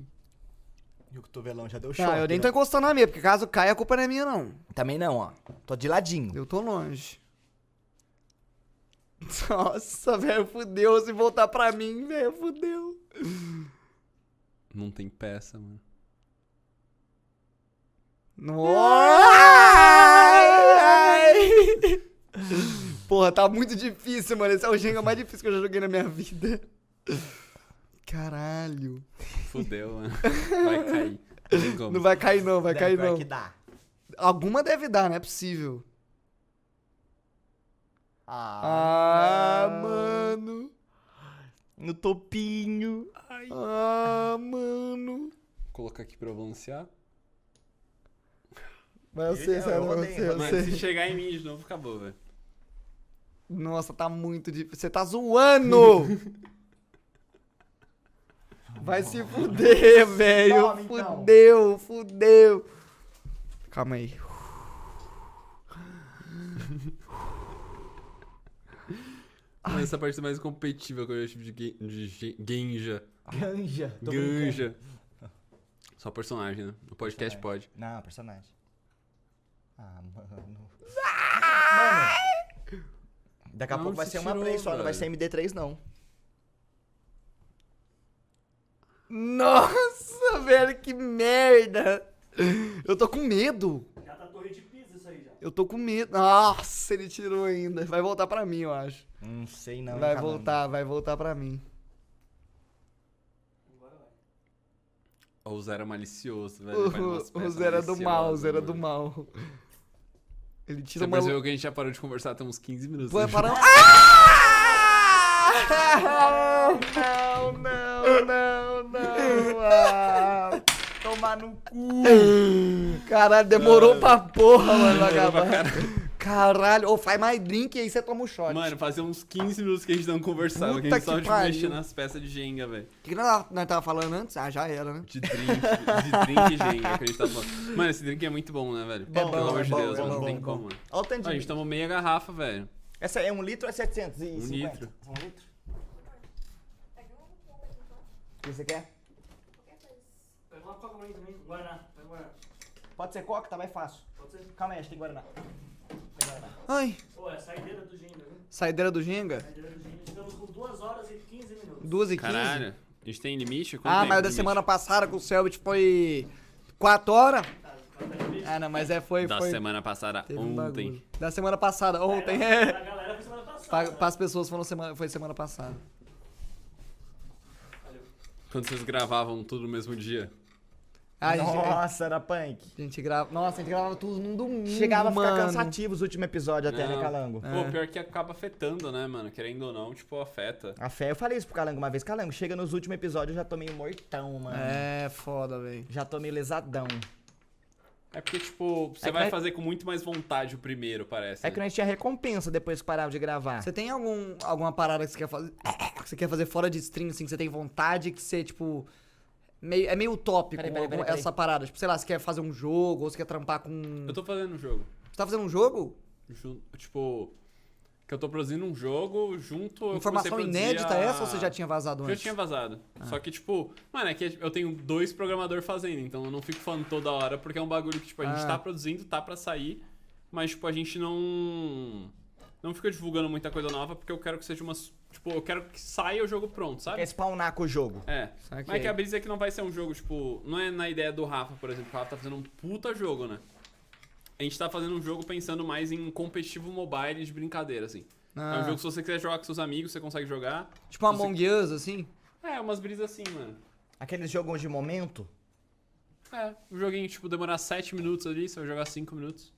S2: Meu cotovelão já deu choque.
S1: Não, eu nem
S2: né?
S1: tô encostando na minha, porque caso caia, a culpa não é minha, não.
S2: Também não, ó. Tô de ladinho.
S1: Eu tô longe. (laughs) Nossa, velho, fudeu. Se voltar pra mim, velho, fudeu.
S3: Não tem peça, mano.
S1: Nossa! (laughs) Porra, tá muito difícil, mano. Esse é o Jenga mais difícil que eu já joguei na minha vida. Caralho.
S3: Fudeu, mano. Vai cair. (laughs) Não tem como.
S1: Não vai cair, não, vai
S2: Dan,
S1: cair,
S2: pior
S1: não.
S2: que dá.
S1: Alguma deve dar, não é possível.
S2: Ah,
S1: Ah, mano.
S2: No topinho.
S1: Ah, mano.
S3: Vou colocar aqui pra eu balancear.
S1: Mas eu sei,
S2: Eu
S1: sabe? Eu
S2: odeio,
S1: sei, eu
S3: Mas se
S1: sei.
S3: chegar em mim de novo, acabou, velho.
S1: Nossa, tá muito difícil. Você tá zoando! Vai se fuder, velho.
S2: Toma, então.
S1: Fudeu, fudeu. Calma aí.
S3: Mas essa parte é mais competitiva que eu já tive de, gen- de gen- genja.
S2: Ganja. Tô brincando.
S3: Ganja. Só personagem, né? O podcast
S1: É.
S3: pode.
S2: Não, personagem. Ah, mano. Mano. Daqui a
S3: Não,
S2: pouco vai
S3: você
S2: ser uma
S3: tirou,
S2: play só, não vai
S3: velho.
S2: ser MD3 não.
S1: Nossa, velho, que merda. Eu tô com medo.
S4: Já tá torre de pisa isso aí já.
S1: Eu tô com medo. Nossa, ele tirou ainda. Vai voltar pra mim, eu acho.
S2: Não sei não. tá hein,
S1: vai
S2: Calango.
S1: voltar, vai voltar pra mim.
S4: Agora vai.
S3: Ou o Zé era malicioso, velho. Ele faz umas
S1: O, o
S3: peças assim,
S1: Zé era do
S3: maliciosas,
S1: mal, o Zé era
S3: mano.
S1: do mal. Ele tira
S3: né? Você
S1: uma...
S3: percebeu que a gente já parou de conversar tem uns 15 minutos.
S1: Pô, é (laughs)
S3: né? (laughs)
S1: para... Ah!
S2: Não, não, não, não. Ah, tomar no cu.
S1: Caralho, demorou pra porra, mano, pra acabar. Caralho, ô, faz mais drink e aí você toma um shot.
S3: Mano, fazia uns 15 minutos que a gente não conversava, que
S1: Puta
S3: a gente só
S1: que
S3: tipo,
S1: pariu.
S3: mexendo nas peças de Jenga, velho.
S1: O que que nós, nós tava falando antes? Ah, já era, né?
S3: De drink, de drink Jenga, que a gente tava falando. Mano, esse drink é muito bom, né, velho?
S2: bom,
S3: Pelo amor
S2: é
S3: de
S2: bom,
S3: Deus,
S2: é
S3: mano, não
S2: bom,
S3: tem
S2: é bom.
S3: como. mano.
S2: Olha o
S3: Ah,
S2: tanto
S3: A
S2: de-
S3: gente tomou meia garrafa, velho.
S2: Essa é um litro ou é 750?
S3: Um litro.
S2: Um litro.
S5: Pega um pouco aqui, então.
S2: O que você quer?
S5: Qualquer coisa.
S4: Pega uma coca pra mim também. Guaraná, pega Guaraná.
S2: Pode ser coca? Tá mais fácil.
S4: Pode ser?
S2: Calma aí, acho que tem Guaraná. Tem Guaraná.
S1: Ai,
S4: Pô, é saideira do Ginga, viu?
S1: saideira do Jenga?
S4: Saideira do Ginga. Estamos com 2 horas e 15 minutos.
S1: 2 e 15.
S3: Caralho, a gente tem limite? Quanto
S1: Ah,
S3: tem
S1: mas o
S3: de
S1: da
S3: limite?
S1: semana passada com o Selbit foi 4 horas.
S4: Tá, tá limite.
S1: Ah, não, mas é, foi...
S3: Da
S1: foi...
S3: semana passada,
S1: Teve um
S3: ontem.
S1: bagulho. Da semana passada, ontem, é. (laughs)
S4: A galera foi semana passada.
S1: Para as pessoas foram semana, foi semana passada.
S3: Quando vocês gravavam tudo no mesmo dia.
S1: Ah, a gente-
S2: Nossa, era punk.
S1: a gente grava. Nossa, a gente gravava tudo num domingo.
S2: Chegava a ficar
S1: Hum, mano.
S2: cansativo os últimos episódios até,
S3: Não. É.
S2: né, Calango?
S3: Pô, pior que acaba afetando, né, mano? Querendo ou não, tipo, afeta.
S2: A fé, eu falei isso pro Calango uma vez. Calango, chega nos últimos episódios, eu já tô meio mortão, mano.
S1: É, foda, velho.
S2: Já tô meio lesadão.
S3: É porque, tipo, você
S2: que
S3: vai
S2: vai-
S1: é-
S3: fazer com muito mais vontade o primeiro, parece.
S2: É que
S3: né?
S2: nós tinha recompensa depois que parava de gravar.
S1: Você tem algum, alguma parada que você quer fazer? (coughs) Que você quer fazer fora de stream, assim, que você tem vontade, que você, tipo. Meio, é meio utópico
S2: Peraí, peraí, peraí, peraí.
S1: essa parada. Tipo, sei lá, você quer fazer um jogo, ou você quer trampar com.
S3: Eu tô fazendo um jogo.
S1: Você tá fazendo um jogo?
S3: Jun- Tipo, que eu tô produzindo um jogo junto. eu
S1: Informação
S3: comecei a produzir
S1: inédita
S3: a-
S1: essa ou você já tinha vazado
S3: Já
S1: antes?
S3: tinha vazado.
S1: Ah.
S3: Só que, tipo, mano, é que eu tenho dois programadores fazendo, então eu não fico falando toda hora, porque é um bagulho que, tipo, a gente
S1: Ah.
S3: tá produzindo, tá pra sair, mas, tipo, a gente não. Não fica divulgando muita coisa nova, porque eu quero que seja uma. s- Tipo, eu quero que saia o jogo pronto, sabe?
S2: Quer spawnar com o jogo.
S3: É.
S1: Saquei.
S3: Mas que a brisa é que não vai ser um jogo, tipo, não é na ideia do Rafa, por exemplo, que o Rafa tá fazendo um puta jogo, né? A gente tá fazendo um jogo pensando mais em competitivo mobile de brincadeira, assim. É um
S1: Ah.
S3: jogo que se você quiser jogar com seus amigos, você consegue jogar.
S1: Tipo uma Among Us, assim?
S3: É, umas brisas assim, mano.
S2: Aqueles jogos de momento.
S3: É, um joguinho, tipo, demorar 7 minutos ali, você vai jogar 5 minutos.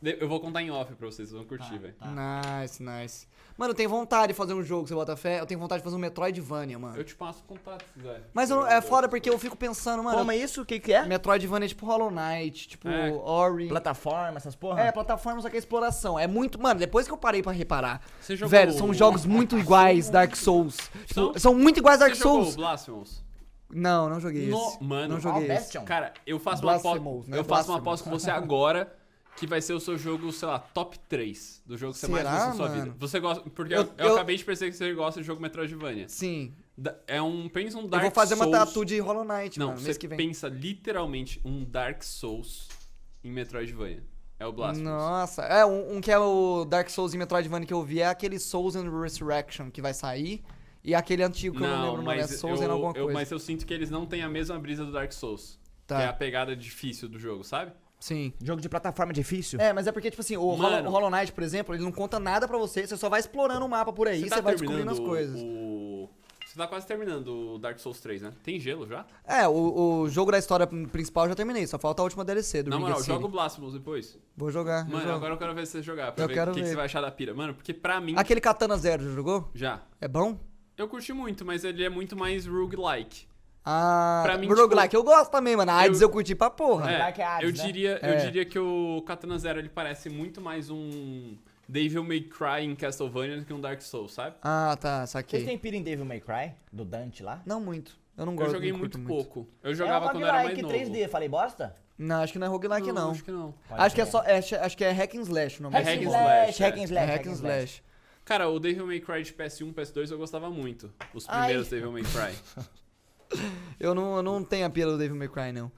S3: De- Eu vou contar em off pra vocês, vocês vão
S1: Tá,
S3: curtir, velho. Tá.
S1: Nice, nice. Mano, eu tenho vontade de fazer um jogo, você bota fé. Eu tenho vontade de fazer um Metroidvania, mano.
S3: Eu te passo o contato, se quiser.
S1: Mas eu- é foda porque eu fico pensando, mano.
S2: Como é isso? O que que é?
S1: Metroidvania é tipo Hollow Knight, tipo
S3: É.
S1: Ori.
S2: Plataforma, essas porra?
S1: É, plataforma, só que é exploração. É muito. Mano, depois que eu parei pra reparar.
S3: Você jogou
S1: Velho,
S3: o- Assim?
S1: são jogos muito iguais Dark Souls. Tipo,
S3: São?
S1: são? muito iguais
S3: Você
S1: Dark
S3: jogou
S1: Souls.
S3: o Blasphemous?
S1: Não, não joguei
S3: No-
S1: esse.
S3: Mano,
S1: não joguei
S2: Qual
S1: esse.
S2: Bastion?
S3: Cara, eu faço uma aposta.
S1: Blasphemous, né?
S3: Eu faço uma
S1: Blasphemous.
S3: aposta com você agora que vai ser o seu jogo, sei lá, top 3 do jogo que você mais
S1: Será,
S3: gosta na sua
S1: mano?
S3: vida. Você gosta. Porque eu,
S1: Eu-
S3: eu
S1: eu-
S3: acabei de perceber que você gosta de jogo Metroidvania.
S1: Sim.
S3: Da- É um. Pensa um
S1: Eu
S3: Dark
S1: vou fazer uma
S3: Souls.
S1: tatu de Hollow Knight,
S3: Não,
S1: mano,
S3: você
S1: Tipo, mês que vem.
S3: pensa literalmente um Dark Souls em Metroidvania. É o Blasphemous.
S1: Nossa, é um, um que é o Dark Souls e Metroidvania que eu vi é aquele Souls and Resurrection que vai sair. E aquele antigo que eu não lembro o nome, é
S3: mas
S1: Souls
S3: eu,
S1: and alguma
S3: eu-
S1: coisa.
S3: mas eu sinto que eles não têm a mesma brisa do Dark Souls.
S1: Tá.
S3: Que é a pegada difícil do jogo, sabe?
S1: Sim.
S2: Jogo de plataforma difícil?
S1: É, mas é porque, tipo assim, o
S3: Mano.
S1: Hollow, o Hollow Knight, por exemplo, ele não conta nada pra você, você só vai explorando o mapa por aí, você,
S3: tá
S1: vai
S3: terminando
S1: descobrindo as coisas.
S3: O... Você tá quase terminando o Dark Souls 3, né? Tem gelo já?
S1: É, o, o jogo da história principal eu já terminei, só falta a última DLC do
S3: Na
S1: Ring
S3: moral,
S1: City.
S3: joga o Blasphemous depois.
S1: Vou jogar. vou
S3: Mano,
S1: jogar.
S3: agora eu quero ver você jogar, pra
S1: Eu
S3: ver o
S1: quero
S3: que, que
S1: ver.
S3: você vai achar da pira. Mano, porque pra mim,
S1: Aquele Katana Zero, já jogou?
S3: já.
S1: É bom?
S3: Eu curti muito, mas ele é muito mais roguelike.
S1: Ah,
S3: Pra mim, tipo,
S1: roguelike, eu gosto também, mano. AIDS
S3: eu-
S1: eu curti pra porra.
S3: É,
S2: Dark Hades,
S3: eu,
S2: né?
S3: diria, eu
S1: É.
S3: diria que o Katana Zero ele parece muito mais um Devil May Cry em Castlevania do que um Dark Souls, sabe?
S1: Ah, tá,
S2: Vocês
S1: saquei.
S2: têm pira em Devil May Cry? Do Dante lá?
S1: Não muito. Eu não
S3: Eu
S1: gosto
S3: joguei
S1: não curto
S3: muito, pouco. Eu jogava
S2: é um
S3: quando era mais
S2: roguelike
S3: novo.
S2: 3D, falei bosta?
S1: Não, acho que não é roguelike, não.
S3: Acho que não.
S2: Pode
S1: acho que é
S2: ser.
S1: só. é, acho que é hack and slash o nome
S3: É
S1: desse
S3: hack and
S1: jogo.
S3: slash,
S2: hack
S3: é.
S2: and
S1: É
S2: slash,
S1: hack and slash.
S3: Cara, o Devil May Cry de PS1, PS2 eu gostava muito. Os
S2: Ai.
S3: primeiros
S1: (laughs)
S3: Devil May Cry.
S1: Eu não, eu não tenho a pira do Devil May Cry, não.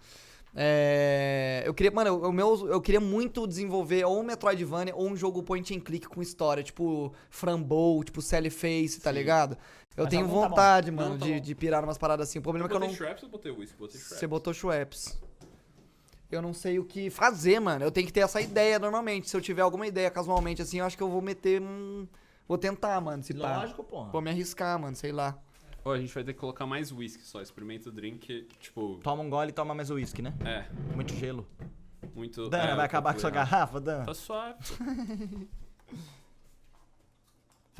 S1: É, eu queria, mano, eu, o meu, eu queria muito desenvolver ou um Metroidvania ou um jogo point and click com história, tipo Frambo, tipo Sally Face, tá ligado? Eu
S2: Mas
S1: tenho
S2: algum tá bom.
S1: vontade, mano,
S3: Não, tá
S1: de,
S3: bom.
S1: de pirar umas paradas assim. O problema é que eu
S3: botei
S1: não.
S3: Shreps ou botei Whisky? Botei Shreps.
S1: Você botou Schweppes. Eu não sei o que fazer, mano. Eu tenho que ter essa ideia normalmente. Se eu tiver alguma ideia casualmente, assim, eu acho que eu vou meter um. Vou tentar, mano, se pá.
S2: Lógico, porra.
S1: Vou me arriscar, mano, sei lá.
S3: Ó, a gente vai ter que colocar mais whisky só. Experimenta o drink, tipo...
S2: Toma um gole e toma mais uísque, né?
S3: É,
S2: Muito gelo.
S3: muito...
S2: Dana,
S3: é,
S2: vai acabar com sua
S3: popular.
S2: garrafa, Dana?
S1: (laughs)
S3: Tá suave.
S1: Será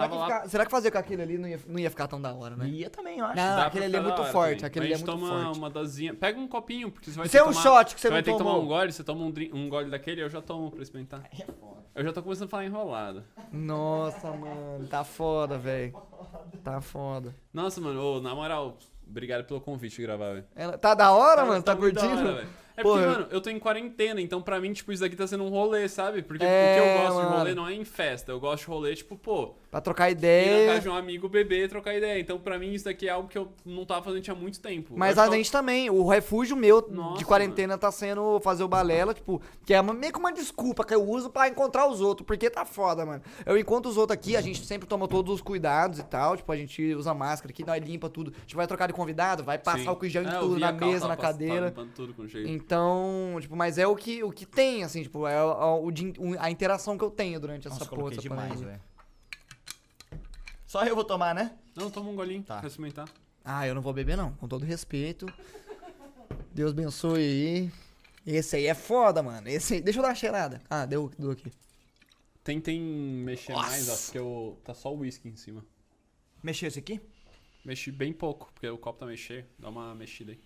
S3: Tava
S1: que,
S3: lá...
S1: ficar- será que fazer com aquele ali não ia, não ia ficar tão da hora, né?
S2: Ia também, eu acho.
S1: Não,
S3: dá
S1: aquele ali é
S3: pra ficar da
S1: muito
S3: hora
S1: forte,
S3: também.
S1: aquele ali
S3: Mas
S1: é
S3: a gente
S1: muito
S3: toma
S1: forte.
S3: uma dozinha... Pega um copinho, porque você vai
S1: Isso
S3: ter
S1: é um
S3: tomar...
S1: shot que você
S3: vai
S1: não
S3: ter que tomar
S1: tomou. é
S3: um gole, você toma um, drink, um gole daquele, eu já tomo pra experimentar. Eu já tô começando a falar enrolado.
S1: Nossa, mano, tá foda, velho. Tá foda.
S3: Nossa, mano, ô, na moral, obrigado pelo convite de gravar, velho.
S1: Ela- tá da hora,
S3: Cara,
S1: mano? Tá,
S3: muito da
S1: curtindo?
S3: hora, velho. é
S1: Pô,
S3: porque,
S1: eu-
S3: mano, eu tô em quarentena, então pra mim, tipo, isso daqui tá sendo um rolê, sabe? Porque
S1: É,
S3: o que eu gosto de rolê
S1: mano. É.
S3: não é em festa, eu gosto de rolê, tipo, pô,
S1: pra trocar
S3: ir na
S1: ideia.
S3: casa de um amigo, beber, trocar ideia. Então pra mim isso daqui é algo que eu não tava fazendo tinha muito tempo.
S1: Mas
S3: Eu
S1: a
S3: acho que
S1: gente também, o refúgio meu de
S3: Tipo, é Nossa,
S1: quarentena tá sendo fazer o balela, tipo, que é uma- meio que uma desculpa que eu uso pra encontrar os outros, porque tá foda, mano. Eu encontro os outros aqui, a gente sempre toma todos os cuidados e tal, tipo, a gente usa máscara aqui, nós limpa tudo. A gente vai trocar de convidado, vai
S3: eu-
S1: passar
S3: Sim.
S1: álcool em gel em
S3: É, eu
S1: tudo,
S3: vi
S1: na
S3: a Cal
S1: mesa,
S3: tava
S1: na
S3: pass- tava
S1: cadeira.
S3: limpando tudo com jeito.
S1: Então, tipo, mas é o que, o que tem, assim, tipo, é o- o de- o- a interação que eu tenho durante essa
S2: Nossa,
S1: porra,
S2: coloquei
S1: essa
S2: demais,
S1: pandemia.
S2: velho. Só eu vou tomar, né?
S3: Não, toma um golinho,
S2: Tá.
S3: pra experimentar.
S1: Ah, eu não vou beber, não, com todo respeito. Deus abençoe aí. Esse aí é foda, mano. Esse aí... Deixa eu dar uma cheirada. Ah, deu, deu aqui.
S3: Tentem mexer mais, ó, porque eu... tá só o whisky em cima.
S2: Mexer esse aqui?
S3: Mexi bem pouco, porque o copo tá mexer, dá uma mexida aí.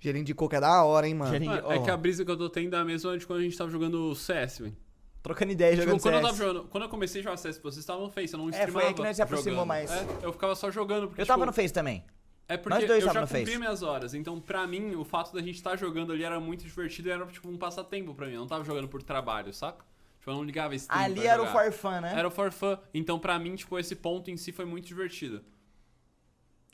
S1: Cheirinho de coca é da hora, hein, mano.
S2: Cheirinho- Sim,
S3: Mano, é
S2: ó.
S3: que a brisa que eu tô tendo é a mesma de quando a gente tava jogando CS, velho.
S2: Trocando ideia,
S3: Tipo,
S2: jogando
S3: quando, eu
S2: CS.
S3: tava jogando- quando eu comecei a jogar CS, vocês estavam no Face, eu não
S2: É, foi aí
S3: streamava.
S2: que nós se aproximou
S3: jogando.
S2: mais.
S3: É, eu ficava só jogando. Porque,
S2: Eu tava
S3: tipo,
S2: no Face também.
S3: É porque
S2: Nós dois
S3: eu
S2: tava
S3: já
S2: no
S3: cumpri
S2: Face.
S3: minhas horas. Então, pra mim, o fato da gente estar jogando ali era muito divertido e era, tipo, um passatempo pra mim. Eu não tava jogando por trabalho, saca? Tipo, eu não ligava esse tempo
S2: Ali
S3: pra
S2: era o
S3: jogar.
S2: for fun,
S1: É?
S2: né?
S3: Era o for fun. Então, pra mim, tipo, esse ponto em si foi muito divertido.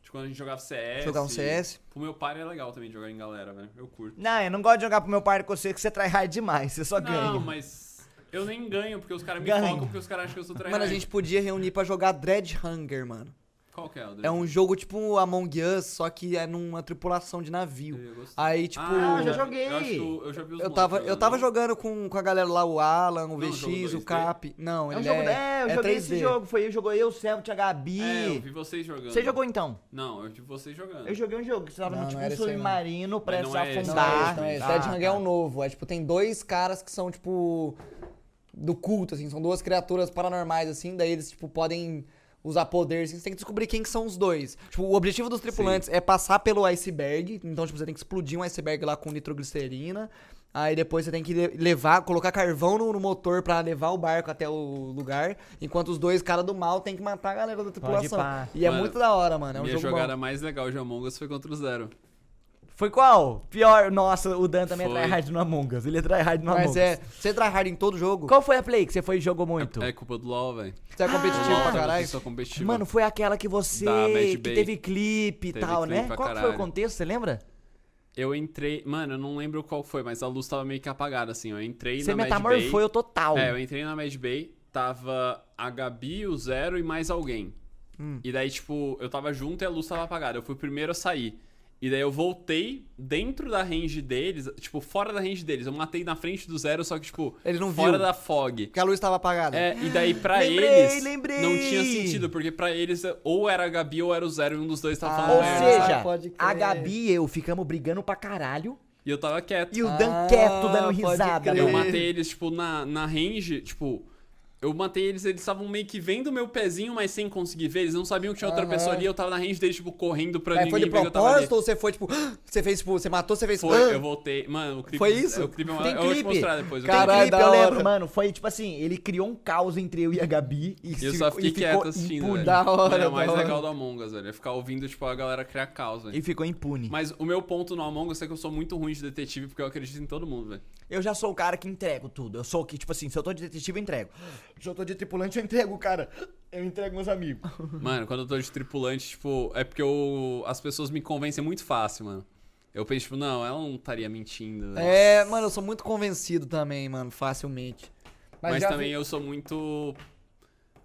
S3: Tipo, quando a gente jogava CS...
S1: Jogar um CS.
S3: Pro meu par é legal também jogar em galera, velho. Eu curto.
S2: Não, eu não gosto de jogar pro meu par com você, que você trai hard demais. Você só
S3: Não,
S2: ganha.
S3: mas... Eu nem ganho, porque os caras me
S2: Ganho.
S3: focam, porque os caras acham que eu sou treinado.
S1: Mano, a gente podia reunir pra jogar Dread Hunger, mano.
S3: Qual que é? o
S1: É um jogo tipo Among Us, só que é numa tripulação de navio.
S3: Eu gostei.
S1: Aí, tipo.
S3: Ah,
S2: eu já
S3: já-
S2: joguei.
S3: Eu, acho que eu, eu já vi os
S1: Eu
S3: moleques
S1: tava, eu tava
S3: não?
S1: jogando com, com a galera lá, o Alan, o
S3: Não é um jogo
S1: VX, o
S3: 2D?
S1: Cap. Não,
S2: É um
S1: ele
S2: jogo.
S1: é,
S2: É, eu
S1: é
S2: joguei
S1: 3D.
S2: esse jogo. Foi eu, jogou eu, o Celso, a Gabi.
S3: É, eu vi vocês jogando.
S2: Você jogou então?
S3: Não, eu vi vocês jogando.
S2: Eu joguei um jogo que você tava
S1: Não,
S2: no
S1: não
S2: tipo
S1: era
S2: um
S1: esse aí, não.
S2: submarino pra
S3: Mas não
S2: se
S3: é esse,
S1: Não,
S3: Tá.
S1: é
S2: afundar.
S1: esse, não é esse.
S2: Ah,
S1: Dead Hunger é
S2: tá.
S1: um novo. É tipo, tem dois caras que são, tipo. Do culto, assim, são duas criaturas paranormais, assim, daí eles, tipo, podem usar poder, assim, você tem que descobrir quem que são os dois. Tipo, o objetivo dos tripulantes é passar pelo iceberg, então, tipo, você tem que explodir um iceberg lá com nitroglicerina. Aí depois você tem que le- levar, colocar carvão no, no motor pra levar o barco até o lugar, enquanto os dois caras do mal tem que matar a galera da tripulação.
S2: pá.
S1: E é
S3: Mano,
S1: muito da hora, mano. É um
S3: Minha
S1: jogo
S3: jogada
S1: bom.
S3: mais legal de Among Us foi contra o Zero.
S2: Foi qual? Pior. Nossa, o Dan também é
S3: Foi.
S2: tryhard no Among Us. Ele é tryhard no Among
S1: Mas
S2: Us.
S1: é, você tryhard em todo jogo,
S2: Qual foi a play que você foi e jogou muito?
S3: É, é culpa do LoL, velho.
S1: você é competitivo pra caralho.
S3: Eu sou competitivo.
S2: Mano, foi aquela que você.
S3: Da Mad
S2: Que
S3: Bay.
S2: teve clipe e
S3: Teve
S2: tal,
S3: clipe
S2: né?
S3: pra
S2: Qual que foi o
S3: caralho.
S2: contexto? Você lembra?
S3: eu entrei... Mano, eu não lembro qual foi, mas a luz tava meio que apagada, assim. Eu entrei
S2: Você
S3: na Mad Bay...
S2: metamorfou eu total.
S3: É, eu entrei na Mad Bay, tava a Gabi, o Zero e mais alguém.
S2: Hum.
S3: E daí, tipo, eu tava junto e a luz tava apagada. Eu fui o primeiro a sair. E daí eu voltei dentro da range deles, tipo, fora da range deles. Eu matei na frente do Zero, só que, tipo,
S1: Ele não
S3: fora
S1: viu.
S3: da fog.
S1: Porque a luz estava apagada.
S3: É, e daí pra
S2: Lembrei,
S3: eles
S2: lembrei.
S3: não tinha sentido, porque pra eles ou era a Gabi ou era o Zero e um dos dois tava falando
S2: Ou
S1: Ah,
S3: merda.
S2: seja,
S1: pode crer.
S2: a Gabi e eu ficamos brigando pra caralho
S3: E eu tava quieto.
S2: e o
S1: Ah,
S2: Dan quieto dando
S1: pode
S2: risada.
S1: crer.
S3: Eu
S2: mano.
S3: matei eles, tipo, na, na range, tipo. Eu matei eles, eles estavam meio que vendo meu pezinho, mas sem conseguir ver. Eles não sabiam que tinha outra
S1: Aham.
S3: pessoa ali. Eu tava na range deles, tipo, correndo pra
S1: Mas
S3: ninguém
S1: É, foi de
S3: ver que eu tava ali.
S1: propósito ou você foi tipo. (gasps) Você fez, tipo, você matou, você fez.
S3: Foi, eu voltei. Mano, o clipe.
S1: Foi isso?
S3: O clipe é uma...
S2: Tem
S3: Eu vou te
S2: clipe?
S3: mostrar depois. o
S1: Caralho,
S2: Tem clipe,
S1: da
S2: eu
S1: hora.
S2: lembro, mano. Foi tipo assim, ele criou um caos entre eu e a Gabi. E,
S3: E eu
S2: se-
S3: só
S2: e
S3: fiquei
S2: ficou
S3: quieto assistindo.
S2: impune.
S3: velho.
S1: Da hora,
S3: Mano, é
S1: da
S3: o mais
S1: hora.
S3: legal do Among Us, velho. É ficar ouvindo, tipo, a galera criar caos, velho.
S2: E ficou impune.
S3: Mas o meu ponto no Among Us é que eu sou muito ruim de detetive porque eu acredito em todo mundo, velho.
S2: Eu já sou o cara que entrego tudo. Eu sou o que, tipo assim, se eu tô de detetive, eu entrego. Se eu tô de tripulante, eu entrego, cara. Eu entrego meus amigos.
S3: Mano, quando eu tô de tripulante, tipo, é porque eu... as pessoas me convencem muito fácil, mano. Eu penso, tipo, não, ela não estaria mentindo. né? velho.
S1: É, mano, eu sou muito convencido também, mano, facilmente.
S3: Mas,
S1: já
S3: também
S1: vi-
S3: eu sou muito.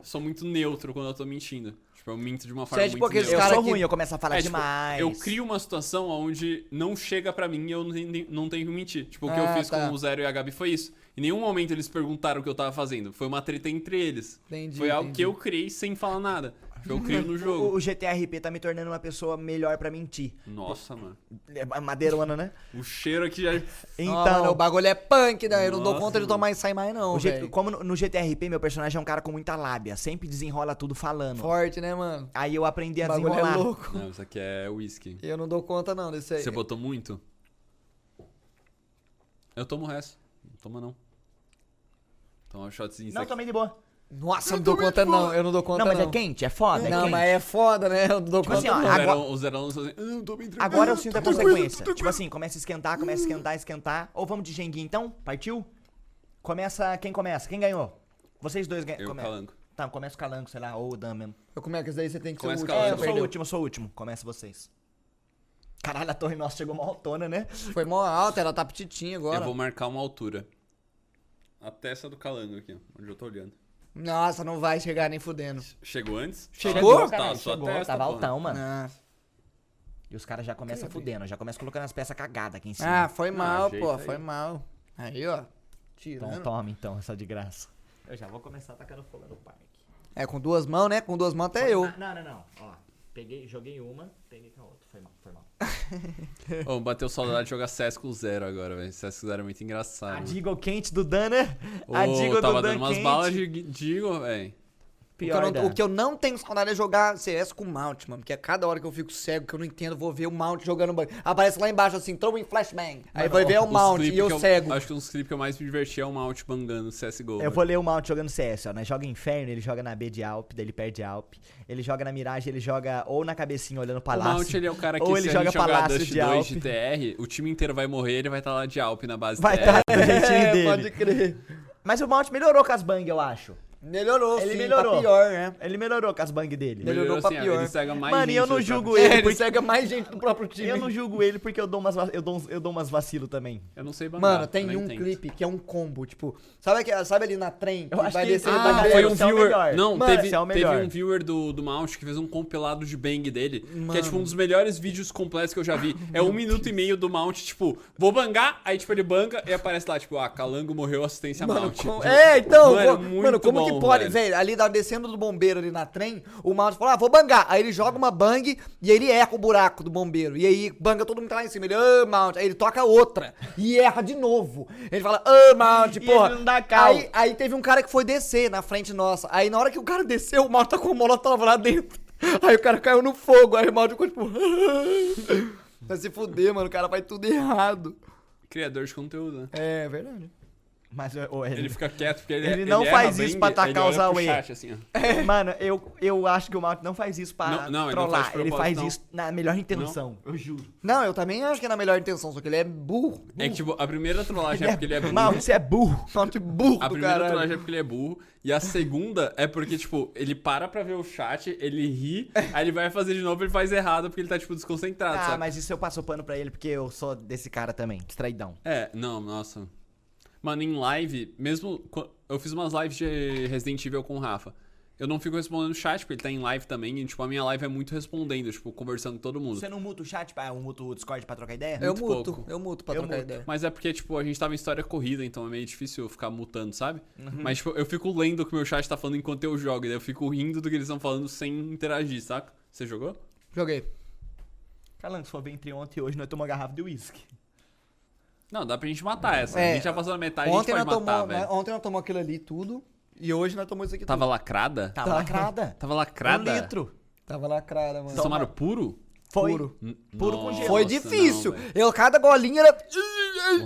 S3: Sou muito neutro quando eu tô mentindo. Tipo, eu minto de uma
S1: Você
S3: forma
S1: é tipo
S3: muito
S1: aqueles
S2: Eu
S3: neutra.
S1: cara
S2: sou
S1: que-
S2: ruim, eu começo a falar
S3: É, tipo,
S2: demais.
S3: eu crio uma situação onde não chega pra mim e eu nem- não tenho que mentir. Tipo, o que
S1: Ah,
S3: eu fiz
S1: tá.
S3: com o Zero e a Gabi foi isso. Em nenhum momento eles perguntaram o que eu tava fazendo. Foi uma treta entre eles.
S1: Entendi,
S3: foi algo
S1: entendi.
S3: que eu criei sem falar nada. Tipo, eu
S1: (laughs)
S3: crio no
S2: O,
S3: jogo.
S2: o GTRP tá me tornando uma pessoa melhor pra mentir.
S3: Nossa, mano.
S2: É ma- madeirona,
S3: (laughs)
S2: né?
S3: O cheiro aqui já.
S1: Ó,
S2: Então,
S1: mano, o bagulho é punk, né? Eu não dou
S3: Nossa,
S1: conta de
S3: mano.
S1: tomar e sair mais, não,
S2: o G-
S1: velho.
S2: como no, no GTRP, meu personagem é um cara com muita lábia. Sempre desenrola tudo falando.
S1: Forte, né, mano?
S2: Aí eu aprendi
S1: O
S2: a
S1: bagulho
S2: desenrolar.
S1: é louco.
S3: Não, isso aqui é whisky.
S1: Eu não dou conta, não, desse aí.
S3: Você botou muito? Eu tomo o resto. Não toma, não. Toma um shotzinho. isso
S2: Não,
S3: aqui.
S2: também de boa.
S1: Nossa, eu não dou conta, não. Eu não dou conta,
S2: Não,
S1: não.
S2: mas é quente, é foda. é
S1: Não,
S2: quente.
S1: mas é foda, né? Eu não dou
S2: Tipo
S1: conta,
S2: assim, ó,
S1: não.
S3: O
S2: agora-
S3: Zerão- o Zerão lançou assim, "Ah, eu tô me entregando.
S2: Agora eu sinto a consequência. Tipo assim, começa a esquentar, começa a esquentar, esquentar. Ou vamos de Genguin então? Partiu? Começa. Quem começa? Quem ganhou? Vocês dois ganham.
S3: Eu, Calanco.
S2: Tá, começa o Calanco, sei lá, ou o Dan mesmo.
S1: Eu- Como é que isso daí você tem que ser o
S3: Começa
S1: último?
S3: com a
S2: É,
S1: É,
S2: eu sou o
S1: perdeu.
S2: último, eu sou o último. Começa vocês. Caralho, a torre nossa chegou uma autona, né?
S1: Foi mó alta, ela tá petitinha agora.
S3: Eu vou marcar uma altura. A testa do calango aqui, ó, onde eu tô olhando.
S1: Nossa, não vai chegar nem fudendo.
S3: Chegou antes?
S1: Chegou?
S3: Tá,
S2: Caralho,
S3: sua
S2: chegou.
S3: testa,
S2: Tava
S3: porra.
S2: altão, mano.
S1: Ah,
S2: E os caras já começam fudendo, já começam colocando as peças cagadas aqui em cima.
S1: é, ah, foi
S3: Não,
S1: mal,
S3: ajeita
S1: pô.
S3: aí.
S1: Foi mal. Aí, ó.
S2: então
S1: Tirando.
S2: toma então, só de graça. Eu já vou começar tacando fogo no parque.
S1: É, com duas mãos, né? Com duas mãos até eu.
S3: Ah,
S2: Não, não, não. Ó, peguei, joguei uma, peguei com a outra. Foi mal, foi mal.
S3: Ô, bateu saudade de jogar Sesco Zero agora, velho. Sesco Zero é muito
S2: A
S3: engraçado. mano.
S2: Deagle quente do Dan, né?
S3: Ô,
S2: A Deagle do
S3: tava
S2: Dan
S3: dando umas
S2: quente.
S3: balas de Digo, velho.
S1: O que, eu não, o que eu não tenho saudade é jogar CS com o Mount, mano. Porque a cada hora que eu fico cego, que eu não entendo, eu vou ver o Mount jogando banho. Aparece lá embaixo assim, throw in flashbang. Aí
S2: Mano,
S1: vai ver o
S3: Os
S1: Mount
S3: clipes
S1: É um e eu
S3: que
S1: cego.
S3: Acho que um dos clipes que eu mais me diverti é o Mount bangando CSGO.
S2: Eu
S3: velho.
S2: vou ler o Mount jogando CS, ó. Né? Joga Inferno, ele joga na B de Alp, daí ele perde Alp. Ele joga na Mirage, ele joga ou na cabecinha olhando
S3: O
S2: Palácio.
S3: Mount, ele é o cara que
S2: Ou
S3: se
S2: ele
S3: a
S2: joga
S3: gente jogar
S2: Palácio
S3: Dust
S2: de
S3: 2
S2: Alp.
S3: de TR, o time inteiro vai morrer, ele vai estar lá de Alp na base
S2: Vai tá estar
S3: TR.
S2: do jeitinho
S3: (laughs)
S1: É,
S2: dele.
S1: pode crer.
S2: Mas o Mount melhorou com as bang, eu acho.
S1: Melhorou,
S2: Ele
S1: sim,
S2: melhorou.
S1: Tá pior,
S2: (laughs)
S1: né?
S2: Ele melhorou com as bang dele.
S1: Melhorou pra
S3: assim, ó,
S1: pior.
S3: Ele cega mais
S2: Mano, e eu
S3: gente,
S2: não
S3: tá?
S2: julgo
S1: É,
S2: ele,
S1: ele
S2: porque-
S1: cega mais gente do próprio time.
S2: Eu não julgo ele porque eu dou umas, va- eu dou uns- eu dou umas vacilo também.
S3: Eu não sei bangar.
S1: Mano, tem
S3: eu
S1: um
S3: nem tento.
S1: clipe que é um combo, tipo, sabe, aquele- sabe ali na trem?
S2: Eu
S1: que
S2: acho
S1: vai
S2: que ele-
S1: descendo
S2: Ah,
S1: pra
S2: foi
S1: frente?
S2: um esse é o
S3: viewer.
S2: melhor.
S3: Não,
S2: Mano,
S3: teve,
S2: esse é o
S3: teve
S2: melhor.
S3: um viewer do, do Mount que fez um compilado de bang dele, que
S1: Mano.
S3: é tipo um dos melhores vídeos completos que eu já vi. É um minuto e meio do Mount, tipo, vou bangar, aí tipo ele banca e aparece lá, tipo, ah, Calango morreu, assistência
S1: Mano,
S3: Mount.
S1: com-
S3: Tipo,
S1: É, então,
S3: mano,
S1: pô,
S3: muito
S1: mano, como
S3: bom,
S1: que pode?
S3: velho.
S1: Velho, ali da descendo do bombeiro ali na trem, o Mount fala, ah, vou bangar. Aí ele joga uma bang e aí ele erra o buraco do bombeiro. E aí banga todo mundo que tá lá em cima. Ele, ah, Mount. Aí ele toca outra e erra de novo. Ele fala, ah, Mount,
S2: E
S1: porra.
S2: ele não dá cal.
S1: Aí, aí teve um cara que foi descer na frente nossa. Aí na hora que o cara desceu, o Mount tá com o molotov lá dentro. (laughs) Aí o cara caiu no fogo. Aí o Mount ficou tipo. (laughs) Vai se fuder, mano. O cara faz tudo errado.
S3: Criador de conteúdo, né?
S1: É verdade.
S2: Mas ô, ô,
S3: Ele fica quieto porque ele
S2: É. Ele não
S3: erra
S2: faz
S3: bang,
S2: isso pra
S3: aí ele
S2: atacar
S3: olha
S2: os
S3: pro
S2: Aue.
S3: chat, assim, ó.
S2: (laughs) Mano, eu, eu acho que o Mount não faz isso pra
S3: Não, não, ele não
S2: trollar.
S3: faz de
S2: Ele
S3: propósito,
S2: faz
S3: não.
S2: isso na melhor intenção. Eu juro.
S1: Não, eu também acho que é na melhor intenção, só que ele é burro.
S3: É que, tipo, a primeira trollagem é porque ele é burro.
S2: Mount, você é burro.
S1: Note burro
S3: A
S1: do
S3: primeira
S1: caralho.
S3: trollagem é porque ele é burro. E a segunda é porque, tipo, ele para pra ver o chat, ele
S2: (laughs)
S3: ri, aí ele vai fazer de novo, ele faz errado porque ele tá, tipo, desconcentrado,
S2: Ah,
S3: sabe?
S2: mas isso eu passo pano pra ele porque eu sou desse cara também, distraidão.
S3: É, não, nossa. Mano, em live, mesmo. quan- Eu fiz umas lives de Resident Evil com o Rafa. Eu não fico respondendo o chat, porque ele tá em live também. E, tipo, a minha live é muito respondendo, tipo, conversando com todo mundo.
S2: Você não muta o chat, pra, eu muto o Discord pra trocar ideia?
S1: Eu
S3: muito
S1: muto,
S3: pouco.
S1: eu muto pra
S2: Eu
S1: trocar
S2: muto.
S1: ideia.
S3: Mas é porque, tipo, a gente tava em história corrida, então é meio difícil eu ficar mutando, sabe? Mas, tipo, eu fico lendo o que meu chat tá falando enquanto eu jogo. E daí eu fico rindo do que eles estão falando sem interagir, saca? Você jogou?
S1: Joguei.
S2: Calango, só vem entre ontem e hoje, nós tomamos uma garrafa de uísque.
S3: Não, dá pra gente matar essa.
S1: É.
S3: a gente já passou na metade, a gente
S1: Ontem
S3: pode
S1: nós,
S3: matar,
S1: tomou,
S3: velho.
S1: ontem nós tomou aquilo ali tudo. E hoje nós tomamos isso aqui
S3: Tava
S1: tudo.
S3: lacrada?
S2: Tava lacrada.
S3: Tava Tá lacrada?
S2: Tá. Um litro.
S1: Tava lacrada, mano.
S3: Vocês tomaram puro?
S2: Foi.
S1: Puro.
S3: N-
S2: Puro com
S3: Nossa,
S2: gelo.
S1: Foi
S3: não,
S1: difícil.
S3: velho.
S1: eu, cada golinha era...
S3: o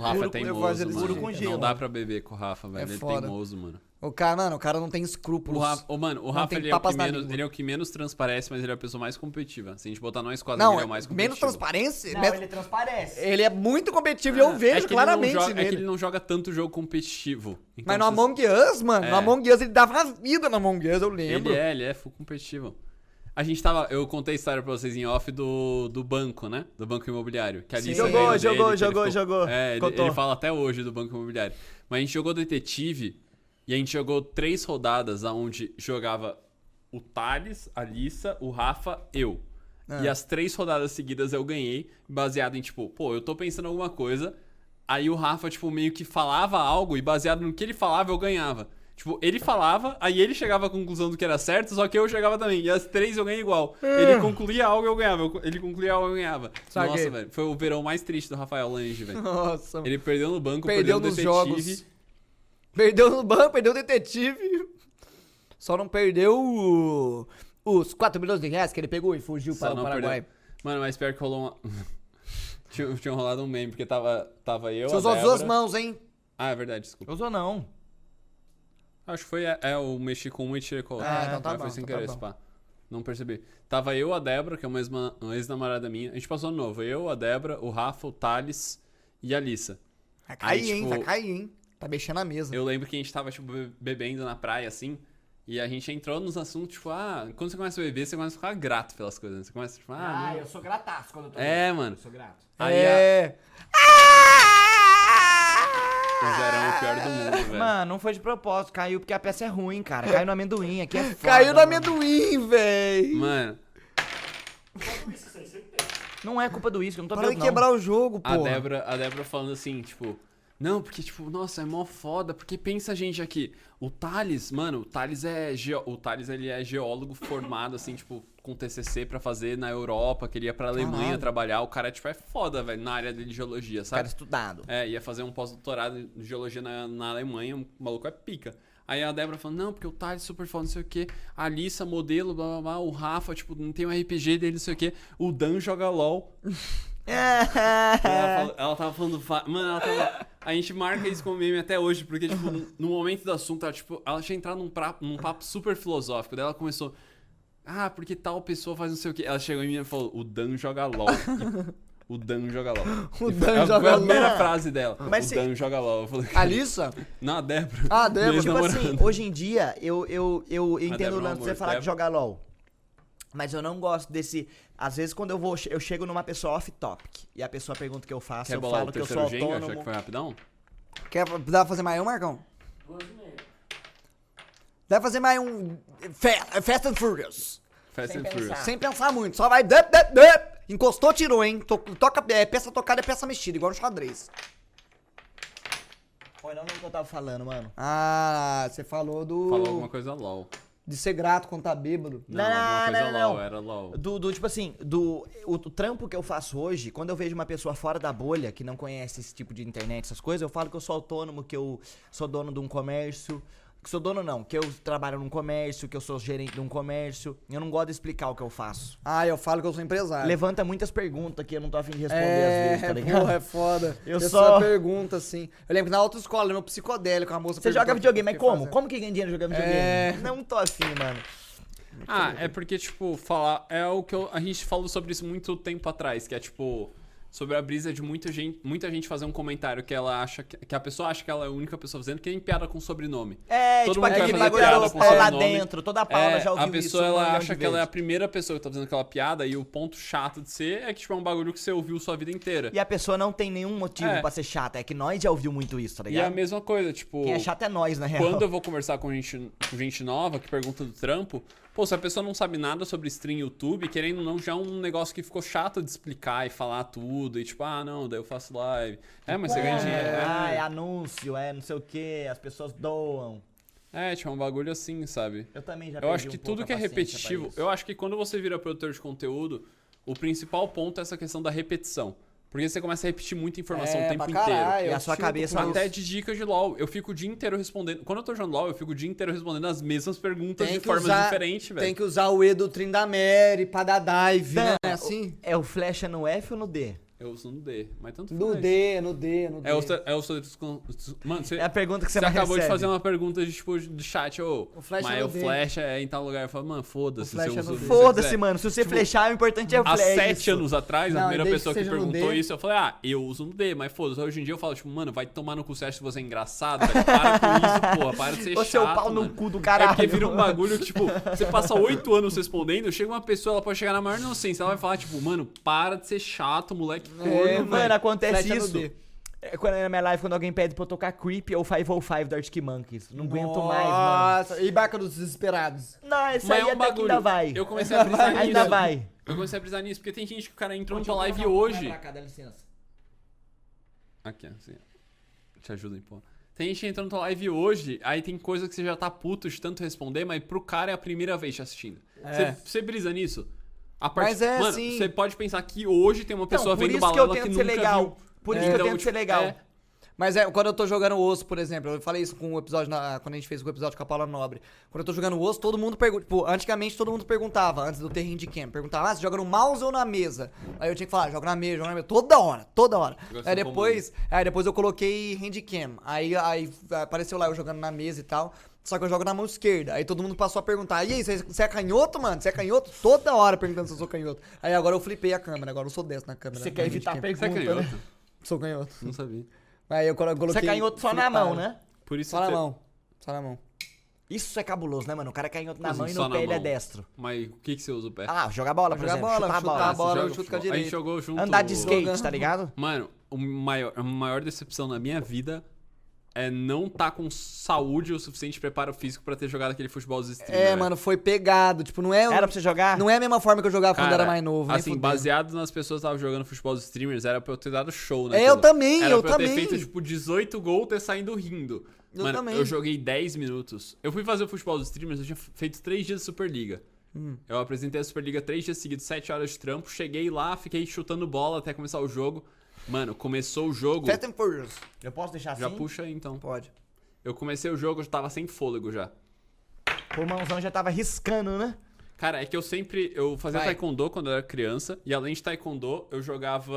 S1: Puro com- eu
S3: Rafa é
S1: faço
S3: teimoso,
S1: eles
S3: mano.
S1: puro com
S3: Não
S1: gelo.
S3: dá pra beber com o Rafa, velho. ele é
S1: foda.
S3: teimoso, mano.
S1: O cara, mano, o cara não tem
S3: O
S1: escrúpulos.
S3: Rafa, ô, mano, o
S1: Não
S3: Rafa
S1: tem
S3: ele é, o que
S1: papas na
S3: menos,
S1: língua.
S3: ele é o que menos transparece, mas ele é a pessoa mais competitiva. Se a gente botar nós quatro,
S1: não,
S3: ele é
S1: é
S3: o mais competitivo.
S1: menos transparência.
S2: Não,
S1: menos-
S2: ele transparece.
S1: Ele é muito competitivo e
S3: É
S1: eu
S3: que ele
S1: vejo
S3: não
S1: claramente
S3: joga- É que
S1: nele.
S3: ele não joga tanto jogo competitivo.
S1: Mas
S3: Então
S1: no
S3: vocês-
S1: Among Us, mano,
S3: É.
S1: no Among Us ele dava a vida no Among Us, eu lembro.
S3: Ele é, ele é full competitivo. A gente tava. Eu contei a história pra vocês em off do, do banco, né? Do banco imobiliário. Que a
S1: Sim.
S3: Lisa
S1: Jogou,
S3: ganhou
S2: jogou,
S3: dele, que ele
S2: jogou, jogou.
S3: É, ele,
S2: Contou.
S3: ele fala até hoje do banco imobiliário. Mas a gente jogou detetive e a gente jogou três rodadas onde jogava o Thales, a Lissa, o Rafa, eu.
S1: Ah.
S3: E as três rodadas seguidas eu ganhei, baseado em tipo, pô, eu tô pensando em alguma coisa. Aí o Rafa, tipo, meio que falava algo e baseado no que ele falava, eu ganhava. Tipo, ele falava, aí ele chegava à conclusão do que era certo, só que eu chegava também. E as três eu ganhei igual.
S1: Ah.
S3: Ele concluía algo, eu ganhava. eu- Ele concluía algo, eu ganhava.
S1: Saquei.
S3: Nossa, velho. Foi o verão mais triste do Rafael Lange,
S1: (laughs)
S3: velho.
S1: Nossa, mano.
S3: Ele perdeu no banco,
S1: perdeu
S3: perdeu,
S1: nos
S3: no detetive.
S1: jogos. Perdeu no banco, perdeu o detetive. Só não perdeu o- os 4 milhões de reais que ele pegou e fugiu
S3: Só
S1: para o
S3: não
S1: Paraguai.
S3: perdeu. Mano, mas pior que rolou uma. (laughs) tinha, tinha rolado um meme, porque tava, tava eu.
S1: Você
S3: a
S1: usou as duas
S3: Débora-
S1: mãos, hein?
S3: Ah, é verdade, desculpa.
S2: Usou não.
S3: Acho que foi. É, é, eu mexi com uma e tirei com a outra.
S2: É,
S1: Ah, então tá
S3: Mas
S1: bom,
S3: Foi sem
S1: então tá
S3: querer,
S1: bom.
S3: pá. Não percebi. Tava eu, a Débora, que é uma ex-ma- uma ex-namorada minha. A gente passou no novo. Eu, a Débora, o Rafa, o Thales e a Alissa.
S1: Vai cair,
S3: Aí,
S1: Tá hein?
S3: tipo-
S1: Vai cair, hein? Tá mexendo a mesa.
S3: Eu lembro que a gente tava, tipo, be- bebendo na praia, assim. E a gente entrou nos assuntos, tipo, ah, quando você começa a beber, você começa a ficar grato pelas coisas. né? Você começa, tipo, ah,
S2: Ah,
S3: não.
S2: eu sou grataço quando eu tô
S3: É,
S2: bem.
S3: mano.
S2: Eu sou grato.
S3: Aí
S1: é.
S3: a... o Zerão é o pior do mundo, velho.
S2: Mano, não foi de propósito, caiu porque a peça é ruim, cara. Caiu no amendoim, aqui é foda.
S1: (laughs) Caiu no
S2: mano.
S1: amendoim, véi.
S3: Mano,
S4: Isso, isso aí sempre tem.
S2: Não é culpa do uísque, eu não tô
S1: Para de
S2: bebendo não.
S1: quebrar o jogo, pô.
S3: a Débora, a Débora falando assim, tipo, não, porque, tipo, nossa, é mó foda, porque pensa a gente aqui, o Thales, mano, o Thales é, geo, o Thales, ele é geólogo formado, assim, tipo, com TCC pra fazer na Europa, queria pra Alemanha
S1: Caralho.
S3: trabalhar, o cara, tipo, é foda, velho, na área dele de geologia,
S2: Cara
S3: sabe?
S2: estudado.
S3: É, ia fazer um pós-doutorado em geologia na, na Alemanha, o maluco é pica. Aí a Débora falando, não, porque o Thales é super foda, não sei o quê. A Alissa, modelo, blá blá blá. O Rafa, tipo, não tem um RPG dele, não sei o quê. O Dan
S1: (laughs)
S3: joga LOL. Ela, fala- ela tava falando. va- Mano, ela tava. A gente marca isso como meme até hoje, porque, tipo, no- no momento do assunto, ela, tipo, ela tinha entrado num, pra- num papo super filosófico. Daí ela começou. Ah, porque tal pessoa faz não sei o quê. Ela chegou em mim e falou: o Dan joga LOL. (laughs) O Dan joga LOL.
S1: O
S3: E
S1: Dan
S3: foi a-
S1: joga
S3: foi a
S1: LOL.
S3: primeira frase dela.
S2: Mas
S3: o
S2: se-
S3: Dan joga LOL. Eu falei,
S1: Alissa?
S3: Não, a Débora.
S1: Ah, a Débora.
S3: Minha
S2: Tipo
S3: ex-namorada.
S2: assim, hoje em dia, eu, eu, eu entendo
S3: Débora,
S2: o
S3: um
S2: lance de você
S3: amor,
S2: falar de
S3: Débora.
S2: jogar LOL. Mas eu não gosto desse. Às vezes, quando eu vou, eu chego numa pessoa off-topic e a pessoa pergunta o que eu faço,
S3: Quer
S2: eu
S3: bolar
S2: falo
S3: o
S2: que eu sou
S3: terceiro Jenga, já que
S2: autônomo.
S3: foi rapidão?
S1: Quer, dá pra fazer mais um, Marcão?
S4: Duas e meia.
S1: Dá pra fazer mais um. Fe- Fast and Furious.
S3: Fast and
S2: pensar.
S3: Furious.
S1: Sem pensar muito, só vai. dup, dup, dup. Encostou, tirou, hein? To- Toca, é, peça tocada é peça mexida, igual no xadrez.
S2: Foi não o que eu tava falando, mano.
S1: Ah, você falou do.
S3: Falou alguma coisa LOL.
S1: De ser grato quando tá bêbado.
S3: Não,
S2: Não,
S3: alguma coisa
S2: não, não,
S3: LOL, é.
S2: não.
S3: era LOL.
S2: Do, do, tipo assim, do o, o trampo que eu faço hoje, quando eu vejo uma pessoa fora da bolha, que não conhece esse tipo de internet, essas coisas, eu falo que eu sou autônomo, que eu sou dono de um comércio. Que sou dono não, que eu trabalho num comércio, que eu sou gerente de um comércio. Eu não gosto de explicar o que eu faço.
S1: Ah, eu falo que eu sou empresário.
S2: Levanta muitas perguntas que eu não tô afim de responder às
S1: é,
S2: vezes, tá ligado?
S1: porra, é foda.
S2: (laughs) Eu
S1: Essa
S2: só-
S1: pergunta, assim. Eu lembro que na autoescola, no meu psicodélico, a moça.
S2: Você joga
S1: perguntou
S2: videogame,
S1: o
S2: mas
S1: que
S2: como?
S1: fazer.
S2: Como que ganha dinheiro jogando videogame?
S1: É.
S2: Não tô afim, mano.
S3: Ah, é porque, tipo, falar. É o que eu- a gente falou sobre isso muito tempo atrás, que é tipo. Sobre a brisa de muita gente, muita gente fazer um comentário que ela acha que, que a pessoa acha que ela é a única pessoa fazendo, que nem piada com sobrenome.
S2: É,
S3: Todo
S2: tipo
S3: mundo vai
S2: aquele
S3: fazer
S2: bagulho
S3: piada
S2: da
S3: com
S2: Paula lá
S3: seu nome.
S2: dentro. Toda a Paula
S3: É,
S2: já ouviu
S3: a pessoa
S2: isso. um
S3: ela
S2: milhão
S3: acha
S2: de
S3: que ela é a
S2: vezes.
S3: primeira pessoa que tá fazendo aquela piada e o ponto chato de ser é que tipo, é um bagulho que você ouviu sua vida inteira.
S2: E é a pessoa não tem nenhum motivo
S3: É.
S2: pra ser chata. É que nós já ouviu muito isso, tá
S3: E é a
S2: ligado?
S3: mesma coisa, tipo,
S2: Quem é chato é nós, na real.
S3: quando eu vou conversar com gente, com gente nova que pergunta do trampo, pô, se a pessoa não sabe nada sobre stream YouTube, querendo ou não, já é um negócio que ficou chato de explicar e falar tudo, e tipo, ah, não, daí eu faço live. É, mas você ganha dinheiro.
S2: É, ah, é
S3: É,
S2: anúncio, é não sei o que, as pessoas doam.
S3: é, tipo, é um bagulho assim, sabe?
S2: Eu também já
S3: Eu
S2: perdi
S3: acho
S2: um
S3: que
S2: pouco
S3: tudo
S2: a
S3: que é
S2: paciência pra
S3: repetitivo,
S2: isso.
S3: eu acho que quando você vira produtor de conteúdo, o principal ponto é essa questão da repetição. Porque você começa a repetir muita informação
S1: É,
S3: o tempo
S1: pra
S3: inteiro. é
S1: caralho,
S2: E a
S1: eu
S2: sua
S1: tilto
S2: cabeça
S1: com
S3: Até
S1: isso.
S3: de dicas de LOL. Eu fico o dia inteiro respondendo. Quando eu tô jogando LOL, eu fico o dia inteiro respondendo as mesmas perguntas
S1: Tem
S3: de
S1: que
S3: formas
S1: usar-
S3: diferentes, velho.
S1: Tem que usar o E do Trindamere pra dar dive, né? É assim?
S2: É o flecha no F ou no D?
S3: Eu uso no D, mas tanto
S1: No
S3: faz.
S1: D, no D, no D.
S3: É o seu. É o seu descon- Mano, você.
S2: É a pergunta que você,
S3: Você
S2: mais
S3: acabou de
S2: recebe.
S3: fazer uma pergunta de, tipo, de chat, ô.
S1: O Flash
S3: mas
S1: é no
S3: o
S1: D.
S3: Flash é em tal lugar. Eu falo, mano,
S1: O
S3: foda-se.
S1: Flash
S3: você
S1: é
S3: usa
S1: no
S3: o
S1: D.
S3: que você
S2: Foda-se,
S3: quiser.
S2: mano. Se você
S3: Tipo,
S2: flechar, o importante é o
S3: Há
S2: flash.
S3: sete
S2: isso.
S3: anos atrás,
S1: Não,
S3: a primeira
S1: desde
S3: pessoa
S1: que
S3: que
S1: seja no
S3: perguntou
S1: D.
S3: isso, eu falei, ah, eu uso no D, mas foda-se. Hoje em dia eu falo, tipo, mano, vai tomar no cu você acha que você é engraçado, velho. Para com isso, porra. Para de ser
S2: Ô,
S3: é chato,
S2: seu pau
S3: mano.
S2: no cu do
S3: É
S2: caralho.
S3: porque vira um bagulho que, tipo, você passa oito anos respondendo, chega uma pessoa, ela pode chegar na maior inocência, ela vai falar, tipo, mano, para de ser chato, moleque corno,
S1: É,
S3: velho.
S2: Mano, acontece
S1: Flecha no
S2: isso.
S1: D.
S2: É quando na minha live, quando alguém pede pra eu tocar Creep ou 505 do Arctic Monkeys. Não aguento mais, mano.
S1: Nossa, e Barca dos Desesperados.
S2: Não, essa
S3: Mas é um
S2: aí até que ainda vai.
S3: Eu comecei a brisar
S2: (laughs)
S3: nisso.
S2: Ainda vai.
S3: Eu comecei a brisar nisso, porque tem gente que o cara entrou na tua live hoje. Aqui, assim. ó. Te ajuda aí, pô. Tem gente que entrou na tua live hoje, aí tem coisa que você já tá puto de tanto responder, mas pro cara é a primeira vez te assistindo. Você
S1: É.
S3: você brisa nisso? A
S1: Mas é
S3: Mano,
S1: assim-
S3: você pode pensar que hoje tem uma pessoa
S2: Então, por
S3: vendo
S2: isso que eu
S3: balela que,
S2: tento ser
S3: nunca
S2: legal.
S3: viu.
S2: Por isso que eu
S3: Então,
S2: tento ser
S3: tipo,
S2: legal.
S3: é.
S1: Mas é, quando eu tô jogando osso, por exemplo, eu falei isso com o episódio, na- quando a gente fez o episódio com a Paula Nobre. Quando eu tô jogando osso, todo mundo pergunta. Tipo, antigamente todo mundo perguntava, antes do ter handicam, perguntava, ah, você joga no mouse ou na mesa? Aí eu tinha que falar, joga na mesa, joga na mesa, toda hora, toda hora.
S3: Joga
S1: Aí
S3: sem
S1: depois, aí depois eu coloquei handicam. Aí, aí apareceu lá eu jogando na mesa e tal. Só que eu jogo na mão esquerda. Aí todo mundo passou a perguntar: e aí, você você é canhoto, mano? Você é canhoto? Toda hora perguntando se eu sou canhoto. Aí agora eu flipei a câmera, agora eu sou dessa na câmera.
S2: Você
S1: na
S2: quer evitar a
S1: handicam.
S3: Você é
S2: pergunta, né?
S3: canhoto?
S1: Sou canhoto.
S3: Não sabia.
S1: Aí eu colo- coloquei. Ah,
S2: Você é canhoto só na
S1: flipado.
S2: mão, né?
S3: Por isso
S1: Só na
S3: que
S1: mão. Só na mão.
S2: Isso é cabuloso, né, mano? O cara cai em outro na
S3: Como
S2: mão
S3: assim,
S2: e
S3: só
S2: no
S3: na
S2: pé ele é
S3: mão?
S2: destro.
S3: Mas o que que você usa o pé? Ah,
S2: Ah, jogar bola, por
S1: Jogar
S2: exemplo.
S1: bola,
S2: chutar a bola.
S1: chutar a bola.
S3: joga
S1: eu chuto com a
S3: futebol. A gente
S1: direita.
S3: jogou junto.
S2: Andar de
S3: skate.
S2: skate, tá ligado?
S3: Mano, o maior, a maior decepção na minha vida é não tá com saúde o suficiente de preparo físico pra ter jogado aquele futebol dos streamers.
S1: É,
S3: velho.
S1: mano, foi pegado. Tipo, não é.
S2: Era pra você jogar?
S1: Não é a mesma forma que eu jogava quando
S3: Cara,
S1: era mais novo. nem
S3: Assim,
S1: fudendo.
S3: baseado nas pessoas que estavam jogando futebol dos streamers, era pra eu ter dado show, né?
S1: É, eu também,
S3: era
S1: eu
S3: pra
S1: também.
S3: ter feito, tipo, 18 gols e ter saindo rindo.
S1: Eu
S3: Mano,
S1: também.
S3: eu joguei 10 minutos. Eu fui fazer o futebol dos streamers, eu tinha feito 3 dias de Superliga.
S1: Hum.
S3: Eu apresentei a Superliga 3 dias seguidos, 7 horas de trampo. Cheguei lá, fiquei chutando bola até começar o jogo. Mano, começou o jogo.
S1: Fast and Furious.
S2: Eu posso deixar assim?
S3: Já puxa aí então.
S1: Pode.
S3: Eu comecei o jogo, eu tava sem fôlego já.
S2: O pulmãozão já tava riscando, né?
S3: Cara, é que eu sempre. Eu fazia
S1: Vai.
S3: taekwondo quando eu era criança. E além de taekwondo, eu jogava.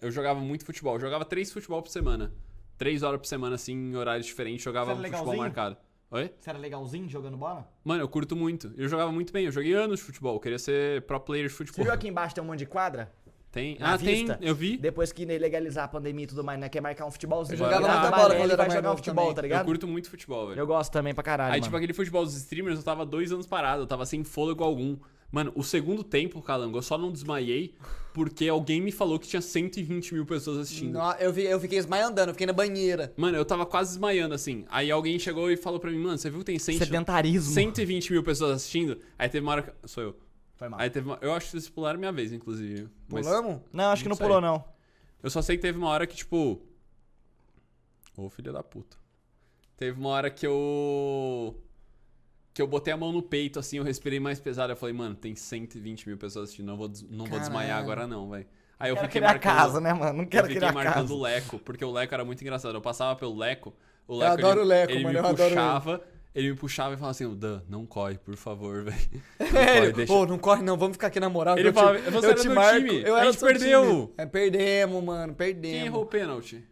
S3: Eu jogava muito futebol. Eu jogava três futebol por semana. Três horas por semana, assim, em horários diferentes, jogava
S2: Você era
S3: futebol
S2: legalzinho?
S3: marcado. Oi?
S2: Você era legalzinho jogando bola?
S3: Mano, eu curto muito. Eu jogava muito bem. Eu joguei anos de futebol. Eu queria ser pro player de
S2: Você
S3: futebol.
S2: viu aqui embaixo tem um monte de quadra?
S3: Tem.
S2: Na
S3: ah,
S2: vista?
S3: tem. Eu vi.
S2: Depois que legalizar a pandemia e tudo mais, né? Quer marcar um futebolzinho.
S3: Eu jogava
S2: virar
S3: muita
S2: uma
S1: bola
S2: balela,
S1: quando
S2: ele
S1: era
S2: vai
S1: mais
S2: jogar um
S1: novo
S2: futebol,
S1: também.
S2: tá
S3: Eu
S2: ligado?
S3: curto muito futebol, velho.
S2: Eu gosto também pra caralho,
S3: Aí,
S2: mano.
S3: tipo, aquele futebol dos streamers, eu tava dois anos parado, eu tava sem fôlego algum. Mano, o segundo tempo, Calango, eu só não desmaiei porque alguém me falou que tinha 120 mil pessoas assistindo.
S1: No- eu, vi- eu fiquei esmaiandando, eu fiquei na banheira.
S3: Mano, eu tava quase desmaiando, assim. Aí alguém chegou e falou pra mim, mano, você viu que tem 100,
S2: Sedentarismo. 120.
S3: 120 mil pessoas assistindo? Aí teve uma hora que... Sou eu.
S2: Foi mal.
S3: Aí tipo, teve uma... Eu acho que vocês pularam minha vez, inclusive. Mas
S1: Pulamos?
S2: Não, acho que não
S3: Não sei.
S2: pulou, não.
S3: Eu só sei que teve uma hora que, tipo... Ô, filha da puta. Teve uma hora que eu... Que eu botei a mão no peito, assim, eu respirei mais pesado. Eu falei, mano, tem 120 mil pessoas assistindo, não vou, des- não vou desmaiar
S1: Caralho.
S3: agora não, velho. Aí eu
S2: Quero
S3: fiquei
S2: criar
S3: marcando...
S2: casa, né, mano? Não
S3: Eu
S2: quero
S3: fiquei
S2: criar
S3: marcando
S2: casa.
S3: o Leco, porque o Leco era muito engraçado. Eu passava pelo Leco, o Leco,
S1: adoro
S3: ele,
S1: o Leco,
S3: ele
S1: mano,
S3: me
S1: eu adoro ele.
S3: puxava, ele me puxava e falava assim, Dan, não corre, por favor, (laughs) velho.
S1: (laughs)
S3: Não corre,
S1: Ele,
S3: deixa.
S1: É, Pô, não corre não, vamos ficar aqui na moral.
S3: Ele
S1: que eu
S3: falava,
S1: te,
S3: "Você
S1: eu
S3: era
S1: te
S3: do
S1: marco.
S3: time,
S1: Eu
S3: a
S1: era
S3: gente
S1: do time.
S3: perdeu."
S1: É, perdemos, mano,
S3: Quem
S1: perdemos.
S3: errou o pênalti?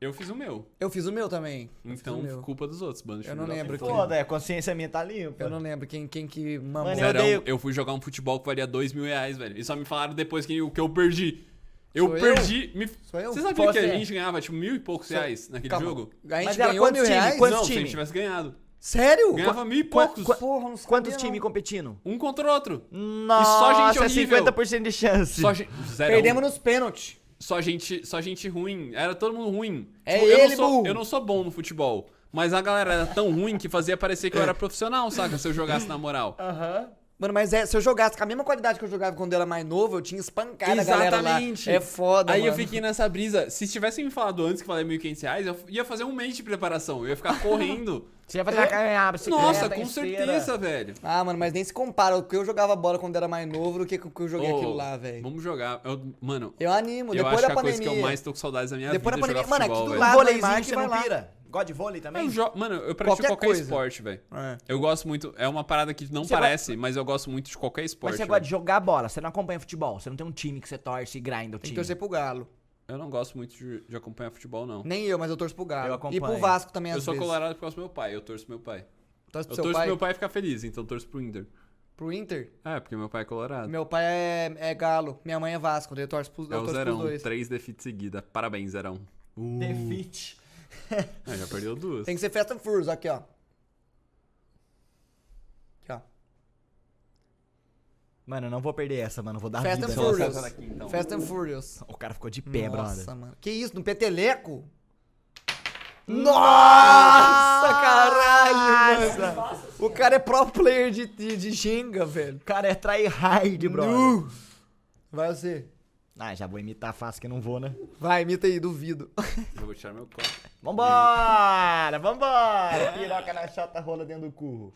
S3: Eu fiz o meu.
S1: Eu fiz o meu também. Eu fiz o
S3: Então,
S1: meu.
S3: culpa dos outros, bando de
S1: Eu não
S3: filho da
S1: lembro
S3: puta.
S1: quem-
S2: Foda, é, a consciência minha tá limpa.
S1: Eu não lembro quem, quem que mamou.
S2: Mano,
S3: Zerão,
S2: Eu odeio-
S3: eu, fui jogar um futebol que valia dois mil reais, velho. E só me falaram depois que o que eu perdi. Eu
S1: Sou eu?
S3: perdi. Me...
S1: Sou eu?
S3: Você sabia que
S2: Você.
S3: a gente ganhava, tipo, mil e poucos reais naquele
S1: Calma,
S3: jogo?
S1: A gente
S2: Mas era
S1: ganhou
S2: quantos
S1: mil
S2: time?
S1: reais?
S2: Quantos
S3: não, se a
S2: time?
S3: gente tivesse ganhado.
S1: Sério?
S3: Ganhava mil e
S1: Qua-
S3: poucos.
S1: qua- Porra, não sabia,
S2: Quantos
S1: não.
S2: times competindo?
S3: Um contra o outro.
S1: Hum.
S2: Nossa,
S3: gente horrível.
S2: é 50% de chance.
S3: Só gente... Zerão.
S1: Perdemos
S2: um.
S1: nos pênaltis.
S3: só gente, só gente ruim. Era todo mundo ruim. Tipo,
S1: É
S3: eu
S1: ele,
S3: não sou,
S1: burro.
S3: Eu não sou bom no futebol. Mas a galera era tão ruim que fazia parecer que eu era profissional, saca? Se eu jogasse na moral.
S2: Aham.
S1: Mano, mas é, se eu jogasse com a mesma qualidade que eu jogava quando eu era mais novo, eu tinha espancado a galera lá.
S3: Exatamente.
S1: É foda,
S3: Aí
S1: mano.
S3: eu fiquei nessa brisa. Se tivessem me falado antes que valia 1.500 reais, eu ia fazer um mês de preparação. Eu ia
S1: (laughs)
S3: ficar correndo.
S6: Você ia fazer uma caminhada,
S1: É,
S6: bicicleta,
S3: Nossa, com
S6: esteira.
S3: certeza, velho.
S1: Ah, mano, mas nem se compara o que eu jogava bola quando era mais novo do que o que eu joguei
S3: Ô,
S1: aquilo lá, velho.
S3: Vamos jogar. Eu- mano,
S1: Eu animo,
S3: eu
S1: depois
S3: acho que
S1: da
S3: a coisa que
S1: pandemia.
S3: eu mais tô com saudades da minha
S1: Depois
S3: vida
S1: da
S3: é jogar
S1: pandemém- mano, aqui
S3: futebol,
S1: do
S3: velho.
S1: lado- Neymar
S2: Vôleizinho,
S1: que
S2: você
S1: vai
S2: não
S1: lá.
S2: pira? God vôlei também?
S3: Eu jo- Mano, eu pratico
S1: Qualquer
S3: qualquer,
S1: coisa.
S3: esporte, velho.
S1: É.
S3: Eu gosto muito. É uma parada que não
S2: Você
S3: parece, mas eu gosto muito de qualquer
S2: Mas
S3: esporte.
S2: você gosta de
S3: velho.
S2: jogar bola, você não acompanha futebol, você não tem um time que você torce e grinda o
S1: Tem
S2: time.
S1: que torcer pro Galo.
S3: Eu não gosto muito de, de acompanhar futebol, não.
S1: Nem eu, mas eu torço pro Galo.
S2: Eu
S1: e pro
S2: acompanho.
S1: Vasco também,
S3: eu
S1: às
S3: sou
S1: vezes.
S3: colorado por causa do meu pai. Eu torço pro meu pai.
S1: Torço
S3: Eu
S1: pro seu
S3: torço pro
S1: pai,
S3: meu pai ficar feliz, então eu torço pro Inter.
S1: pro Inter.
S3: É, porque meu pai é colorado.
S1: Meu pai é, é Galo, minha mãe é Vasco, daí eu torço pros,
S3: É
S1: eu
S3: o
S1: torço pros
S3: Zerão,
S1: dois.
S3: três defeats seguida. Parabéns, Zerão.
S2: Defeat.
S3: Ah, já perdeu duas.
S1: Tem que ser Fast and Furious, aqui, ó. Aqui, ó.
S2: Mano, eu não vou perder essa, mano, eu vou dar
S1: Fast
S2: vida.
S1: and
S3: Só
S1: Furious.
S3: essa daqui, então.
S1: Fast and Furious.
S2: O cara ficou de pé, brother.
S1: Nossa, mano. Que isso, no peteleco?
S2: Nossa,
S1: caralho,
S2: mano.
S1: O cara é pro player de, de, de Jenga, velho.
S2: O cara é tryhard, brother.
S1: Nu. Vai você.
S2: Ah, já vou imitar fácil que eu não vou, né?
S1: Vai, imita aí, duvido.
S3: Eu vou tirar meu copo.
S2: Vambora, vambora. Piroca na chota rola dentro do curro.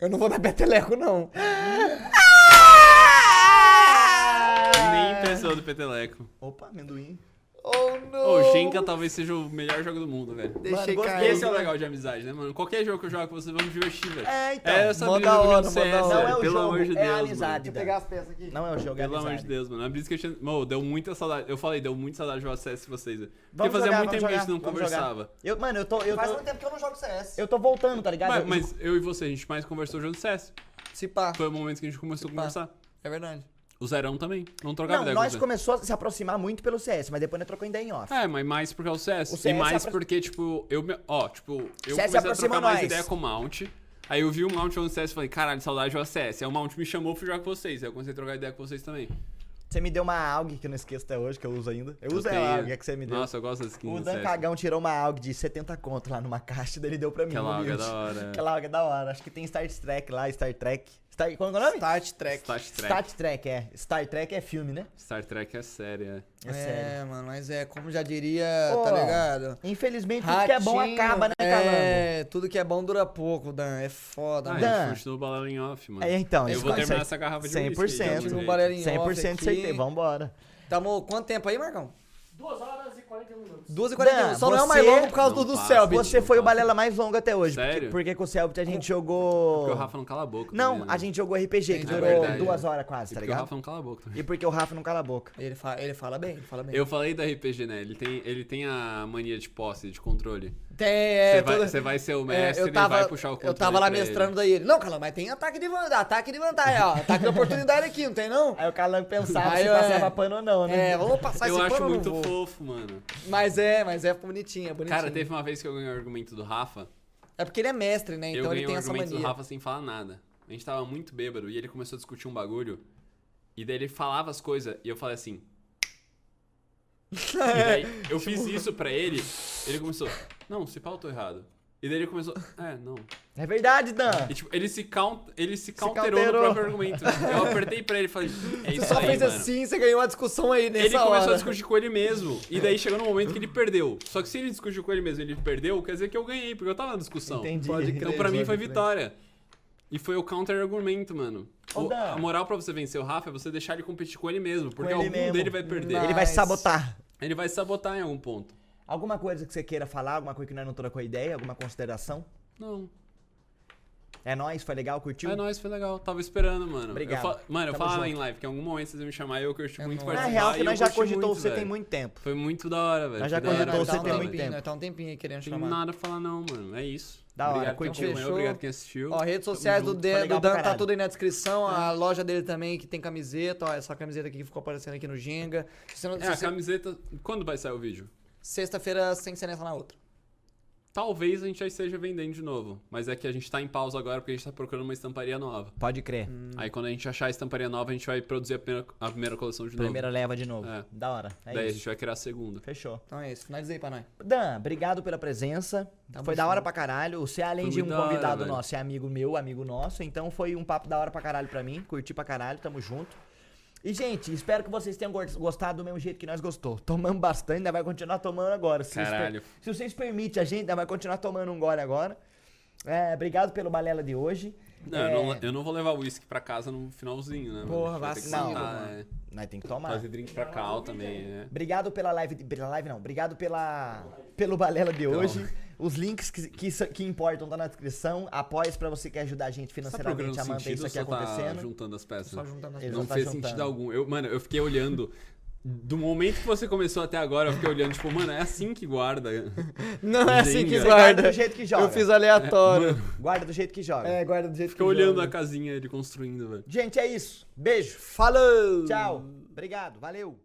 S1: Eu não vou dar peteleco, não.
S2: Ah!
S3: Ah. Nem impressão do Peteleco.
S2: Opa, amendoim.
S1: Oh, não.
S2: Uh.
S3: Ô, Shenka talvez seja o melhor jogo do mundo, velho.
S1: Deixei
S2: Mano,
S1: cair.
S3: Esse é o legal de amizade, né, mano? Qualquer jogo que eu jogo com você, vamos divertir, velho.
S2: É, então.
S3: essa
S1: mó
S3: brisa
S1: da
S3: do
S1: hora,
S3: jogo
S1: mó da
S3: CS,
S1: hora.
S3: velho,
S2: Não é o
S3: pelo
S2: jogo,
S3: amor de
S2: é
S3: Deus,
S2: a
S3: mano.
S1: Deixa
S2: amizade.
S1: eu pegar as peças aqui.
S2: Não é o jogo, é
S3: Pelo amor de
S2: amizade.
S3: Deus, mano. É uma brisa que eu tinha... Mô, deu muita saudade. Eu falei, deu muita saudade de jogar CS com vocês, velho. Porque
S2: Vamos
S3: fazia
S2: jogar,
S3: muito
S2: vamos
S3: tempo que a gente
S2: jogar,
S3: não
S2: vamos
S3: conversava.
S2: Eu, mano, eu tô, eu
S1: Faz muito
S2: tô,
S1: tempo que eu não jogo CS.
S2: eu tô voltando, tá ligado?
S3: Mas,
S2: Eu-
S3: mas eu e você, a gente mais conversou jogando CS.
S1: Se pá.
S3: Foi o momento que a gente começou a
S1: Pá.
S3: conversar.
S1: É verdade.
S3: O Zerão também. Não trocava
S2: Não,
S3: ideia
S2: nós
S3: com você.
S2: começou a se aproximar muito pelo CS, mas depois nós trocou ideia em off.
S3: É, mas mais porque é o CS.
S2: O CS
S3: e mais
S2: apro-
S3: porque, tipo, eu. me- Ó, tipo, eu
S2: CS
S3: comecei a
S2: aproxima
S3: trocar mais
S2: nós.
S3: ideia com o Mount. Aí eu vi o Mount jogando CS e falei, caralho, saudade de jogar CS. Aí o Mount me chamou pra jogar com vocês. Aí eu comecei a trocar ideia com vocês também.
S2: Você me deu uma AUG que eu não esqueço até hoje, que eu uso ainda. Eu, uso
S3: tenho-
S2: a AUG, é que você me deu.
S3: Nossa, eu gosto das skins
S2: o
S3: do
S2: Dan
S3: CS.
S2: Cagão tirou uma AUG de 70 conto lá numa caixa, daí ele deu pra mim.
S3: Aquela AUG é
S2: humilde.
S3: da hora.
S2: Aquela AUG é da hora. Acho que tem Star Trek lá, Star Trek. Star... Qual é o nome?
S1: Start track.
S3: Star Trek.
S2: Star Trek, é. Star Trek é filme, né?
S3: Star Trek é sério, é.
S2: É, sério.
S1: mano, mas é, como já diria,
S2: Ô,
S1: tá ligado?
S2: Infelizmente, tudo que é bom
S1: Ratinho,
S2: acaba, né, Calango?
S1: É, tudo que é bom dura pouco, Dan. É foda,
S3: Ah,
S1: mano.
S2: Dan.
S3: a gente continua o balão em off, mano.
S2: É, então,
S3: Eu
S2: isso
S3: vou
S2: com
S3: terminar
S2: cer-
S3: essa garrafa de
S2: 100%.
S3: whisky aí, de
S1: Continua o
S3: um
S1: balé
S3: jeito.
S1: em
S2: 100%
S1: off aqui.
S2: certeza, vambora.
S1: Tamo quanto tempo aí, Marcão?
S4: 2 horas e 41 minutos.
S1: 2h41.
S2: Dan,
S1: Só não é o mais
S2: você-
S1: longo por causa
S3: Não
S1: do, do
S3: passa.
S1: Selbit.
S2: Você foi o
S3: passa.
S2: balela mais longo até hoje. porque-
S3: Ah, Sério? é
S2: Porque, com o Selbit a gente jogou...
S3: Porque o Rafa não cala a boca.
S2: Não,
S3: também, né?
S2: a gente jogou RPG, que
S1: É
S2: durou
S1: verdade.
S2: duas horas quase,
S3: E
S2: tá
S3: porque o
S2: ligado?
S3: Rafa não cala a boca também.
S2: E porque o Rafa não cala a boca.
S1: Ele, fa ele fala bem, ele fala bem.
S3: Eu falei da RPG, né? Ele tem, ele tem a mania de posse, de controle.
S1: Tem, é,
S3: Você vai-
S1: toda-
S3: você vai ser o
S1: é,
S3: mestre,
S1: eu
S3: ele
S1: tava,
S3: vai puxar o
S1: Eu
S3: controle
S1: tava lá
S3: pra ele.
S1: mestrando daí ele. Não, calma, mas tem ataque de vantagem, ataque de vantagem, ó. Ataque de oportunidade aqui, não tem
S2: (laughs)
S1: não?
S2: Aí o Calango pensava
S1: Aí
S2: se
S1: eu-
S2: passava pano ou não, né?
S1: É, vamos passar
S3: eu
S1: esse
S3: acho
S1: pano,
S3: muito
S1: não vou.
S3: fofo, mano.
S1: Mas é, mas é bonitinho, é bonitinho.
S3: Cara, teve uma vez que eu ganhei o argumento do Rafa.
S1: É porque ele é mestre, né?
S3: eu
S1: Então ele
S3: ganhei o
S1: tem essa
S3: argumento do
S1: mania.
S3: Rafa sem falar nada. A gente tava muito bêbado e ele começou a discutir um bagulho. E daí ele falava as coisas e eu
S1: (laughs)
S3: falei assim. E daí
S1: É,
S3: eu
S1: tipo-
S3: fiz isso pra ele. Ele começou. Não, se pau eu tô errado. E daí ele começou. É, não.
S2: É verdade, Dan.
S3: E, tipo, ele se, count, ele se, counterou
S2: counterou.
S3: no próprio argumento. Eu apertei pra ele e falei. É isso
S1: Você só
S3: aí,
S1: fez
S3: mano.
S1: assim, você ganhou uma discussão aí nessa
S3: Ele começou
S1: hora.
S3: a discutir com ele mesmo.
S2: (laughs)
S3: E daí chegou no momento que ele perdeu. Só que se ele discutiu com ele mesmo e ele perdeu, quer dizer que eu ganhei, porque eu tava na discussão.
S2: Entendi.
S1: Pode
S3: Então
S1: crer,
S3: pra mim foi
S1: crer.
S3: vitória. E foi o counter-argumento, mano.
S2: Ô,
S3: O-
S2: Dan.
S3: a moral pra você vencer o Rafa é você deixar ele competir com ele mesmo. Porque
S2: ele
S3: algum
S2: mesmo.
S3: dele vai perder.
S1: Não.
S2: Ele vai
S1: Mas-
S2: se sabotar.
S3: Ele vai se sabotar em algum ponto.
S2: Alguma coisa que você queira falar, alguma coisa que nós não trocou ideia, alguma consideração?
S3: Não.
S2: É nóis, foi legal, curtiu?
S3: É nóis, foi legal. Tava esperando, mano.
S2: Obrigado.
S3: Eu fa- Mano, eu
S2: Tamo
S3: falava
S2: junto.
S3: em live que em algum momento vocês iam me chamar e eu curti
S1: É
S3: muito
S1: nóis.
S2: Na
S3: participar.
S2: real, que
S3: e
S2: nós
S3: eu
S2: já
S3: curti
S2: cogitou
S3: muito,
S2: você
S3: velho.
S2: tem muito tempo.
S3: Foi muito da hora, velho.
S2: Nós já
S3: Foi da hora.
S2: cogitou,
S1: Nós tá
S2: você
S1: um
S2: tem muito
S1: tempinho,
S2: tempo.
S1: nós tá um tempinho aí querendo
S3: Não tem
S1: chamar.
S3: nada pra falar, não, mano. É isso.
S2: Da hora, Então
S3: obrigado
S2: curtiu.
S3: quem acompanhou,
S1: Fechou.
S3: obrigado quem assistiu.
S1: Ó, redes sociais do,
S3: junto,
S1: Dan-
S2: foi
S1: do
S2: legal pra
S1: Dan tá
S2: caralho.
S1: tudo aí na descrição.
S3: É.
S1: A loja dele também, que tem camiseta. Ó, essa camiseta aqui que ficou aparecendo aqui no Jenga. Se não-
S3: É, a
S1: se-
S3: camiseta. Quando vai sair o vídeo?
S1: Sexta-feira, sem ser nessa na outra.
S3: Talvez a gente já esteja vendendo de novo. Mas é que a gente tá em pausa agora porque a gente tá procurando uma estamparia nova.
S2: Pode crer.
S3: Aí quando a gente achar a estamparia nova, a gente vai produzir a primeira, a primeira coleção de novo.
S2: Primeira leva de novo.
S3: É.
S2: Da hora. É
S3: Daí a
S2: isso.
S3: gente vai criar a segunda.
S2: Fechou.
S1: Então é isso, finaliza aí pra nós.
S2: Dan, obrigado pela presença.
S1: Tamo
S2: foi da hora
S1: junto.
S2: pra caralho. Você, além
S3: Foi
S2: de um
S3: muito da hora,
S2: convidado
S3: velho.
S2: nosso, é amigo meu, amigo nosso. Então foi um papo da hora pra caralho pra mim. Curti pra caralho, tamo junto. E, gente, espero que vocês tenham gos- gostado do mesmo jeito que nós gostou. (laughs) Tomamos bastante, ainda vai continuar tomando agora. Se, Vocês,
S3: Caralho.
S2: per- se vocês permitem, a gente ainda vai continuar tomando um gole agora. É, obrigado pelo balela de hoje.
S3: Não,
S2: É,
S3: eu não, eu não vou levar uísque pra casa no finalzinho, né? mano?
S1: Porra,
S3: A gente vai ter que
S1: vacilo,
S3: sentar,
S1: mano.
S3: é.
S2: Nós tem que tomar.
S3: Fazer drink pra cal também, né?
S2: Obrigado pela live, de- pela live não, obrigado pela, pelo balela de hoje. Os links que, que, sa- que importam estão na descrição. Apoies pra você que quer ajudar a gente
S3: Tá
S2: financeiramente
S3: procurando
S2: a manter
S3: sentido
S2: isso
S3: ou
S2: aqui
S3: só tá
S2: acontecendo.
S3: juntando as peças?
S1: Só juntando as
S2: Ele
S3: Não
S2: só tá
S3: fez
S2: juntando.
S3: sentido algum. Eu, mano, eu fiquei olhando. Do momento que você começou até agora, eu fiquei olhando, tipo, mano, é assim que guarda.
S1: Não é assim que
S3: Jenga.
S1: guarda.
S2: Guarda do jeito que joga.
S1: Eu fiz aleatório.
S2: Guarda do jeito que joga.
S1: É, guarda do jeito
S3: Fiquei
S1: que
S3: olhando
S1: joga.
S3: a casinha ele construindo, velho.
S2: Gente, é isso. Beijo.
S1: Falou!
S2: Tchau. Obrigado. Valeu.